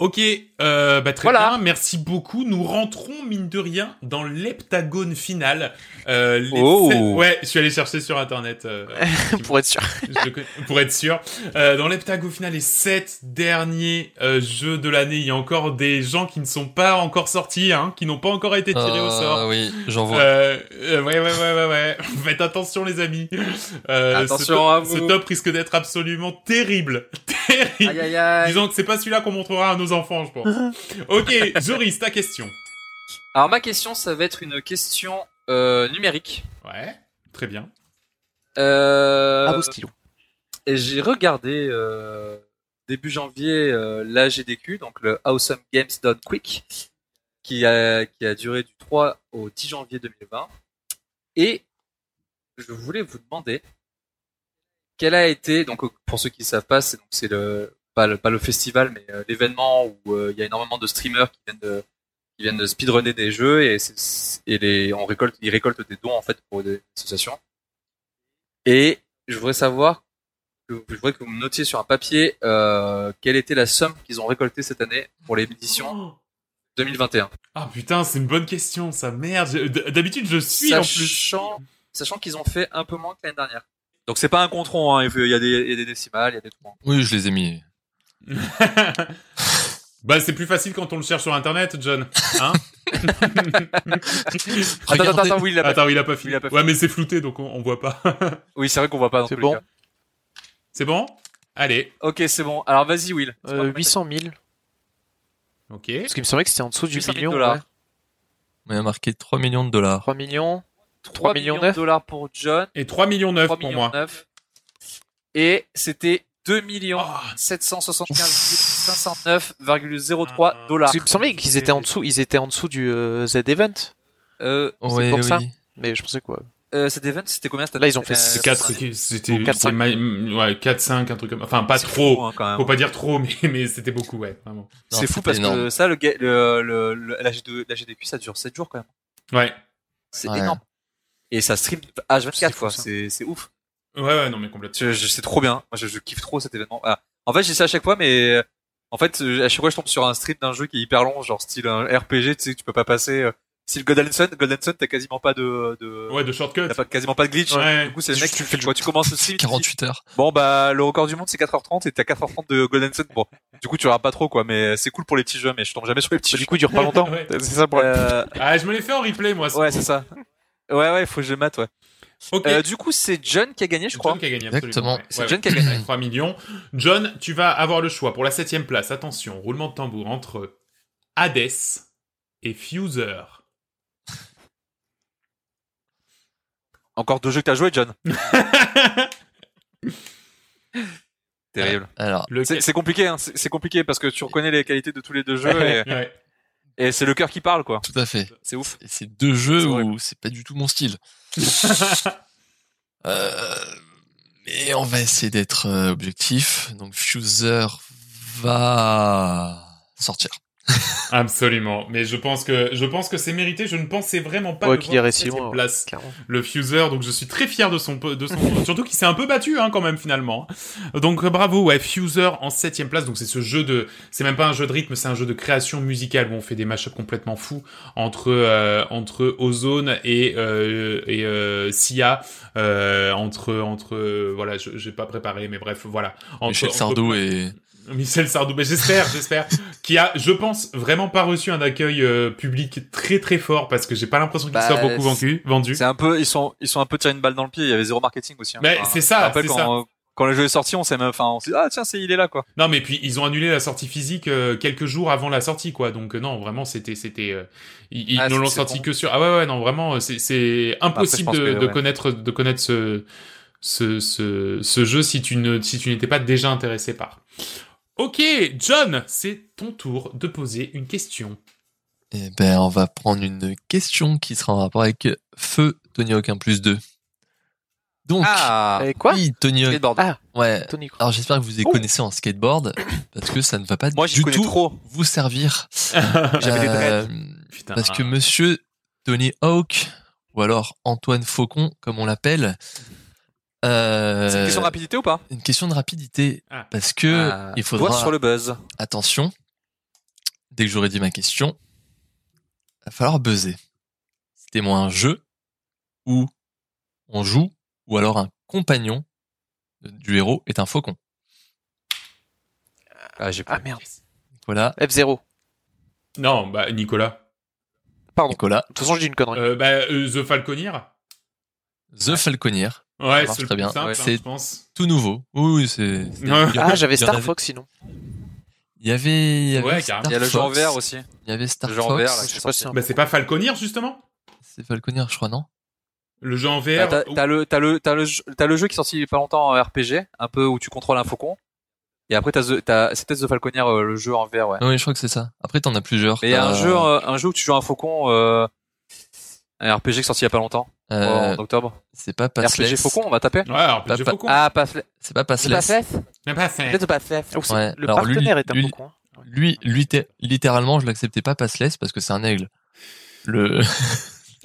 Speaker 6: Ok, euh, bah, très
Speaker 7: Voilà.
Speaker 6: bien, merci beaucoup. Nous rentrons, mine de rien, dans l'heptagone final. Euh, les
Speaker 7: Oh.
Speaker 6: sept- Ouais, je suis allé chercher sur Internet. euh,
Speaker 1: Pour être sûr.
Speaker 6: je le connais- pour être sûr. Euh, dans l'heptagone final, les sept derniers euh, jeux de l'année, il y a encore des gens qui ne sont pas encore sortis, hein, qui n'ont pas encore été tirés au sort.
Speaker 8: Ah oui, j'en vois.
Speaker 6: Euh, euh, ouais, ouais, ouais, ouais, ouais. [laughs] Faites attention, les amis. Euh,
Speaker 7: Attention
Speaker 6: ce top,
Speaker 7: à vous.
Speaker 6: Ce top risque d'être absolument terrible. [laughs] Terrible.
Speaker 7: aïe aïe.
Speaker 6: Disons que c'est pas celui-là qu'on montrera à nos enfants, je
Speaker 7: [laughs]
Speaker 6: pense. ok, Joris, ta question.
Speaker 7: Alors ma question, ça va être une question euh, numérique.
Speaker 6: Ouais, très bien.
Speaker 7: Euh,
Speaker 1: À vos stylos.
Speaker 7: et j'ai regardé euh, début janvier euh, l'AGDQ, donc le Awesome Games Done Quick, qui a, qui a duré du 3 au 10 janvier 2020. Et je voulais vous demander quel a été, donc pour ceux qui ne savent pas, c'est donc c'est le pas, le pas le festival, mais euh, l'événement où euh, il y a énormément de streamers qui viennent de qui viennent de speedrunner des jeux et, c'est- et les, on récolte, ils récoltent des dons en fait pour des associations. Et je voudrais savoir que vous- je voudrais que vous me notiez sur un papier euh, quelle était la somme qu'ils ont récoltée cette année pour l'édition
Speaker 6: Oh.
Speaker 7: 2021.
Speaker 6: Ah putain, c'est une bonne question, ça merde. Je- d- D'habitude, je suis en plus.
Speaker 7: Sachant, sachant qu'ils ont fait un peu moins que l'année dernière. Donc c'est pas un contre rond, hein, il faut- il y, a des- il y a des décimales, il y a des trous.
Speaker 8: Oui, je les ai mis.
Speaker 6: bah, c'est plus facile quand on le cherche sur Internet, John.
Speaker 7: [laughs]
Speaker 6: Hein
Speaker 7: Attends,
Speaker 8: Regardez-
Speaker 7: attends, attends, oui, il l'a pas-
Speaker 6: Attends, il a pas fini.
Speaker 7: Il a pas
Speaker 6: Ouais, mais c'est flouté, donc on, on voit pas. [laughs]
Speaker 7: Oui, c'est vrai qu'on voit pas dans
Speaker 1: C'est
Speaker 7: tous les
Speaker 1: bon.
Speaker 7: cas.
Speaker 6: c'est bon Allez,
Speaker 7: Ok, c'est bon. Alors vas-y, Will. C'est pas
Speaker 1: Euh,
Speaker 7: mal.
Speaker 1: 800 000.
Speaker 6: ok.
Speaker 1: Parce qu'il me semblait que c'était en dessous du
Speaker 7: 800 000
Speaker 1: million.
Speaker 7: dollars.
Speaker 1: ouais.
Speaker 8: On a marqué 3 millions de dollars.
Speaker 1: 3 millions.
Speaker 7: 3
Speaker 1: millions
Speaker 7: millions
Speaker 1: neuf.
Speaker 7: de dollars pour John,
Speaker 6: Et 3 millions 9
Speaker 7: 3
Speaker 6: pour
Speaker 7: millions
Speaker 6: moi.
Speaker 7: 9. Et c'était 2 millions
Speaker 6: Ah.
Speaker 7: 775 509,03 dollars.
Speaker 1: Parce qu'il me semblait qu'ils étaient en dessous, ils étaient en dessous du euh, Z-Event.
Speaker 7: Euh,
Speaker 8: Ouais,
Speaker 1: pour
Speaker 8: oui.
Speaker 1: ça. Mais je pensais quoi.
Speaker 7: euh, cet event, c'était combien cette
Speaker 1: Là,
Speaker 7: année
Speaker 1: ils ont fait
Speaker 7: C'était,
Speaker 1: six-
Speaker 7: euh,
Speaker 6: Quatre,
Speaker 7: 60.
Speaker 6: c'était- c'était
Speaker 1: quatre,
Speaker 6: c'était
Speaker 1: cinq.
Speaker 6: ma- ouais, 4, 5, un truc comme Enfin, pas
Speaker 7: C'est
Speaker 6: trop.
Speaker 7: fou, hein, quand même.
Speaker 6: Faut pas dire trop, [laughs] mais, mais c'était beaucoup, ouais, vraiment.
Speaker 8: Non,
Speaker 7: C'est fou
Speaker 8: c'était
Speaker 7: parce que
Speaker 8: énorme.
Speaker 7: ça, le, ga- le, le, le- la, G2 la GDQ, ça dure 7 jours quand même.
Speaker 6: Ouais.
Speaker 7: C'est
Speaker 8: Ouais.
Speaker 7: énorme. Et ça stream H24
Speaker 1: fou,
Speaker 7: quoi.
Speaker 1: ça.
Speaker 7: C'est c'est ouf.
Speaker 6: Ouais, ouais, non, mais complètement.
Speaker 7: Je, je- c'est trop bien. Moi, je, je kiffe trop cet événement. Ah. En fait, je dis ça à chaque fois, mais En fait, euh, à chaque fois, je tombe sur un strip d'un jeu qui est hyper long, genre style un RPG, tu sais, tu peux pas passer. euh, Style Golden Sun, Golden Sun, t'as quasiment pas de, de
Speaker 6: Ouais, de shortcut.
Speaker 7: t'as pas- quasiment pas de glitch.
Speaker 6: Ouais.
Speaker 7: Du coup, c'est le mec qui fait quoi Tu commences le stream, tu dis,
Speaker 8: 48 heures.
Speaker 7: Bon bah le record du monde c'est 4h30 et t'as 4h30 de Golden Sun. Bon, du coup tu auras pas trop quoi, mais c'est cool pour les petits jeux, mais je tombe jamais sur les petits
Speaker 1: Bah,
Speaker 7: jeux.
Speaker 1: du coup, il dure pas longtemps.
Speaker 6: Ouais.
Speaker 1: C'est ça pour
Speaker 7: [laughs] Euh,
Speaker 6: Ah, je me l'ai fait en replay, moi.
Speaker 7: ouais c'est ça. Ouais ouais, faut que je le mate ouais.
Speaker 6: Ok.
Speaker 7: Euh, du coup c'est John qui a gagné je
Speaker 6: C'est
Speaker 7: crois.
Speaker 6: John qui a gagné,
Speaker 8: Exactement.
Speaker 6: absolument. Ouais,
Speaker 7: C'est
Speaker 6: ouais,
Speaker 7: John qui a
Speaker 6: ouais.
Speaker 7: gagné.
Speaker 6: Avec 3 millions. John, tu vas avoir le choix pour la septième place. Attention, roulement de tambour entre Hades et Fuser.
Speaker 7: Encore deux jeux que t'as joué John. Terrible.
Speaker 8: Alors,
Speaker 7: C'est
Speaker 6: Lequel
Speaker 7: c'est compliqué, hein. c'est c'est compliqué parce que tu reconnais les qualités de tous les deux jeux [laughs] et,
Speaker 6: Ouais.
Speaker 7: et c'est le cœur qui parle quoi.
Speaker 8: tout à fait.
Speaker 7: C'est ouf.
Speaker 8: Et C'est deux jeux
Speaker 7: C'est horrible.
Speaker 8: où c'est pas du tout mon style. Euh, mais on va essayer d'être euh, objectif. Donc Fuser va sortir.
Speaker 6: Absolument. Mais je pense que je pense que c'est mérité. Je ne pensais vraiment pas
Speaker 1: Ouais,
Speaker 6: le
Speaker 1: qu'il
Speaker 6: voir
Speaker 1: irait
Speaker 6: à
Speaker 1: si
Speaker 6: cette
Speaker 1: loin, ouais.
Speaker 6: place.
Speaker 1: Clairement.
Speaker 6: le Fuser, donc je suis très fier de son, de son, [laughs] surtout qu'il s'est un peu battu hein, quand même finalement. Donc euh, bravo, ouais, Fuser en septième place. Donc c'est ce jeu de, c'est même pas un jeu de rythme, c'est un jeu de création musicale où on fait des mashups complètement fous entre euh, entre Ozone et euh, et euh, Sia, euh, entre entre euh, voilà, je- j'ai pas préparé, mais bref, voilà. Entre,
Speaker 8: Michel
Speaker 6: entre-
Speaker 8: Sardou et
Speaker 6: [laughs] Michel Sardou, mais j'espère, j'espère, qui a, je pense, vraiment pas reçu un accueil euh, public très très fort parce que j'ai pas l'impression qu'il
Speaker 7: Bah,
Speaker 6: soit beaucoup
Speaker 7: c'est-
Speaker 6: vendu. vendu.
Speaker 7: C'est un peu, ils sont, ils sont un peu tirés une balle dans le pied. Il y avait zéro marketing aussi. hein.
Speaker 6: Mais
Speaker 7: Enfin,
Speaker 6: c'est ça,
Speaker 7: je me rappelle
Speaker 6: c'est
Speaker 7: quand,
Speaker 6: ça.
Speaker 7: euh, Quand le jeu est sorti, on s'est même, enfin, on s'est dit, ah tiens, c'est, il est là quoi.
Speaker 6: Non, mais puis ils ont annulé la sortie physique euh, quelques jours avant la sortie, quoi. Donc euh, non, vraiment, c'était, c'était, euh, ils, ils
Speaker 7: Ah,
Speaker 6: ne
Speaker 7: c'est-
Speaker 6: l'ont
Speaker 7: c'est
Speaker 6: sorti
Speaker 7: con.
Speaker 6: que sur. Ah ouais, ouais, non, vraiment, euh, c'est, c'est impossible
Speaker 7: pense
Speaker 6: de,
Speaker 7: que,
Speaker 6: de
Speaker 7: ouais.
Speaker 6: connaître, de connaître ce, ce, ce, ce jeu si tu ne, si tu n'étais pas déjà intéressé par. Ok, John, c'est ton tour de poser une question.
Speaker 8: [laughs] Eh ben, on va prendre une question qui sera en rapport avec Feu Tony Hawk 1 plus 2. Donc,
Speaker 7: Ah.
Speaker 1: Et quoi
Speaker 8: oui, Tony Hawk.
Speaker 7: Skateboard.
Speaker 1: Ah,
Speaker 8: Ouais.
Speaker 1: Tony. quoi.
Speaker 8: Alors, j'espère que vous les
Speaker 1: Oh.
Speaker 8: connaissez en skateboard, parce que ça ne va pas
Speaker 7: Moi, j'y
Speaker 8: du
Speaker 7: connais
Speaker 8: tout
Speaker 7: trop.
Speaker 8: vous servir.
Speaker 7: [laughs] J'avais des
Speaker 8: Euh,
Speaker 7: dreads.
Speaker 6: Putain.
Speaker 8: parce que monsieur Tony Hawk, ou alors Antoine Faucon, comme on l'appelle, euh,
Speaker 7: C'est une question de rapidité ou pas
Speaker 8: une question de rapidité.
Speaker 6: Ah.
Speaker 8: Parce que
Speaker 7: Ah,
Speaker 8: il faudra
Speaker 7: doigt sur le buzz.
Speaker 8: attention, dès que j'aurai dit ma question, va falloir buzzer. C'était moi un jeu où on joue, ou alors un compagnon du héros est un faucon.
Speaker 7: Ah, j'ai
Speaker 1: Ah merde.
Speaker 8: Voilà,
Speaker 1: F0.
Speaker 6: Non, bah Nicolas.
Speaker 1: Pardon. De
Speaker 8: Nicolas,
Speaker 1: toute façon, j'ai une connerie.
Speaker 6: Euh, bah euh, The Falconeer.
Speaker 8: The Falconeer,
Speaker 6: Ouais,
Speaker 8: marche
Speaker 6: c'est le
Speaker 8: très
Speaker 6: plus
Speaker 8: bien.
Speaker 6: simple,
Speaker 8: Ouais,
Speaker 6: hein,
Speaker 8: c'est-
Speaker 6: je pense.
Speaker 8: tout nouveau. Oui, oui, c'est.
Speaker 6: [laughs]
Speaker 8: c'était-
Speaker 6: Ouais.
Speaker 8: [laughs] il y en-
Speaker 1: Ah, j'avais
Speaker 8: il y en
Speaker 1: Star
Speaker 8: avait-
Speaker 1: Fox sinon.
Speaker 8: Il y avait. Il y avait
Speaker 6: Ouais,
Speaker 8: Star
Speaker 6: carrément.
Speaker 7: Il y a le jeu en
Speaker 8: Fox,
Speaker 7: vert aussi.
Speaker 8: Il y avait Star
Speaker 7: Le jeu en
Speaker 8: Fox.
Speaker 7: vert, là.
Speaker 1: Je sais pas si c'est un-
Speaker 6: Bah c'est pas Falconeer justement.
Speaker 8: C'est Falconeer, je crois, non
Speaker 6: Le jeu en VR.
Speaker 7: Bah, T'as t'as le, t'as le, t'as le, jeu- t'as le jeu qui est sorti il y a pas longtemps en RPG, un peu où tu contrôles un faucon. Et après, t'as The- t'as, c'est peut-être The Falconer, euh, le jeu en vert, ouais.
Speaker 8: Non, mais Ah je crois que c'est ça. Après, t'en as plusieurs.
Speaker 7: Mais il y a un
Speaker 8: T'as,
Speaker 7: jeu, euh, un jeu où tu joues un faucon, euh, un RPG qui est sorti il y a pas longtemps,
Speaker 8: euh,
Speaker 7: en octobre.
Speaker 8: c'est pas
Speaker 7: RPG
Speaker 8: Passless.
Speaker 7: faucon, on va taper.
Speaker 6: Ouais, alors
Speaker 8: Bah,
Speaker 6: RPG
Speaker 8: bah,
Speaker 6: Faucon.
Speaker 7: Ah, Passless.
Speaker 8: C'est pas Passless.
Speaker 6: Mais pas fait.
Speaker 7: Peut-être Passless.
Speaker 1: Oh, c'est-
Speaker 8: Ouais,
Speaker 1: Le
Speaker 8: alors lui-
Speaker 1: partenaire est un
Speaker 8: lui-
Speaker 1: peu con. hein.
Speaker 8: Lui, lui, t'es- littéralement, je l'acceptais pas Passless parce que c'est un aigle. Le. [laughs]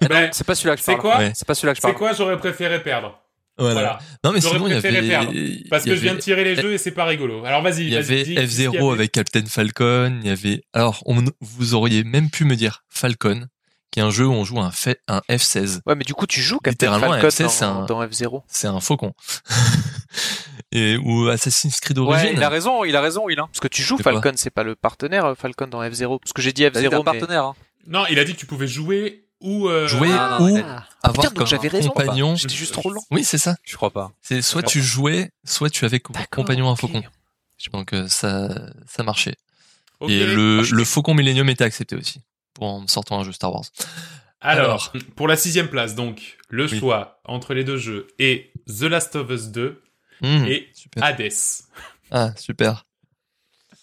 Speaker 6: Bah,
Speaker 7: C'est pas celui-là que je
Speaker 6: c'est
Speaker 7: parle.
Speaker 6: quoi
Speaker 8: Ouais.
Speaker 7: C'est pas celui-là que je
Speaker 6: C'est
Speaker 7: parle.
Speaker 6: quoi j'aurais préféré perdre
Speaker 8: Voilà.
Speaker 6: Voilà.
Speaker 8: Non, mais
Speaker 6: J'aurais
Speaker 8: sinon, il y
Speaker 6: préféré
Speaker 8: avait.
Speaker 6: perdre, Parce
Speaker 8: il y
Speaker 6: que je viens de
Speaker 8: avait-
Speaker 6: tirer les jeux et c'est pas rigolo. Alors vas-y.
Speaker 8: Il y
Speaker 6: vas-y,
Speaker 8: avait
Speaker 6: dis, qu'est-ce qu'il y
Speaker 8: F0
Speaker 6: avait
Speaker 8: avec Captain Falcon, il y avait... Alors, on- vous auriez même pu me dire Falcon, qui est un jeu où on joue un, fa- un F-16.
Speaker 1: Ouais, mais du coup, tu joues Captain
Speaker 8: Littéralement,
Speaker 1: Falcon
Speaker 8: F16, c'est
Speaker 1: dans,
Speaker 8: un-
Speaker 1: dans F0.
Speaker 8: C'est un faucon. [laughs] Et, ou Assassin's Creed Origins.
Speaker 7: Ouais, il a raison, il a raison, hein. il a.
Speaker 1: Parce que tu joues
Speaker 8: C'est quoi
Speaker 1: Falcon, c'est pas le partenaire euh, Falcon dans F0. Parce que j'ai dit
Speaker 7: C'est un
Speaker 1: F0, mais...
Speaker 7: partenaire. hein.
Speaker 6: Non, il a dit que tu pouvais jouer ou. euh,
Speaker 8: Jouer
Speaker 7: Ah,
Speaker 8: ou
Speaker 7: non,
Speaker 8: avoir
Speaker 1: donc
Speaker 8: comme
Speaker 1: j'avais
Speaker 8: un
Speaker 1: raison,
Speaker 8: compagnon...
Speaker 1: J'étais juste trop lent.
Speaker 8: Oui, c'est ça.
Speaker 7: Je crois pas.
Speaker 8: C'est soit
Speaker 7: D'accord.
Speaker 8: tu jouais, soit tu avais comme
Speaker 1: D'accord,
Speaker 8: compagnon un
Speaker 1: ok.
Speaker 8: faucon. Donc euh, ça, ça marchait.
Speaker 6: ok.
Speaker 8: Et le, le faucon Millennium était accepté aussi pour en sortant un jeu Star Wars.
Speaker 6: Alors, pour la sixième place, donc, le
Speaker 8: Oui.
Speaker 6: choix entre les deux jeux est The Last of Us 2
Speaker 8: Hmm,
Speaker 6: et
Speaker 8: super.
Speaker 6: Hades.
Speaker 8: Ah super.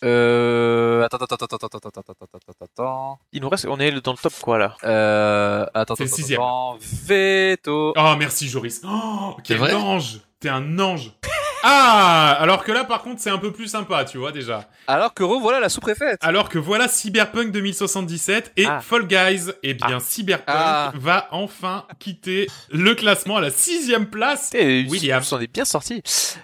Speaker 7: Euh, attends, attends, attends, attends, attends, attends, attends, attends, attends, attends.
Speaker 1: Il nous reste, on est dans le top quoi là
Speaker 7: Euh, attends,
Speaker 6: C'est le
Speaker 7: attends,
Speaker 6: sixième.
Speaker 7: attends. Veto.
Speaker 6: Oh, merci Joris. Oh, quel
Speaker 8: vrai
Speaker 6: ange T'es un ange Ah Alors que là, par contre, c'est un peu plus sympa, tu vois, déjà.
Speaker 7: Alors que revoilà la sous-préfète.
Speaker 6: Alors que voilà Cyberpunk 2077 et
Speaker 7: Ah.
Speaker 6: Fall Guys. Eh bien, Cyberpunk
Speaker 7: Ah.
Speaker 6: va enfin quitter le classement à la sixième place. William.
Speaker 1: Ils s'en est bien sorti.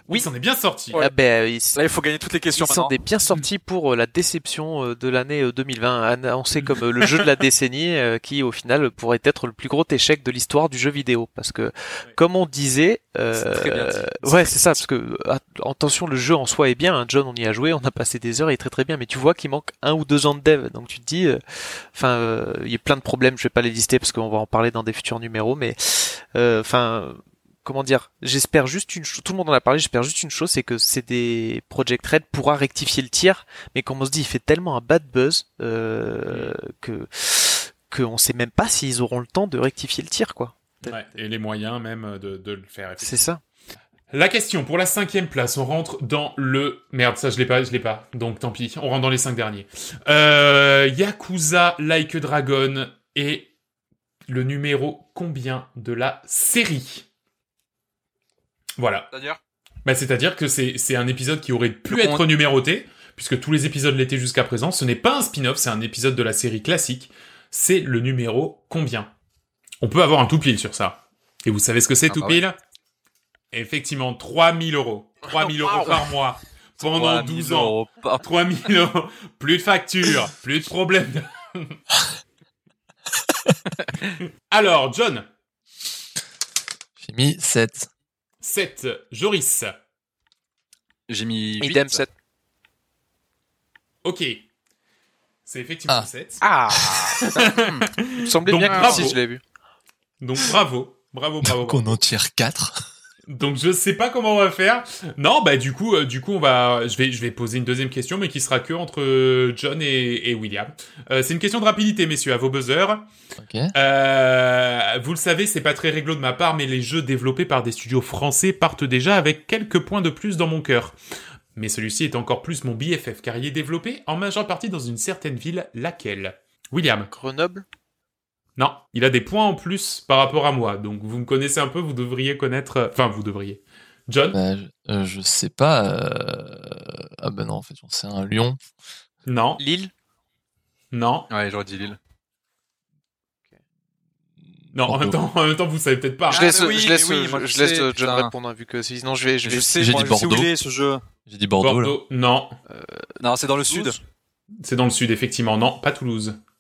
Speaker 6: Oui, il s'en est bien sorti.
Speaker 1: Ah ben, ils-
Speaker 7: Là, il faut gagner toutes les questions
Speaker 1: Ils s'en
Speaker 7: maintenant.
Speaker 1: est bien sortis pour euh, la déception euh, de l'année euh, 2020, annoncé comme euh, le jeu de la décennie, euh, qui au final pourrait être le plus gros échec de l'histoire du jeu vidéo. Parce que, comme on disait, euh,
Speaker 7: C'est très bien dit.
Speaker 1: euh, ouais, c'est ça, parce que att- attention, le jeu en soi est bien. hein, John, on y a joué, on a passé des heures, il est très très bien, mais tu vois qu'il manque un ou deux ans de dev, donc tu te dis, euh, enfin, euh, il y a plein de problèmes. Je vais pas les lister parce qu'on va en parler dans des futurs numéros, mais euh, enfin. Comment dire J'espère juste une chose. Tout le monde en a parlé. J'espère juste une chose, c'est que c'est des Project Red pourra rectifier le tir, mais comme on se dit, il fait tellement un bad buzz euh,
Speaker 7: Mm.
Speaker 1: que qu'on sait même pas s'ils auront le temps de rectifier le tir, quoi.
Speaker 6: Ouais, et les moyens même euh, de, de le faire. effectivement.
Speaker 1: C'est ça.
Speaker 6: La question pour la cinquième place, on rentre dans le merde, ça je l'ai pas, je l'ai pas, donc tant pis, on rentre dans les cinq derniers. Euh, Yakuza Like a Dragon est le numéro combien de la série Voilà.
Speaker 7: C'est-à-dire
Speaker 6: Bah, c'est-à-dire que c'est c'est un épisode qui aurait pu
Speaker 7: Le
Speaker 6: être
Speaker 7: compte.
Speaker 6: numéroté, puisque tous les épisodes l'étaient jusqu'à présent. Ce n'est pas un spin-off, c'est un épisode de la série classique. C'est le numéro combien On peut avoir un tout pile sur ça. Et vous savez ce que c'est
Speaker 7: Ah,
Speaker 6: tout
Speaker 7: bah
Speaker 6: pile Effectivement, 3000 euros.
Speaker 7: [laughs]
Speaker 6: 3000 euros par mois. Pendant
Speaker 7: 3000
Speaker 6: 12 ans.
Speaker 7: euros par-
Speaker 6: 3000 euros. Plus de factures, plus de problèmes. Alors, John,
Speaker 8: J'ai mis 7.
Speaker 6: 7, Joris.
Speaker 7: J'ai mis. huit.
Speaker 1: Idem 7.
Speaker 6: Ok. C'est effectivement
Speaker 8: Ah.
Speaker 6: 7.
Speaker 1: Ah [laughs] Il me semblait
Speaker 6: Donc,
Speaker 1: bien que
Speaker 6: bravo.
Speaker 1: si je l'ai vu.
Speaker 6: Donc bravo, bravo, bravo. bravo.
Speaker 8: Qu'on en tire 4.
Speaker 6: Donc je sais pas comment on va faire. Non, bah du coup, euh, du coup, on va, je vais, je vais poser une deuxième question, mais qui sera que entre euh, John et, et William. Euh, c'est une question de rapidité, messieurs, à vos buzzers.
Speaker 8: Ok.
Speaker 6: Euh, vous le savez, c'est pas très réglo de ma part, mais les jeux développés par des studios français partent déjà avec quelques points de plus dans mon cœur. Mais celui-ci est encore plus mon BFF, car il est développé en majeure partie dans une certaine ville, laquelle William.
Speaker 1: Grenoble.
Speaker 6: Non, il a des points en plus par rapport à moi, donc vous me connaissez un peu, vous devriez connaître. euh, Enfin, vous devriez. John
Speaker 8: Bah, je, euh, je sais pas. euh, Ah bah non, en fait, j'en sais un Lyon.
Speaker 6: Non,
Speaker 1: Lille.
Speaker 6: non,
Speaker 7: Ouais, j'aurais dit Lille.
Speaker 6: non. En
Speaker 8: Bordeaux.
Speaker 6: même temps, en même temps, vous savez peut-être pas.
Speaker 1: je laisse,
Speaker 7: mais Ah, oui,
Speaker 1: je laisse,
Speaker 7: mais oui, moi,
Speaker 1: je,
Speaker 7: je
Speaker 1: je laisse
Speaker 7: sais,
Speaker 1: euh, John
Speaker 7: putain.
Speaker 1: répondre hein, vu que sinon je vais, je vais.
Speaker 7: Je sais,
Speaker 8: J'ai
Speaker 7: moi,
Speaker 8: dit
Speaker 7: je sais où
Speaker 8: Bordeaux.
Speaker 7: il est, ce jeu.
Speaker 8: J'ai dit Bordeaux, là.
Speaker 6: non.
Speaker 7: Non, c'est dans le sud.
Speaker 1: Toulouse.
Speaker 6: C'est dans le sud, effectivement. Non, pas Toulouse. [laughs]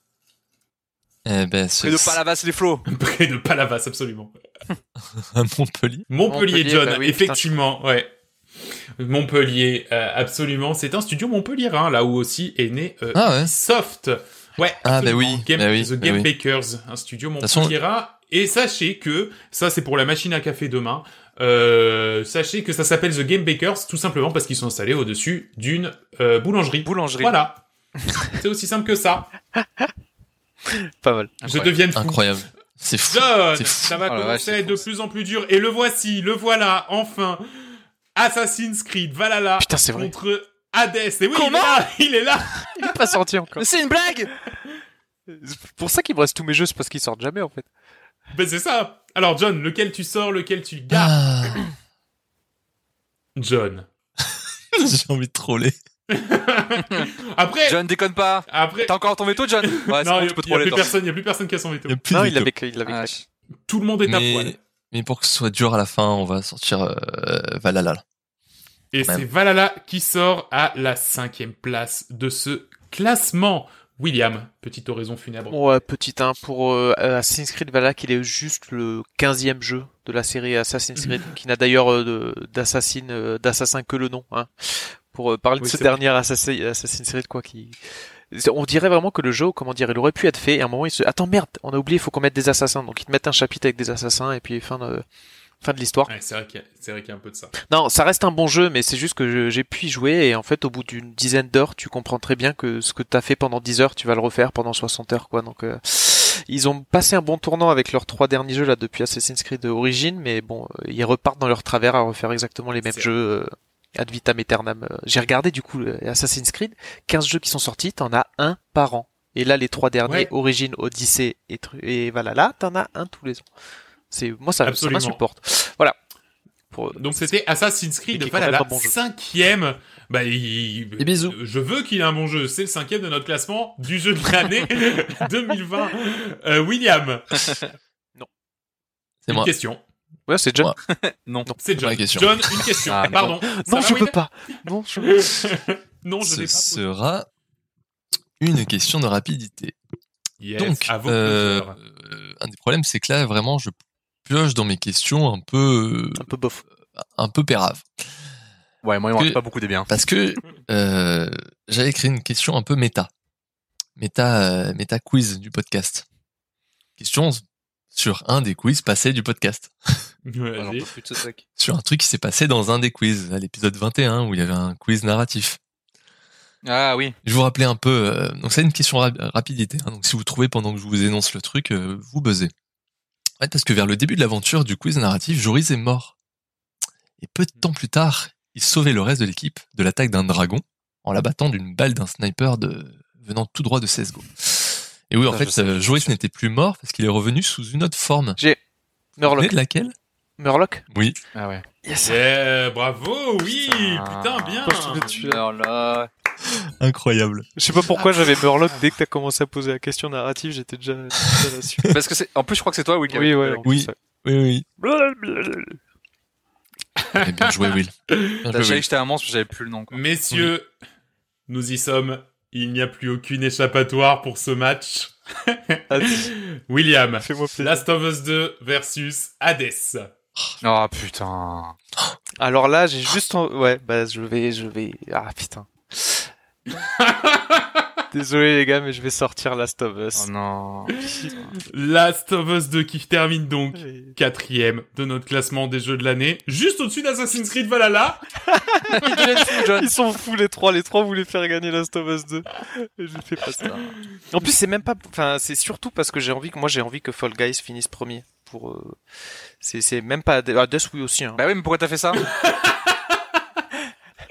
Speaker 8: Eh ben, ce-
Speaker 7: Près de Palavas les flots.
Speaker 6: Près de Palavas, absolument.
Speaker 8: à [laughs] Montpellier.
Speaker 6: Montpellier,
Speaker 1: Montpellier,
Speaker 6: John,
Speaker 1: bah oui,
Speaker 6: effectivement, ouais. Montpellier, euh, absolument. C'est un studio montpelliérain, là où aussi est né euh,
Speaker 8: Ah ouais.
Speaker 6: Soft. Ouais,
Speaker 8: Ah,
Speaker 6: absolument.
Speaker 8: bah oui,
Speaker 6: Game-
Speaker 8: bah oui,
Speaker 6: The
Speaker 8: bah
Speaker 6: Game
Speaker 8: oui.
Speaker 6: Bakers, un studio
Speaker 8: façon-
Speaker 6: montpelliérain. Et sachez que, ça c'est pour la machine à café demain, euh, sachez que ça s'appelle The Game Bakers tout simplement parce qu'ils sont installés au-dessus d'une euh, boulangerie.
Speaker 1: Boulangerie.
Speaker 6: Voilà. [laughs] c'est aussi simple que ça.
Speaker 1: Pas mal.
Speaker 6: Je deviens fou.
Speaker 8: Incroyable. C'est fou.
Speaker 6: John,
Speaker 8: C'est fou.
Speaker 6: ça va
Speaker 7: Oh la vache,
Speaker 6: commencer à
Speaker 7: c'est
Speaker 6: être de plus en plus dur. Et le voici, le voilà, enfin. Assassin's Creed Valhalla
Speaker 1: Putain, c'est vrai.
Speaker 6: contre Hades. Et oui,
Speaker 1: Comment
Speaker 6: il est là, il est là.
Speaker 1: Il est pas sorti encore.
Speaker 7: Mais c'est une blague
Speaker 1: C'est pour ça qu'il me reste tous mes jeux, c'est parce qu'ils sortent jamais en fait.
Speaker 6: Ben, c'est ça. Alors, John, lequel tu sors, lequel tu gardes
Speaker 8: Ah,
Speaker 6: John.
Speaker 8: [laughs] J'ai envie de troller.
Speaker 6: Après,
Speaker 7: [laughs] John, déconne pas.
Speaker 6: après.
Speaker 7: T'as encore tombé tôt, John Ouais, c'est
Speaker 6: Non,
Speaker 7: bon,
Speaker 6: il
Speaker 7: tu
Speaker 6: n'y a,
Speaker 7: peux troller.
Speaker 6: plus
Speaker 7: toi.
Speaker 6: personne, il y a plus personne qui a son veto.
Speaker 8: Y a plus
Speaker 1: non,
Speaker 8: de
Speaker 1: il
Speaker 8: veto.
Speaker 1: avait, il avait.
Speaker 7: Ah,
Speaker 6: Tout le monde est à poil.
Speaker 8: mais, mais pour que ce soit dur à la fin, on va sortir euh, Valhalla. là.
Speaker 6: Et
Speaker 8: Quand
Speaker 6: c'est
Speaker 8: même.
Speaker 6: Valhalla qui sort à la cinquième place de ce classement. William, petite oraison funèbre.
Speaker 1: Ouais, petit 1 pour euh, Assassin's Creed Valhalla, qu'il est juste le 15e jeu de la série Assassin's Creed,
Speaker 6: Mhm.
Speaker 1: qui n'a d'ailleurs euh, de- d'assassin euh, d'assassin que le nom. Hein. Pour euh, parler de
Speaker 6: Oui,
Speaker 1: ce
Speaker 6: c'est vrai.
Speaker 1: dernier Assassi- Assassin's Creed, quoi, qui C'est- on dirait vraiment que le jeu, comment dire, il aurait pu être fait. Et à un moment, il se attends merde, on a oublié, il faut qu'on mette des assassins. Donc ils te mettent un chapitre avec des assassins et puis fin de fin de l'histoire.
Speaker 6: Ouais, c'est vrai qu'il y a- c'est vrai qu'il y a un peu de ça.
Speaker 1: Non, ça reste un bon jeu, mais c'est juste que je- j'ai pu y jouer et en fait, au bout d'une dizaine d'heures, tu comprends très bien que ce que t'as fait pendant 10 heures, tu vas le refaire pendant 60 heures, quoi. Donc, euh, ils ont passé un bon tournant avec leurs trois derniers jeux là depuis Assassin's Creed Origins, mais bon, euh, ils repartent dans leur travers à refaire exactement les mêmes
Speaker 6: C'est-
Speaker 1: jeux. euh, Ad vitam aeternam. Euh, J'ai regardé du coup le Assassin's Creed, 15 jeux qui sont sortis, t'en as un par an. Et là, les trois derniers,
Speaker 6: Ouais.
Speaker 1: Origins, Odyssey et, Tru- et Valhalla, t'en as un tous les ans. C'est moi ça, ça
Speaker 6: Absolument.
Speaker 1: m'insupporte. pour.
Speaker 6: Donc c'était Assassin's Creed,
Speaker 1: Et qui
Speaker 6: Fall à la
Speaker 1: complètement bon jeu.
Speaker 6: cinquième. Bah, il...
Speaker 1: Et bisous.
Speaker 6: Je veux qu'il ait un bon jeu. C'est le cinquième de notre classement du jeu de l'année 2020. Euh,
Speaker 1: [laughs]
Speaker 6: William,
Speaker 8: C'est
Speaker 6: une
Speaker 8: moi.
Speaker 6: question.
Speaker 1: Ouais, c'est John.
Speaker 7: [laughs] Non.
Speaker 6: C'est
Speaker 8: pas
Speaker 6: John.
Speaker 8: la question.
Speaker 6: John, une question.
Speaker 7: Ah,
Speaker 6: Pardon.
Speaker 1: Non,
Speaker 6: Ça
Speaker 1: je
Speaker 6: va,
Speaker 1: peux
Speaker 6: Will
Speaker 1: pas. Non, je peux pas.
Speaker 6: Non, je
Speaker 8: Ce
Speaker 6: n'ai pas.
Speaker 8: sera une question de rapidité.
Speaker 6: Yes,
Speaker 8: Donc,
Speaker 6: à vos
Speaker 8: euh,
Speaker 6: couleurs.
Speaker 8: euh, un des problèmes, c'est que là, vraiment, je pioche dans mes questions un peu,
Speaker 1: Un peu bof.
Speaker 8: un peu pérave.
Speaker 7: Ouais, moi, il
Speaker 8: Que-
Speaker 7: m'en reste pas beaucoup hein. des biens.
Speaker 6: [laughs]
Speaker 8: Parce que euh, j'avais écrit une question un peu méta. Méta, euh, méta quiz du podcast. Question sur un des quiz passés du podcast.
Speaker 6: Vas-y.
Speaker 7: J'en peux plus de ce truc.
Speaker 8: Sur un truc qui s'est passé dans un des quiz, à l'épisode 21, où il y avait un quiz narratif.
Speaker 7: Ah oui.
Speaker 8: Je vous rappelais un peu. euh, donc, c'est une question ra- rapidité. hein. donc, si vous trouvez pendant que je vous énonce le truc, euh, vous buzzez. Ouais, parce que vers le début de l'aventure du quiz narratif, Joris est mort. Et peu de temps plus tard, il sauvait le reste de l'équipe de l'attaque d'un dragon en l'abattant d'une balle d'un sniper de... venant tout droit de CSGO. Et oui, en
Speaker 7: Ça, Ah, je
Speaker 8: fait,
Speaker 7: sais,
Speaker 8: euh,
Speaker 7: je
Speaker 8: Joris
Speaker 7: sais.
Speaker 8: n'était plus mort parce qu'il est revenu sous une autre forme.
Speaker 1: J'ai
Speaker 8: Vous vous souvenez
Speaker 1: Murloc.
Speaker 8: de laquelle
Speaker 1: Murloc.
Speaker 8: Oui.
Speaker 7: Ah ouais.
Speaker 1: Yes.
Speaker 6: Yeah, bravo, oui, putain,
Speaker 7: Putain.
Speaker 6: bien.
Speaker 7: Alors là.
Speaker 8: Incroyable.
Speaker 1: Je sais pas pourquoi j'avais Murloc dès que t'as commencé à poser la question narrative, Ah, j'étais déjà, déjà [laughs] là-dessus.
Speaker 7: Parce que c'est. En plus, je crois que c'est toi, Will. qui
Speaker 1: Oui,
Speaker 7: avait-
Speaker 1: ouais. en
Speaker 8: Oui.
Speaker 1: plus,
Speaker 8: Oui, oui.
Speaker 1: ouais.
Speaker 8: Eh bien
Speaker 7: [laughs]
Speaker 8: joué, Will.
Speaker 7: T'as
Speaker 8: Bien joué,
Speaker 7: savais
Speaker 8: Will.
Speaker 7: que j'étais un monstre, mais j'avais plus le nom. Quoi.
Speaker 6: Messieurs, nous y sommes. Il n'y a plus aucune échappatoire pour ce match. William,
Speaker 1: Fais-moi plaisir.
Speaker 6: Last of Us 2 versus Hades.
Speaker 7: Oh putain.
Speaker 1: Alors là, j'ai juste en- ouais, bah je vais je vais ah [laughs] putain. Désolé les gars, mais je vais sortir Last of
Speaker 7: Oh
Speaker 1: Us.
Speaker 7: non.
Speaker 6: Last of Us 2 qui termine donc
Speaker 1: Et-
Speaker 6: quatrième de notre classement des jeux de l'année, juste au-dessus d'Assassin's Creed Valhalla.
Speaker 1: Ils sont fous les trois, les trois voulaient faire gagner Last of Us 2. Et je fais pas ça. En plus, c'est même pas enfin, c'est surtout parce que j'ai envie que moi j'ai envie que Fall Guys finisse premier pour euh, c'est c'est même pas ah, Death oui aussi hein.
Speaker 7: Bah oui, mais pourquoi t'as
Speaker 1: [laughs]
Speaker 7: fait ça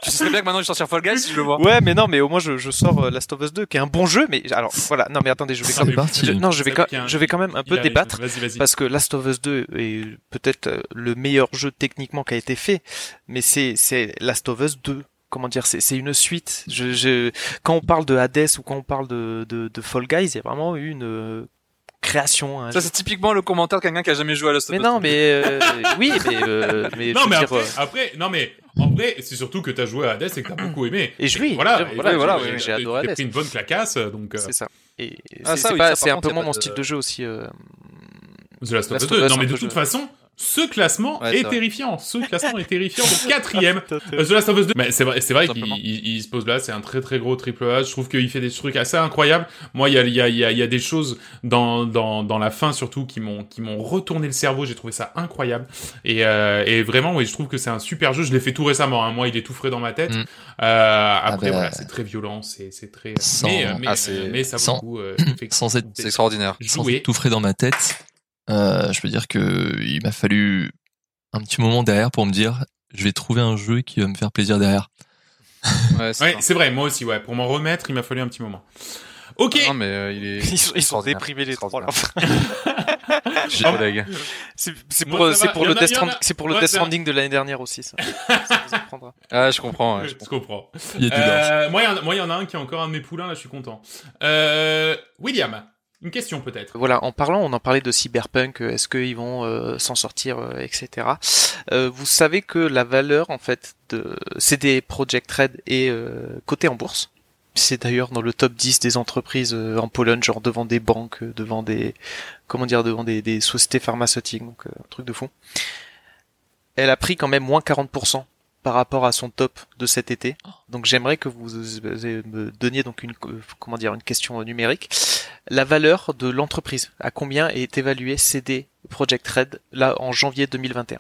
Speaker 7: Tu sais très bien que maintenant je sors sur Fall Guys si je le vois.
Speaker 1: Ouais, mais non, mais au moins je, je sors euh, Last of Us 2 qui est un bon jeu mais alors voilà, non mais attendez, je vais
Speaker 6: Ah,
Speaker 8: C'est
Speaker 1: quand même
Speaker 8: parti.
Speaker 1: je- non, je vais
Speaker 6: Ça
Speaker 1: quand-
Speaker 6: fait qu'un-
Speaker 1: je vais quand même un
Speaker 6: Il
Speaker 1: peu
Speaker 6: arrive.
Speaker 1: débattre
Speaker 6: Vas-y, vas-y.
Speaker 1: parce que Last of Us 2 est peut-être euh, le meilleur jeu techniquement qui a été fait, mais c'est c'est Last of Us 2. Comment dire, c'est c'est une suite. Je, je, quand on parle de Hades ou quand on parle de, de, de Fall Guys, il y a vraiment eu une euh, création. hein.
Speaker 7: Ça, c'est typiquement le commentaire de quelqu'un qui a jamais joué à Last of
Speaker 1: mais
Speaker 7: Us.
Speaker 1: non, mais euh, oui, mais, euh, mais je
Speaker 6: Non
Speaker 1: veux
Speaker 6: mais
Speaker 1: dire,
Speaker 6: après,
Speaker 1: euh,
Speaker 6: après, non mais en vrai, c'est surtout que t'as joué à Hades et que t'as beaucoup aimé.
Speaker 1: Et je- oui,
Speaker 6: voilà,
Speaker 1: je-
Speaker 6: et
Speaker 1: voilà,
Speaker 6: t'as-
Speaker 1: voilà,
Speaker 6: t'as-
Speaker 1: oui, j'ai
Speaker 6: t'as-
Speaker 1: adoré
Speaker 6: t'as
Speaker 1: Hades.
Speaker 6: pris une bonne clacasse, donc euh,
Speaker 1: c'est ça. Et et
Speaker 7: Ah,
Speaker 1: c'est
Speaker 7: ça,
Speaker 1: c'est
Speaker 7: oui,
Speaker 1: pas,
Speaker 7: ça, par
Speaker 1: c'est un
Speaker 7: contre,
Speaker 1: peu
Speaker 7: y a
Speaker 1: moins
Speaker 7: pas
Speaker 1: mon
Speaker 7: de-
Speaker 1: style de jeu aussi. euh,
Speaker 6: The Last of Us
Speaker 1: Last
Speaker 6: 2.
Speaker 1: of Us,
Speaker 6: Non mais
Speaker 1: un
Speaker 6: de
Speaker 1: peu
Speaker 6: toute
Speaker 1: jeu.
Speaker 6: façon, ce classement
Speaker 7: Ouais, c'est
Speaker 6: est
Speaker 7: vrai.
Speaker 6: terrifiant. Ce classement est terrifiant. Donc quatrième, Euh, The Last of Us 2, mais c'est vrai, c'est vrai qu'il
Speaker 7: Simplement.
Speaker 6: il- il se pose là, c'est un très très gros triple A. Je trouve qu'il fait des trucs assez incroyables. Moi, il y a, il y, a, il y, a, il y a des choses dans, dans, dans la fin surtout qui m'ont qui m'ont retourné le cerveau. J'ai trouvé ça incroyable. Et, euh, et vraiment, oui, je trouve que c'est un super jeu. Je l'ai fait tout récemment. Hein. Moi, il est tout frais dans ma tête.
Speaker 8: Mm.
Speaker 6: Euh, après,
Speaker 8: bah,
Speaker 6: voilà, c'est très violent, c'est c'est très.
Speaker 8: sans-
Speaker 6: Mais, euh, mais,
Speaker 7: ah, c'est-
Speaker 6: mais ça vaut
Speaker 8: sans-
Speaker 6: le coup. euh,
Speaker 8: Sans être
Speaker 7: C'est extraordinaire.
Speaker 8: sans
Speaker 6: Jouer.
Speaker 8: être tout frais dans ma tête, euh, je peux dire que il m'a fallu un petit moment derrière pour me dire je vais trouver un jeu qui va me faire plaisir derrière.
Speaker 7: Ouais, c'est
Speaker 6: Ouais,
Speaker 7: ça.
Speaker 6: c'est vrai. Moi aussi, ouais. Pour m'en remettre, il m'a fallu un petit moment. Ok.
Speaker 7: Non, mais euh, il est.
Speaker 1: [laughs] Ils sont, ils sont
Speaker 7: extraordinaire.
Speaker 1: déprimés les trois. là.
Speaker 7: J'ai collègue.
Speaker 1: [laughs] C'est c'est
Speaker 6: Moi,
Speaker 1: pour,
Speaker 6: ça
Speaker 1: c'est
Speaker 6: va.
Speaker 1: pour
Speaker 6: Il y
Speaker 1: le
Speaker 6: en a-
Speaker 1: Death
Speaker 6: il y en a-
Speaker 1: Strand- c'est pour le
Speaker 6: Moi,
Speaker 1: Death
Speaker 6: ça-
Speaker 1: Stranding de l'année dernière
Speaker 6: [laughs]
Speaker 1: aussi. Ça, ça vous apprendra.
Speaker 7: Ah, je comprends. ouais, je
Speaker 6: Je comprends.
Speaker 8: Il y a du large.
Speaker 6: Euh, moi, il y en a- moi, il y, en a un qui est encore un de mes poulains, là, je suis content. Euh, William, une question peut-être.
Speaker 1: Voilà, en parlant, on en parlait de cyberpunk, euh, est-ce qu'ils vont euh, s'en sortir, euh, etc. Euh, vous savez que la valeur, en fait, de CD Projekt Red est euh, cotée en bourse. C'est d'ailleurs dans le top 10 des entreprises euh, en Pologne, genre devant des banques, euh, devant des, comment dire, devant des, des sociétés pharmaceutiques, donc euh, un truc de fou. Elle a pris quand même moins 40% par rapport à son top de cet été. Donc j'aimerais que vous euh, me donniez donc une, euh, comment dire, une question euh, numérique. La valeur de l'entreprise, à combien est évaluée CD Project Red là en janvier 2021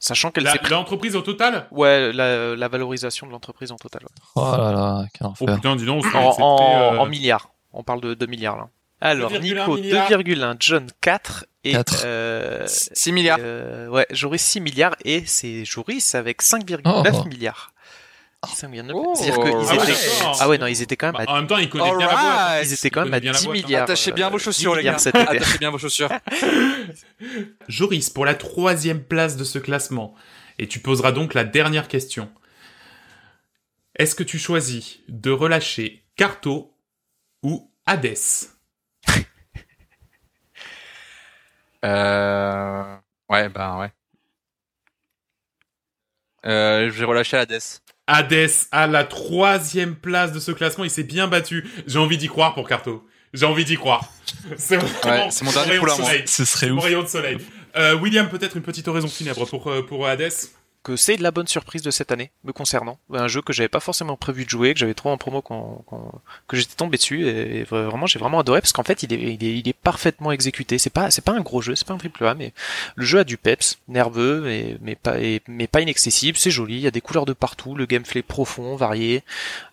Speaker 1: Sachant qu'elle
Speaker 6: La-
Speaker 1: s'est pris-
Speaker 6: L'entreprise au total
Speaker 1: Ouais, la, la valorisation de l'entreprise en total. ouais.
Speaker 8: Oh là là, quel
Speaker 6: Oh
Speaker 8: enfer.
Speaker 6: putain, dis donc, on se fait
Speaker 1: Euh. En,
Speaker 6: accepter,
Speaker 1: en-
Speaker 6: euh,
Speaker 1: en milliards. On parle de 2 milliards là. Alors,
Speaker 6: 2,1
Speaker 1: Nico
Speaker 6: milliards.
Speaker 1: 2,1, John 4 et
Speaker 8: Quatre.
Speaker 1: euh,
Speaker 7: 6 milliards.
Speaker 1: euh, ouais, Joris 6 milliards et c'est Joris avec 5,9
Speaker 8: Oh.
Speaker 1: milliards. 5,9.
Speaker 7: Oh.
Speaker 1: C'est-à-dire qu'ils
Speaker 7: Ah ouais,
Speaker 1: étaient...
Speaker 6: d'accord.
Speaker 1: ah ouais, non, ils étaient quand
Speaker 6: bah,
Speaker 1: même à,
Speaker 6: en même temps, il connaît bien la boîte.
Speaker 7: Alright.
Speaker 1: ils étaient quand même à
Speaker 6: Donnez bien la
Speaker 1: 10
Speaker 6: boîte, hein.
Speaker 1: milliards.
Speaker 7: Attachez bien
Speaker 1: euh,
Speaker 7: vos chaussures, les
Speaker 1: milliards
Speaker 7: gars.
Speaker 1: cet
Speaker 6: [laughs]
Speaker 1: été.
Speaker 7: Attachez bien vos chaussures.
Speaker 6: Joris, pour la troisième place de ce classement, et tu poseras donc la dernière question. Est-ce que tu choisis de relâcher Carto ou Hades
Speaker 7: Euh... Ouais, ben ouais. Euh, j'ai relâché Hades.
Speaker 6: Hades à la troisième place de ce classement, il s'est bien battu. J'ai envie d'y croire pour Carto. J'ai envie d'y croire. [laughs] C'est vraiment
Speaker 7: Ouais, c'est mon dernier
Speaker 6: rayon
Speaker 7: poulain,
Speaker 6: de
Speaker 7: moi.
Speaker 6: soleil.
Speaker 8: Ce serait
Speaker 6: Mon
Speaker 8: ouf.
Speaker 6: rayon de soleil. Euh, William, peut-être une petite oraison funèbre pour, euh, pour Hades.
Speaker 1: que c'est de la bonne surprise de cette année me concernant. Un jeu que j'avais pas forcément prévu de jouer, que j'avais trouvé en promo, qu'on- qu'on- que j'étais tombé dessus et, et vra- vraiment j'ai vraiment adoré parce qu'en fait il est, il est, il est parfaitement exécuté. C'est pas c'est pas un gros jeu, c'est pas un triple A, mais le jeu a du peps, nerveux mais, mais pas et- mais pas inaccessible. C'est joli, il y a des couleurs de partout, le gameplay profond, varié,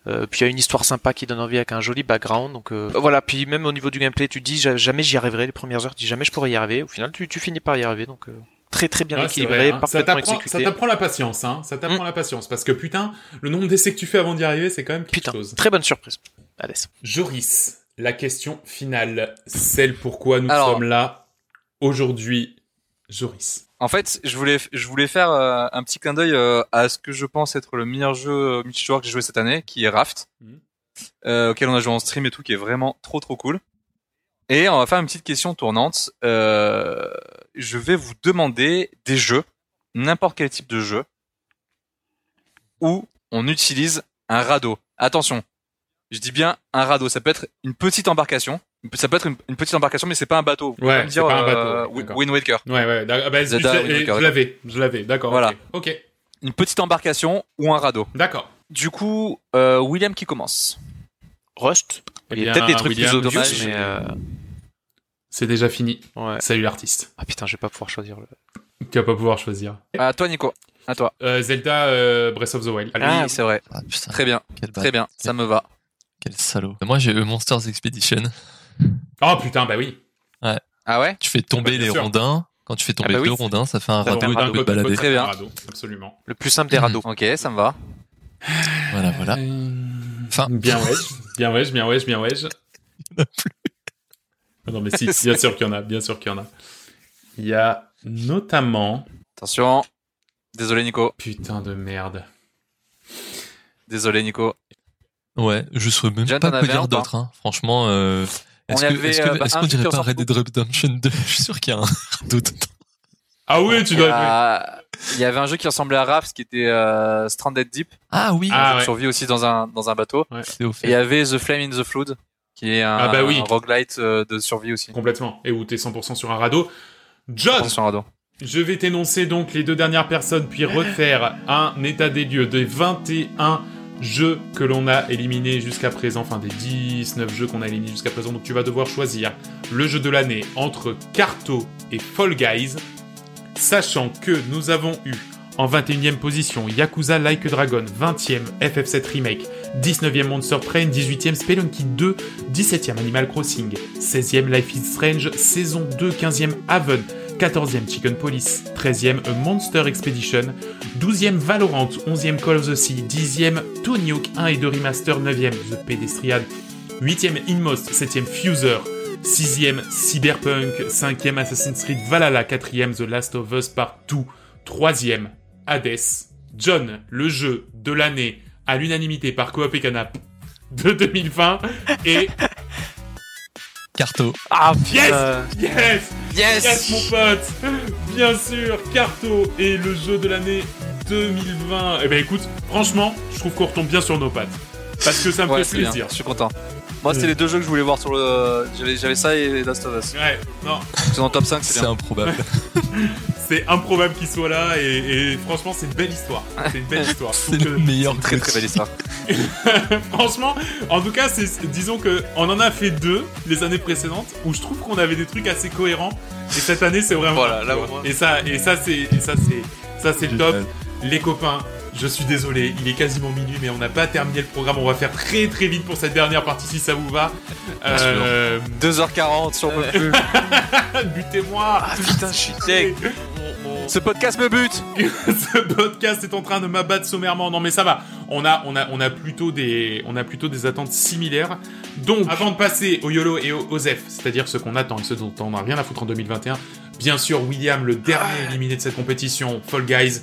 Speaker 1: euh, puis il y a une histoire sympa qui donne envie avec un joli background. Donc euh, voilà, puis même au niveau du gameplay, tu te dis ja- jamais j'y arriverai les premières heures, tu dis jamais je pourrais y arriver. Au final, tu, tu finis par y arriver donc. euh, Très très bien
Speaker 6: Ah, c'est
Speaker 1: équilibré,
Speaker 6: vrai, hein. Ça
Speaker 1: parfaitement
Speaker 6: t'apprend- ça
Speaker 1: exécuté. Mm.
Speaker 6: t'apprend la patience, hein. Ça t'apprend la patience. Parce que putain, le nombre d'essais que tu fais avant d'y arriver, c'est quand même quelque
Speaker 1: Putain,
Speaker 6: chose.
Speaker 1: très bonne surprise. Allez.
Speaker 6: Joris, la question finale, celle pourquoi nous
Speaker 7: Alors-
Speaker 6: sommes là aujourd'hui. Joris.
Speaker 7: En fait, je voulais, je voulais faire euh, un petit clin d'œil euh, à ce que je pense être le meilleur jeu euh, multijoueur que j'ai joué cette année, qui est Raft,
Speaker 6: Mhm.
Speaker 7: euh, auquel on a joué en stream et tout, qui est vraiment trop trop cool. Et on va faire une petite question tournante. Euh, je vais vous demander des jeux, n'importe quel type de jeu, où on utilise un radeau. Attention, je dis bien un radeau. Ça peut être une petite embarcation. Ça peut être une, une petite embarcation, mais c'est pas un bateau. Vous pouvez
Speaker 6: Ouais,
Speaker 7: me
Speaker 6: c'est
Speaker 7: dire,
Speaker 6: pas un bateau,
Speaker 7: euh,
Speaker 6: ouais, d'accord.
Speaker 7: Wind Waker.
Speaker 6: Ouais, ouais, d'ac- ah bah,
Speaker 7: Zelda,
Speaker 6: zut, je-
Speaker 7: Wind Waker,
Speaker 6: je l'avais, je l'avais, d'accord.
Speaker 7: Voilà.
Speaker 6: Ok, ok,
Speaker 7: une petite embarcation ou un radeau.
Speaker 6: d'accord.
Speaker 7: Du coup, euh, William qui commence.
Speaker 1: Rust.
Speaker 6: Eh
Speaker 1: Il y
Speaker 6: bien,
Speaker 1: a peut-être des trucs
Speaker 6: William,
Speaker 1: plus
Speaker 7: Dieu,
Speaker 1: obscurs,
Speaker 7: je-
Speaker 1: mais euh,
Speaker 6: C'est déjà fini.
Speaker 1: ouais.
Speaker 6: Salut l'artiste.
Speaker 1: Ah putain, je vais pas pouvoir choisir le.
Speaker 6: Tu vas pas pouvoir choisir.
Speaker 7: À toi, Nico. À toi.
Speaker 6: Euh, Zelda euh, Breath of the Wild. Allez.
Speaker 7: oui, c'est vrai.
Speaker 8: Ah, putain,
Speaker 7: Très bien,
Speaker 8: quel
Speaker 6: bah,
Speaker 8: bâtard,
Speaker 7: très bien. Ça me va.
Speaker 8: quel salaud. Moi, j'ai euh, Monsters Expedition.
Speaker 6: Oh putain, bah oui.
Speaker 7: Ah ouais
Speaker 8: Tu fais tomber
Speaker 6: Ouais, bien
Speaker 8: les
Speaker 6: sûr.
Speaker 8: rondins. Quand tu fais tomber
Speaker 1: Ah bah oui,
Speaker 8: deux rondins, ça fait un
Speaker 1: ça
Speaker 8: radeau
Speaker 1: fait un
Speaker 8: et tu
Speaker 1: radeau,
Speaker 8: peux te
Speaker 6: Faut- faut
Speaker 8: balader.
Speaker 6: faire
Speaker 7: Très bien.
Speaker 6: un radeau, Absolument.
Speaker 1: Le plus simple des
Speaker 6: Hmm.
Speaker 1: radeaux.
Speaker 7: Ok, ça me va.
Speaker 8: Voilà, voilà. Enfin,
Speaker 6: Euh, Bien wesh, bien wesh, bien wesh, bien wesh.
Speaker 8: Il y en a
Speaker 6: Ah Non mais si, bien sûr qu'il y en a, bien sûr qu'il y en a. Il y a notamment...
Speaker 7: Attention. Désolé, Nico.
Speaker 6: Putain de merde.
Speaker 7: Désolé, Nico.
Speaker 8: ouais, je saurais même
Speaker 7: John, t'en
Speaker 8: pas quoi
Speaker 7: avais un ou
Speaker 8: dire
Speaker 7: pas
Speaker 8: d'autre. hein. Franchement, euh,
Speaker 7: On
Speaker 8: est-ce
Speaker 7: y
Speaker 8: que-
Speaker 7: avait,
Speaker 8: est-ce que-
Speaker 7: euh, bah,
Speaker 8: est-ce
Speaker 7: un
Speaker 8: qu'on dirait
Speaker 7: sur
Speaker 8: pas
Speaker 7: cinq
Speaker 8: Red Dead Redemption 2 [laughs] Je suis sûr qu'il y a un radeau dedans.
Speaker 6: Ah oui, tu
Speaker 7: Il y,
Speaker 6: dois...
Speaker 7: a- il y avait un jeu qui ressemblait à Raft, qui était euh, Stranded Deep.
Speaker 8: Ah oui,
Speaker 6: Ah,
Speaker 7: On
Speaker 6: ouais.
Speaker 7: survit aussi dans un dans un bateau.
Speaker 8: c'est
Speaker 7: Et il y
Speaker 8: offert.
Speaker 7: avait The Flame in the Flood, qui est un,
Speaker 6: Ah bah oui.
Speaker 7: un roguelite euh, de survie aussi.
Speaker 6: Complètement. Et où t'es 100% sur un radeau. John,
Speaker 7: Attention, radeau.
Speaker 6: je vais t'énoncer donc les deux dernières personnes, puis refaire un état des lieux des 21 jeux que l'on a éliminés jusqu'à présent, enfin des 19 jeux qu'on a éliminés jusqu'à présent. Donc tu vas devoir choisir le jeu de l'année entre Carto et Fall Guys, sachant que nous avons eu en 21e position Yakuza Like a Dragon, 20e FF7 Remake, 19e Monster Train, 18e Spelunky 2, 17e Animal Crossing, 16e Life is Strange, saison 2, 15e Haven, 14e Chicken Police, 13e A Monster Expedition, 12e Valorant, 11e Call of the Sea, 10e Tony Hawk 1 et 2 Remaster, 9e The Pedestrian, 8e Inmost, 7e Fuser, 6e Cyberpunk, 5e Assassin's Creed Valhalla, 4e The Last of Us Part 2, 3e Hades, John, le jeu de l'année à l'unanimité par Coop et Canap de 2020 et
Speaker 8: Carto.
Speaker 1: Ah
Speaker 6: yes
Speaker 1: euh,
Speaker 6: yes
Speaker 7: Yes.
Speaker 6: Yes, mon pote Bien sûr, Carto est le jeu de l'année 2020. Eh ben écoute, franchement, je trouve qu'on retombe bien sur nos pattes. Parce que ça me
Speaker 7: Ouais,
Speaker 6: fait
Speaker 7: c'est bien.
Speaker 6: plaisir.
Speaker 7: Je suis content. Moi, c'était
Speaker 6: Mm.
Speaker 7: les deux jeux que je voulais voir sur le. J'avais j'avais ça et Last of Us.
Speaker 6: Ouais, non,
Speaker 7: C'est dans le top 5, c'est
Speaker 8: C'est
Speaker 7: bien.
Speaker 8: improbable.
Speaker 6: c'est improbable qu'il soit là et, et franchement, c'est une belle histoire. C'est une belle
Speaker 7: [laughs]
Speaker 6: histoire. Je
Speaker 8: C'est
Speaker 6: trouve
Speaker 8: le
Speaker 6: que-
Speaker 8: meilleur
Speaker 7: euh, Très très belle histoire.
Speaker 6: franchement, en tout cas, c'est, disons que on en a fait deux les années précédentes où je trouve qu'on avait des trucs assez cohérents. Et cette année, c'est vraiment.
Speaker 7: Voilà,
Speaker 6: top,
Speaker 7: là,
Speaker 6: tu
Speaker 7: au
Speaker 6: vois.
Speaker 7: moins.
Speaker 6: Et ça, et ça, c'est, et ça, c'est, ça, c'est le top. Les copains, je suis désolé, il est quasiment minuit, mais on n'a pas terminé le programme. On va faire très très vite pour cette dernière partie si ça vous va. Euh, [laughs]
Speaker 7: 2h40 sur le plus.
Speaker 6: Butez-moi
Speaker 7: [laughs] Putain, je suis deg. Ce podcast me bute.
Speaker 6: [laughs] ce podcast est en train de m'abattre sommairement. Non mais ça va. On a, on a, on a plutôt des, on a plutôt des attentes similaires. Donc, avant de passer au YOLO et au OZEF, c'est-à-dire ce qu'on attend et ce dont on n'a rien à foutre en 2021, bien sûr, William, le dernier éliminé de cette compétition, Fall Guys,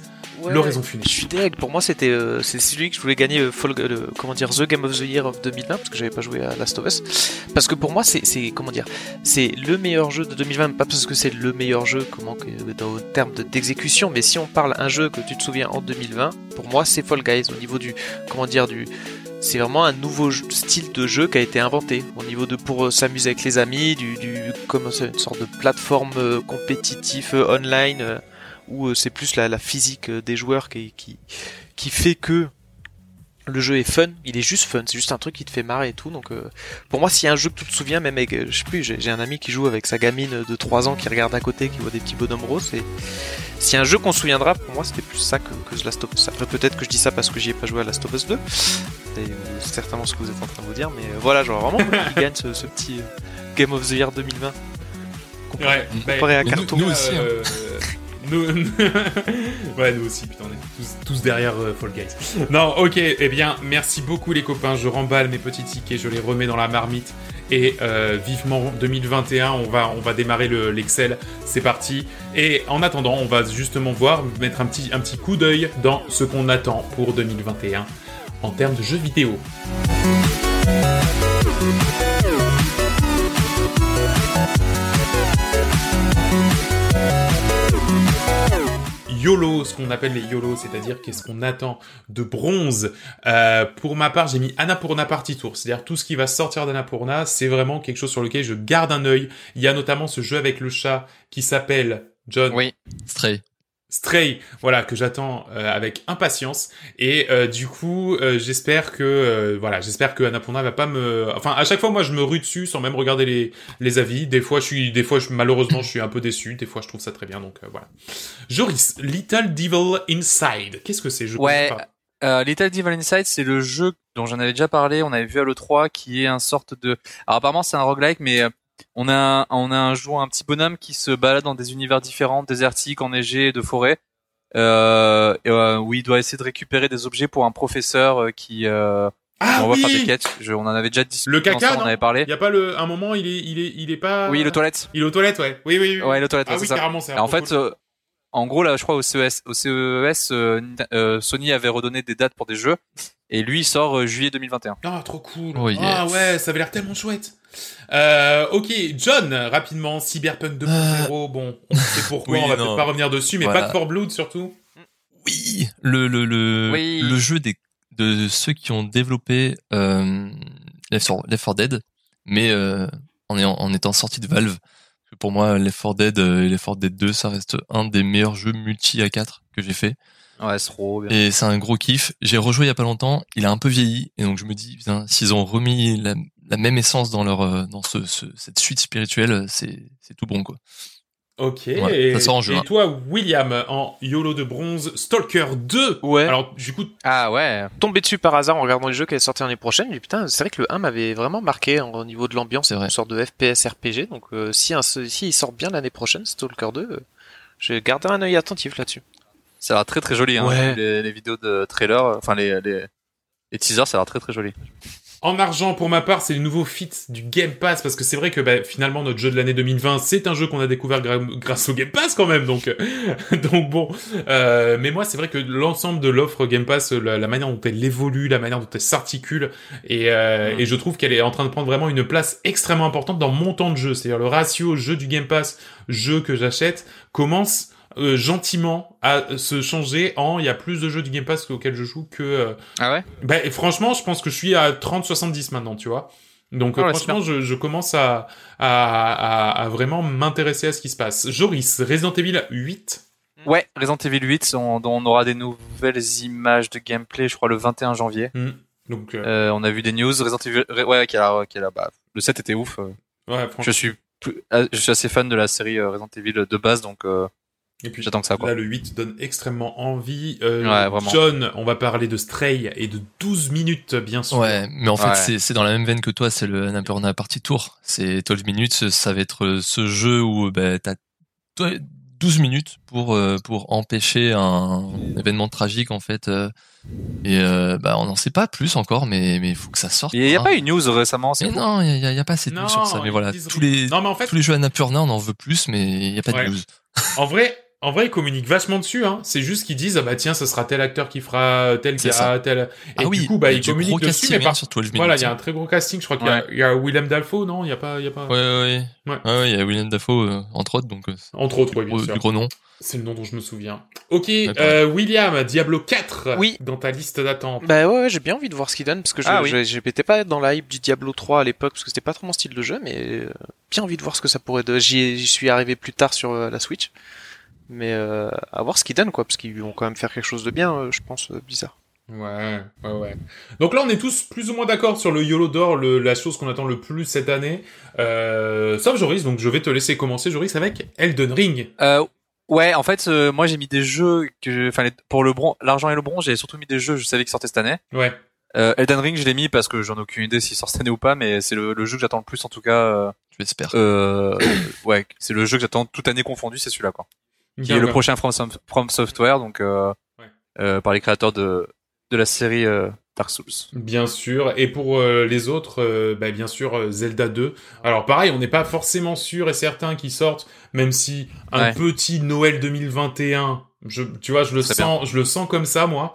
Speaker 6: L'oraison funeste.
Speaker 1: Je suis deg. Pour moi, c'était euh, c'est celui que je voulais gagner. euh, Fall- euh, le- comment dire, The Game of the Year of 2020 parce que j'avais pas joué à Last of Us. Parce que pour moi, c'est c'est- comment dire, c'est le meilleur jeu de 2020. Pas parce que c'est le meilleur jeu, comment que dans le terme de- d'exécution, mais si on parle un jeu que tu te souviens en 2020, pour moi, c'est Fall Guys au niveau du comment dire du c'est vraiment un nouveau jeu- style de jeu qui a été inventé au niveau de pour euh, s'amuser avec les amis, du, du comme ça, une sorte de plateforme euh, compétitif euh, online euh, où euh, c'est plus la, la physique euh, des joueurs qui, qui qui fait que le jeu est fun, il est juste fun, c'est juste un truc qui te fait marrer et tout. Donc euh, pour moi, s'il y a un jeu que tu te souviens, même avec, euh, je sais plus, j'ai j'ai un ami qui joue avec sa gamine de 3 ans qui regarde à côté, qui voit des petits bonhommes roses. Et si un jeu qu'on se souviendra, pour moi, c'était plus ça que, que The Last of Us. Après, peut-être que je dis ça parce que j'y ai pas joué à Last of Us 2. C'est euh, certainement ce que vous êtes en train de vous dire, mais euh, voilà, genre vraiment qui gagne ce, ce petit euh, Game of the Year 2020.
Speaker 6: Ouais, bah,
Speaker 1: comparé à
Speaker 6: nous-
Speaker 1: Carton.
Speaker 6: Nous,
Speaker 1: Euh,
Speaker 6: aussi. nous, [laughs] ouais, nous aussi, putain, on est tous, tous derrière euh, Fall Guys. Non, ok, eh bien, merci beaucoup les copains. Je remballe mes petits tickets, je les remets dans la marmite. Et euh, vivement 2021, on va, on va démarrer le- l'Excel. C'est parti. Et en attendant, on va justement voir, mettre un petit, un petit coup d'œil dans ce qu'on attend pour 2021 en termes de jeux vidéo. YOLO, ce qu'on appelle les YOLO, c'est-à-dire qu'est-ce qu'on attend de bronze. Euh, pour ma part, j'ai mis Annapurna Party Tour, c'est-à-dire tout ce qui va sortir d'Annapurna, c'est vraiment quelque chose sur lequel je garde un œil. Il y a notamment ce jeu avec le chat qui s'appelle John
Speaker 8: Oui. Stray.
Speaker 6: Stray, voilà que j'attends euh, avec impatience et euh, du coup euh, j'espère que euh, voilà j'espère que Annapurna va pas me enfin à chaque fois moi je me rue dessus sans même regarder les les avis des fois je suis des fois je, malheureusement je suis un peu déçu des fois je trouve ça très bien donc euh, voilà Joris Little Devil Inside qu'est-ce que c'est je
Speaker 7: Ouais.
Speaker 6: comprends pas.
Speaker 7: Euh, Little Devil Inside, c'est le jeu dont j'en avais déjà parlé, on avait vu à l'E3, qui est un sorte de... Alors apparemment c'est un roguelike, mais euh, on a, un- on a un joueur, un petit bonhomme qui se balade dans des univers différents, désertiques, enneigés, de forêt, euh, et, euh, où il doit essayer de récupérer des objets pour un professeur euh, qui... Euh,
Speaker 6: Ah
Speaker 7: on va faire
Speaker 6: oui
Speaker 7: des quêtes, je- on en avait déjà discuté,
Speaker 6: le caca
Speaker 7: ensemble,
Speaker 6: non
Speaker 7: on en avait parlé.
Speaker 6: il y a pas le un moment il est il est il est pas
Speaker 7: Oui, le toilette.
Speaker 6: il est aux toilettes ouais oui oui, oui.
Speaker 7: Ouais, le toilette,
Speaker 6: ah
Speaker 7: ouais,
Speaker 6: oui
Speaker 7: c'est ça.
Speaker 6: carrément c'est
Speaker 7: Et en fait, euh, en gros, là, je crois au CES, au CES euh, Nita- euh, Sony avait redonné des dates pour des jeux, et lui, il sort euh, juillet 2021.
Speaker 6: Ah, trop cool.
Speaker 8: Oh,
Speaker 6: Ah
Speaker 8: yes.
Speaker 6: ouais, ça avait l'air tellement chouette. Euh, ok, John, rapidement, Cyberpunk 2.0, bon, on sait
Speaker 8: [laughs]
Speaker 6: pourquoi,
Speaker 8: Ah. Oui,
Speaker 6: on va
Speaker 8: non.
Speaker 6: peut-être pas revenir dessus, mais
Speaker 8: Voilà.
Speaker 6: Back 4 Blood surtout.
Speaker 8: Oui, le le le,
Speaker 7: Oui.
Speaker 8: le jeu des de ceux qui ont développé euh, Left 4 Left 4 Dead, mais euh, en, ayant- en étant sorti de Valve. Parce que Pour moi, Left 4 Dead euh, et Left 4 Dead 2, ça reste un des meilleurs jeux multi à 4 que j'ai fait.
Speaker 7: Ouais, c'est trop bien.
Speaker 8: Et c'est un gros kiff. J'ai rejoué il y a pas longtemps, il a un peu vieilli, et donc je me dis, putain, s'ils ont remis la, la même essence dans leur euh, dans ce, ce- cette suite spirituelle, euh, c'est c'est tout bon quoi.
Speaker 6: Ok,
Speaker 8: Ouais, ça sort en juin.
Speaker 6: et toi, William, en YOLO de bronze, Stalker 2.
Speaker 1: Ouais.
Speaker 6: Alors, du coup,
Speaker 7: Ah ouais.
Speaker 1: tombé dessus par hasard en regardant les jeux qui allaient sortir l'année prochaine. J'ai dit, putain, c'est vrai que le 1 m'avait vraiment marqué en- au niveau de l'ambiance,
Speaker 8: C'est
Speaker 1: c'est
Speaker 8: vrai.
Speaker 1: une sorte de FPS RPG. Donc euh, si, un, si il sort bien l'année prochaine, Stalker 2, euh, je garderai un œil attentif là-dessus.
Speaker 7: Ça a l'air très très joli. Hein.
Speaker 1: Ouais.
Speaker 7: Les, les vidéos de trailer, euh, enfin les, les, les teasers, ça a l'air très très joli.
Speaker 6: en argent, pour ma part, c'est le nouveau fit du Game Pass, parce que c'est vrai que bah, finalement, notre jeu de l'année 2020, c'est un jeu qu'on a découvert gra- grâce au Game Pass quand même, donc, euh, [laughs] donc bon. Euh, mais moi, c'est vrai que l'ensemble de l'offre Game Pass, euh, la, la manière dont elle évolue, la manière dont elle s'articule, et, euh, et je trouve qu'elle est en train de prendre vraiment une place extrêmement importante dans mon temps de jeu. C'est-à-dire le ratio jeu du Game Pass, jeu que j'achète, commence euh, gentiment à se changer en il y a plus de jeux du Game Pass auxquels je joue que... euh,
Speaker 7: Ah ouais
Speaker 6: ben, et franchement, je pense que je suis à 30-70 maintenant, tu vois. Donc,
Speaker 7: Ah
Speaker 6: euh,
Speaker 7: ouais,
Speaker 6: franchement, je, je commence à, à, à, à vraiment m'intéresser à ce qui se passe. Joris, Resident Evil 8.
Speaker 7: Ouais, Resident Evil 8, on, dont on aura des nouvelles images de gameplay, je crois, le 21 janvier.
Speaker 6: Hmm. Donc, euh,
Speaker 7: Euh, on a vu des news. Resident Evil, Re- ouais, qui a l'air- qui a l'air- bah, le 7 était ouf. euh.
Speaker 6: ouais,
Speaker 7: Je
Speaker 6: franchement.
Speaker 7: suis, plus- ah, je suis assez fan de la série euh, Resident Evil de base, donc euh,
Speaker 6: Et puis,
Speaker 7: j'attends que ça. Quoi.
Speaker 6: là, le 8 donne extrêmement envie. Euh,
Speaker 7: Ouais, vraiment.
Speaker 6: John, on va parler de Stray et de 12 minutes, bien sûr.
Speaker 8: Ouais, mais en fait,
Speaker 7: Ouais.
Speaker 8: c'est- c'est dans la même veine que toi, c'est le Annapurna Party Tour. C'est 12 minutes, ça va être euh, ce jeu où bah, t'as toi- 12 minutes pour, euh, pour empêcher un événement tragique, en fait. euh, Et euh, bah, on n'en sait pas plus encore, mais mais faut que ça sorte.
Speaker 7: Il n'y a
Speaker 8: hein.
Speaker 7: pas eu de news récemment, c'est
Speaker 8: Mais
Speaker 7: fou.
Speaker 8: non, il n'y a, y a pas assez de
Speaker 6: Non,
Speaker 8: news sur ça.
Speaker 6: ils
Speaker 8: Mais voilà,
Speaker 6: disent
Speaker 8: tous les,
Speaker 6: Non, mais en fait,
Speaker 8: tous les jeux Annapurna, on en veut plus, mais il n'y a pas de
Speaker 6: Ouais.
Speaker 8: news.
Speaker 6: en vrai, En vrai, ils communiquent vachement dessus. Hein. C'est juste qu'ils disent ah bah tiens, ce sera tel acteur qui fera tel
Speaker 8: C'est
Speaker 6: gars,
Speaker 8: ça.
Speaker 6: tel. Et
Speaker 8: Ah
Speaker 6: du
Speaker 8: oui,
Speaker 6: coup, bah
Speaker 8: il y a
Speaker 6: ils
Speaker 8: du gros
Speaker 6: communiquent dessus.
Speaker 8: casting,
Speaker 6: Mais par...
Speaker 8: sur 12 minutes.
Speaker 6: voilà, il y a un très gros casting. Je crois qu'il y a- il y, a Willem Dafoe, non Il y a pas, il y a pas.
Speaker 8: Ouais, ouais,
Speaker 6: Ouais.
Speaker 8: ouais. Ouais, ouais, il y a William Dafoe, euh, entre autres, donc. euh, c'est
Speaker 6: Entre autres,
Speaker 8: du
Speaker 6: oui, bien
Speaker 8: gros-
Speaker 6: sûr.
Speaker 8: Du gros nom.
Speaker 6: C'est le nom dont je me souviens. Ok,
Speaker 8: D'accord.
Speaker 6: euh, William, Diablo 4
Speaker 1: Oui.
Speaker 6: dans ta liste d'attente.
Speaker 1: Bah ouais, ouais, j'ai bien envie de voir ce qu'il donne parce que je
Speaker 7: Ah oui.
Speaker 1: je- j'étais pas dans la hype du Diablo 3 à l'époque parce que c'était pas trop mon style de jeu, mais euh, bien envie de voir ce que ça pourrait donner. J'y j'y suis arrivé plus tard sur euh, la Switch, mais euh, à voir ce qu'il donne quoi, parce qu'ils vont quand même faire quelque chose de bien, euh, je pense, euh, bizarre.
Speaker 6: Ouais, ouais, ouais. Donc là, on est tous plus ou moins d'accord sur le YOLO d'or, le- la chose qu'on attend le plus cette année. Euh, sauf Joris, donc je vais te laisser commencer, Joris, avec Elden Ring.
Speaker 7: Euh, ouais, en fait, euh, moi j'ai mis des jeux que, enfin, les- pour le bron, l'argent et le bronze, j'ai surtout mis des jeux. Je savais qu'ils sortaient cette année.
Speaker 6: Ouais.
Speaker 7: Euh, Elden Ring, je l'ai mis parce que j'en ai aucune idée s'il sort cette année ou pas, mais c'est le, le jeu que j'attends le plus en tout cas. euh,
Speaker 8: J'espère.
Speaker 7: euh, [coughs] ouais, c'est le jeu que j'attends toute année confondue, c'est celui-là quoi. Qui est le
Speaker 6: D'accord.
Speaker 7: prochain From, Sof- From Software, donc euh,
Speaker 6: Ouais.
Speaker 7: euh, par les créateurs de de la série euh, Dark Souls.
Speaker 6: Bien sûr. Et pour euh, les autres, euh, bah, bien sûr, euh, Zelda 2. Alors pareil, on n'est pas forcément sûr et certain qu'ils sortent, même si un
Speaker 7: Ouais.
Speaker 6: petit Noël 2021. Je, tu vois, je le
Speaker 7: Très
Speaker 6: sens, je le sens comme ça, moi.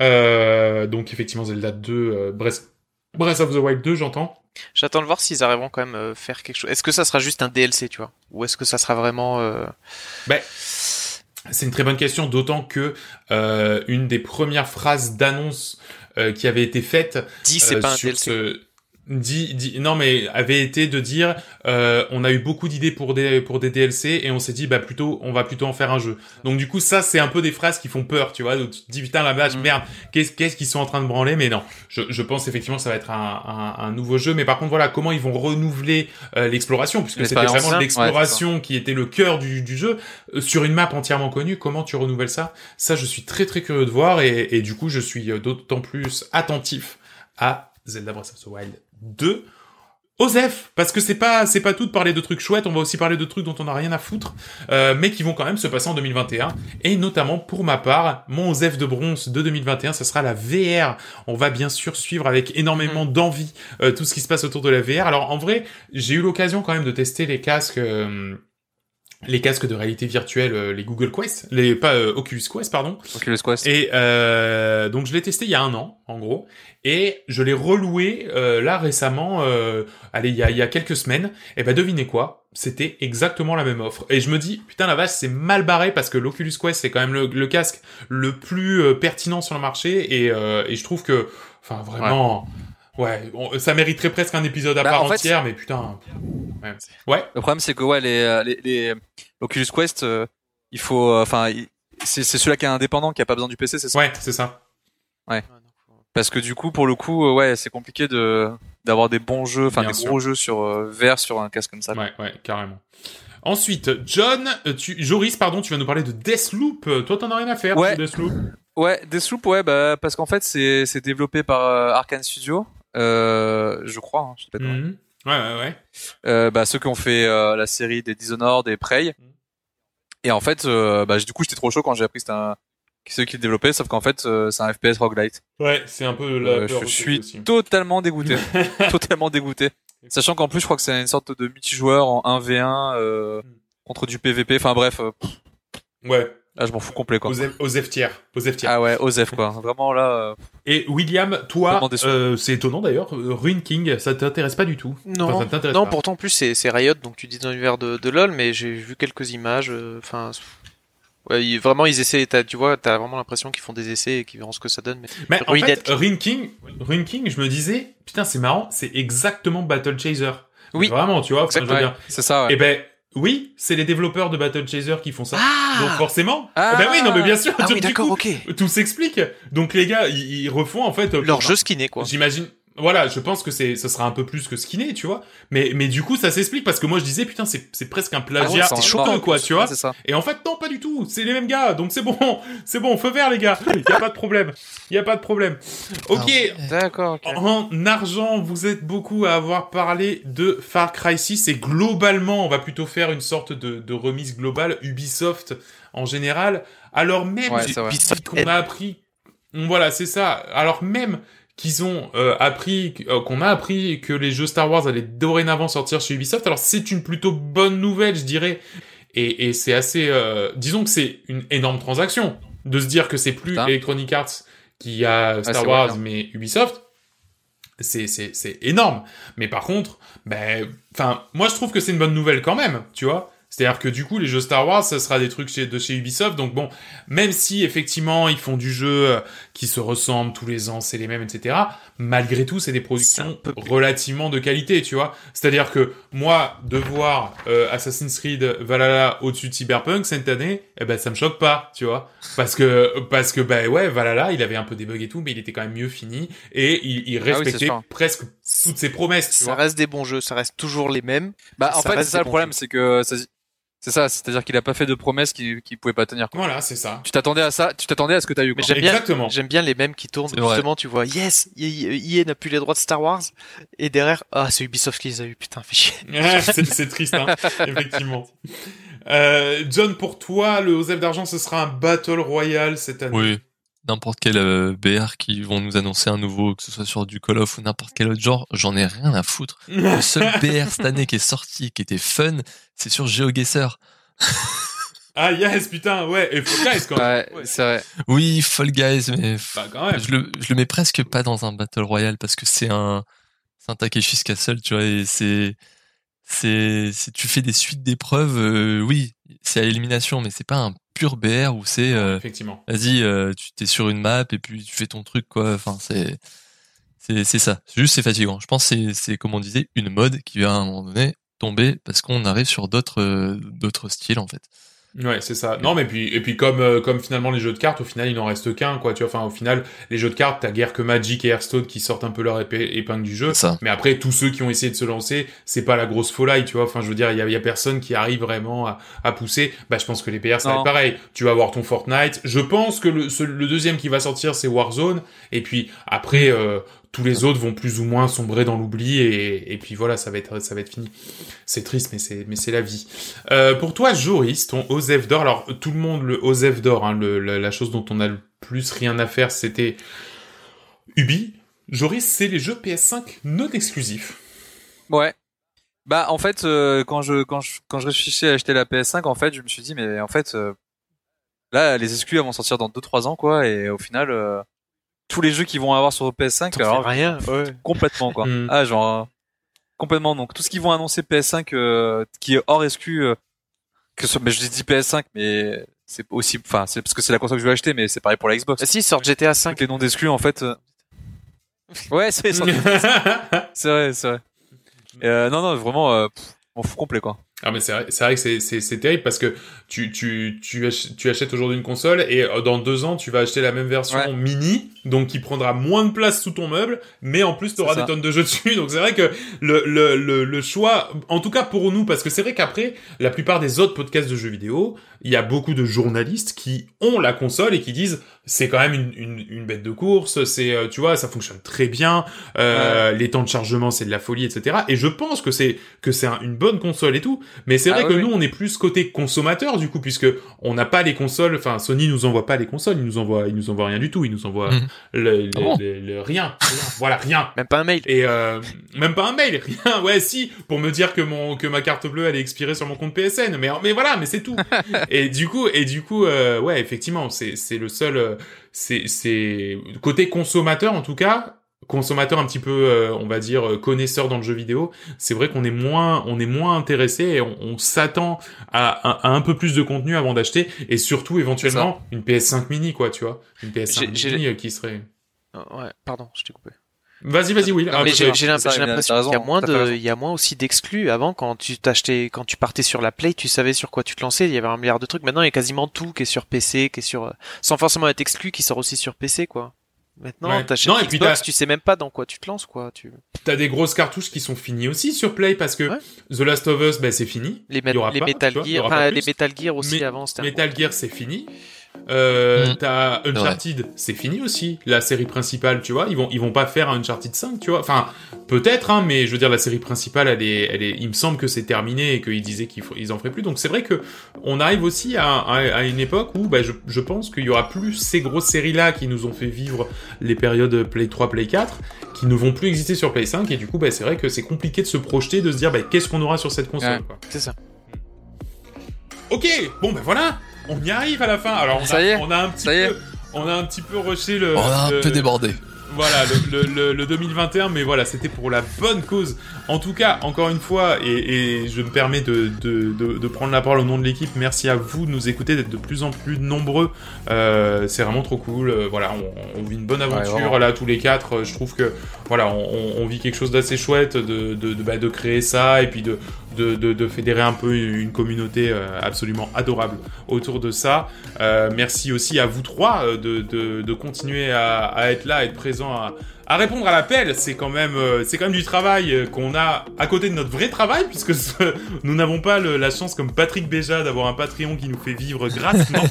Speaker 6: Euh, donc effectivement, Zelda 2, euh, Breath, Breath of the Wild 2, j'entends.
Speaker 1: J'attends de voir s'ils arriveront quand même euh, faire quelque chose. Est-ce que ça sera juste un DLC, tu vois, ou est-ce que ça sera vraiment euh,
Speaker 6: Ben, C'est une très bonne question, d'autant que euh, une des premières phrases d'annonce euh, qui avait été faite
Speaker 1: dit c'est
Speaker 6: euh,
Speaker 1: pas un
Speaker 6: sur
Speaker 1: DLC.
Speaker 6: ce- dit- dit- non mais avait été de dire euh, on a eu beaucoup d'idées pour des pour des DLC et on s'est dit bah plutôt on va plutôt en faire un jeu donc du coup ça c'est un peu des phrases qui font peur tu vois Donc, tu te dis putain la vache
Speaker 1: Mm.
Speaker 6: merde qu'est-ce qu'est-ce qu'ils sont en train de branler mais non je, je pense effectivement que ça va être un, un, un nouveau jeu mais par contre voilà comment ils vont renouveler euh, l'exploration puisque c'était
Speaker 7: L'expérience,
Speaker 6: vraiment
Speaker 7: hein.
Speaker 6: l'exploration qui était le cœur du, du jeu euh, sur une map entièrement connue comment tu renouvelles ça ça je suis très très curieux de voir et, et du coup je suis euh, d'autant plus attentif à Zelda Breath of the Wild 2. Osef, parce que c'est pas c'est pas tout de parler de trucs chouettes, on va aussi parler de trucs dont on n'a rien à foutre, euh, mais qui vont quand même se passer en 2021. Et notamment pour ma part, mon Osef de bronze de 2021, ça sera la VR. On va bien sûr suivre avec énormément d'envie euh, tout ce qui se passe autour de la VR. Alors en vrai, j'ai eu l'occasion quand même de tester les casques. euh, les casques de réalité virtuelle, euh, les Google Quest, les pas euh, Oculus Quest pardon,
Speaker 7: Oculus Quest.
Speaker 6: et euh, donc je l'ai testé il y a un an, en gros, et je l'ai reloué euh, là récemment, euh, allez, il y, a, il y a quelques semaines. Et ben devinez quoi C'était exactement la même offre. Et je me dis, putain la vache, c'est mal barré parce que l'Oculus Quest c'est quand même le, le casque le plus euh, pertinent sur le marché, et, euh, et je trouve que, enfin vraiment, ouais, on- ça mériterait presque un épisode à
Speaker 7: Bah,
Speaker 6: part
Speaker 7: en fait,
Speaker 6: entière, mais putain, ouais. ouais.
Speaker 7: Le problème, c'est que ouais, les, euh, les, les Oculus Quest, euh, il faut, euh, enfin, il- c'est c'est celui-là qui est indépendant, qui a pas besoin du PC, c'est ça.
Speaker 6: Ouais, c'est ça.
Speaker 7: Parce que du coup, pour le coup, euh, ouais, c'est compliqué de d'avoir des bons jeux, enfin
Speaker 6: Bien
Speaker 7: des gros jeux sur euh, VR sur un casque comme ça.
Speaker 6: Ouais, ouais, carrément. Ensuite, John, euh, tu, Joris, pardon, tu vas nous parler de Deathloop. Euh, Toi, t'en as rien à faire
Speaker 7: Ouais.
Speaker 6: sur Deathloop.
Speaker 7: Ouais, Deathloop, ouais, bah parce qu'en fait, c'est c'est développé par euh, Arkane Studio, euh, je crois. hein, je sais pas de conneries.
Speaker 6: Mhm. Ouais, ouais, ouais.
Speaker 7: euh, bah, ceux qui ont fait euh, la série des Dishonored et Prey.
Speaker 6: Mm.
Speaker 7: Et en fait, euh, bah, j- du coup, j'étais trop chaud quand j'ai appris que c'était un... que c'est eux qui le développaient, sauf qu'en fait, euh, c'est un FPS roguelite.
Speaker 6: Ouais, c'est un peu la
Speaker 7: Euh,
Speaker 6: peur
Speaker 7: je
Speaker 6: aussi,
Speaker 7: suis
Speaker 6: aussi. [laughs]
Speaker 7: totalement dégoûté. totalement dégoûté. Sachant qu'en plus, je crois que c'est une sorte de multijoueur en 1v1 euh,
Speaker 6: Mm.
Speaker 7: contre du PVP. Enfin bref, euh, pff,
Speaker 6: Ouais,
Speaker 7: là, Ah, je m'en fous complet, quoi.
Speaker 6: Osef, Osef tiers. Osef tiers.
Speaker 7: Ah ouais, Osef, quoi. Vraiment, là... euh,
Speaker 6: Et William, toi,
Speaker 7: Complètement déçu.
Speaker 6: euh, c'est étonnant d'ailleurs, euh, Rune King, ça t'intéresse pas du tout.
Speaker 1: Non,
Speaker 6: Enfin, ça t'intéresse
Speaker 1: non
Speaker 6: pas.
Speaker 1: pourtant en plus c'est c'est Riot, donc tu dis dans l'univers de, de LoL, mais j'ai vu quelques images. euh, Enfin, c'est- ouais, ils- vraiment ils essaient. t'as- tu vois, t'as vraiment l'impression qu'ils font des essais et qu'ils verront ce que ça donne. Mais
Speaker 6: Mais en
Speaker 1: Rune
Speaker 6: fait,
Speaker 1: King.
Speaker 6: Rune King, Rune King, je me disais, putain, c'est marrant, c'est exactement Battle Chaser.
Speaker 1: Oui.
Speaker 6: Vraiment, tu vois. enfin, je veux
Speaker 7: ouais,
Speaker 6: dire.
Speaker 7: c'est ça, ouais.
Speaker 6: Eh ben, oui, c'est les développeurs de Battle Chaser qui font ça.
Speaker 1: Ah
Speaker 6: Donc forcément.
Speaker 7: Ah
Speaker 6: eh ben oui, non, mais bien sûr.
Speaker 1: Ah
Speaker 6: du-
Speaker 1: oui,
Speaker 6: du
Speaker 1: d'accord,
Speaker 6: coup, euh,
Speaker 1: ok.
Speaker 6: Tout s'explique. Donc les gars, ils, ils refont en fait euh,
Speaker 1: Leur
Speaker 6: enfin,
Speaker 1: jeu skinné quoi.
Speaker 6: J'imagine. Voilà, je pense que c'est, ça sera un peu plus que skinné, tu vois. Mais, mais du coup, ça s'explique parce que moi, je disais, putain, c'est, c'est presque un
Speaker 7: Ah ouais,
Speaker 6: plagiat.
Speaker 7: c'est
Speaker 6: c'est
Speaker 7: en-
Speaker 6: choquant, quoi, tu vois.
Speaker 7: Ouais, C'est ça.
Speaker 6: Et en fait, non, pas du tout. C'est les mêmes gars, donc c'est bon, [laughs] c'est bon, feu vert, les gars. Y a pas de problème. Y a pas de problème.
Speaker 8: Ah
Speaker 6: Ok.
Speaker 8: ouais.
Speaker 1: D'accord. ok.
Speaker 6: En argent, vous êtes beaucoup à avoir parlé de Far Cry 6 et globalement, on va plutôt faire une sorte de, de remise globale Ubisoft en général. Alors même
Speaker 7: Ouais, c'est vrai.
Speaker 1: Ubisoft
Speaker 6: qu'on a appris, Mm, voilà, c'est ça. Alors même qu'ils ont euh, appris, euh, qu'on a appris que les jeux Star Wars allaient dorénavant sortir chez Ubisoft. Alors c'est une plutôt bonne nouvelle, je dirais. Et, et c'est assez, euh, disons que c'est une énorme transaction de se dire que c'est plus
Speaker 10: Putain.
Speaker 6: Electronic Arts qui a Star
Speaker 10: c'est
Speaker 6: Wars,
Speaker 10: vrai, hein.
Speaker 6: mais Ubisoft. C'est, c'est, c'est énorme. Mais par contre, ben, enfin, moi je trouve que c'est une bonne nouvelle quand même, tu vois. C'est-à-dire que du coup, les jeux Star Wars, ça sera des trucs chez, de chez Ubisoft. Donc bon, même si effectivement ils font du jeu euh, qui se ressemble tous les ans, c'est les mêmes, etc. Malgré tout, c'est des productions relativement de qualité, tu vois. C'est-à-dire que moi, de voir euh, Assassin's Creed Valhalla au-dessus de Cyberpunk cette année, eh ben ça me choque pas, tu vois, parce que parce que ben ouais, Valhalla, il avait un peu des bugs et tout, mais il était quand même mieux fini et il, il
Speaker 1: Ah oui, c'est
Speaker 6: respectait
Speaker 1: sûr.
Speaker 6: presque toutes ses promesses, tu
Speaker 1: Ça
Speaker 6: vois.
Speaker 1: reste des bons jeux, ça reste toujours les mêmes.
Speaker 7: Bah, en fait, c'est
Speaker 1: reste
Speaker 7: ça
Speaker 1: des
Speaker 7: le
Speaker 1: bons
Speaker 7: problème, c'est que ça- c'est ça, c'est-à-dire qu'il a pas fait de promesses qu'il qu'il pouvait pas tenir. quoi.
Speaker 6: Voilà, c'est ça.
Speaker 7: Tu t'attendais à ça, tu t'attendais à ce que t'as eu.
Speaker 1: Mais
Speaker 7: quoi.
Speaker 1: j'aime bien,
Speaker 6: Exactement.
Speaker 1: j'aime bien les mêmes qui tournent.
Speaker 7: C'est vrai.
Speaker 1: Justement, tu vois, yes, EA n'a plus les droits de Star Wars. Et derrière, ah, c'est Ubisoft qui les a eu, putain, fais chier.
Speaker 6: Ouais, [laughs] c'est c'est triste,
Speaker 8: [laughs]
Speaker 6: hein, effectivement. Euh, John, pour toi, le Osef d'argent, ce sera un battle royal cette année.
Speaker 8: Oui, n'importe quel euh, BR qui vont nous annoncer un nouveau, que ce soit sur du Call of ou n'importe quel autre genre, j'en ai rien à foutre. Le seul BR cette année qui est sorti, qui était fun, c'est sur GeoGuessr.
Speaker 6: Ah yes, putain, ouais. Et Fall Guys, quand même.
Speaker 7: Ouais, c'est vrai.
Speaker 8: Oui, Fall Guys, mais f-
Speaker 6: Bah, quand même.
Speaker 8: je, le, je le mets presque pas dans un Battle Royale parce que c'est un, c'est un Takeshi's Castle, tu vois, et c'est, c'est, si tu fais des suites d'épreuves, euh, oui, c'est à élimination, mais c'est pas un pur BR où c'est, euh,
Speaker 6: Effectivement.
Speaker 8: vas-y, euh, tu t'es sur une map et puis tu fais ton truc, quoi. Enfin, c'est, c'est, c'est ça. C'est Juste, c'est fatigant. Je pense que c'est, c'est, comme on disait, une mode qui va à un moment donné tomber parce qu'on arrive sur d'autres, euh, d'autres styles, en fait.
Speaker 6: Ouais, c'est ça. Non, mais puis et puis comme euh, comme finalement les jeux de cartes, au final, il n'en reste qu'un, quoi. Tu vois, enfin, au final, les jeux de cartes, t'as guère que Magic et Hearthstone qui sortent un peu leur épée- épingle du jeu.
Speaker 8: C'est ça.
Speaker 6: Mais après, tous ceux qui ont essayé de se lancer, c'est pas la grosse folie, tu vois. Enfin, je veux dire, il y a, il y a personne qui arrive vraiment à, à pousser. Bah, je pense que les PR, ça va
Speaker 7: Non.
Speaker 6: être pareil. Tu vas avoir ton Fortnite. Je pense que le, ce- le deuxième qui va sortir, c'est Warzone. Et puis après, euh, tous les autres vont plus ou moins sombrer dans l'oubli. Et, et puis voilà, ça va être, ça va être fini. C'est triste, mais c'est, mais c'est la vie. Euh, pour toi, Joris, ton Osef d'or. Alors, tout le monde le Osef d'or. hein, le- la, la chose dont on a le plus rien à faire, c'était Ubi. Joris, c'est les jeux PS5 non exclusifs.
Speaker 7: Ouais. Bah en fait euh, quand je quand je quand je réfléchissais à acheter la PS5 en fait je me suis dit mais en fait euh, là les exclus elles vont sortir dans 2-3 ans quoi et au final euh, tous les jeux qu'ils vont avoir sur PS5
Speaker 1: T'en
Speaker 7: alors
Speaker 1: fais rien. Ouais.
Speaker 7: complètement quoi
Speaker 6: Mm.
Speaker 7: ah genre euh, complètement donc tout ce qu'ils vont annoncer PS5 euh, qui est hors exclu euh, que ce, mais je dis PS5 mais c'est aussi enfin c'est parce que c'est la console que je vais acheter mais c'est pareil pour la Xbox
Speaker 1: Ah, si, ils sortent GTA 5.
Speaker 7: Toutes les noms d'exclus en fait euh, ouais c'est c'est [laughs]
Speaker 6: [laughs]
Speaker 7: c'est vrai c'est vrai Et, euh, non non vraiment euh, pff, on fout complet quoi
Speaker 6: Ah mais c'est vrai, c'est vrai que c'est- c'est c'est terrible parce que tu tu tu, ach- tu achètes aujourd'hui une console et euh, dans deux ans tu vas acheter la même version
Speaker 7: Ouais.
Speaker 6: mini donc qui prendra moins de place sous ton meuble mais en plus tu auras
Speaker 7: C'est
Speaker 6: des
Speaker 7: ça.
Speaker 6: tonnes de jeux dessus donc c'est vrai que le, le le le choix en tout cas pour nous parce que c'est vrai qu'après la plupart des autres podcasts de jeux vidéo il y a beaucoup de journalistes qui ont la console et qui disent c'est quand même une, une, une bête de course c'est euh, tu vois ça fonctionne très bien euh, les temps de chargement c'est de la folie etc et je pense que c'est que c'est un- une bonne console et tout mais c'est
Speaker 7: Ah
Speaker 6: vrai
Speaker 7: oui,
Speaker 6: que
Speaker 7: oui.
Speaker 6: nous, on est plus côté consommateur du coup, puisque on n'a pas les consoles. Enfin, Sony nous envoie pas les consoles, ils nous envoient, ils nous envoient rien du tout, ils nous envoient
Speaker 8: Mhm.
Speaker 6: le, le-
Speaker 8: Ah bon
Speaker 6: le- le- rien, rien. voilà, rien.
Speaker 1: Même pas un mail.
Speaker 6: Et euh, même pas un mail, rien. Ouais, si, pour me dire que mon que ma carte bleue elle est expirée sur mon compte PSN. Mais mais voilà, mais
Speaker 1: [laughs]
Speaker 6: c'est tout. et du coup et du coup, euh, ouais, effectivement, c'est c'est le seul. euh, c'est c'est côté consommateur en tout cas consommateur un petit peu euh, on va dire euh, connaisseur dans le jeu vidéo c'est vrai qu'on est moins on est moins intéressé et on, on s'attend à, à- à un peu plus de contenu avant d'acheter et surtout éventuellement une PS5 mini quoi tu vois une PS5
Speaker 1: J'ai-
Speaker 6: mini euh, qui serait
Speaker 1: Ah, Ouais, pardon, je t'ai coupé.
Speaker 6: vas-y vas-y Will Ah,
Speaker 1: mais j'ai
Speaker 6: peut-être.
Speaker 1: j'ai l'im-
Speaker 7: ça,
Speaker 1: j'ai
Speaker 7: mais
Speaker 1: l'impression
Speaker 7: t'as
Speaker 1: qu'il y a
Speaker 7: raison,
Speaker 1: moins
Speaker 7: t'as fait
Speaker 1: de,
Speaker 7: raison.
Speaker 1: il y a moins aussi d'exclus. Avant, quand tu t'achetais, quand tu partais sur la Play, tu savais sur quoi tu te lançais. Il y avait un milliard de trucs. Maintenant, il y a quasiment tout qui est sur PC, qui est sur, euh, sans forcément être exclu, qui sort aussi sur PC, quoi. Maintenant,
Speaker 6: Ouais.
Speaker 1: t'achètes
Speaker 6: Non, et puis
Speaker 1: Xbox,
Speaker 6: t'as-
Speaker 1: tu sais même pas dans quoi tu te lances, quoi. Tu
Speaker 6: t'as des grosses cartouches qui sont finies aussi sur Play parce que
Speaker 1: Ouais.
Speaker 6: The Last of Us ben c'est fini
Speaker 1: les,
Speaker 6: Il y aura
Speaker 1: les
Speaker 6: pas,
Speaker 1: Metal
Speaker 6: tu vois, il y
Speaker 1: Gear,
Speaker 6: aura pas
Speaker 1: enfin,
Speaker 6: plus.
Speaker 1: les Metal Gear aussi
Speaker 6: Mais-
Speaker 1: avant, c'était un
Speaker 6: Metal Gear c'est fini. Euh,
Speaker 8: Mm.
Speaker 6: t'as
Speaker 8: vrai.
Speaker 6: Uncharted, c'est fini aussi. La série principale, tu vois, ils vont ils vont pas faire un Uncharted 5, tu vois. Enfin, peut-être, hein, mais je veux dire la série principale, elle est, elle est. Il me semble que c'est terminé et qu'ils disaient qu'ils f- ils en feraient plus. Donc c'est vrai que on arrive aussi à, à, à une époque où, bah, je, je pense qu'il y aura plus ces grosses séries là qui nous ont fait vivre les périodes Play 3, Play 4, qui ne vont plus exister sur Play 5 et du coup, bah, c'est vrai que c'est compliqué de se projeter, de se dire, bah, qu'est-ce qu'on aura sur cette console.
Speaker 7: Ouais.
Speaker 6: quoi.
Speaker 1: C'est ça.
Speaker 6: Ok, bon ben voilà, on y arrive à la fin. Alors on,
Speaker 10: Ça
Speaker 6: a,
Speaker 10: y est,
Speaker 6: on a un petit
Speaker 10: ça y est.
Speaker 6: peu, on a un petit peu rushé le.
Speaker 8: On a Oh, un
Speaker 6: le-
Speaker 8: peu débordé.
Speaker 6: Voilà, le, le- le- le 2021, mais voilà, c'était pour la bonne cause. En tout cas, encore une fois, et, et je me permets de, de- de- de prendre la parole au nom de l'équipe, merci à vous de nous écouter, d'être de plus en plus nombreux. Euh, c'est vraiment trop cool. Euh, voilà, on, on vit une bonne aventure,
Speaker 7: vraiment.
Speaker 6: là, tous les quatre. Euh, Je trouve que, voilà, on, on- on vit quelque chose d'assez chouette de, de, de- bah, de créer ça et puis de, de, de- de fédérer un peu une communauté euh, absolument adorable autour de ça. Euh, merci aussi à vous trois euh, de, de- de continuer à, à être là, à être présent, à, à répondre à l'appel. C'est quand même euh, c'est quand même du travail euh, qu'on a à côté de notre vrai travail puisque ce- [laughs] nous n'avons pas le- la chance comme Patrick Béja d'avoir un Patreon qui nous fait vivre gratuitement.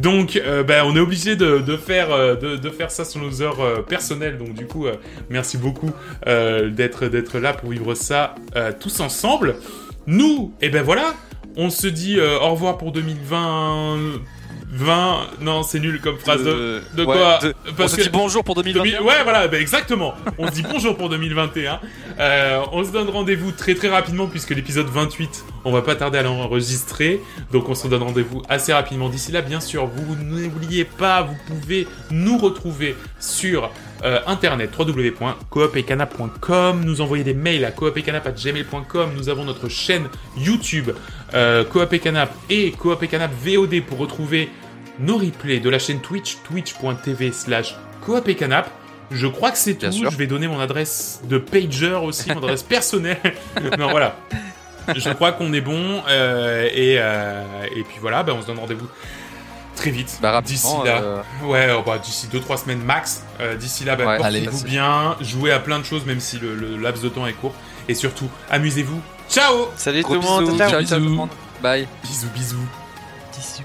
Speaker 6: donc euh, ben, on est obligé de, de faire euh, de, de faire ça sur nos heures euh, personnelles. Donc du coup euh, merci beaucoup euh, d'être d'être là pour vivre ça euh, tous ensemble. Nous et ben voilà. On se dit euh, au revoir pour 2020 20, non, c'est nul comme phrase de, de
Speaker 7: Euh, ouais,
Speaker 6: quoi
Speaker 7: de- on se dit bonjour pour 2021.
Speaker 6: Ouais, voilà, bah, exactement. On se dit bonjour pour 2021. Euh, on se donne rendez-vous très très rapidement puisque l'épisode 28, on va pas tarder à l'enregistrer. Donc on se donne rendez-vous assez rapidement. D'ici là, bien sûr, vous n'oubliez pas, vous pouvez nous retrouver sur euh, internet www.coopecana.com, nous envoyer des mails à coopecana@gmail.com. Nous avons notre chaîne YouTube euh, Coop et Canap et Coop et Canap VOD pour retrouver nos replays de la chaîne Twitch, twitch.tv slash Coop et Canap. Je crois que c'est tout.
Speaker 7: sûr.
Speaker 6: Je vais donner mon adresse de pager aussi, mon adresse
Speaker 7: [laughs]
Speaker 6: personnelle. non, voilà. Je crois qu'on est bon. euh, et, euh, et puis voilà, bah, on se donne rendez-vous très vite.
Speaker 7: Bah,
Speaker 6: d'ici
Speaker 7: rapidement,
Speaker 6: là.
Speaker 7: euh,
Speaker 6: Ouais, oh, bah, d'ici 2-3 semaines max. Euh, d'ici là, bah,
Speaker 7: Ouais,
Speaker 6: portez-vous
Speaker 7: allez.
Speaker 6: bien. Jouez à plein de choses, même si le, le laps de temps est court. Et surtout, amusez-vous. Ciao
Speaker 1: Salut tout
Speaker 7: Gros
Speaker 1: le monde.
Speaker 7: bisous,
Speaker 1: ciao, ciao.
Speaker 7: ciao, ciao tout le monde. Bye.
Speaker 6: Bisous, bisous.
Speaker 1: Bisous.